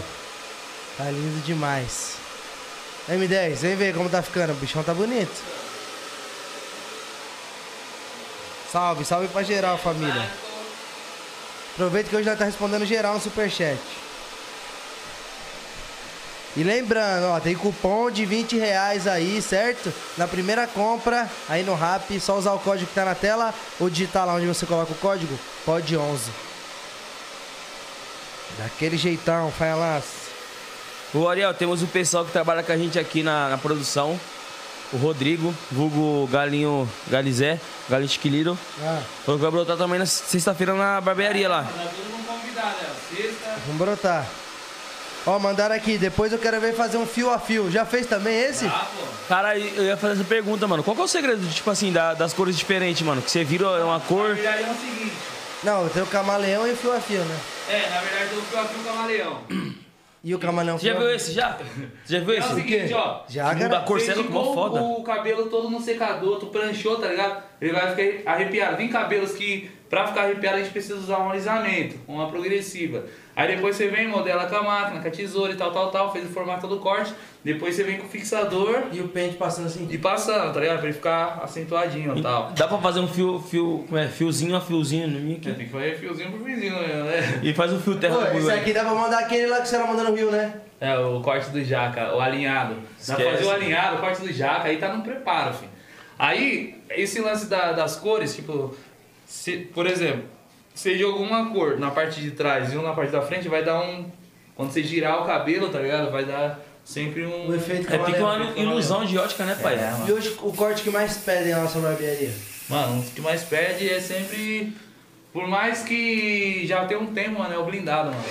Tá lindo demais. M10, vem ver como tá ficando. O bichão tá bonito. Salve, salve pra geral, família. Aproveita que hoje nós tá respondendo geral no superchat. E lembrando, ó, tem cupom de 20 reais aí, certo? Na primeira compra, aí no Rap, só usar o código que tá na tela ou digitar lá onde você coloca o código, pode 11. Daquele jeitão, Faialas. Ô Ariel, temos o pessoal que trabalha com a gente aqui na, na produção. O Rodrigo, vulgo Galinho Galizé, Galinho Chiquiliro. Ah, Falou que vai brotar também na sexta-feira na barbearia lá. Tá todo mundo convidado, né? Sexta. vamos brotar. Ó, mandaram aqui, depois eu quero ver fazer um fio a fio. Já fez também esse? Ah, pô. Cara, eu ia fazer essa pergunta, mano. Qual que é o segredo, tipo assim, da- das cores diferentes, mano? Que você vira uma Na cor. verdade é o seguinte. Não, tem o camaleão e o fio a fio, né? É, na verdade eu fui aqui o camaleão. E o camaleão Você já fio a viu fio. esse já? Você já viu É o esse? seguinte, ó. Já, Muda a cara. cor, Você você é louco, mó ficou foda. o cabelo todo no secador, tu pranchou, tá ligado? Ele vai ficar arrepiado. Tem cabelos que, pra ficar arrepiado, a gente precisa usar um alisamento, uma progressiva. Aí depois você vem, modela com a máquina, com a tesoura e tal, tal, tal, fez o formato do corte. Depois você vem com o fixador E o pente passando assim. e passando, tá ligado? Pra ele ficar acentuadinho e tal. Dá pra fazer um fio, fio, como é? Fiozinho a fiozinho no mim Tem aqui. que fazer fiozinho pro vizinho, né? E faz um fio terra É. Pô, do esse bagulho aí. aqui dá pra mandar aquele lá que você tá mandando no Rio, né? É, o corte do jaca, o alinhado. Dá pra Esquece. fazer o alinhado, o corte do jaca, aí tá no preparo, filho. Aí, esse lance da- das cores, tipo, se- por exemplo, você jogou uma cor na parte de trás e uma na parte da frente, vai dar um. Quando você girar o cabelo, tá ligado? Vai dar sempre um. O efeito É fica camaleão. uma ilusão de ótica, né, pai? É, mano. E hoje o corte que mais pedem na nossa barbearia. Mano, o que mais pede é sempre. Por mais que já tenha um tempo, mano, é o blindado, mano.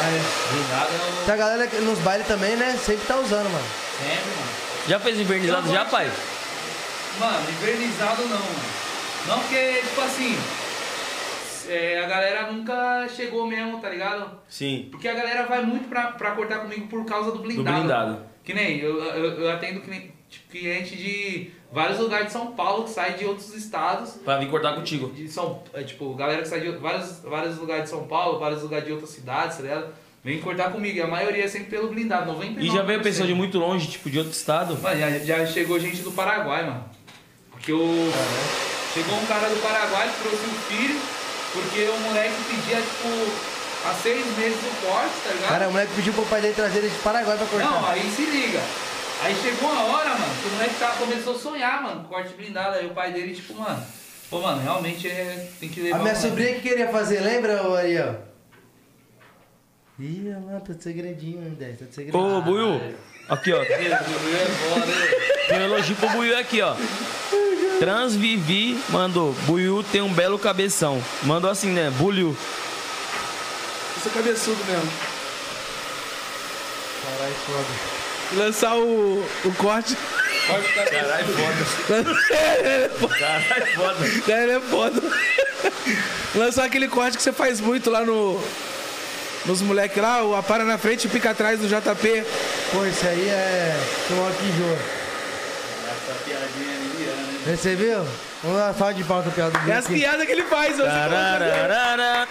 Aí. Blindado é o. Tem a galera que nos bailes também, né? Sempre tá usando, mano. Sempre, mano. Já fez invernizado já, pai? Mano, invernizado não, mano. Não porque, tipo assim, é, a galera nunca chegou mesmo, tá ligado? Sim. Porque a galera vai muito pra, pra cortar comigo por causa do blindado. blindado. Que nem, eu, eu, eu atendo cli- tipo, cliente de vários lugares de São Paulo, que sai de outros estados. Pra vir cortar contigo. De São, é, tipo, galera que sai de vários, vários lugares de São Paulo, vários lugares de outras cidades, tá ligado? Vem cortar comigo. E a maioria é sempre pelo blindado, 99%. E já veio pessoa de muito longe, tipo, de outro estado. Mano, já, já chegou gente do Paraguai, mano. Porque o. Chegou um cara do Paraguai que trouxe um filho, porque o moleque pedia, tipo, há seis meses no corte, tá ligado? Cara, o moleque pediu pro pai dele trazer ele de Paraguai pra cortar. Não, aí se liga. Aí chegou a hora, mano, que o moleque tava, começou a sonhar, mano, com corte blindado. Aí o pai dele, tipo, mano, pô, mano, realmente é, tem que levar. A minha mano. sobrinha que queria fazer, lembra, ô Ariel? Ih, olha lá, tá de segredinho, M10, tá de segredinho. Ô, Buiu. Aqui, ó. é né? Tem um elogio pro Buiu aqui, ó. Transvivi mandou. Buiu tem um belo cabeção. Mandou assim, né? Buliu. Isso é cabeçudo mesmo. Caralho, foda. Lançar o, o corte. é Caralho, foda. Caralho, foda. Daí ele é foda. Lançar aquele corte que você faz muito lá no. Nos moleques lá, o apara na frente e pica atrás do JP. Pô, esse aí é. Tomou aqui jogo. Essa piadinha ali, né? Você viu? Vamos lá, fala de pau com a piada do É Buiu as aqui. piadas que ele faz, ó. Tarararara.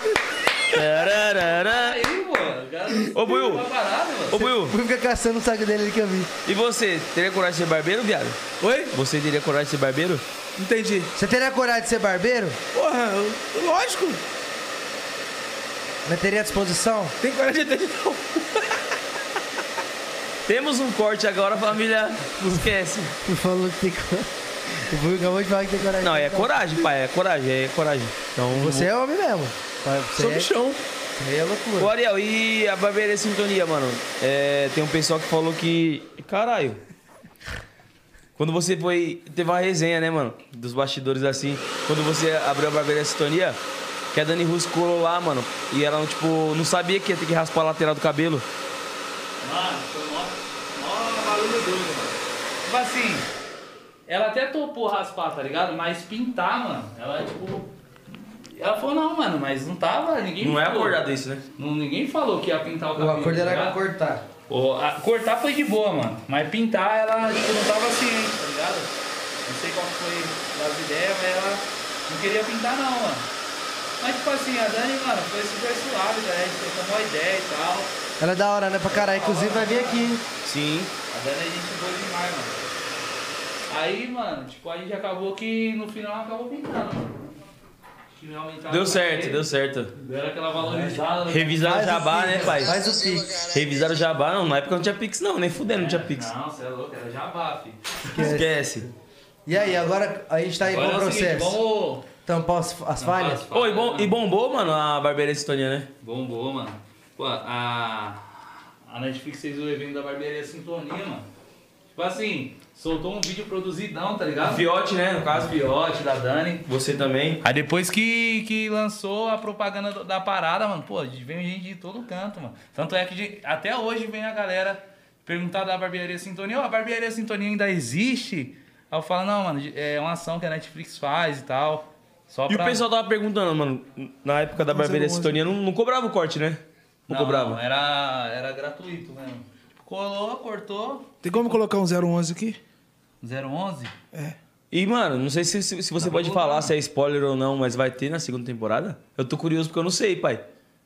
Tarararara. Aí, pô, o cara não Ô, Buiu. tá parado, mano. Ô, Buiu. Buiu fica caçando o saco dele ali que eu vi. E você? Teria coragem de ser barbeiro, viado? Oi? Você teria coragem de ser barbeiro? Entendi. Você teria coragem de ser barbeiro? Porra, eu- lógico. Mas teria disposição? Tem coragem de ter de novo. Temos um corte agora, família. Esquece. Tu falou que tem coragem. O Buiu acabou de falar que tem coragem. Não, é coragem, pai. É coragem, é coragem. Então, Você é homem mesmo. Pai, Você Sou é, bichão. você é loucura. Ô, Ariel, e a barbearia Sintonia, mano? É, tem um pessoal que falou que. Caralho. Quando você foi. Teve uma resenha, né, mano? Dos bastidores assim. Quando você abriu a barbearia Sintonia, que a Dani Russo colou lá, mano. E ela, tipo, não sabia que ia ter que raspar a lateral do cabelo. Mano, foi mó, mó barulho doido, mano. Tipo assim, ela até topou raspar, tá ligado? Mas pintar, mano, ela tipo. Ela falou, não, mano, mas não tava, ninguém Não é falou. acordado isso, né? Não, ninguém falou que ia pintar o O cabelo. acordo tá era ligado? cortar. Ô, a- cortar foi de boa, mano. Mas pintar, ela tipo, não tava ciente, tá ligado? Não sei qual que foi as ideias, mas ela não queria pintar não, mano. Mas tipo assim, a Dani, mano, foi super suave, né? A gente trocou uma ideia e tal. Ela é da hora, né? Pra caralho. Inclusive vai vir aqui, hein? Sim. A Dani é gente boa demais, mano. Aí, mano, tipo, a gente acabou que no final acabou pintando, mano. Que é realmente tava Deu com certo, ele. deu certo. Deram aquela valorizada. Revisaram o jabá, né, pai? Faz o pix. Revisaram o jabá, não. Na época não tinha pix, não. Nem fudendo, não tinha pix. Não, você é louco, era jabá, filho. Esquece. E aí, agora a gente tá aí com Agora o é o seguinte, processo. vamos... Tampar as, as falhas? Não, faz- Ô, e, bom, e bombou, mano, a barbearia Sintonia, né? Bombou, mano. Pô, a, a Netflix fez o evento da barbearia Sintonia, mano. Tipo assim, soltou um vídeo produzidão, tá ligado? Viote, né, no caso. Viote da Dani. Você também. Aí depois que, que lançou a propaganda do- da parada, mano, pô, vem gente de todo canto, mano. Tanto é que de- até hoje vem a galera perguntar da Barbearia Sintonia, ó, a Barbearia Sintonia ainda existe? Aí eu falo, não, mano, é uma ação que a Netflix faz e tal. Só E pra... o pessoal tava perguntando, mano, na época da barbearia Sintonia não, não cobrava o corte, né? Não, não, cobrava. não, é. era, era gratuito mesmo. Colou, cortou, Tem como colocar um 011 aqui? É. 011? E, mano, não sei se, se, se você Dá pra pode colocar, falar mano. se é spoiler ou não, mas vai ter na segunda temporada? Eu tô curioso porque eu não sei, pai.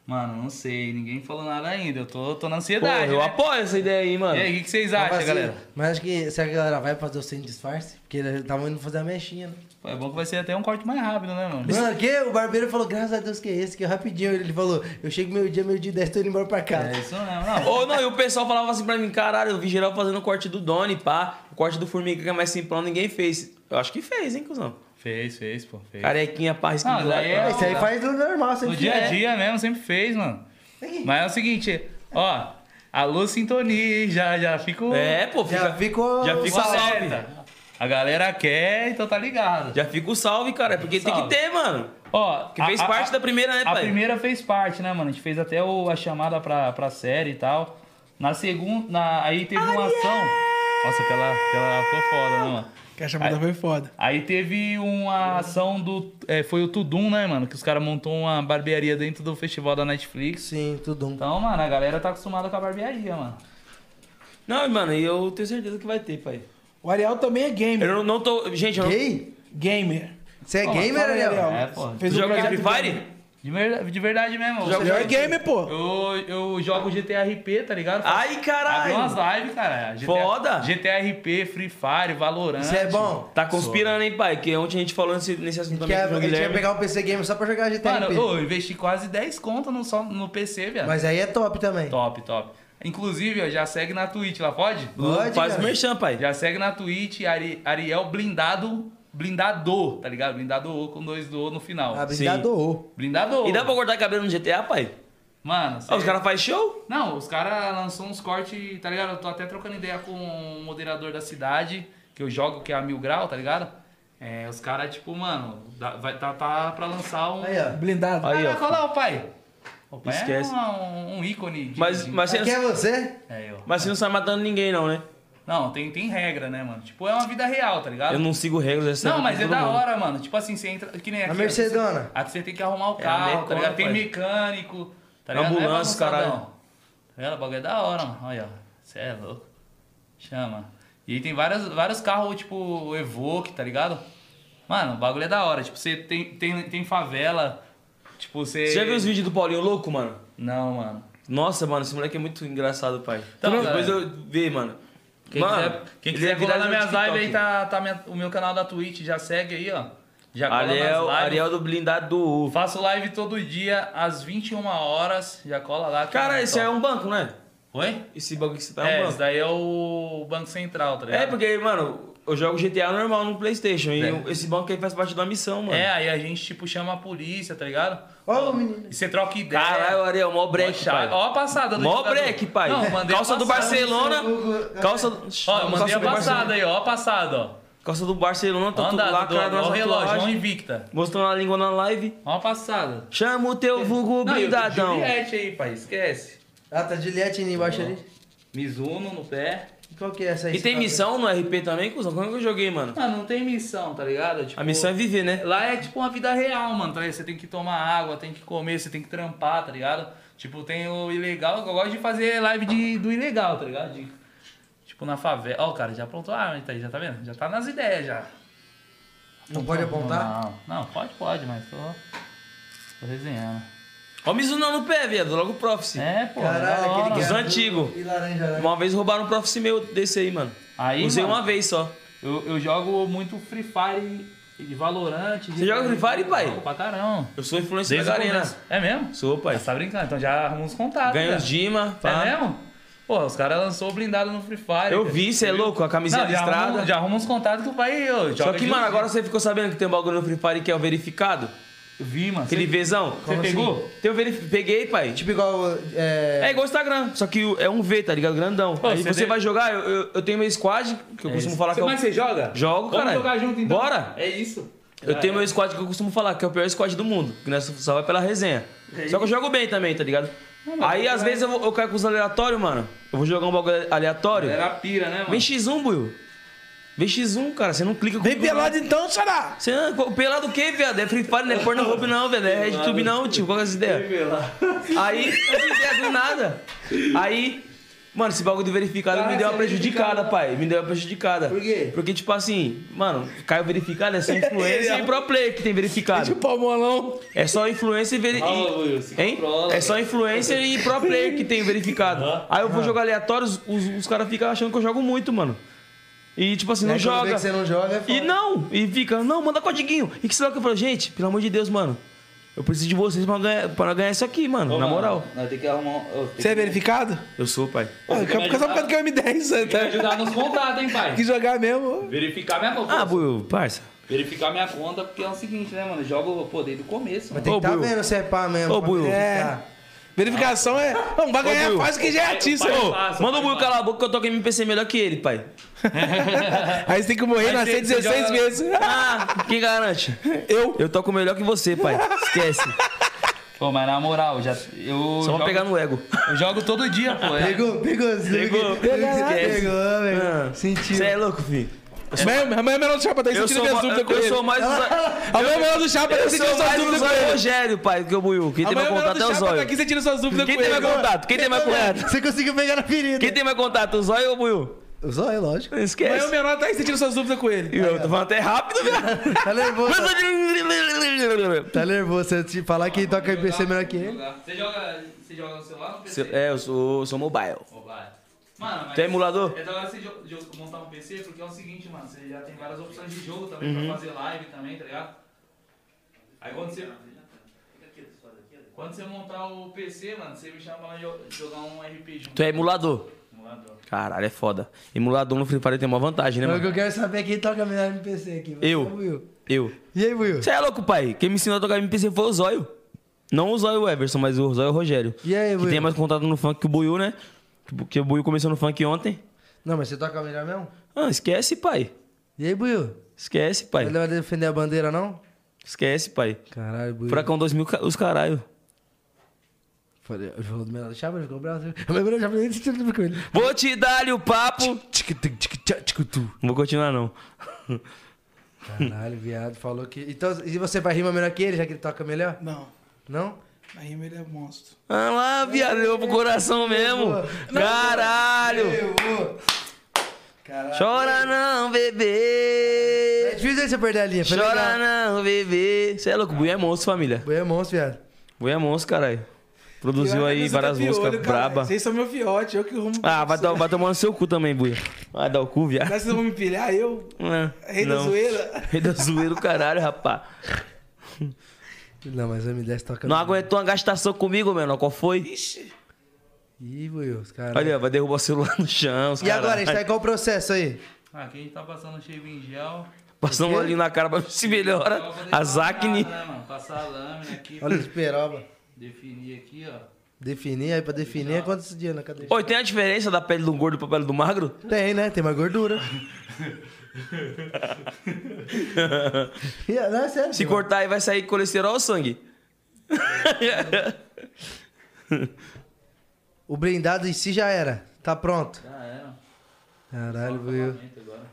Mano, não sei, ninguém falou nada ainda. Eu tô, tô na Pô, ansiedade. eu né? apoio essa ideia aí, mano. E aí, o que, que vocês Mas, acham, assim, Tá, galera? Mas acho que será que a galera vai fazer o sem disfarce? Porque eles estavam indo fazer a mexinha, né? Pô, é bom que vai ser até um corte mais rápido, né, mano? Mano, o quê? O barbeiro falou, graças a Deus que é esse, que rapidinho ele falou, eu chego meio dia, meio dia e dez, tô indo embora pra casa. É isso mesmo, não. Ou não, e o pessoal falava assim pra mim, caralho, eu vi geral fazendo o corte do Doni, pá. O corte do Formiga que é mais simplão, ninguém fez. Eu acho que fez, hein, cuzão. Fez, fez, pô. Fez. Carequinha, pá, Não, risquinho. daí é- Isso aí faz do normal, sempre no dia a é. dia mesmo, sempre fez, mano. Mas é o seguinte, ó. Alô, sintonia, já, já fico. É, pô, fica, Já ficou... um já fico fica o salve. alerta. A galera quer, então tá ligado. Já fica o salve, cara, porque tem Salve. que ter, mano. Ó, Que fez parte da primeira, né, A pai? primeira fez parte, né, mano? A gente fez até o- a chamada pra, pra série e tal. Na segunda. na- aí teve uma ação. Nossa, aquela, aquela ficou foda, né, mano? Que a chamada foi foda. Aí teve uma ação do. é, foi o Tudum, né, mano? Que os caras montou uma barbearia dentro do festival da Netflix. Sim, tudo um. Então, mano, a galera tá acostumada com a barbearia, mano. Não, mano, e eu tenho certeza que vai ter, pai. O Ariel também é gamer. Eu não, não tô. Gente, eu não. Gay? Gamer. Você é Ó, gamer, fala aí, Ariel? É, pô. Tu um joga projeto Free Fire? Jogo De, verda- de verdade mesmo. Você Eu- é gamer, pô. Eu, eu jogo GTRP, tá ligado? Ai, Abre umas caralho! lives, cara. GTA, Foda. GTRP, Free Fire, Valorant. Você é bom? Tá conspirando, hein, pai? Que ontem a gente falou nesse, nesse assunto também Quer, com o ele quer Guilherme. pegar um PC Gamer só pra jogar Mano, GTRP. ô, eu investi quase 10 conto no, só, no PC, velho. Mas aí é top também. Top, top. Inclusive, ó, já segue na Twitch lá, pode? Pode, Faz o cara. merchan, pai. Já segue na Twitch, Ari- Ariel Blindado, Blindador, tá ligado? Blindador com dois do no final. Ah, Obrigado. ô. Blindador. E dá pra cortar cabelo no GTA, pai? Mano, cê- Ah, os caras fazem show? Não, os caras lançou uns cortes, tá ligado? Eu tô até trocando ideia com o moderador da cidade, que eu jogo, que é a Mil Grau, tá ligado? É, os caras, tipo, mano, dá- vai, tá, tá pra lançar um... Aí, ó. Blindado. Aí, ó. Caraca, olha lá o pai. O pai Esquece. é um, um ícone. de- Mas, de- mas, você Aqui é não, você? É, eu. mas você não sai matando ninguém, não, né? Não, tem, tem regra, né, mano? Tipo, é uma vida real, tá ligado? Eu não sigo regras dessa. Não, mas é todo da mundo. hora, mano. Tipo assim, você entra. Que nem aqui. Na ó, Mercedona. Aqui você tem que arrumar o É, carro, Mercona, tá ligado? Tem pai. mecânico, tá ligado? Não é Ambulância, bagunçadão. caralho. Tá ligado? O bagulho é da hora, mano. Olha, ó. Você é louco. Chama. E aí tem várias, vários carros, tipo, Evoque, tá ligado? Mano, o bagulho é da hora. Tipo, você tem, tem, tem favela. Tipo, você. Você já viu os vídeos do Paulinho louco, mano? Não, mano. Nossa, mano, esse moleque é muito engraçado, pai. Tá, Depois cara. eu vi, mano. Quem mano, quiser, quem ele quiser virar colar é nas no minhas TikTok. lives aí, tá, tá minha- o meu canal da Twitch. Já segue aí, ó. Já cola nas Ariel, lives. é Ariel do blindado do Eu U. Faço live todo dia, às 21 horas. Já cola lá. que Cara, é esse top. é um banco, né? Oi? Esse bagulho que você tá é É, um esse banco. daí é o Banco Central, tá ligado? É, porque, mano, eu jogo GTA normal no Playstation. E É. esse banco aí faz parte da missão, mano. É, aí a gente, tipo, chama a polícia, tá ligado? Ó, o menino. E você troca ideia. Caralho, Ariel, mó break, Mó pai. chave. Ó tá a passada do É. Mó jogador. break, pai. Não, mandei a calça do passada. Barcelona. Calça. Ó, eu mandei calça a do Barcelona. passada aí, ó a passada, ó. Calça do Barcelona, tá tudo Mandado, lá, do- cara. do nas relógio, mão tatuagens. invicta. Mostrando a língua na live. Ó a passada. Chama o teu vulgo Não, e o blindadão. Juliette aí, pai, esquece. Ah, tá Juliette ali embaixo ali. Mizuno no pé. Qual que é essa aí? E tem missão no RP também, cuzão? Como é que eu joguei, mano? Mano, não tem missão, tá ligado? Tipo, A missão é viver, né? Lá é tipo uma vida real, mano. tá ligado? Você tem que tomar água, tem que comer, você tem que trampar, tá ligado? Tipo, tem o ilegal, eu gosto de fazer live de, do ilegal, tá ligado? De- tipo, na favela. Ó, o cara já aprontou a arma, tá aí, já tá vendo? Já tá nas ideias já. Não pode apontar? Não, não, pode, pode, mas tô. tô resenhando. Ó, o Mizuno no pé, viado. Logo o Prophecy. É, pô. Caralho, da hora. aquele que é Os azul antigos. E laranja, né? Uma vez roubaram um Prophecy meu desse aí, mano. Aí, Usei mano. uma vez só. eu, eu jogo muito Free Fire de Valorant. de- Você joga Free Fire, pai? Jogo Pra caramba. Eu sou influencer Desde da o Arena. começo. É mesmo? Sou, pai. Você tá brincando, então já arruma uns contatos. Ganhei cara. uns Dima. É pá. mesmo? Pô, os caras lançou o blindado no Free Fire. Eu cara. vi, cê é louco, a camiseta Não, já listrada. Arruma, um- já arruma uns contatos que o pai. Ô, Só joga que, de- mano, agora você ficou sabendo que tem um bagulho no Free Fire que é o verificado? Eu Vi, mano. Aquele Cê- Vzão. Você pegou? Tem o verif... Peguei, pai. Tipo, Tipo igual. É... é igual o Instagram, só que o- é um V, tá ligado? Grandão. Pô, Aí você você deve- vai jogar, eu, eu, eu tenho meu squad, que eu costumo falar que Cê- é o... Mas você joga? Jogo, Vamos caralho. jogar junto então. Bora. É isso. Eu tenho meu squad que eu costumo falar, que é o pior squad do mundo. Que nós só vai pela resenha. Só que eu jogo bem também, tá ligado? Aí, às vezes, eu, vou- eu caio com os aleatórios, mano. Eu vou jogar um bagulho aleatório. Era pira, né, mano? Vem X1, Buiu. Vem X1, cara. Você não clica com Vem pelado então, xará. Você não, qual- pelado o quê, viado? É Free Fire, não é Pornhub não, viado. É RedTube não, tio. Qual é essa ideia? Aí, essa ideia do nada. Aí, mano, esse bagulho do verificado me deu uma prejudicada, pai. Me deu uma prejudicada. Por quê? Porque, tipo assim, mano, caiu verificado, é só influência e pro player que tem verificado. Palmolão. É só influência e veri... e- Hein? É só influencer e pro player que tem verificado. Aí eu vou jogar aleatório, os, os, os caras ficam achando que eu jogo muito, mano. E tipo assim, Né, não quando vê joga. Que você não joga. é E foda. não, e fica, não, manda codiguinho. E que sei lá que eu falo, gente, pelo amor de Deus, mano. Eu preciso de vocês pra ganhar, pra ganhar isso aqui, mano, na moral. Nós tem que arrumar. um- ô, tem Você é verificado? Eu sou, pai. Ah, só por causa do M10, você que tá? ajudar nos contatos, hein, pai? Tem que jogar mesmo. Verificar minha conta. Ah, Buiu, parça. Verificar minha conta, porque é o seguinte, né, mano? Eu Jogo, pô, desde o começo. Mas mano. tem Ô, que tá Buiu. vendo se é pá mesmo. Ô, pra Buiu. verificar. Verificação é. Não, vai ganhar Buiu. fácil que já é artista. Vai, Ô, vai. Passa, Manda o pai, Buiu vai. calar a boca que eu toco MPC melhor que ele, pai. Aí você tem que morrer e nascer tem- você 16 joga- vezes. Ah, quem garante? Eu. Eu toco melhor que você, pai. Esquece. Pô, mas na moral, já, eu, Só jogo, vamos pegar no ego. eu jogo todo dia, pô. é. Pegou, pegou, Pegou, esquece. Pegou, velho. Ah, Sentiu. Você é louco, filho. Amanhã amanhã é melhor do chapa, tá aí Eu sentindo sou, minhas ma- dúvidas com eu ele. sou mais os, Amanhã é melhor do chapa, tá eu sou aí sentindo suas mais dúvidas os com ele. Evangelho, pai, do que o Buiu. Quem tem Amanhã meu é melhor contato é do o chapa, tá Zóio. aqui sentindo suas dúvidas Quem com tem ele. É. meu contato? Quem tem mais contato? Você conseguiu pegar na ferida. Quem tem mais contato, o Zóio ou o Buiu? Só é lógico. Mas o Esquece. menor tá aí, você tira suas dúvidas com ele. E eu tô falando até rápido, velho. Tá nervoso. Tá nervoso. Se eu te falar que toca MPC melhor que ele. Você joga, você joga no celular ou no PC? Se- É, eu sou, sou mobile. Mobile. Mano, mas... Tem emulador? É da hora você jo- jo- montar um PC, porque é o seguinte, mano, você já tem várias opções de jogo também, Uhum. pra fazer live também, tá ligado? Aí quando você... Quando você montar o PC, mano, você me chama pra jo- jogar um RP junto. Tu é emulador. Emulador. Caralho, é foda. Emulador no Free Fire tem uma vantagem, né, Então, o que mano? eu quero saber é quem toca melhor MPC aqui. Você ou o Eu. Will? Eu. E aí, Will? Você é louco, pai. Quem me ensinou a tocar MPC foi o Zóio. Não o Zóio Everson, mas o Zóio Rogério. E aí, Que Buiu? tem mais contato no funk que o Buiu, né? Porque o Buiu começou no funk ontem. Não, mas você toca melhor mesmo? Ah, esquece, pai. E aí, Buiu? Esquece, pai. Ele vai defender a bandeira, não? Esquece, pai. Caralho, Buiu. Furacão 2000, ca- os caralho. Falei, Ele falou do melhor da chapa, ele ficou bravo. Eu lembrei da chapa, nem se tira com ele. Vou te dar o papo. Não vou continuar, não. Caralho, viado, falou que... Então, e você vai rimar melhor que ele, já que ele toca melhor? Não, Não? a rima ele é monstro. Ah lá, viado, levou pro coração mesmo. Caralho. Chora não, É bebê. difícil aí você perder a linha. foi Chora né? legal. não, bebê. Você é louco, Buiu é monstro, família. Buiu é monstro, viado. Buiu é monstro, caralho. Produziu Pior é que aí você várias tá piolho, músicas caralho. braba. Vocês são meu fiote, eu que rumo. Ah, vai, to- vai tomar no seu cu também, Buia. Vai dar o cu, viado. Mas vocês vão me pilhar, eu? É, Rei da não. zoeira? Rei da zoeira, o caralho, rapá. Não, mas o M10 toca... Não aguentou uma gastação comigo, menor. Qual foi? Ixi, Ih, Buiu, os caras... Olha, vai derrubar o celular no chão. os E agora, a caralho. gente tá em qual processo aí? Aqui a gente tá passando shave em gel. Passando um olhinho na cara pra ver se melhora. Só pra deixar A Zacne. marcado, né, mano? Passar a lâmina aqui, Olha os peroba. definir aqui, ó. Definir, aí pra definir é quantos dias na cadeia? Oi, tem a diferença da pele do gordo pra pele do magro? Tem, né? Tem mais gordura. E, não, é sério. Se cortar aí vai sair colesterol ou sangue? O blindado em si já era. Tá pronto. Já era. Caralho, Buiu. Momento agora.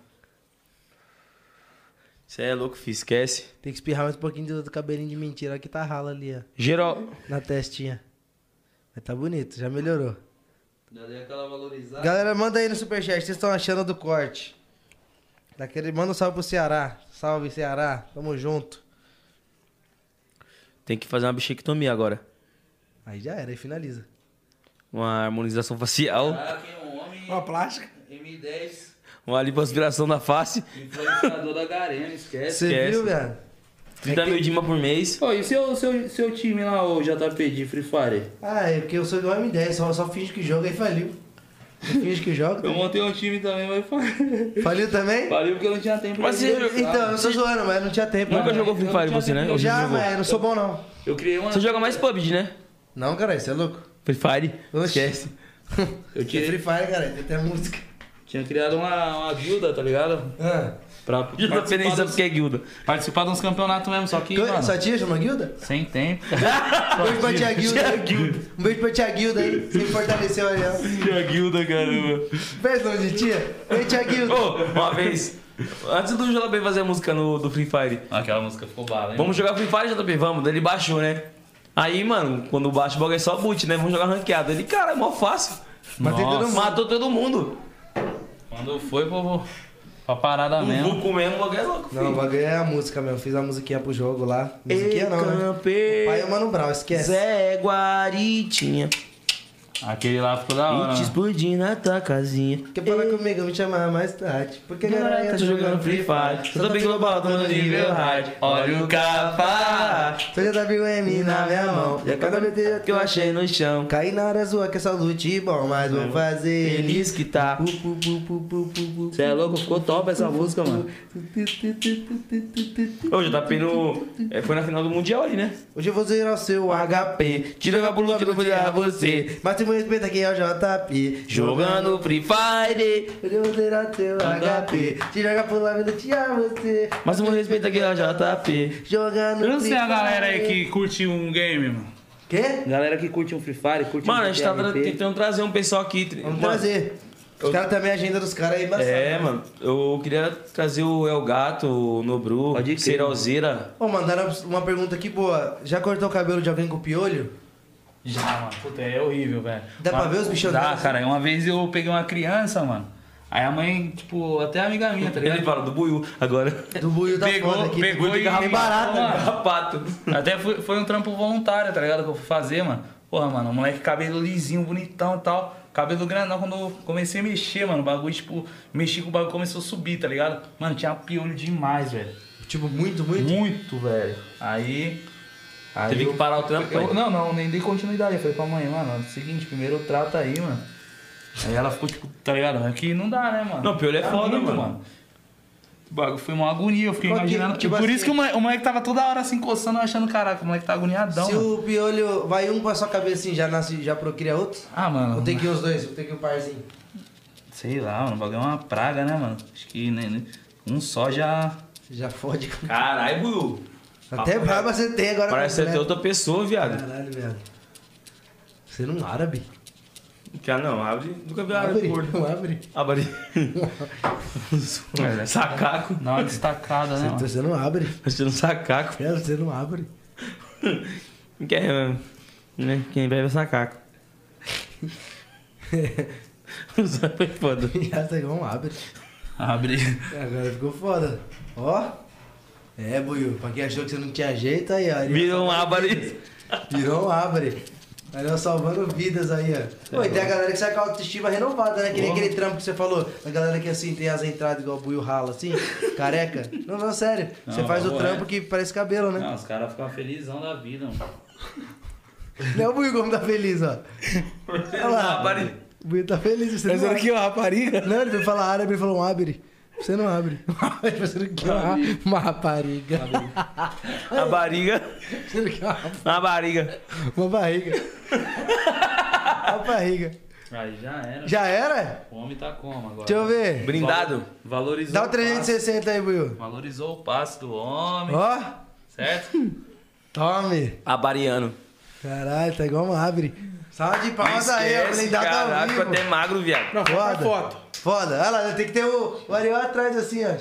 Você é louco, filho. Esquece. Tem que espirrar mais um pouquinho do- do cabelinho de mentira que tá rala ali, ó. Geral. Na testinha. Mas tá bonito, já melhorou. Já dei aquela valorizada. Galera, manda aí no superchat, vocês estão achando do corte. Daquele, manda um salve pro Ceará. Salve, Ceará. Tamo junto. Tem que fazer uma bichectomia agora. Aí já era, aí finaliza. Uma harmonização facial. Ah, quem é um homem, uma plástica. M10, Uma lipoaspiração da face. influenciador da Garena, esquece. Você Esquece. né? viu, viado? 30 mil dima por mês. Pô, e seu, seu, seu time lá, o JP de Free Fire? Ah, é porque eu sou igual a M10, só, só finge que joga e faliu. Eu finge que joga. Eu montei um time também, mas falei. Faliu também? Falei porque eu não tinha tempo Mas pra você- jogar. Então, eu sou zoando, mas não tinha tempo. Nunca né? jogou Free Fire você, né? Ou Já, jogou? mas eu não sou bom, não. Eu criei uma. Você joga mais PUBG, né? Não, cara, você é louco. Free Fire. Oxi. Esquece. Eu Que Free tinha, Fire, cara, tem até música. tinha criado uma, uma guilda, tá ligado? Ah, Pra Já tá participar, pensando dos, porque é guilda. participar de uns campeonatos mesmo, só que, mano, sua tia chama Guilda? sem tempo. Um beijo pra tia Guilda. Um beijo pra tia Guilda aí, que me fortaleceu aí, ó. É guilda, caramba. Fez nome de tia? Vem, tia Guilda. Ô, uma vez, antes do JB fazer a música no, do Free Fire, Aquela música ficou bala, hein? vamos jogar Free Fire, JB? Vamos, daí ele baixou, né? Aí, mano, quando baixa o bagulho é só boot, né? Vamos jogar ranqueado. Ele, cara, é mó fácil. Matei todo mundo. Matou todo mundo. Quando foi, vou pra parada Mesmo? Tá mesmo. Vou comendo, o bagulho é louco, filho. Não, o bagulho é a música mesmo. Fiz a musiquinha pro jogo lá. Musiquinha não, né? campeão. Pai é o Mano Brown, esquece. Zé Guaritinha, Aquele lá ficou da hora. e te mano. explodir na tua casinha. Quer falar comigo, me chamar mais tarde. Porque agora eu Tá tô jogando Free Fire, Só só bem global, tô no nível hard. Olha o capa, Tô já tá vivo em mim na minha mão. E a cada vez que eu achei no chão. Caí na área sua que é só lute bom, mas vou fazer Feliz que tá. Pu, É. pu, pu, pu, pu, pu, pu. Você é louco? Ficou top essa música, mano. Ô, JP no. é, foi na final do Mundial ali, né? Hoje eu vou zerar o seu HP. Tira minha blusa que eu vou tirar você. Mas tem muito respeito aqui é ao JP. Jogando Free Fire. Hoje eu vou zerar o seu HP. Te joga pro lado e tirar você. Mas um respeito aqui ao JP. Jogando. Eu não sei Free a galera aí Fire. que curte um game, mano. Quê? Galera que curte um Free Fire, curte Mano, um a gente tá tra- TRP. tentando trazer um pessoal aqui. tri- Vamos mano, trazer. Então, assim, Os caras também, a agenda dos caras aí embaçada. É, mano. Eu queria trazer o El Gato, o Nobru, Pode crer. Seralzeira. Ô, mandaram uma pergunta aqui boa. Já cortou o cabelo de alguém com piolho? Já, mano. Puta, é horrível, velho. Dá pra ver os bichos Dá, andando assim? cara. Uma vez eu peguei uma criança, mano. Aí a mãe, tipo, até amiga minha, tá ligado? Ele fala do buiu agora. Do buio da pegou, foda aqui. pegou Buio de tem garrafa. barata, Mano, né? Garrapato. Até fui- foi um trampo voluntário, tá ligado? Que eu fui fazer, mano. Porra, mano, o moleque cabelo lisinho, bonitão e tal. Cabelo grandão, quando eu comecei a mexer, mano, o bagulho, tipo, mexi com o bagulho, começou a subir, tá ligado? Mano, tinha piolho demais, velho. Tipo, muito, muito. Muito, velho. Aí. aí Teve que parar o trampo, eu- aí? Não, não, nem dei continuidade. Eu falei pra mãe, mano, é o seguinte, primeiro trata aí, mano. Aí ela ficou tipo, tá ligado? Aqui não dá, né, mano? Não, piolho é Dá foda, muito, mano. O bagulho Foi uma agonia, eu fiquei Qual que- imaginando. tipo e por assim- isso que o moleque, o moleque tava toda hora se encostando, achando, caraca, o moleque tá agoniadão. Se mano. o piolho vai um pra sua cabeça assim, já nasce, já procria outro? Ah, mano. Ou tem que ir os dois? Ou tem que ir o parzinho? Sei lá, mano, o bagulho é uma praga, né, mano? Acho que nem, nem- um só já. Você já fode. com- Caralho, Buiu. Até barba você tem agora. né? Parece até completa. outra pessoa, viado. Caralho, velho. Você não árabe. Cara, ah, não, abre. Nunca vi árabe Abre, gordo. não abre. Abre. É, Sacaco. Dá uma destacada, né, mano? Então Você não abre. Achando sacaco. É, Você não abre. Quem, né? Quem bebe é sacaco. Foi foda. Já tá igual um abre. tá- Abre. Agora ficou foda. Ó. É, Buiu. Pra quem achou que você não tinha jeito, aí, ó. Virou um ábari. Virou um abre. Aí nós salvando vidas aí, ó. Pô, e tem É. a galera que sai com a autoestima renovada, né? Que nem aquele trampo que você falou. A galera que assim tem as entradas igual o Buio rala, assim, careca. Não, não, sério. você Não, faz o boa, trampo é. que parece cabelo, né? Não, os caras ficam felizão da vida, mano. Não, é o Buio como tá feliz, ó. Olha Ah, lá. O Buio tá feliz, você Mas não olha abre. aqui, ó, rapariga. Não, ele foi falar árabe, ele falou um abre. Você não abre. você não quer uma, uma rapariga. A barriga. Você não quer uma, A barriga. uma barriga. Uma barriga. Aí já era. Já era? O homem tá como agora? Deixa eu ver. Brindado. Valorizou. Dá o o passe. 360 aí, Buiu. Valorizou o passe do homem, Ó, certo? tome. Abariano. Caralho, tá igual uma abre. Salve de palmas aí, ó. Esquece, blindado ao Caraca, vivo. até magro, viado. Não, foto. Foda. foto. Foda. Olha lá, tem que ter o, o Ariel atrás assim, ó.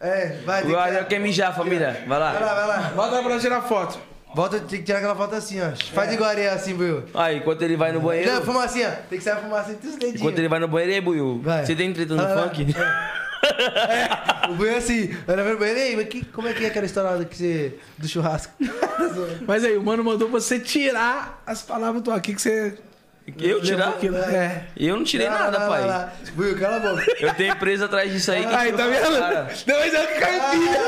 É, vai. tem O que- Ariel quer mijar, família. Vai Vai lá, lá. vai lá. Bota pra tirar foto. Volta, tem que tirar aquela foto assim, É. ó. Faz igual o Ariel assim, Buiu. Aí, enquanto ele vai no Não, banheiro. fumacinha. Tem que sair a fumacinha entre os dedinhos. Enquanto ele vai no banheiro, aí, Buiu. Vai. Você tem treta no Vai lá. É. funk? O Buiu é assim. Vai no banheiro. Ei, mas que, como é que é aquela história que você, do churrasco? Mas aí, o mano mandou você tirar as palavras do aqui que você. Eu tirar? Aquilo- É. Eu não tirei né? Vai lá, nada, vai lá, vai pai. lá. Buiu, cala a boca. Eu tenho empresa atrás disso aí. que Aí, tá tirou foi os cara. vendo? Não, mas é uma tá cartilha.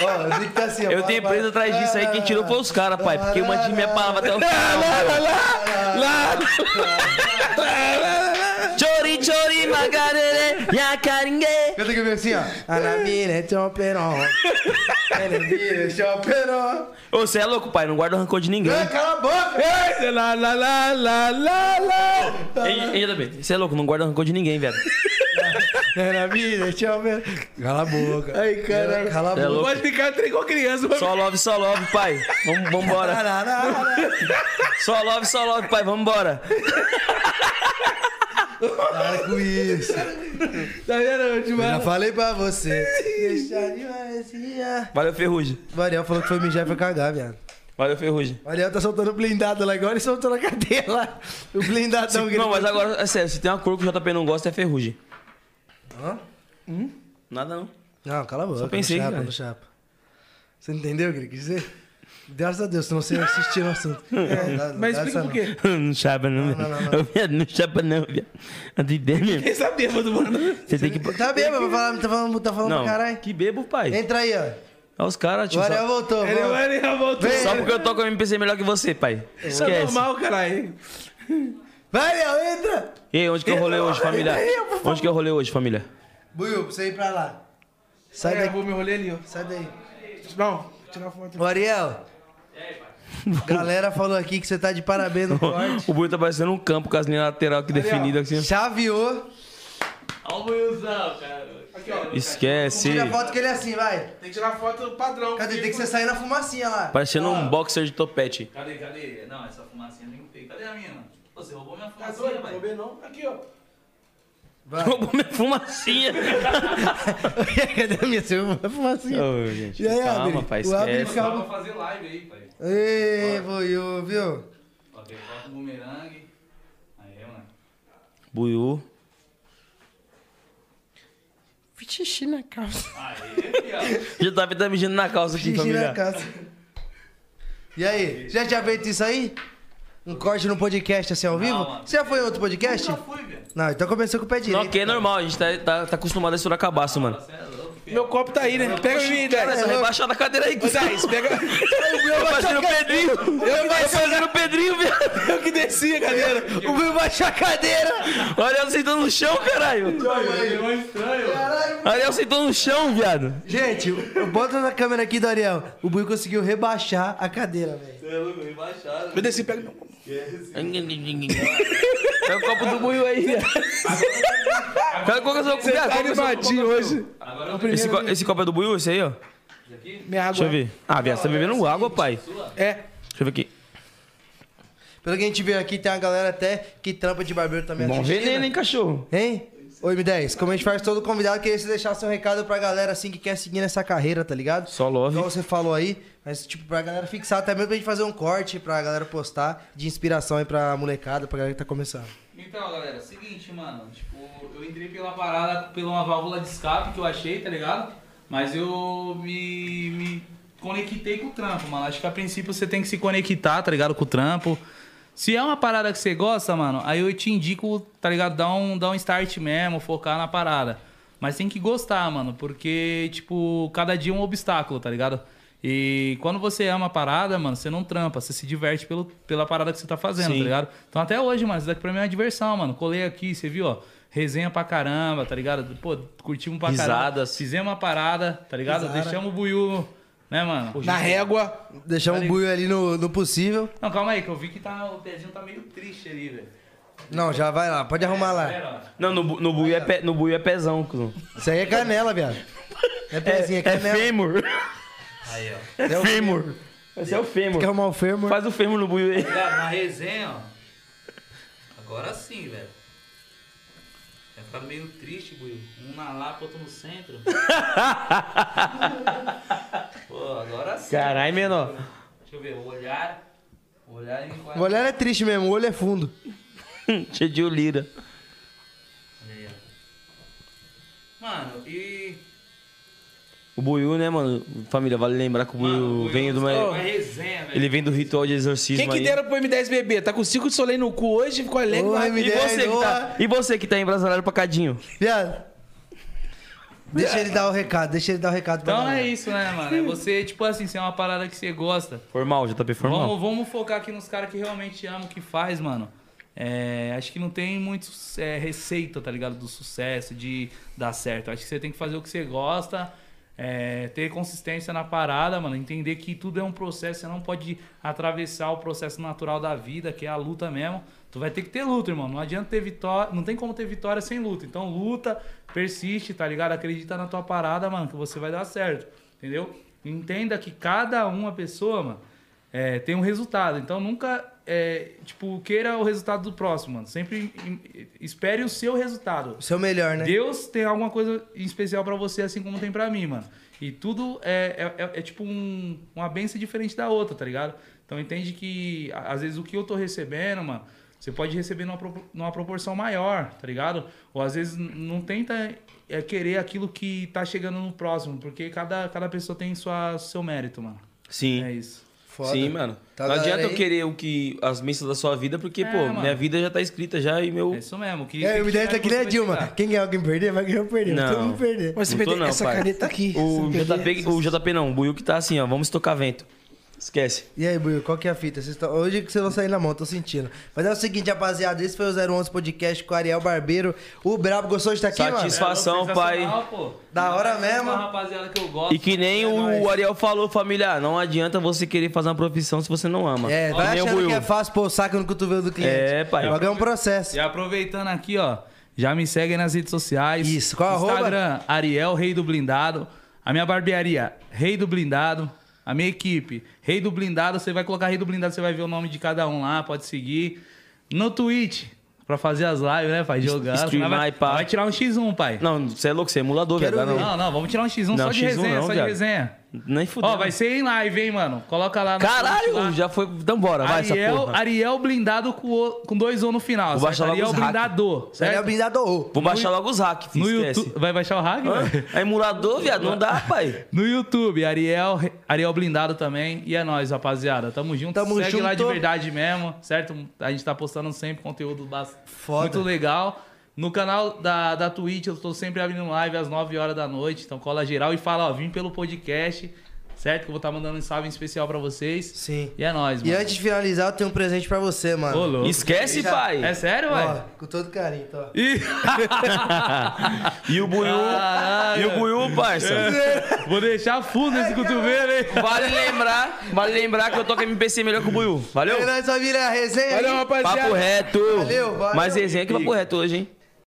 Ó, tem que tá assim, ó. Eu Vai, tenho vai. empresa atrás disso aí. Quem tirou foi os caras, pai. Porque eu mantive minha palavra até o Lá, final. lá, lá, lá, Chori, chori, magarere, yacaringue. Canta que eu vi assim, ó. Anamina é choperon. Anamina é choperon. Ô, você é louco, pai. Não guarda rancor de ninguém. Ah, Cala a boca! Ei, lá, lá, lá, lá, lá, lá. né? Ainda bem. Você é louco, não guarda rancor de ninguém, velho. Anamina é choperon. Cala a boca. Ai, caralho. Cala a É boca. louco. Pode ficar tricô criança, mas. Só love, só love, pai. Vamos, vambora. Só love, só love, pai. Vambora. Para com isso. Tá vendo, Eu já Timar? falei pra você. Deixar de maresia. Valeu, Ferrugem. O Ariel falou que foi mijar e foi cagar, viado. Valeu, Ferrugem. O Ariel tá soltando blindado lá agora e soltou na cadeia lá. O blindadão Não, mas agora, é sério. Se tem uma cor que o JP não gosta, é Ferrugem. Hã? Hum? Nada não. Não, cala a boca. pensei, no chapa, cara. no chapa. Você entendeu o que ele quis dizer? Graças a Deus, senão você assistiu o assunto. É, dá- Mas dá explica essa por quê. Não chapa não, não, não, viado. não. Ô, viado, Não chapa não, viado. Não tem ideia mesmo. Quem sabe tá bêbado, mano? Você tem que... não. Tá bem, mas falar- tá falando, tá falando Não, pra caralho. que bebo, pai. Entra aí, ó. Olha os caras, O tio. Ariel Só, voltou. Ele é vamos. vai ele voltou. Vem. só porque eu toco MPC melhor que você, pai. Isso é Esquece. normal, caralho. Vai, Ariel, entra! E aí, onde que eu rolei hoje, família? Onde que eu rolei hoje, família? Buiu, pra você ir pra lá. Sai É, eu daqui, vou me rolê ali, ó. sai daí. Não, vou tirar foto. Ô, Ariel. Galera falou aqui que você tá de parabéns no corte. O Bui tá parecendo um campo com as linhas lateral aqui definidas assim. Chaveou. Olha o Wilson, cara. Esquece. Tira a foto que ele é assim, vai. Tem que tirar foto padrão. Cadê? Tem que você sair na fumacinha lá. Parecendo um boxer de topete. Cadê, cadê? Não, essa fumacinha tem que ter. Cadê a minha, mano? Pô, Você roubou minha Tá fumacinha, doido? velho. Roubei não? Aqui, ó. Roubou minha fumacinha. Cadê a minha? Você viu a fumacinha? Ô, gente, assim. E aí, calma, Abri? pai. O Abri Esquece. fica- Dá pra fazer live aí, pai. Ei, Buiu, viu? Ó, tem foto do bumerangue. Aí, mano. Buiu. Xixi na calça. JP tá mijando na calça aqui, Xixi na família. casa. E aí, já tinha feito isso aí? Um corte no podcast assim ao vivo? Você já foi em outro podcast? Não fui, velho. Não, então começou com o pé Não, direito. que é normal, a gente tá, tá, tá acostumado a estourar cabaço, mano. Meu copo tá aí, né? Pega a minha É Cara, você ideia. vai baixar na cadeira aí, Ô, Gustavo. Thais, pega. Eu fazendo o Pedrinho. Eu fazendo o Pedrinho, velho. Eu que desci a cadeira. O meu baixou a cadeira! Olha ela sentando no chão, caralho. Olha ela sentando no chão, viado. Gente, eu- bota na câmera aqui, Daniel. O Bui conseguiu rebaixar a cadeira, velho. Eu desci, pega meu. Pega o copo do buio aí, viado. Pega o copo do buio, Tá viado. animadinho hoje. Esse, co- esse copo é do buio, esse aí, ó? Minha água. Deixa eu ver. Ah, viado, você tá bebendo água, pai. É. Deixa eu ver aqui. Pelo que a gente viu aqui, tem uma galera até que trampa de barbeiro também Bom assistindo. veneno, hein, cachorro? Hein? Oi, M10. Como a gente faz todo convidado, queria que você deixasse um recado pra galera assim que quer seguir nessa carreira, tá ligado? Só love. Igual você falou aí, mas tipo, pra galera fixar, até mesmo pra gente fazer um corte pra galera postar de inspiração aí pra molecada, pra galera que tá começando. Então, galera, seguinte, mano. Tipo, eu entrei pela parada, pela uma válvula de escape que eu achei, tá ligado? Mas eu me, me conectei com o trampo, mano. Acho que a princípio você tem que se conectar, tá ligado? Com o trampo. Se é uma parada que você gosta, mano, aí eu te indico, tá ligado? Dar um, dar um start mesmo, focar na parada. Mas tem que gostar, mano, porque, tipo, cada dia é um obstáculo, tá ligado? E quando você ama a parada, mano, você não trampa, você se diverte pelo, pela parada que você tá fazendo, tá ligado? Então até hoje, mano, isso daqui pra mim é uma diversão, mano. Colei aqui, você viu, ó, resenha pra caramba, tá ligado? Pô, curtimos pra caramba. Risadas. Fizemos uma parada, tá ligado? Deixamos o buiú, né, mano? Na régua. Deixar um buio ali no, no possível. Não, calma aí, que eu vi que tá, o pezinho tá meio triste ali, velho. Não, já vai lá, pode arrumar lá. Pera, ó. Não, no, bu- no, buio, é pe, no buio é pezão, cuzão. Isso aí é canela, viado. É pezinha, é É canela. fêmur. É o fêmur. Esse é o fêmur. Quer arrumar o fêmur? Faz o fêmur no buio aí. Cara, na resenha, ó. Agora sim, velho. Vai ficar meio triste, Buiu. Um na Lapa, outro no centro. Pô, agora sim. Caralho, menor. Deixa eu ver, o olhar. O olhar em O olhar é triste mesmo, o olho é fundo. Cheio de olira. Olha aí, ó. Mano, e. O Buiu, né, mano? Família, vale lembrar que o Buiu Mano, o Buiu vem do é uma resenha, velho. Ele vem do ritual de exorcismo Quem que aí. deram pro M10 bebê? Tá com cinco de soleil no cu hoje, ficou alegre. Ô, vai. M10. E você, que tá, Boa. e você que tá embrasalhado pra cadinho? Viado. Deixa ele dar o recado, deixa ele dar o recado pra Então é galera. isso, né, mano? É você, tipo assim, se é uma parada que você gosta. Formal, JP formal. Vamos, vamos focar aqui nos caras que realmente amam o que faz, mano. É, acho que não tem muito é, receita, tá ligado? Do sucesso, de dar certo. Acho que você tem que fazer o que você gosta, é, ter consistência na parada, mano. Entender que tudo é um processo, você não pode atravessar o processo natural da vida, que é a luta mesmo. Tu vai ter que ter luta, irmão. Não adianta ter vitória. Não tem como ter vitória sem luta. Então luta, persiste, tá ligado? Acredita na tua parada, mano, que você vai dar certo. Entendeu? Entenda que cada uma pessoa, mano, é, tem um resultado. Então nunca, é, tipo, queira o resultado do próximo, mano. Sempre em- espere o seu resultado. O seu melhor, né? Deus tem alguma coisa em especial pra você, assim como tem pra mim, mano. E tudo é, é, é- é tipo um- uma benção diferente da outra, tá ligado? Então entende que, a- às vezes, o que eu tô recebendo, mano, você pode receber numa, propor- numa proporção maior, tá ligado? Ou às vezes n- não tenta é, querer aquilo que tá chegando no próximo, porque cada, cada pessoa tem sua, seu mérito, mano. Sim. É isso. Foda. Sim, mano. Tá não da adianta hora eu aí? querer o que, as bênçãos da sua vida, porque, É, pô, mano. minha vida já tá escrita já e meu. É isso mesmo. Que, É, que o M10 tá tiver que nem a você Dilma. vai tirar. Quem ganhar alguém perder, vai ganhar ou perder. Não. Todo mundo perder. Mas você Não perdeu tô não, essa pai. caneta tá aqui. O Você perdeu. JP, o JP não, o Buiu que tá assim, ó, vamos estocar vento. Esquece. E aí, Buio, qual que é a fita? Vocês tão- Hoje que vocês vão sair na mão, tô sentindo. Mas é o seguinte, rapaziada, esse foi o 011 Podcast com o Ariel Barbeiro. O Brabo gostou de estar aqui, Satisfa- mano? Satisfação, Sensacional, pô. Da hora Ainda mais mesmo. Uma rapaziada que eu gosto. E que É nem o Ariel falou, familiar, não adianta você querer fazer uma profissão se você não ama. É, que vai nem o achando Buiu. que é fácil pôr o saco no cotovelo do cliente. É, pai. Vai ganhar um processo. E aproveitando aqui, ó. Já me seguem nas redes sociais. Isso, qual é arroba? Instagram, Ariel, Rei do Blindado. A minha barbearia, Rei do Blindado. A minha equipe, Rei do Blindado. Você vai colocar Rei do Blindado, você vai ver o nome de cada um lá, pode seguir. No Twitch, pra fazer as lives, né, pai? Jogando. streamar vai, e pá. vai tirar um X1, pai. Não, você é louco, você é emulador, velho. vai não. Não, não, vamos tirar um X1 Não, só de X1 resenha, não, só de viado. resenha. Nem fudeu. Ó, vai ser em live, hein, mano. Coloca lá no post lá. Caralho, já foi. Então bora, vai essa Ariel, porra. Ariel blindado com, o- com dois O no Vou final. certo? baixar logo Ariel os hack. blindador. Sério, é o Certo? blindador. Vou baixar logo os hack, filho. No esquece. YouTube. Vai baixar o hack, Hã? velho? É emulador, viado. Não dá, pai. No YouTube, Ariel, Ariel blindado também. E é nóis, rapaziada. Tamo junto. Tamo Segue lá de junto. verdade mesmo, certo? A gente tá postando sempre conteúdo bas- Foda. muito legal. No canal da, da Twitch, eu tô sempre abrindo live às 9 horas da noite. Então cola geral e fala, ó, vim pelo podcast, certo? Que eu vou estar mandando um salve em especial pra vocês. Sim. E é nóis, E mano. antes de finalizar, eu tenho um presente pra você, mano. Ô, louco. Esquece, pai. É sério, Ó, velho? com todo carinho, tá? Ih, E o Buiú. E é- o Buiú, parça. vou deixar fundo esse cotovelo, hein? Vale lembrar, vale lembrar que eu toco MPC melhor que o Buiú. Valeu? E nós só vira a resenha. Valeu, aí. rapaziada. Papo reto. Valeu, valeu. Mais resenha que papo reto hoje, hein?